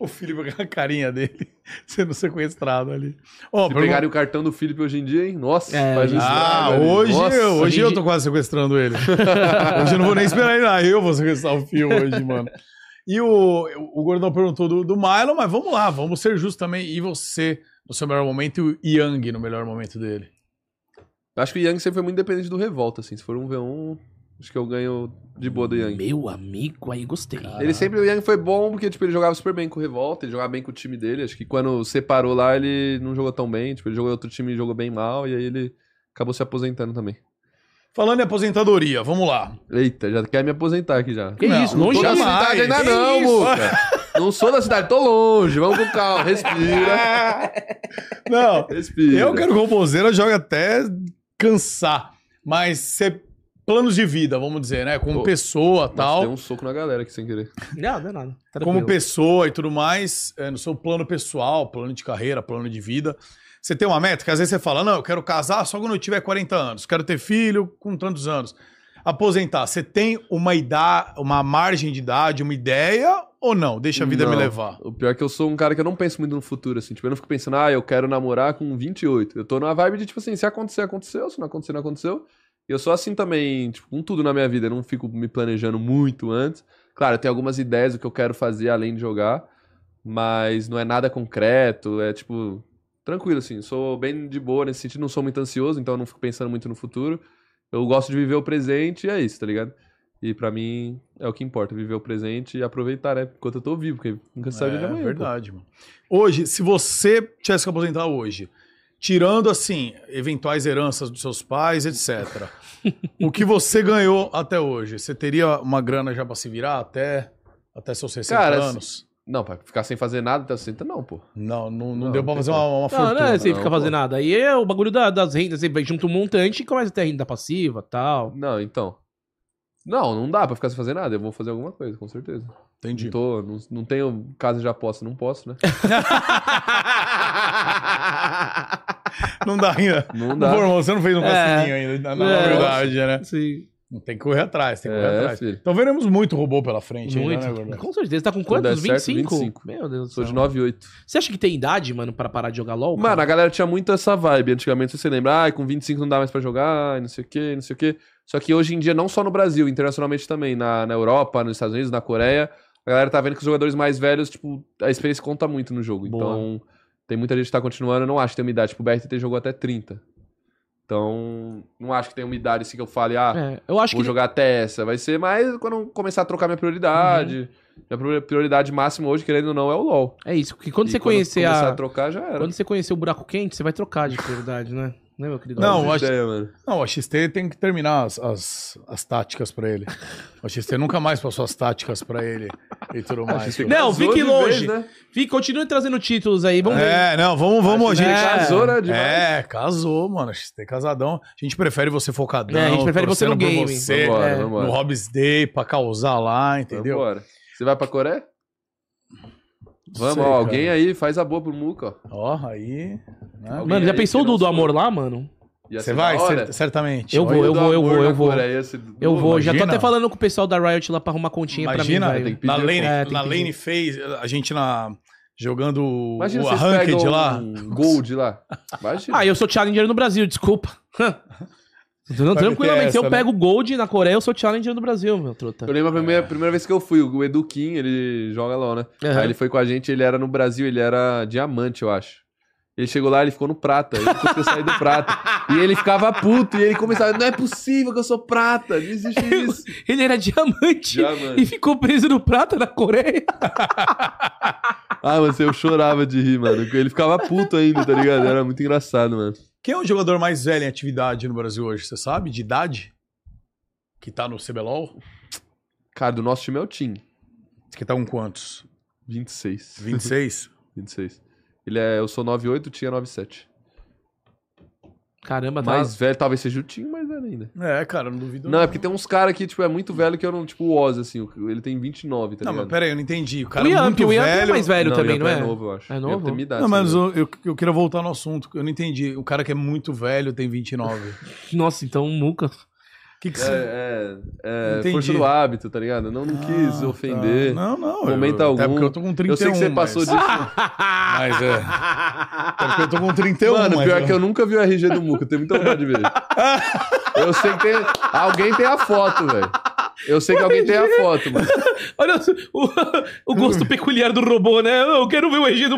S1: O Felipe com a carinha dele sendo sequestrado ali. Ó,
S3: Se
S1: pergun-
S3: pegarem o cartão do Felipe hoje em dia, hein? Nossa,
S2: É,
S3: faz
S2: hoje-
S3: um- isso.
S1: Ah,
S3: velho.
S1: hoje,
S3: Nossa,
S1: eu, hoje
S2: hoje
S1: eu
S2: em
S1: tô quase sequestrando ele. hoje eu não vou nem esperar ele lá, eu vou sequestrar o Fio hoje, mano. E o, o Gordão perguntou do, do Milo, mas vamos lá, vamos ser justos também. E você, no seu melhor momento, e o Yang no melhor momento dele?
S3: Acho que o Yang sempre foi muito independente do Revolta, assim. Se for um V1, acho que eu ganho de boa do Yang.
S2: Meu amigo, aí gostei.
S3: Ele sempre, o Yang foi bom porque, tipo, ele jogava super bem com o Revolta, ele jogava bem com o time dele. Acho que quando separou lá, ele não jogou tão bem. Tipo, ele jogou em outro time e jogou bem mal, e aí ele acabou se aposentando também.
S1: Falando em aposentadoria, vamos lá.
S3: Eita, já quer me aposentar aqui já.
S2: Que
S1: Não,
S2: isso, longe
S3: Tô
S1: toda
S3: da
S2: disso.
S1: jamais.
S3: cidade ainda
S1: Que
S3: não,
S1: isso?
S3: Muca. Não sou da cidade, tô longe. Vamos com calma, respira.
S1: Não,
S3: Respira.
S1: eu quero que o Robozeira jogue até cansar. Mas ser planos de vida, vamos dizer, né? Como
S3: Pô,
S1: pessoa
S3: Nossa,
S1: tal.
S3: deu um soco na galera aqui sem querer.
S2: Não, não é nada.
S1: como
S3: Tá um
S2: Tranquilo.
S1: pessoa e tudo mais, é, no seu plano pessoal, plano de carreira, plano de vida. Você tem uma meta que às vezes você fala, não, eu quero casar só quando eu tiver 40 anos, quero ter filho com tantos anos. Aposentar, você tem uma idade, uma margem de idade, uma ideia ou não? Deixa a vida me
S3: Não.
S1: levar.
S3: O pior é que eu sou um cara que eu não penso muito no futuro, assim. Tipo, eu não fico pensando, ah, eu quero namorar com 28. Eu tô numa vibe de, tipo assim, se acontecer, aconteceu. Se não acontecer, não aconteceu. E eu sou assim também, tipo, com tudo na minha vida. Eu não fico me planejando muito antes. Claro, eu tenho algumas ideias do que eu quero fazer além de jogar. Mas não é nada concreto. É, tipo, tranquilo, assim. Sou bem de boa nesse sentido. Não sou muito ansioso, então eu não fico pensando muito no futuro. Eu gosto de viver o presente e é isso, tá ligado? E pra mim é o que importa, viver o presente e aproveitar, né? Enquanto eu tô vivo, porque nunca se sabe o
S1: é
S3: dia de amanhã. pô.
S1: verdade, mano. Hoje, se você tivesse que aposentar hoje, tirando assim eventuais heranças dos seus pais, etc. o que você ganhou até hoje? Você teria uma grana já pra se virar até até seus 60
S3: Cara,
S1: anos?
S3: Não, pra ficar sem fazer nada até os 60, não, pô.
S1: Não, não, não,
S3: Não,
S1: deu pra
S3: não
S1: fazer
S3: tem
S1: uma, uma
S2: Não,
S1: fortuna.
S2: não é você
S3: não,
S2: ficar fazendo
S3: pô.
S2: nada. Aí é o bagulho da- das rendas, você vai junto um montante e começa a ter a renda passiva tal.
S3: Não, então. Não, não dá pra ficar sem fazer nada. Eu vou fazer alguma coisa, com certeza.
S1: Entendi.
S3: Não, tô, não, não tenho casa de aposta, não posso, né?
S1: Não dá ainda.
S3: Não
S1: Não,
S3: dá.
S1: Pô, irmão, você não fez um
S2: É.
S1: cassininho ainda, na, na
S2: É.
S1: verdade, né?
S2: Sim.
S1: Não tem que correr atrás, tem que correr
S3: É,
S1: atrás.
S3: filho.
S1: Então veremos muito robô pela frente
S3: é
S2: Muito.
S1: ainda, né, Gordão?
S2: Com certeza. Tá com
S3: der
S2: quantos?
S3: certo,
S2: 25?
S3: 25.
S2: Meu Deus do céu.
S3: Sou de
S1: Então.
S3: 9,8.
S2: Você acha que tem idade, mano, pra parar de jogar LOL? cara?
S3: Mano, a galera tinha muito essa vibe antigamente, se você lembra. Ah, com 25 não dá mais pra jogar, ai, não sei o quê, não sei o quê. Só que hoje em dia, não só no Brasil, internacionalmente também, na, na Europa, nos Estados Unidos, na Coreia, a galera tá vendo que os jogadores mais velhos, tipo, a experiência conta muito no jogo.
S2: Boa.
S3: Então, tem muita gente que tá continuando, eu não acho que tem uma idade. Tipo, o BRTT jogou até 30. Então, não acho que tem uma idade assim que eu fale, ah,
S2: É, eu acho
S3: vou
S2: que.
S3: jogar até essa. Vai ser mais quando eu começar a trocar minha prioridade. Minha pri- prioridade máxima hoje, querendo ou não, é o LoL.
S2: É isso, porque Uhum. quando
S3: E
S2: você conhecer
S3: começar
S2: a.
S3: a trocar, né? já era.
S2: Quando você conhecer o buraco quente, você vai trocar de prioridade, né? Né, meu querido?
S1: Não, acho-
S3: ideia, mano.
S1: Não, a XT tem que terminar as, as, as táticas pra ele. A XT nunca mais passou as táticas pra ele e tudo mais.
S3: Acho que
S2: Não,
S3: casou
S2: fique
S3: de
S2: longe.
S3: vez, né?
S2: Fica, continue trazendo títulos aí, vamos ver.
S1: É, não, vamos, vamos, a
S2: Acho que
S1: gente.
S2: ele
S3: casou, né, demais.
S1: É, casou, mano. A XT casadão. A gente prefere você focadão.
S2: É, a gente prefere você no
S1: torcendo por
S2: game.
S1: Você,
S3: Vambora,
S2: é,
S3: vambora.
S1: no Hobbs Day, pra causar lá, entendeu?
S3: Vambora. Você vai pra Coreia? Vamos,
S1: Sei,
S3: ó,
S1: cara.
S3: alguém aí faz a boa pro Muca, ó.
S1: Ó, aí. né?
S3: Alguém
S2: Mano, já
S3: aí
S2: pensou
S3: que não
S2: do, do
S3: sou.
S2: amor lá, mano?
S3: Ia
S1: Você
S3: ser
S1: vai?
S3: da hora.
S1: Cer- certamente.
S2: Eu vou, eu
S3: Do
S2: vou, eu
S3: amor
S2: vou,
S3: na
S2: eu vou.
S3: Coreia, ia ser do-
S2: Eu vou, já tô
S1: imagina.
S2: até falando com o pessoal da Riot lá pra arrumar continha
S1: Imagina,
S2: pra mim,
S3: tem
S2: velho.
S3: que pedir assim.
S1: na Lane,
S2: pra- É, tem
S1: na
S2: que
S1: Lane
S2: pedir.
S1: fez a gente na jogando
S3: Imagina
S1: o
S3: vocês
S1: ranked
S3: pegam
S1: lá.
S3: um Gold lá. Imagina.
S2: Ah, eu sou challenger no Brasil, desculpa. Não,
S1: ter
S2: tranquilamente, se eu
S1: essa, né?
S2: pego gold na Coreia, eu sou challenger no Brasil, meu trota.
S3: é Eu lembro a primeira, primeira vez que eu fui, o Edu Kim, ele joga LOL, né?
S2: Aham.
S3: Aí ele foi com a gente, ele era no Brasil, ele era diamante, eu acho. Ele chegou lá, ele ficou no prata, ele não conseguiu sair do prata. E ele ficava puto, e ele começava, não é possível que eu sou prata, não existe isso.
S2: Ele era diamante,
S3: Diamante.
S2: e ficou preso no prata na Coreia.
S3: Ah, mas eu chorava de rir, mano. Ele ficava puto ainda, tá ligado? Era muito engraçado, mano.
S1: Quem é o jogador mais velho em atividade no Brasil hoje, você sabe? De idade? Que tá no CBLOL?
S3: Cara, do nosso time é o Tim.
S1: Que tá com quantos?
S3: 26.
S1: 26?
S3: 26. Ele é, eu sou 98, o Tim é 97.
S2: Caramba, tá.
S3: Mais velho, talvez seja o Tim mais velho ainda.
S1: é, cara, não duvido.
S3: Não, é porque tem uns caras que, tipo, é muito velho que eu não, tipo, o Oz, assim, o- ele tem 29, tá
S1: Não, mas
S3: ligado?
S1: pera aí, eu não entendi. O
S2: o
S1: cara é
S2: Yamp,
S1: muito
S2: o Yamp é
S1: velho.
S2: mais velho também,
S3: Ian
S2: não é?
S3: É novo, eu acho.
S2: É
S3: Ele
S2: novo?
S3: Tem minha idade,
S1: Não, mas
S3: assim, né?
S1: eu, eu, eu queria voltar no assunto. Eu não entendi. O cara que é muito velho tem 29. O
S2: Nossa, então nunca.
S1: que que você...
S3: É, é, é
S1: Entendi.
S3: força do hábito, tá ligado? Eu Não, não quis
S1: Ah,
S3: ofender.
S1: tá. Não, não.
S3: Momento
S1: eu, até
S3: algum.
S1: porque eu tô com 31.
S3: eu sei que você passou
S1: mas...
S3: disso. né?
S1: Mas é. Até porque eu tô com 31.
S3: Mano,
S1: mas é
S3: pior que eu nunca vi o RG do Muca, eu tenho muita vontade de ver. Eu sei que tem. Alguém tem a foto, velho. Eu sei que alguém tem a foto, mano.
S2: Olha o, o gosto peculiar do robô, né? Eu quero ver o Egido.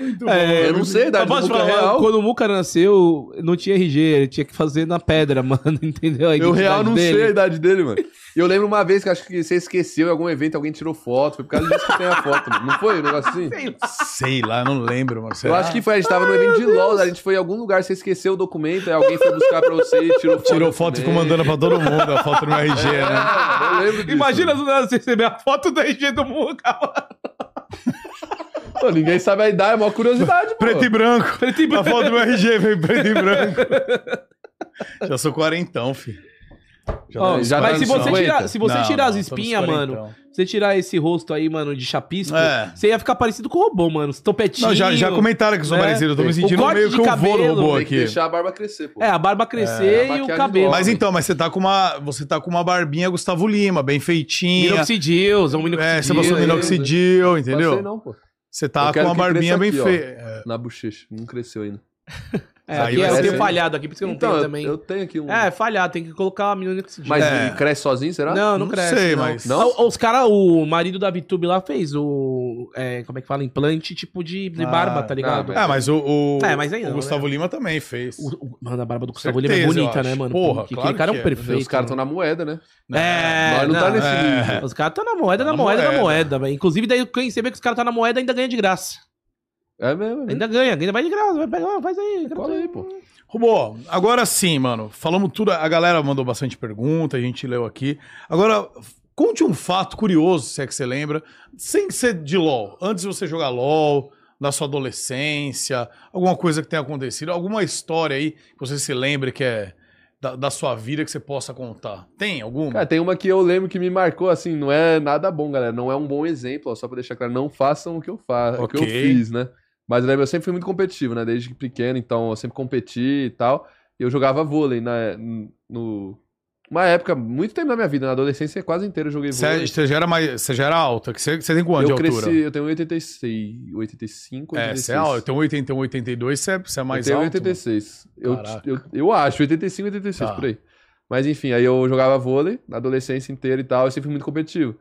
S1: Muito
S2: É,
S3: eu não sei a idade
S2: Mas
S3: do
S2: posso
S3: Muca
S2: falar,
S3: real.
S2: quando o Muca nasceu, não tinha RG, ele tinha que fazer na pedra, mano, entendeu? A
S3: Eu real não
S2: identidade
S3: sei a
S2: dele.
S3: idade dele, mano. E eu lembro uma vez que acho que você esqueceu em algum evento, alguém tirou foto. Foi por causa disso que tem a foto, mano. Não foi um negócio assim?
S1: Sei lá, não lembro, mano.
S3: Eu acho que foi, a gente tava no evento de LOL, a gente foi em algum lugar, você esqueceu o documento, aí alguém foi buscar pra você e tirou foto.
S1: Tirou foto e ficou
S3: também.
S1: mandando pra todo mundo a foto no RG, né?
S3: É, eu lembro disso.
S2: Imagina do nada você receber a foto do RG do Muca, mano.
S3: Pô, ninguém sabe a idade, é uma curiosidade, pô.
S1: Preto e branco.
S2: Preto e
S1: A
S2: branco.
S1: foto do RG veio preto e branco. Já sou quarentão, filho.
S2: Ó,
S3: já
S2: mas
S3: tá
S2: se
S3: no
S2: você,
S3: 50.
S2: tirar, se você
S1: Não,
S2: tirar as
S1: não, tô nos
S2: espinhas, mano,
S1: 40.
S2: se você tirar esse rosto aí, mano, de chapisco,
S1: É.
S2: você ia ficar parecido com o robô, mano. Topetinho.
S1: Não, já, já comentaram que eu sou
S2: né?
S1: parecido. Eu tô me
S2: O
S1: sentindo
S2: corte
S1: meio
S2: de
S1: que um vô no
S2: cabelo,
S1: robô
S3: Tem que
S1: aqui.
S3: deixar a barba crescer, pô.
S2: É, a barba crescer
S3: É, a
S2: e o
S3: maquiagem
S2: cabelo.
S3: nova.
S1: Mas então, mas você tá com uma. Você tá com uma barbinha Gustavo Lima, bem feitinha.
S2: Minoxidil, são
S1: É, você
S2: minoxidil.
S1: passou
S3: Minoxidil,
S1: minoxidil,
S3: Passei
S1: entendeu?
S3: não, pô.
S1: Você
S3: Eu
S1: tá com
S3: quero
S1: uma
S3: que
S1: barbinha
S3: cresça
S1: bem
S3: aqui, ó.
S1: feia.
S3: Na bochecha, não cresceu ainda.
S2: É,
S1: Aí
S2: aqui é, eu
S3: parece-
S2: tenho falhado aqui, por isso que eu não
S3: então,
S2: tenho um
S3: eu-
S2: também.
S3: eu tenho aqui um...
S2: É, falhado, tem que colocar a minoxidil.
S3: Mas
S1: É.
S3: ele cresce sozinho, será?
S2: Não, não
S1: Não
S2: cresce.
S1: sei,
S2: não.
S1: mas-
S2: Não, Os caras, o marido da VTube lá fez o. é, como é que fala? Implante tipo de, de
S1: Ah,
S2: barba, tá ligado?
S3: não,
S1: Ah, mas o, o,
S2: É, mas aí
S1: o
S2: não,
S1: Gustavo Lima também fez.
S2: O- o- mano, a barba do Gustavo Lima é
S1: Certeza,
S2: bonita,
S1: eu
S2: né,
S1: acho.
S2: mano?
S1: Porra,
S2: Porque
S1: claro
S2: aquele cara é
S1: que
S2: um
S1: é.
S2: perfeito.
S3: Os caras estão na moeda, né?
S2: É,
S3: Nós não tá
S2: não,
S3: nesse
S1: é.
S3: nível.
S2: Os caras estão na moeda, na,
S1: Na
S2: moeda, na
S1: moeda.
S2: moeda, velho. Inclusive, daí quem saber que os caras estão na moeda ainda ganha de graça.
S3: É mesmo, é mesmo.
S2: Ainda um- ganha, ainda vai de graça. Vai pegar, faz aí.
S3: Cola aí, pô.
S1: Robô, agora sim, mano. Falamos tudo. A galera mandou bastante pergunta, a gente leu aqui. Agora, conte um fato curioso, se é que você lembra. Sem ser de LOL. Antes de você jogar LOL, da sua adolescência, alguma coisa que tenha acontecido, alguma história aí que você se lembre que é da, da sua vida que você possa contar. Tem alguma?
S3: Cara, tem uma que eu lembro que me marcou, assim, não é nada bom, galera. Não é um bom exemplo, ó, só pra deixar claro. Não façam o que eu faço, o que eu
S1: Ok.
S3: fiz, né? Mas eu lembro, eu sempre fui muito competitivo, né? Desde pequeno, então eu sempre competi e tal. E eu jogava vôlei na, no... Uma época, muito tempo da minha vida, na adolescência quase inteira eu joguei
S1: Você, é,
S3: vôlei.
S1: você já era mais, você já era alta, que você, você tem quanto
S3: eu
S1: de
S3: cresci,
S1: altura?
S3: eu tenho 86, 85,
S1: É,
S3: 86.
S1: você é alta, eu tenho 81, 82, você é, você é mais
S3: eu tenho
S1: alto.
S3: 86. Eu,
S1: Caraca.
S3: eu, eu acho, 85, 86,
S1: Tá.
S3: por aí. Mas enfim, aí eu jogava vôlei na adolescência inteira e tal, eu sempre fui muito competitivo.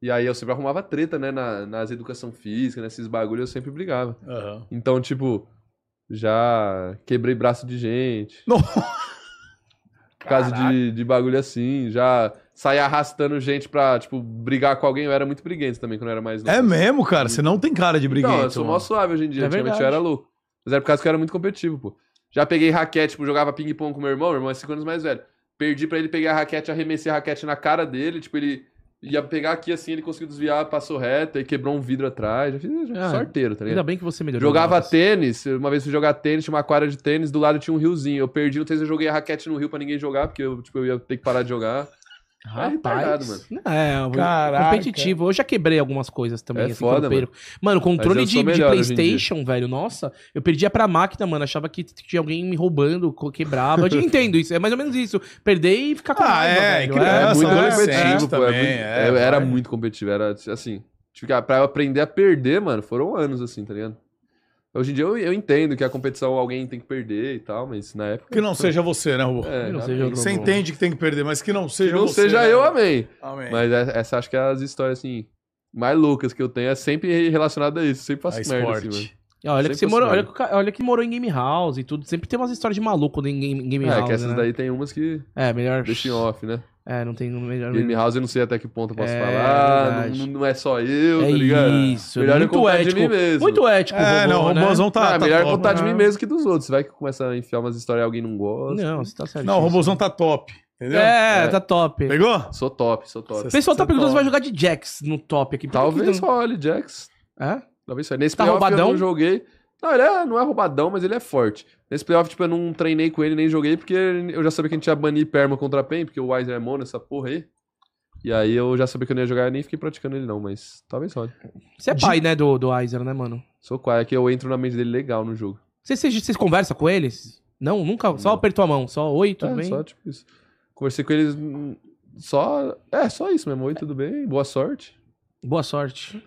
S3: E aí eu sempre arrumava treta, né, na- nas educação física, nesses bagulhos, eu sempre brigava.
S1: Aham.
S3: Então, tipo, já quebrei braço de gente.
S1: Não.
S3: Por causa de, de bagulho assim, já saí arrastando gente pra, tipo, brigar com alguém. Eu era muito briguento também quando eu era mais novo. assim.
S1: É mesmo, cara, você não tem cara de briguento.
S3: Não, eu sou mó
S1: mano.
S3: suave hoje em dia.
S2: É
S3: Antigamente eu
S2: verdade.
S3: era louco. Mas era por causa que eu era muito competitivo, pô. Já peguei raquete, tipo, jogava ping-pong com meu irmão, meu irmão é 5 anos mais velho. Perdi pra ele, peguei a raquete, arremessei a raquete na cara dele, tipo, ele ia pegar aqui assim, ele conseguiu desviar, passou reto, aí quebrou um vidro atrás. Já fiz já
S2: Ah,
S3: sorteiro, tá ligado?
S2: Ainda bem que você melhorou.
S3: Jogava
S2: Lucas.
S3: tênis, uma vez fui jogar tênis, tinha uma quadra de tênis, do lado tinha um riozinho. Eu perdi, outra vez eu joguei a raquete no rio pra ninguém jogar, porque eu, tipo, eu ia ter que parar de jogar. É retardado, mano.
S2: Rapaz, é,
S1: Caraca.
S2: competitivo. Eu já quebrei algumas coisas também.
S3: É
S2: quando
S3: foda,
S2: eu perco. Mano, controle
S3: Mas eu
S2: de,
S3: sou
S2: de
S3: melhor hoje em
S2: Playstation, velho, nossa, eu perdia pra máquina, mano, achava que tinha alguém me roubando, co- quebrava. Eu entendo isso, é mais ou menos isso. Perder e ficar com
S1: Ah,
S2: raiva,
S1: é,
S2: velho.
S1: criança,
S3: É,
S1: Essa
S3: muito
S1: é
S3: competitivo,
S1: recente
S3: pô. é
S1: também,
S3: muito-
S1: é,
S3: eu
S1: vai.
S3: era muito competitivo. Era assim. Tipo, ah, pra eu aprender a perder, mano, foram anos, assim, tá ligado? Hoje em dia eu, eu entendo que a competição alguém tem que perder e tal, mas na época.
S1: Que não seja você, né, Rubão?
S3: É,
S2: Que não
S3: já-
S2: seja
S1: Você
S2: Rubão.
S1: entende que tem que perder, mas que não
S3: que
S1: seja
S3: não
S1: você.
S3: seja
S1: né?
S3: eu, amém.
S1: Amém.
S3: Mas é- essa acho que é as histórias, assim, mais loucas que eu tenho é sempre relacionada a isso. Sempre
S1: A
S3: faço merda, assim, mano.
S1: esporte.
S2: E Olha que,
S3: Sempre
S2: você morou, olha,
S3: possível.
S2: que o ca- olha que morou em Game House e tudo. Sempre tem umas histórias de maluco em Game, em game
S3: É,
S2: House.
S3: que essas
S2: né?
S3: daí tem umas que
S2: É, melhor.
S3: deixam off, né?
S2: É, não tem melhor.
S3: Game House eu não sei até que ponto eu posso
S2: É,
S3: falar.
S2: verdade.
S3: Não, não é só eu,
S2: é
S3: tá ligado?
S2: isso.
S3: Melhor eu
S2: muito
S3: contar
S2: ético.
S3: de mim mesmo.
S2: Muito ético,
S1: É,
S2: Robô,
S1: não, o
S2: né?
S1: Robozão tá,
S3: Ah, é
S1: tá
S3: melhor
S1: top.
S3: contar de
S2: né?
S3: mim mesmo que dos outros. Vai que começa a enfiar umas histórias e alguém não gosta.
S2: Não, você tá certo.
S1: Não, o Robozão tá top, entendeu?
S2: É,
S3: É.
S2: tá top.
S1: Pegou?
S3: Sou top, sou top.
S2: O pessoal tá
S1: Você
S2: perguntando se
S1: tá-
S2: vai jogar de Jax no top aqui. Por que
S3: Talvez
S2: que não-
S3: role, Jax.
S2: É?
S3: Talvez role. Nesse
S2: Tá
S3: playoff eu
S2: roubadão?
S3: não joguei. Não, ele é- não é roubadão, mas ele é forte. Nesse playoff, tipo, eu não treinei com ele, nem joguei, porque eu já sabia que a gente ia banir Perma contra a PEN, porque o Wiser é mono, essa porra aí. E aí eu já sabia que eu não ia jogar, eu nem fiquei praticando ele não, mas talvez role.
S2: Você é pai, né, do, do Aizer, né, mano?
S3: Sou qual, é que eu entro na mente dele legal no jogo.
S2: Vocês, vocês, vocês conversam com eles? Não, nunca. Só
S3: Não.
S2: apertou a mão. Só oi, tudo
S3: é,
S2: bem?
S3: só tipo isso. Conversei com eles hum, só... É, só isso mesmo. Oi, tudo bem? Boa sorte.
S2: Boa sorte.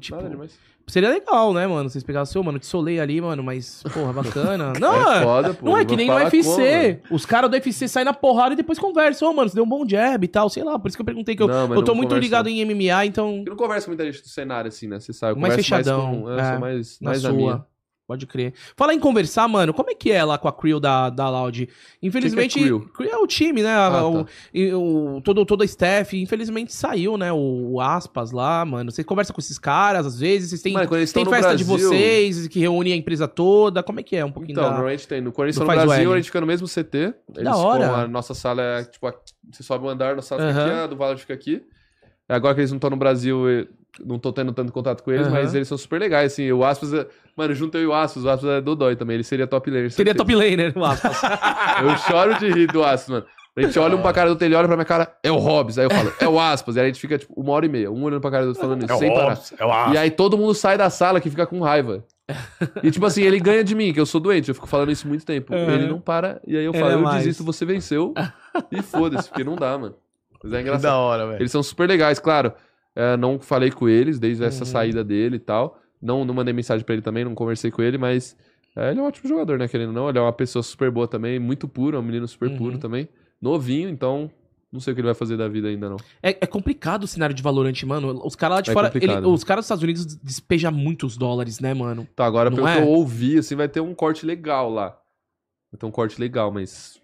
S2: Tipo,
S3: Nada demais.
S2: seria legal, né, mano? Vocês pegassem o seu, mano, de solei ali, mano, mas, porra, bacana. não,
S3: é
S2: é,
S3: foda, pô.
S2: não é que
S3: Vou
S2: nem no
S3: falar como,
S2: UFC.
S3: mano?
S2: Os caras do UFC saem na porrada e depois conversam. Ô, mano, você deu um bom jab e tal, sei lá. Por isso que eu perguntei que eu,
S3: Não, mas
S2: eu tô
S3: não
S2: muito
S3: conversa.
S2: ligado em MMA, então.
S3: Eu não converso com muita gente do cenário, assim, né? Você sabe. eu
S2: Mais
S3: converso
S2: fechadão,
S3: Mais com, eu
S2: é,
S3: sou mais,
S2: Na
S3: mais
S2: sua.
S3: a minha.
S2: Pode crer. Fala em conversar, mano. Como é que é lá com a Creel da, da Loud? Infelizmente.
S3: Que que é Creel?
S2: é o time, né?
S3: Ah,
S2: o,
S3: tá.
S2: e o- todo, todo a staff. Infelizmente saiu, né? O, o Aspas lá, mano. Vocês conversam com esses caras às vezes. Vocês têm,
S3: Mano, quando eles
S2: tem
S3: estão no
S2: festa de
S3: Brasil-
S2: vocês que reúne a empresa toda. Como é que é? Um pouquinho
S3: Então,
S2: da.
S3: normalmente tem. No, quando eles
S2: do
S3: estão no
S2: Faz
S3: Brasil,
S2: Web.
S3: a gente fica no mesmo CT. Eles
S2: Da hora.
S3: ficam- a nossa sala é, tipo, aqui, você sobe um andar, nossa sala fica
S2: Aham.
S3: aqui, a do Valor fica aqui. É, Agora que eles não estão no Brasil, eu não tô tendo tanto contato com eles,
S2: Aham.
S3: mas eles são super legais, assim. O Aspas, é- mano, junto eu e o Aspas, o Aspas é Dodói também, ele seria top laner.
S2: Seria
S3: certeza.
S2: top laner, né, o Aspas.
S3: Eu choro de rir do Aspas, mano. A gente olha um pra cara do outro, ele olha pra minha cara, é o Hobbs. Aí eu falo, é o Aspas. E aí a gente fica, tipo, uma hora e meia, um olhando pra cara do outro falando isso, sem parar.
S1: É o Ar-
S3: E aí todo mundo sai da sala que fica com raiva. E tipo assim, ele ganha de mim, que eu sou doente, eu fico falando isso muito tempo.
S2: Uhum.
S3: Ele não para, e aí eu
S2: Ele
S3: falo,
S2: é
S3: eu
S2: mais.
S3: desisto, você venceu. E foda-se, porque não dá, mano. Mas é
S1: Que
S3: engraçado.
S1: da hora, velho.
S3: Eles são super legais, claro. É, não falei com eles desde essa
S2: Uhum.
S3: saída dele e tal. Não, não mandei mensagem pra ele também, não conversei com ele, mas é, ele é um ótimo jogador, né? Querendo ou não, ele é uma pessoa super boa também, muito puro, é um menino super
S2: Uhum.
S3: puro também. Novinho, então não sei o que ele vai fazer da vida ainda, não.
S2: É, é complicado o cenário de Valorant, mano. Os caras lá de
S3: É
S2: fora.
S3: complicado,
S2: ele-
S3: né?
S2: os caras dos Estados Unidos despejam muitos dólares, né, mano?
S3: Tá, agora
S2: Não
S3: pelo
S2: é?
S3: que eu ouvi, assim, vai ter um corte legal lá. Vai ter um corte legal, mas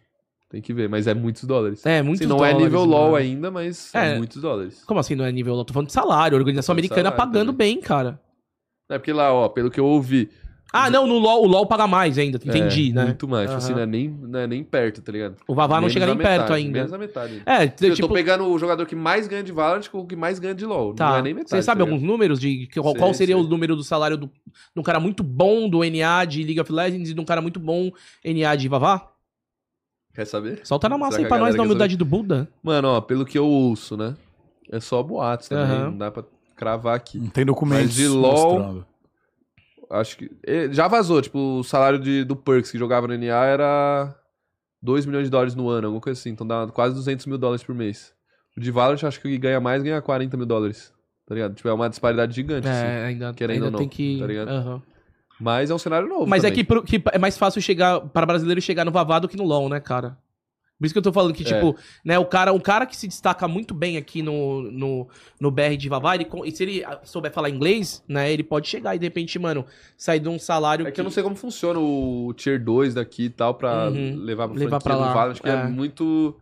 S3: tem que ver. Mas é muitos dólares.
S2: É, muitos
S3: Assim, não
S2: dólares.
S3: é nível LOL
S2: mano.
S3: ainda, mas é,
S2: É.
S3: muitos dólares.
S2: Como assim não é
S3: É,
S2: nível LOL? Tô falando de salário, a organização
S3: Tô falando de
S2: americana
S3: salário
S2: pagando bem, cara.
S3: É porque lá, ó, pelo que eu ouvi,
S2: Ah, não, no LoL, o LoL paga mais ainda, entendi,
S3: É,
S2: né?
S3: Muito mais. Tipo assim,
S2: Aham.
S3: não é, nem, não é nem perto, tá ligado?
S2: O Vavá não
S3: Menos
S2: chega
S3: da
S2: nem perto
S3: metade,
S2: ainda.
S3: Menos da metade.
S2: É,
S3: Eu
S2: tipo,
S3: tô pegando o jogador que mais ganha de Valorant com o que mais ganha de LoL. Não
S2: tá.
S3: é nem metade.
S2: Você sabe
S3: tá
S2: alguns números de que- qual,
S3: Sei,
S2: qual seria
S3: sei.
S2: o número do salário do- de um cara muito bom do NA de League of Legends e de um cara muito bom NA de Vavá?
S3: ligado? Quer saber?
S2: Solta na massa
S3: Será
S2: aí
S3: que
S2: pra
S3: a
S2: nós
S3: galera
S2: na
S3: quer
S2: humildade do Buda.
S3: Mano, ó, pelo que eu ouço, né? É só boatos também.
S2: Aham.
S3: Não dá pra cravar aqui.
S1: Não tem documentos
S3: Mas de LOL,
S1: mostrando.
S3: Acho que. eh, Já vazou, tipo, o salário de, do Perks que jogava no NA era 2 milhões de dólares no ano, alguma coisa assim. Então dá quase 200 mil dólares por mês. O de Valorant, acho que o que ganha mais ganha 40 mil dólares. Tá ligado? Tipo, é uma disparidade gigante, assim.
S2: É, ainda,
S3: Querendo
S2: ainda
S3: ou não,
S2: tem que.
S3: tá ligado?
S2: Aham.
S3: Mas é um cenário novo.
S2: Mas é que,
S3: também.
S2: pro- que é mais fácil chegar para brasileiro chegar no Vavá do que no LoL, né, cara? Por isso que eu tô falando que,
S3: É.
S2: tipo, né, o cara, um cara que se destaca muito bem aqui no, no, no BR de Vavá, ele, con- e se ele ah, souber falar inglês, né, ele pode chegar e, de repente, mano, sair de um salário
S3: É que eu não sei como funciona o Tier 2 daqui e tal pra
S2: Uhum.
S3: levar
S2: Levar
S3: pra levar
S2: pra lá,
S3: do Valorant, que é.
S2: é.
S3: muito...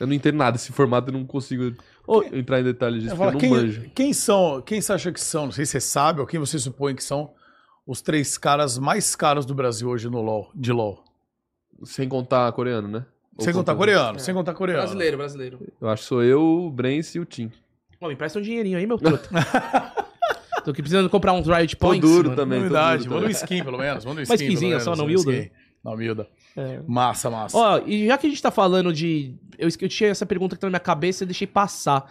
S3: Eu não entendo nada desse formato, eu não consigo
S2: Ô,
S3: entrar em detalhes disso,
S1: Eu
S3: porque eu
S1: falo,
S3: não manjo.
S1: quem, quem são, quem você acha que são, não sei se você sabe, ou quem você supõe que são os três caras mais caros do Brasil hoje no LOL, de LOL?
S3: Sem contar coreano, né? Ou
S1: Sem contar
S3: contando.
S1: coreano,
S2: É.
S1: sem contar coreano.
S2: Brasileiro, brasileiro.
S3: Eu acho que sou eu, o Brence e o Tim.
S2: Pô, me presta um dinheirinho aí, meu truta. tô aqui precisando comprar uns Riot
S3: Tô
S2: Points.
S3: duro
S2: mano.
S3: também, tô duro
S1: Novidade,
S3: também.
S1: manda um skin pelo menos, manda um skin.
S2: Uma skinzinha
S1: pelo menos,
S2: só, não
S1: um
S2: humilda?
S1: skin. Não humilda.
S2: É.
S1: Massa, massa.
S2: Ó, e já que a gente tá falando de. Eu, esque- eu tinha essa pergunta que tá na minha cabeça e deixei passar.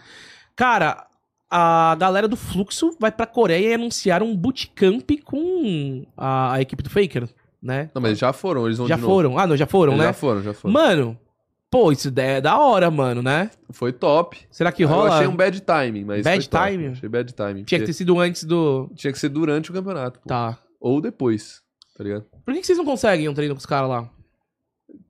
S2: Cara, a galera do Fluxo vai pra Coreia e anunciaram um bootcamp com a, a equipe do Faker, né?
S3: Não, mas já foram, eles vão
S2: já
S3: de novo.
S2: foram. Ah, não, já foram,
S3: Eles
S2: né?
S3: Já foram, já foram.
S2: Mano, pô, isso daí é da hora, mano, né?
S3: Foi top.
S2: Será que
S3: Eu
S2: rola?
S3: achei um bad timing, mas
S2: Bad
S3: foi top.
S2: timing?
S3: Achei bad timing.
S2: Tinha que ter sido antes do.
S3: porque tinha que ser durante o campeonato. pô.
S2: Tá.
S3: Ou depois, tá ligado?
S2: Por que, que vocês não conseguem um treino com os caras lá?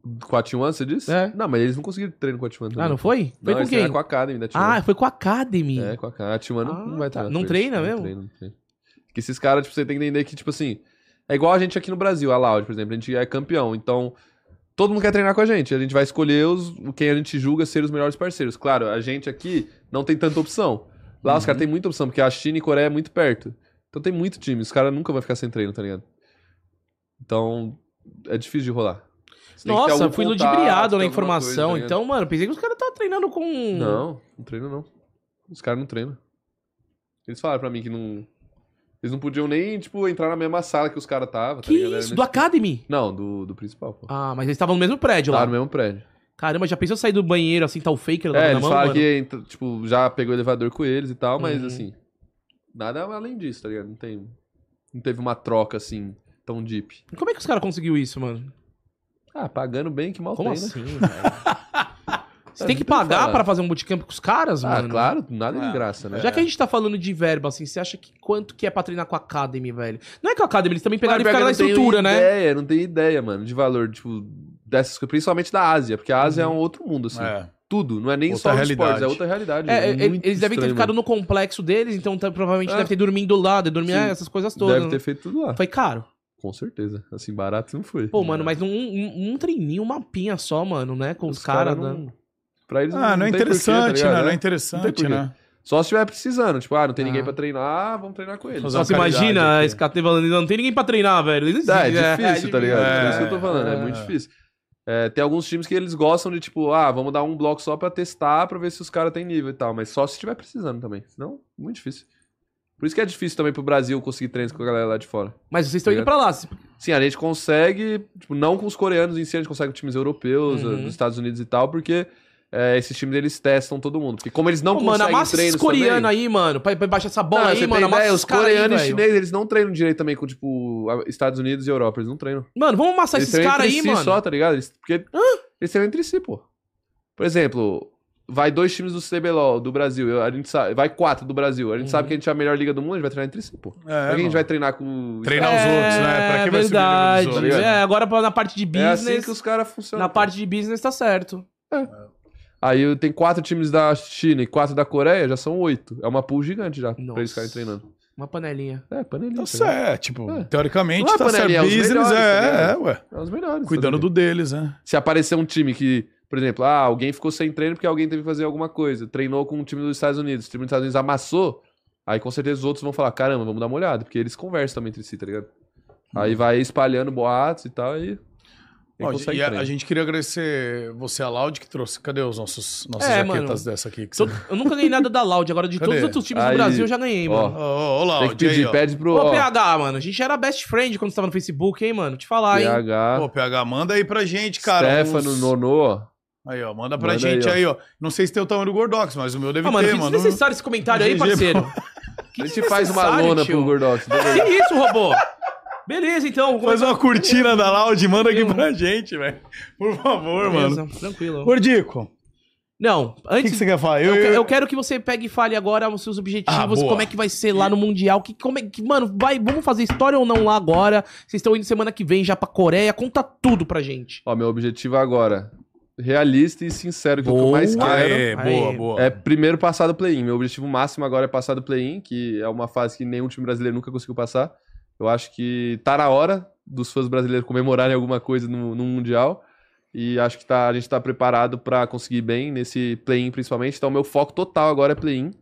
S3: 4x1, você disse?
S2: É.
S3: Não, mas eles não conseguiram treino com a T1.
S2: Ah, não foi? Foi
S3: Não,
S2: com
S3: esse
S2: quem?
S3: era com a Academy da T1.
S2: Ah, foi com a Academy.
S3: É, com a cara. A Timã não, não
S2: Ah,
S3: vai
S2: tá.
S3: treinar.
S2: Não
S3: com eles.
S2: treina
S3: Não
S2: mesmo?
S3: treina, não treina. Porque esses caras, tipo, você tem que entender que, tipo assim, é igual a gente aqui no Brasil, a Loud, por exemplo, a gente é campeão, então todo mundo quer treinar com a gente, a gente vai escolher os, quem a gente julga ser os melhores parceiros. Claro, a gente aqui não tem tanta opção. Lá os caras
S2: Uhum.
S3: têm muita opção, porque a China e Coreia é muito perto. Então tem muito time, os caras nunca vão ficar sem treino, tá ligado? Então, é difícil de rolar. Você tem que ter
S2: Nossa,
S3: algum
S2: fui
S3: contato,
S2: ludibriado na
S3: alguma
S2: informação.
S3: coisa, tá ligado?
S2: então, mano, pensei que os caras estavam treinando com.
S3: Não, tá não treina não. Os caras não treinam. Eles falaram pra mim que não. Eles não podiam nem, tipo, entrar na mesma sala que os caras tava, tá
S2: Que
S3: ligado? Era
S2: isso?
S3: nesse-
S2: Do Academy?
S3: Não, do, do principal, pô.
S2: Ah, mas eles estavam no mesmo prédio
S3: Lá
S2: lá.
S3: no mesmo prédio.
S2: Caramba, já pensou sair do banheiro assim, tá o faker lá
S3: É,
S2: na
S3: eles
S2: mão,
S3: falaram
S2: mano?
S3: que, entra- tipo, já pegou o elevador com eles e tal, mas
S2: Uhum.
S3: assim. Nada além disso, tá ligado? Não tem. Não teve uma troca, assim, tão deep.
S2: Como é que os caras conseguiu isso, mano?
S3: Ah, pagando bem, que mal
S2: Como
S3: tem, né?
S2: assim, velho? Você tem que
S3: Ah, não tem o que
S2: pagar
S3: falar.
S2: pra fazer um bootcamp com os caras,
S3: Ah,
S2: mano?
S3: claro, nada
S1: Ah,
S3: de graça, né?
S2: Já que a gente tá falando de verba, assim, você acha que quanto que é pra treinar com a Academy, velho? Não é que a Academy, eles também pegaram e
S3: Mas pior
S2: ficaram na
S3: que eu não tenho
S2: estrutura, né?
S3: Ideia, não tenho ideia, mano, de valor, tipo, dessas coisas, principalmente da Ásia, porque a Ásia
S2: Uhum.
S3: é um outro mundo, assim.
S1: É.
S3: Tudo, não é nem
S1: Outra
S3: só os
S1: realidade.
S3: esportes, é outra realidade.
S2: É, é,
S3: muito
S2: eles devem ter
S3: estranho,
S2: ficado
S3: mano.
S2: no complexo deles, então tá- provavelmente
S3: É.
S2: deve ter dormindo do lado, dormir
S3: Sim.
S2: ah, essas coisas todas.
S3: Deve ter feito tudo lá.
S2: Foi caro.
S3: Com certeza. Assim, barato não foi. É,
S2: Pô, mano, mas um, um, um treininho, uma pinha só, mano, né? Com os, caras.
S3: cara
S2: né?
S3: não- Pra eles
S1: Ah, não é
S3: tem porquê, tá
S1: interessante,
S3: ligado?
S1: né? Não é
S3: É. Não
S1: interessante,
S3: tem porquê.
S1: né?
S3: Só se estiver precisando, tipo, ah, não tem
S2: Ah.
S3: ninguém pra treinar, ah, vamos treinar com eles.
S1: Fazer
S2: Só
S1: uma
S2: se
S1: caridade
S2: imagina
S1: aqui.
S2: esse cara falando, não tem ninguém pra treinar, velho. Eles
S3: Tá, é
S2: existem, né?
S3: difícil, tá ligado? É,
S1: É,
S3: isso que eu tô falando, é,
S2: é.
S3: muito difícil. É, tem alguns times que eles gostam de, tipo, ah, vamos dar um bloco só pra testar, pra ver se os caras têm nível e tal. Mas só se estiver precisando também. Senão, muito difícil. Por isso que é difícil também pro Brasil conseguir treinos com a galera lá de fora.
S2: Mas vocês estão indo pra lá.
S3: Sim, a gente consegue, tipo, não com os coreanos em si, a gente consegue com times europeus,
S2: Uhum.
S3: dos Estados Unidos e tal, porque é, esses times eles testam todo mundo. Porque como eles não
S2: Pô, mano,
S3: conseguem
S2: amassa esses
S3: treinos
S2: coreanos
S3: também,
S2: aí, mano. Pra, pra baixar essa bola
S3: Não,
S2: aí,
S3: você
S2: mano.
S3: tem
S2: Amassa
S3: ideia, os coreanos e
S2: velho.
S3: chineses, eles não treinam direito também com, tipo, a- Estados Unidos e Europa, eles não treinam.
S2: Mano, vamos amassar Tá,
S3: eles
S2: esses
S3: treinam
S2: caras
S3: entre
S2: aí,
S3: si
S2: mano.
S3: só, tá ligado? Eles, porque eles treinam entre si, pô. Por exemplo, vai dois times do CBLOL do Brasil, eu- a gente sabe, vai quatro do Brasil, a gente
S2: Uhum.
S3: sabe que a gente é a melhor liga do mundo, a gente vai treinar entre si, pô.
S1: É,
S3: Pra que a
S1: mano.
S3: gente vai treinar com...
S1: Treinar os outros, né? Pra que vai subir o nível
S2: É, verdade.
S1: dos
S3: outros? tá
S2: É, agora pra- na parte de
S3: É
S2: business.
S3: assim que os caras funcionam.
S2: Na
S3: pô.
S2: parte de business tá certo.
S3: Aí tem quatro times da China e quatro da Coreia, já são oito. É uma pool gigante já
S2: Nossa.
S3: pra eles ficarem treinando.
S2: Uma panelinha.
S3: É, panelinha.
S1: Tá
S3: tá ligado?
S1: certo, tipo,
S3: É.
S1: teoricamente
S3: Não é
S1: tá certo.
S3: panelinha, é os
S1: Business
S3: melhores, tá
S1: é, é,
S3: ligado?
S1: ué.
S3: É os melhores.
S1: Cuidando
S3: tudo
S1: do deles, né?
S3: bem. Se aparecer um time que, por exemplo, ah, alguém ficou sem treino porque alguém teve que fazer alguma coisa, treinou com um time dos Estados Unidos, o time dos Estados Unidos amassou, aí com certeza os outros vão falar: caramba, vamos dar uma olhada, porque eles conversam também entre si, tá ligado? Aí vai espalhando boatos e tal, e. e
S1: Uhum. Ó,
S3: consegue
S1: e a,
S3: trem.
S1: a gente queria agradecer você, a Loud, que trouxe. Cadê os nossos, nossas
S2: É, mano.
S1: jaquetas dessa aqui? Que
S2: Tô-
S1: você...
S2: Eu nunca ganhei nada da Loud, agora de todos os
S1: Cadê?
S2: outros times
S3: Aí.
S2: do Brasil eu já ganhei,
S3: Ó.
S2: mano.
S1: Ô, ô, ô,
S3: Tem que
S1: Loud,
S3: pedir,
S1: aí,
S3: pede pro.
S2: Ô,
S3: ó,
S2: PH, mano, a gente era best friend quando você tava no Facebook, hein, mano? Te falar, hein?
S1: ó.
S3: PH,
S1: Pô, PH, manda aí pra gente, cara.
S3: Stefano,
S1: uns-
S3: Nonô. ó.
S1: Aí, ó, manda pra
S3: Manda
S1: gente aí
S3: aí,
S1: ó. Não sei se tem o tamanho do Gordox, mas o meu deve
S2: Ah, mano,
S1: ter,
S2: que
S1: mano.
S2: desnecessário esse comentário aí,
S1: GG,
S2: parceiro.
S3: A gente faz uma
S2: desnecessário,
S3: lona
S2: tio.
S3: pro Gordox.
S2: Que isso, robô? Beleza, então.
S1: Faz uma cortina da Loud, manda aqui
S2: Eu-
S1: pra gente, velho. Por favor, mano.
S2: Beleza, tranquilo.
S1: Gordico, o
S2: Não,
S1: que,
S2: antes
S1: que você quer falar?
S2: Eu,
S1: Eu, eu,
S2: eu quero que você pegue e fale agora os seus
S1: Ah,
S2: objetivos,
S1: boa.
S2: como é que vai ser lá no Mundial, que, como é que, mano, vai, vamos fazer história ou não lá agora? Vocês estão indo semana que vem já pra Coreia, conta tudo pra gente.
S3: Ó, meu objetivo agora, realista e sincero, que é o que eu
S2: Boa.
S3: mais quero.
S1: Aê, boa,
S2: Aê.
S1: boa.
S3: É primeiro passar do play-in. Meu objetivo máximo agora é passar do play-in, que é uma fase que nenhum time brasileiro nunca conseguiu passar. Eu acho que tá na hora dos fãs brasileiros comemorarem alguma coisa no, no Mundial. E acho que tá, a gente tá preparado pra conseguir bem nesse play-in, principalmente. Então, meu foco total agora é play-in.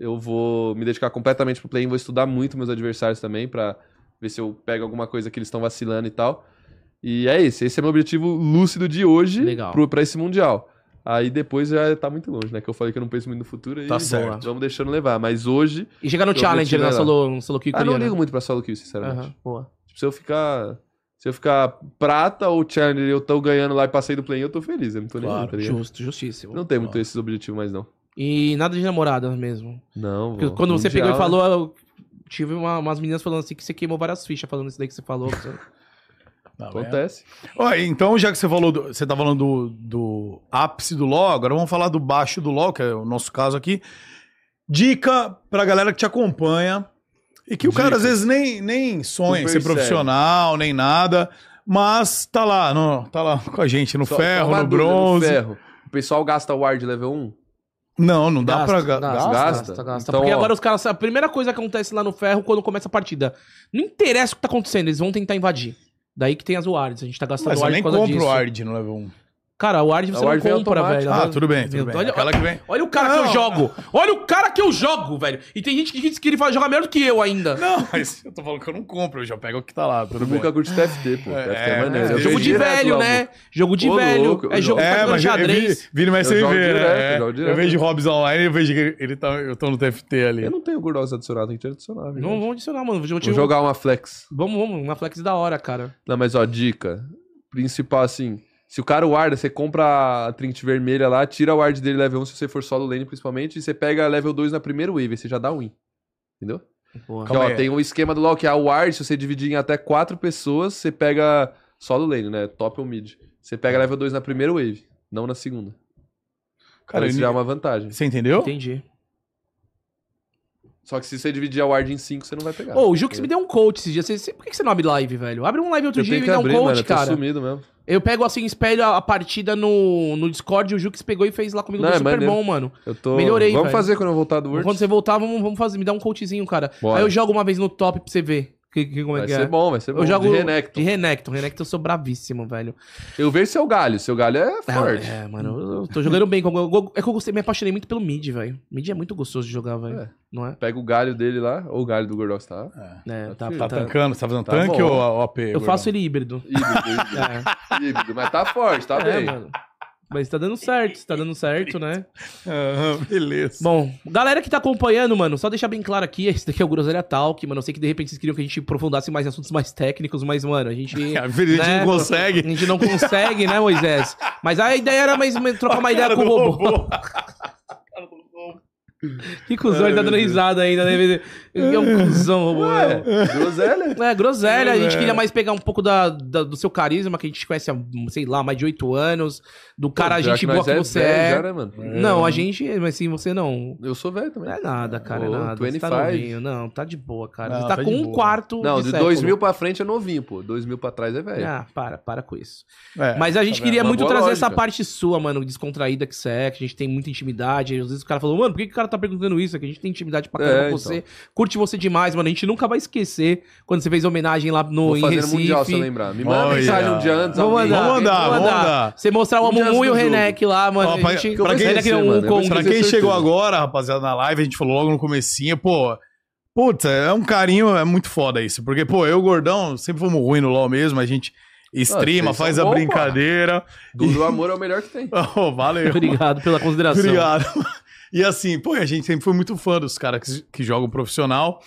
S3: Eu vou me dedicar completamente pro play-in, vou estudar muito meus adversários também pra ver se eu pego alguma coisa que eles estão vacilando e tal. E é isso, esse é meu objetivo lúcido de hoje
S2: Legal.
S3: pro- pra esse Mundial. Aí depois já tá muito longe, né? Que eu falei que eu não penso muito no futuro e
S1: Tá
S3: boa,
S1: certo.
S3: vamos deixando levar. Mas hoje.
S2: E chegar no
S3: Meu
S2: Challenger,
S3: objetivo
S2: na
S3: é lá.
S2: solo, no solo
S3: Ah,
S2: coreano.
S3: não ligo muito pra solo kill, sinceramente.
S2: Aham, boa.
S3: Tipo, se eu ficar. Se eu ficar prata ou challenger e eu tô ganhando lá e passei do play, eu tô feliz. Eu não tô nem
S1: Claro,
S3: aí, tá ligado?
S2: Justo, justíssimo.
S3: Não tem muito esses objetivos mais, não.
S2: E nada de namorada mesmo.
S3: Não,
S2: Porque
S3: vô.
S2: quando você
S3: Mundial,
S2: pegou e
S3: né?
S2: falou, eu tive uma- umas meninas falando assim que você queimou várias fichas falando isso daí que você falou. que você-
S1: Tá vendo?
S3: Acontece.
S1: Ó, então, já que você falou, do- você tá falando do, do ápice do LOL, agora vamos falar do baixo do LOL, que é o nosso caso aqui. Dica pra galera que te acompanha e que o cara
S3: Dica.
S1: às vezes nem, nem sonha em
S3: Super
S1: ser profissional, nem nada, mas tá lá, no, tá lá com a gente no
S3: Só- só
S1: ferro,
S3: uma
S1: no
S3: dúvida,
S1: bronze.
S3: ferro. O pessoal gasta ward level 1?
S1: Não, não dá
S2: Gasta,
S1: pra. ga-
S2: gasta,
S1: gasta?
S2: gasta,
S3: Gasta?
S2: gasta.
S3: Então,
S2: Porque
S3: ó.
S2: agora os caras. A primeira coisa que acontece lá no ferro quando começa a partida. Não interessa o que tá acontecendo, eles vão tentar invadir. Daí que tem as wards. A gente tá gastando
S1: Mas eu
S2: ward
S1: nem
S2: por causa
S1: compro
S2: disso.
S1: o Ard um. no level 1.
S2: Cara, o ward
S3: A
S2: você
S3: ward vem
S2: não compra,
S3: automática.
S2: velho.
S1: Ah, tudo bem, tudo bem.
S2: Olha,
S1: Aquela que vem.
S2: olha o cara que
S1: Não.
S2: eu jogo. Olha o cara que eu jogo, velho. E tem gente que diz que ele vai jogar melhor do que eu ainda.
S1: Não, mas eu tô falando que eu não compro, eu já pego o que tá lá, tudo
S3: Eu
S1: bem.
S3: nunca curti TFT, pô.
S1: É,
S3: TFT é
S1: é, é.
S3: maneiro. Eu
S1: Jogo
S2: Jogo
S3: vejo
S2: de
S3: direto
S2: velho,
S3: lá,
S2: né? Jogo de
S3: Ô,
S2: velho.
S3: louco, eu
S2: é jogo pra
S3: jogo.
S1: É,
S2: jogar
S1: mas eu- eu vi,
S2: xadrez.
S1: vira mais
S3: Eu jogo
S1: CV,
S3: direto,
S1: né?
S3: eu jogo
S1: Eu
S3: direto.
S1: vejo Hobbs online, eu vejo que ele tá, eu tô no TFT ali.
S3: Eu não tenho Gordox adicionado, tem que adicionar. viu?
S2: Não vamos adicionar, mano. Vou
S3: Vou jogar uma flex.
S2: Vamos, vamos. Uma flex da hora, cara.
S3: Não, mas ó, dica. Principal assim. Se o cara warda, você compra a trinket vermelha lá, tira o ward dele level 1 se você for solo lane principalmente, e você pega level 2 na primeira wave, aí você já dá um win. Entendeu?
S2: Boa.
S1: Calma
S3: Porque, ó,
S1: aí.
S3: tem um esquema do LoL que a ward, se você dividir em até 4 pessoas, você pega solo lane, né? Top ou mid. Você pega level 2 na primeira wave, não na segunda. Cara,
S1: Cara,
S3: isso
S1: eu-
S3: já é uma vantagem.
S1: você entendeu?
S2: Entendi.
S3: Só que se você dividir a ward em 5, você não vai pegar.
S2: Ô, o Jux me deu um coach esses dias. Você- você- Por que que você não abre live, velho? Abre um live outro
S3: eu
S2: dia e
S3: tenho
S2: me
S3: que
S2: dá um
S3: abrir,
S2: coach,
S3: mano, eu tô
S2: cara.
S3: sumido mesmo.
S2: Eu pego assim, espelho a, a partida no, no Discord, o Jux pegou e fez lá comigo
S3: Não,
S2: do
S3: é
S2: Super
S3: maneiro.
S2: bom, mano.
S3: Eu tô...
S2: Melhorei,
S3: Vamos
S2: velho.
S3: fazer quando eu voltar do World.
S2: Quando você voltar, vamos, vamos fazer, me dá um coachzinho, cara.
S3: Bora.
S2: Aí eu jogo uma vez no top pra você ver. Que, que- como é
S3: Vai
S2: que
S3: ser
S2: é.
S3: bom, vai ser bom.
S2: eu jogo
S3: de Renekton.
S2: de Renekton. Renekton eu sou bravíssimo, velho.
S3: Eu vejo seu galho. Seu galho é
S2: É,
S3: forte.
S2: É, mano, eu, eu tô jogando bem. como eu- eu- é que eu gostei, me apaixonei muito pelo mid, velho. Mid é muito gostoso de jogar, velho.
S3: É.
S2: Não é?
S3: Pega o galho dele lá, ou o galho do Gordox, tá?
S1: É.
S2: É, tá,
S1: Tá
S2: tá,
S1: tancando? Você tá fazendo
S3: Tá
S1: tanque
S3: bom.
S1: ou a OP?
S2: Eu
S1: gordão?
S2: faço ele híbrido.
S3: Híbrido,
S2: É.
S3: híbrido, híbrido. Mas tá forte, tá
S2: É,
S3: bem.
S2: mano. Mas tá dando certo, tá dando certo, né?
S1: Aham, Ah, beleza.
S2: Bom, galera que tá acompanhando, mano, só deixar bem claro aqui, esse daqui é o Groselha Talk, mano. Eu sei que de repente vocês queriam que a gente aprofundasse mais em assuntos mais técnicos, mas, mano, a gente.
S1: A gente
S2: né?
S1: não
S2: A
S1: consegue.
S2: gente não consegue, né, Moisés? Mas a ideia era mais ou menos trocar uma ideia
S1: Cara
S2: com o
S1: do
S2: robô. Que cuzão, ele tá
S1: meu
S2: dando
S1: Deus.
S2: risada ainda, né? Ele é um cuzão, robô. né?
S3: Groselha.
S2: É, groselha, a gente
S1: É.
S2: queria mais pegar um pouco da, da- do seu carisma, que a gente conhece há, sei lá, mais de oito anos, do cara,
S3: Pô,
S2: a
S3: já
S2: gente
S3: nós
S2: boa que
S3: é
S2: você
S3: velho
S2: é.
S3: Já, né, mano?
S2: Não, a gente, mas sim, você não.
S3: Eu sou velho também.
S2: Não é nada, cara, é
S3: Ô,
S2: nada. Você tá
S3: 25.
S2: novinho. Não, tá de boa, cara.
S1: Não,
S2: você tá,
S1: tá de
S2: com um
S1: boa.
S2: quarto
S3: Não, de
S2: século.
S3: 2000 pra frente é novinho, pô. 2000 pra trás é velho.
S2: Ah, para, para com isso.
S1: É,
S2: Mas a gente
S1: tá
S2: queria
S3: Uma
S2: muito
S3: boa
S2: trazer essa
S3: lógica.
S2: parte sua, mano, descontraída que você é, que a gente tem muita intimidade. Às vezes o cara falou, mano, por que, que o cara tá perguntando isso? É que a gente tem intimidade pra
S3: É,
S2: caramba com
S3: então.
S2: você. Curte você demais, mano. A gente nunca vai esquecer quando você fez homenagem lá no
S3: Vou
S2: em
S3: fazer no
S2: Recife.
S3: Mundial, se eu lembrar. Me manda
S1: Olha.
S3: mensagem um dia antes.
S2: Vamos
S3: alguém.
S2: mandar,
S1: Vamos mandar,
S2: vamos
S1: vamos
S2: mandar.
S1: mandar.
S2: Você mostrar o
S3: Um dia
S2: Amumu e o
S3: antes do
S2: Renek lá, mano.
S1: Ó,
S2: a
S1: pra-
S2: gente-
S1: pra quem-
S2: Renek não,
S3: mano, eu
S2: o
S3: vou
S2: Kong.
S1: Pra
S3: Com
S1: quem
S3: certeza.
S1: chegou agora, rapaziada, na live, a gente falou logo no comecinho, pô, Putz, é um carinho, é muito foda isso. Porque, pô, eu, gordão, sempre fomos ruim no LOL mesmo, a gente
S3: Ah,
S1: streama,
S3: vocês
S1: faz a
S3: são bom, pô.
S1: brincadeira.
S3: Duro amor é o melhor que tem.
S1: Oh, valeu.
S2: Obrigado pela consideração.
S1: Obrigado. E assim, pô, a gente sempre foi muito fã dos caras que, que jogam profissional.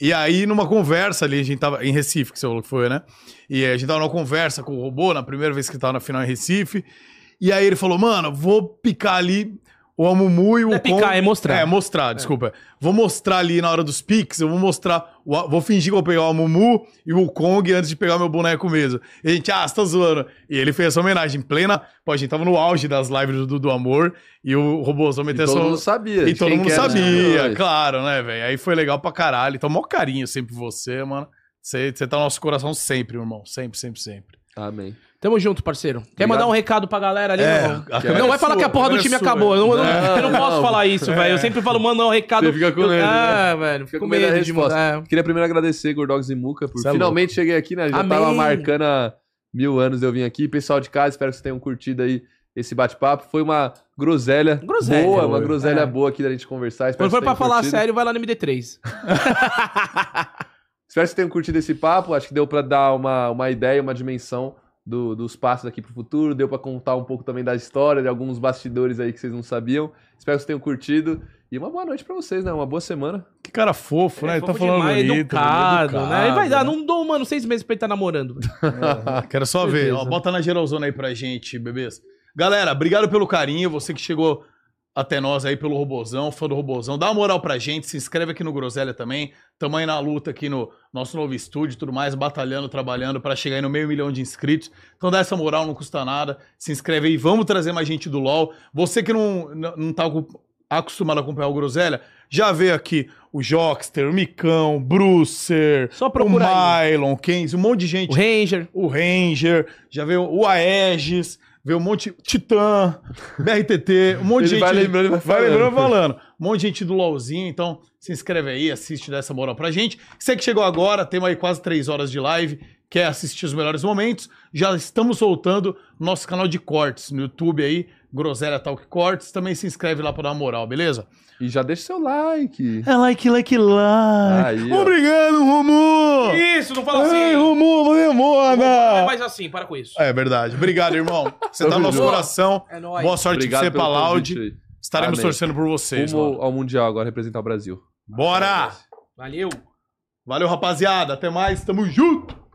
S1: E aí, numa conversa ali, a gente tava em Recife, que você falou que foi, né? E a gente tava numa conversa com o robô, na primeira vez que tava na final em Recife. E aí ele falou, mano, vou picar ali o Amumu e o
S2: Não é
S1: Con-
S2: picar, é mostrar.
S1: É, mostrar, desculpa. Vou mostrar ali na hora dos piques, eu vou mostrar, o A- vou fingir que eu vou pegar o Amumu e o Kong antes de pegar meu boneco mesmo. E a gente, ah, você tá zoando. E ele fez essa homenagem em plena... Pô, a gente tava no auge das lives do, do Amor e o robôzão
S3: E
S1: meteu
S3: todo
S1: essa...
S3: mundo sabia.
S1: E todo
S3: Quem
S1: mundo
S3: quer, né?
S1: sabia,
S3: Nós.
S1: claro, né, velho? Aí foi legal pra caralho. Então, maior carinho sempre você, mano. Você você tá no nosso coração sempre, meu irmão. Sempre, sempre, sempre.
S3: Amém.
S2: Tamo junto, parceiro. Quer mandar um recado pra galera ali?
S1: É,
S2: não?
S1: a câmera
S2: não
S1: é
S2: vai falar
S1: sua,
S2: que a porra do
S1: a câmera
S2: time
S1: é sua.
S2: acabou. Eu não, eu não-
S3: Não,
S2: eu não posso
S3: não.
S2: falar isso, velho. Eu sempre falo, mano, não, recado.
S3: Você fica com né?
S2: eu,
S3: medo,
S2: É, velho. Fica com medo,
S3: da
S2: de
S3: resposta.
S2: mandar.
S3: Queria primeiro agradecer Gordogs e Muca por
S1: Cê é
S3: finalmente cheguei aqui, né? Já
S2: Amém.
S3: tava marcando há mil anos eu vim aqui. Pessoal de casa, espero que vocês tenham curtido aí esse bate-papo. Foi uma groselha,
S2: Groselha.
S3: boa, uma
S2: Foi.
S3: groselha
S2: É.
S3: boa aqui da gente conversar.
S2: Quando
S3: Espero que
S2: for
S3: vocês
S2: pra
S3: tenham
S2: falar
S3: curtido.
S2: sério, vai lá no MD3.
S3: Espero que vocês tenham curtido esse papo. Acho que deu pra dar uma, uma ideia, uma dimensão do- dos passos aqui pro futuro. Deu pra contar um pouco também da história, de alguns bastidores aí que vocês não sabiam. Espero que vocês tenham curtido. E uma boa noite pra vocês, né? Uma boa semana.
S1: Que cara fofo, né?
S2: É,
S1: Ele tá
S2: fofo
S1: falando
S2: demais,
S1: bonito.
S2: educado,
S1: educado,
S2: né? E vai dar,
S1: né?
S2: não dou, mano, seis meses pra ele tá namorando. velho.
S1: Quero só ver.
S2: Certeza.
S1: Ó, bota na geralzona aí pra gente, bebês. Galera, obrigado pelo carinho. Você que chegou até nós aí pelo Robozão, fã do Robozão. Dá uma moral pra gente, se inscreve aqui no Groselha também. Tamo aí na luta aqui no nosso novo estúdio e tudo mais, batalhando, trabalhando pra chegar aí no meio milhão de inscritos. Então dá essa moral, não custa nada. Se inscreve aí, vamos trazer mais gente do LOL. Você que não, não não tá acu- acostumado a acompanhar o Groselha, já veio aqui o Jockster, o Micão, o Brucer,
S2: Só
S1: o
S2: procura aí.
S1: Mylon, o Kenzie, um monte de gente
S2: O Ranger.
S1: o Ranger, já veio o Aegis, veio um monte. Titã, BRTT, um monte de
S3: Ele
S1: gente.
S3: vai lembrando e vai
S1: vai
S3: falando.
S1: lembrando e falando. Um monte de gente do LOLzinho, então se inscreve aí, assiste, dá essa moral pra gente. Você que chegou agora, temos aí quase três horas de live, quer assistir os melhores momentos, já estamos soltando nosso canal de cortes no YouTube aí, Groselha Talk Cortes. Também se inscreve lá pra dar uma moral, beleza?
S3: E já deixa seu like.
S1: É like, like, like.
S3: Aí, ó.
S1: Obrigado, Romu!
S2: Isso, não fala
S1: Ei,
S2: assim.
S1: Romu, você manda!
S2: Mas assim, para com isso.
S1: É verdade. Obrigado, irmão. Você tá no
S3: Tamo
S1: nosso
S3: junto.
S1: coração.
S2: É nóis.
S1: Boa sorte
S3: Obrigado
S1: pra você,
S3: pelo
S1: Palaud.
S3: convite aí.
S1: Estaremos
S3: Amém.
S1: torcendo por vocês.
S3: Rumo
S1: mano.
S3: ao Mundial agora representar o Brasil.
S1: Bora!
S2: Valeu.
S1: Valeu, rapaziada. Até mais. Tamo junto!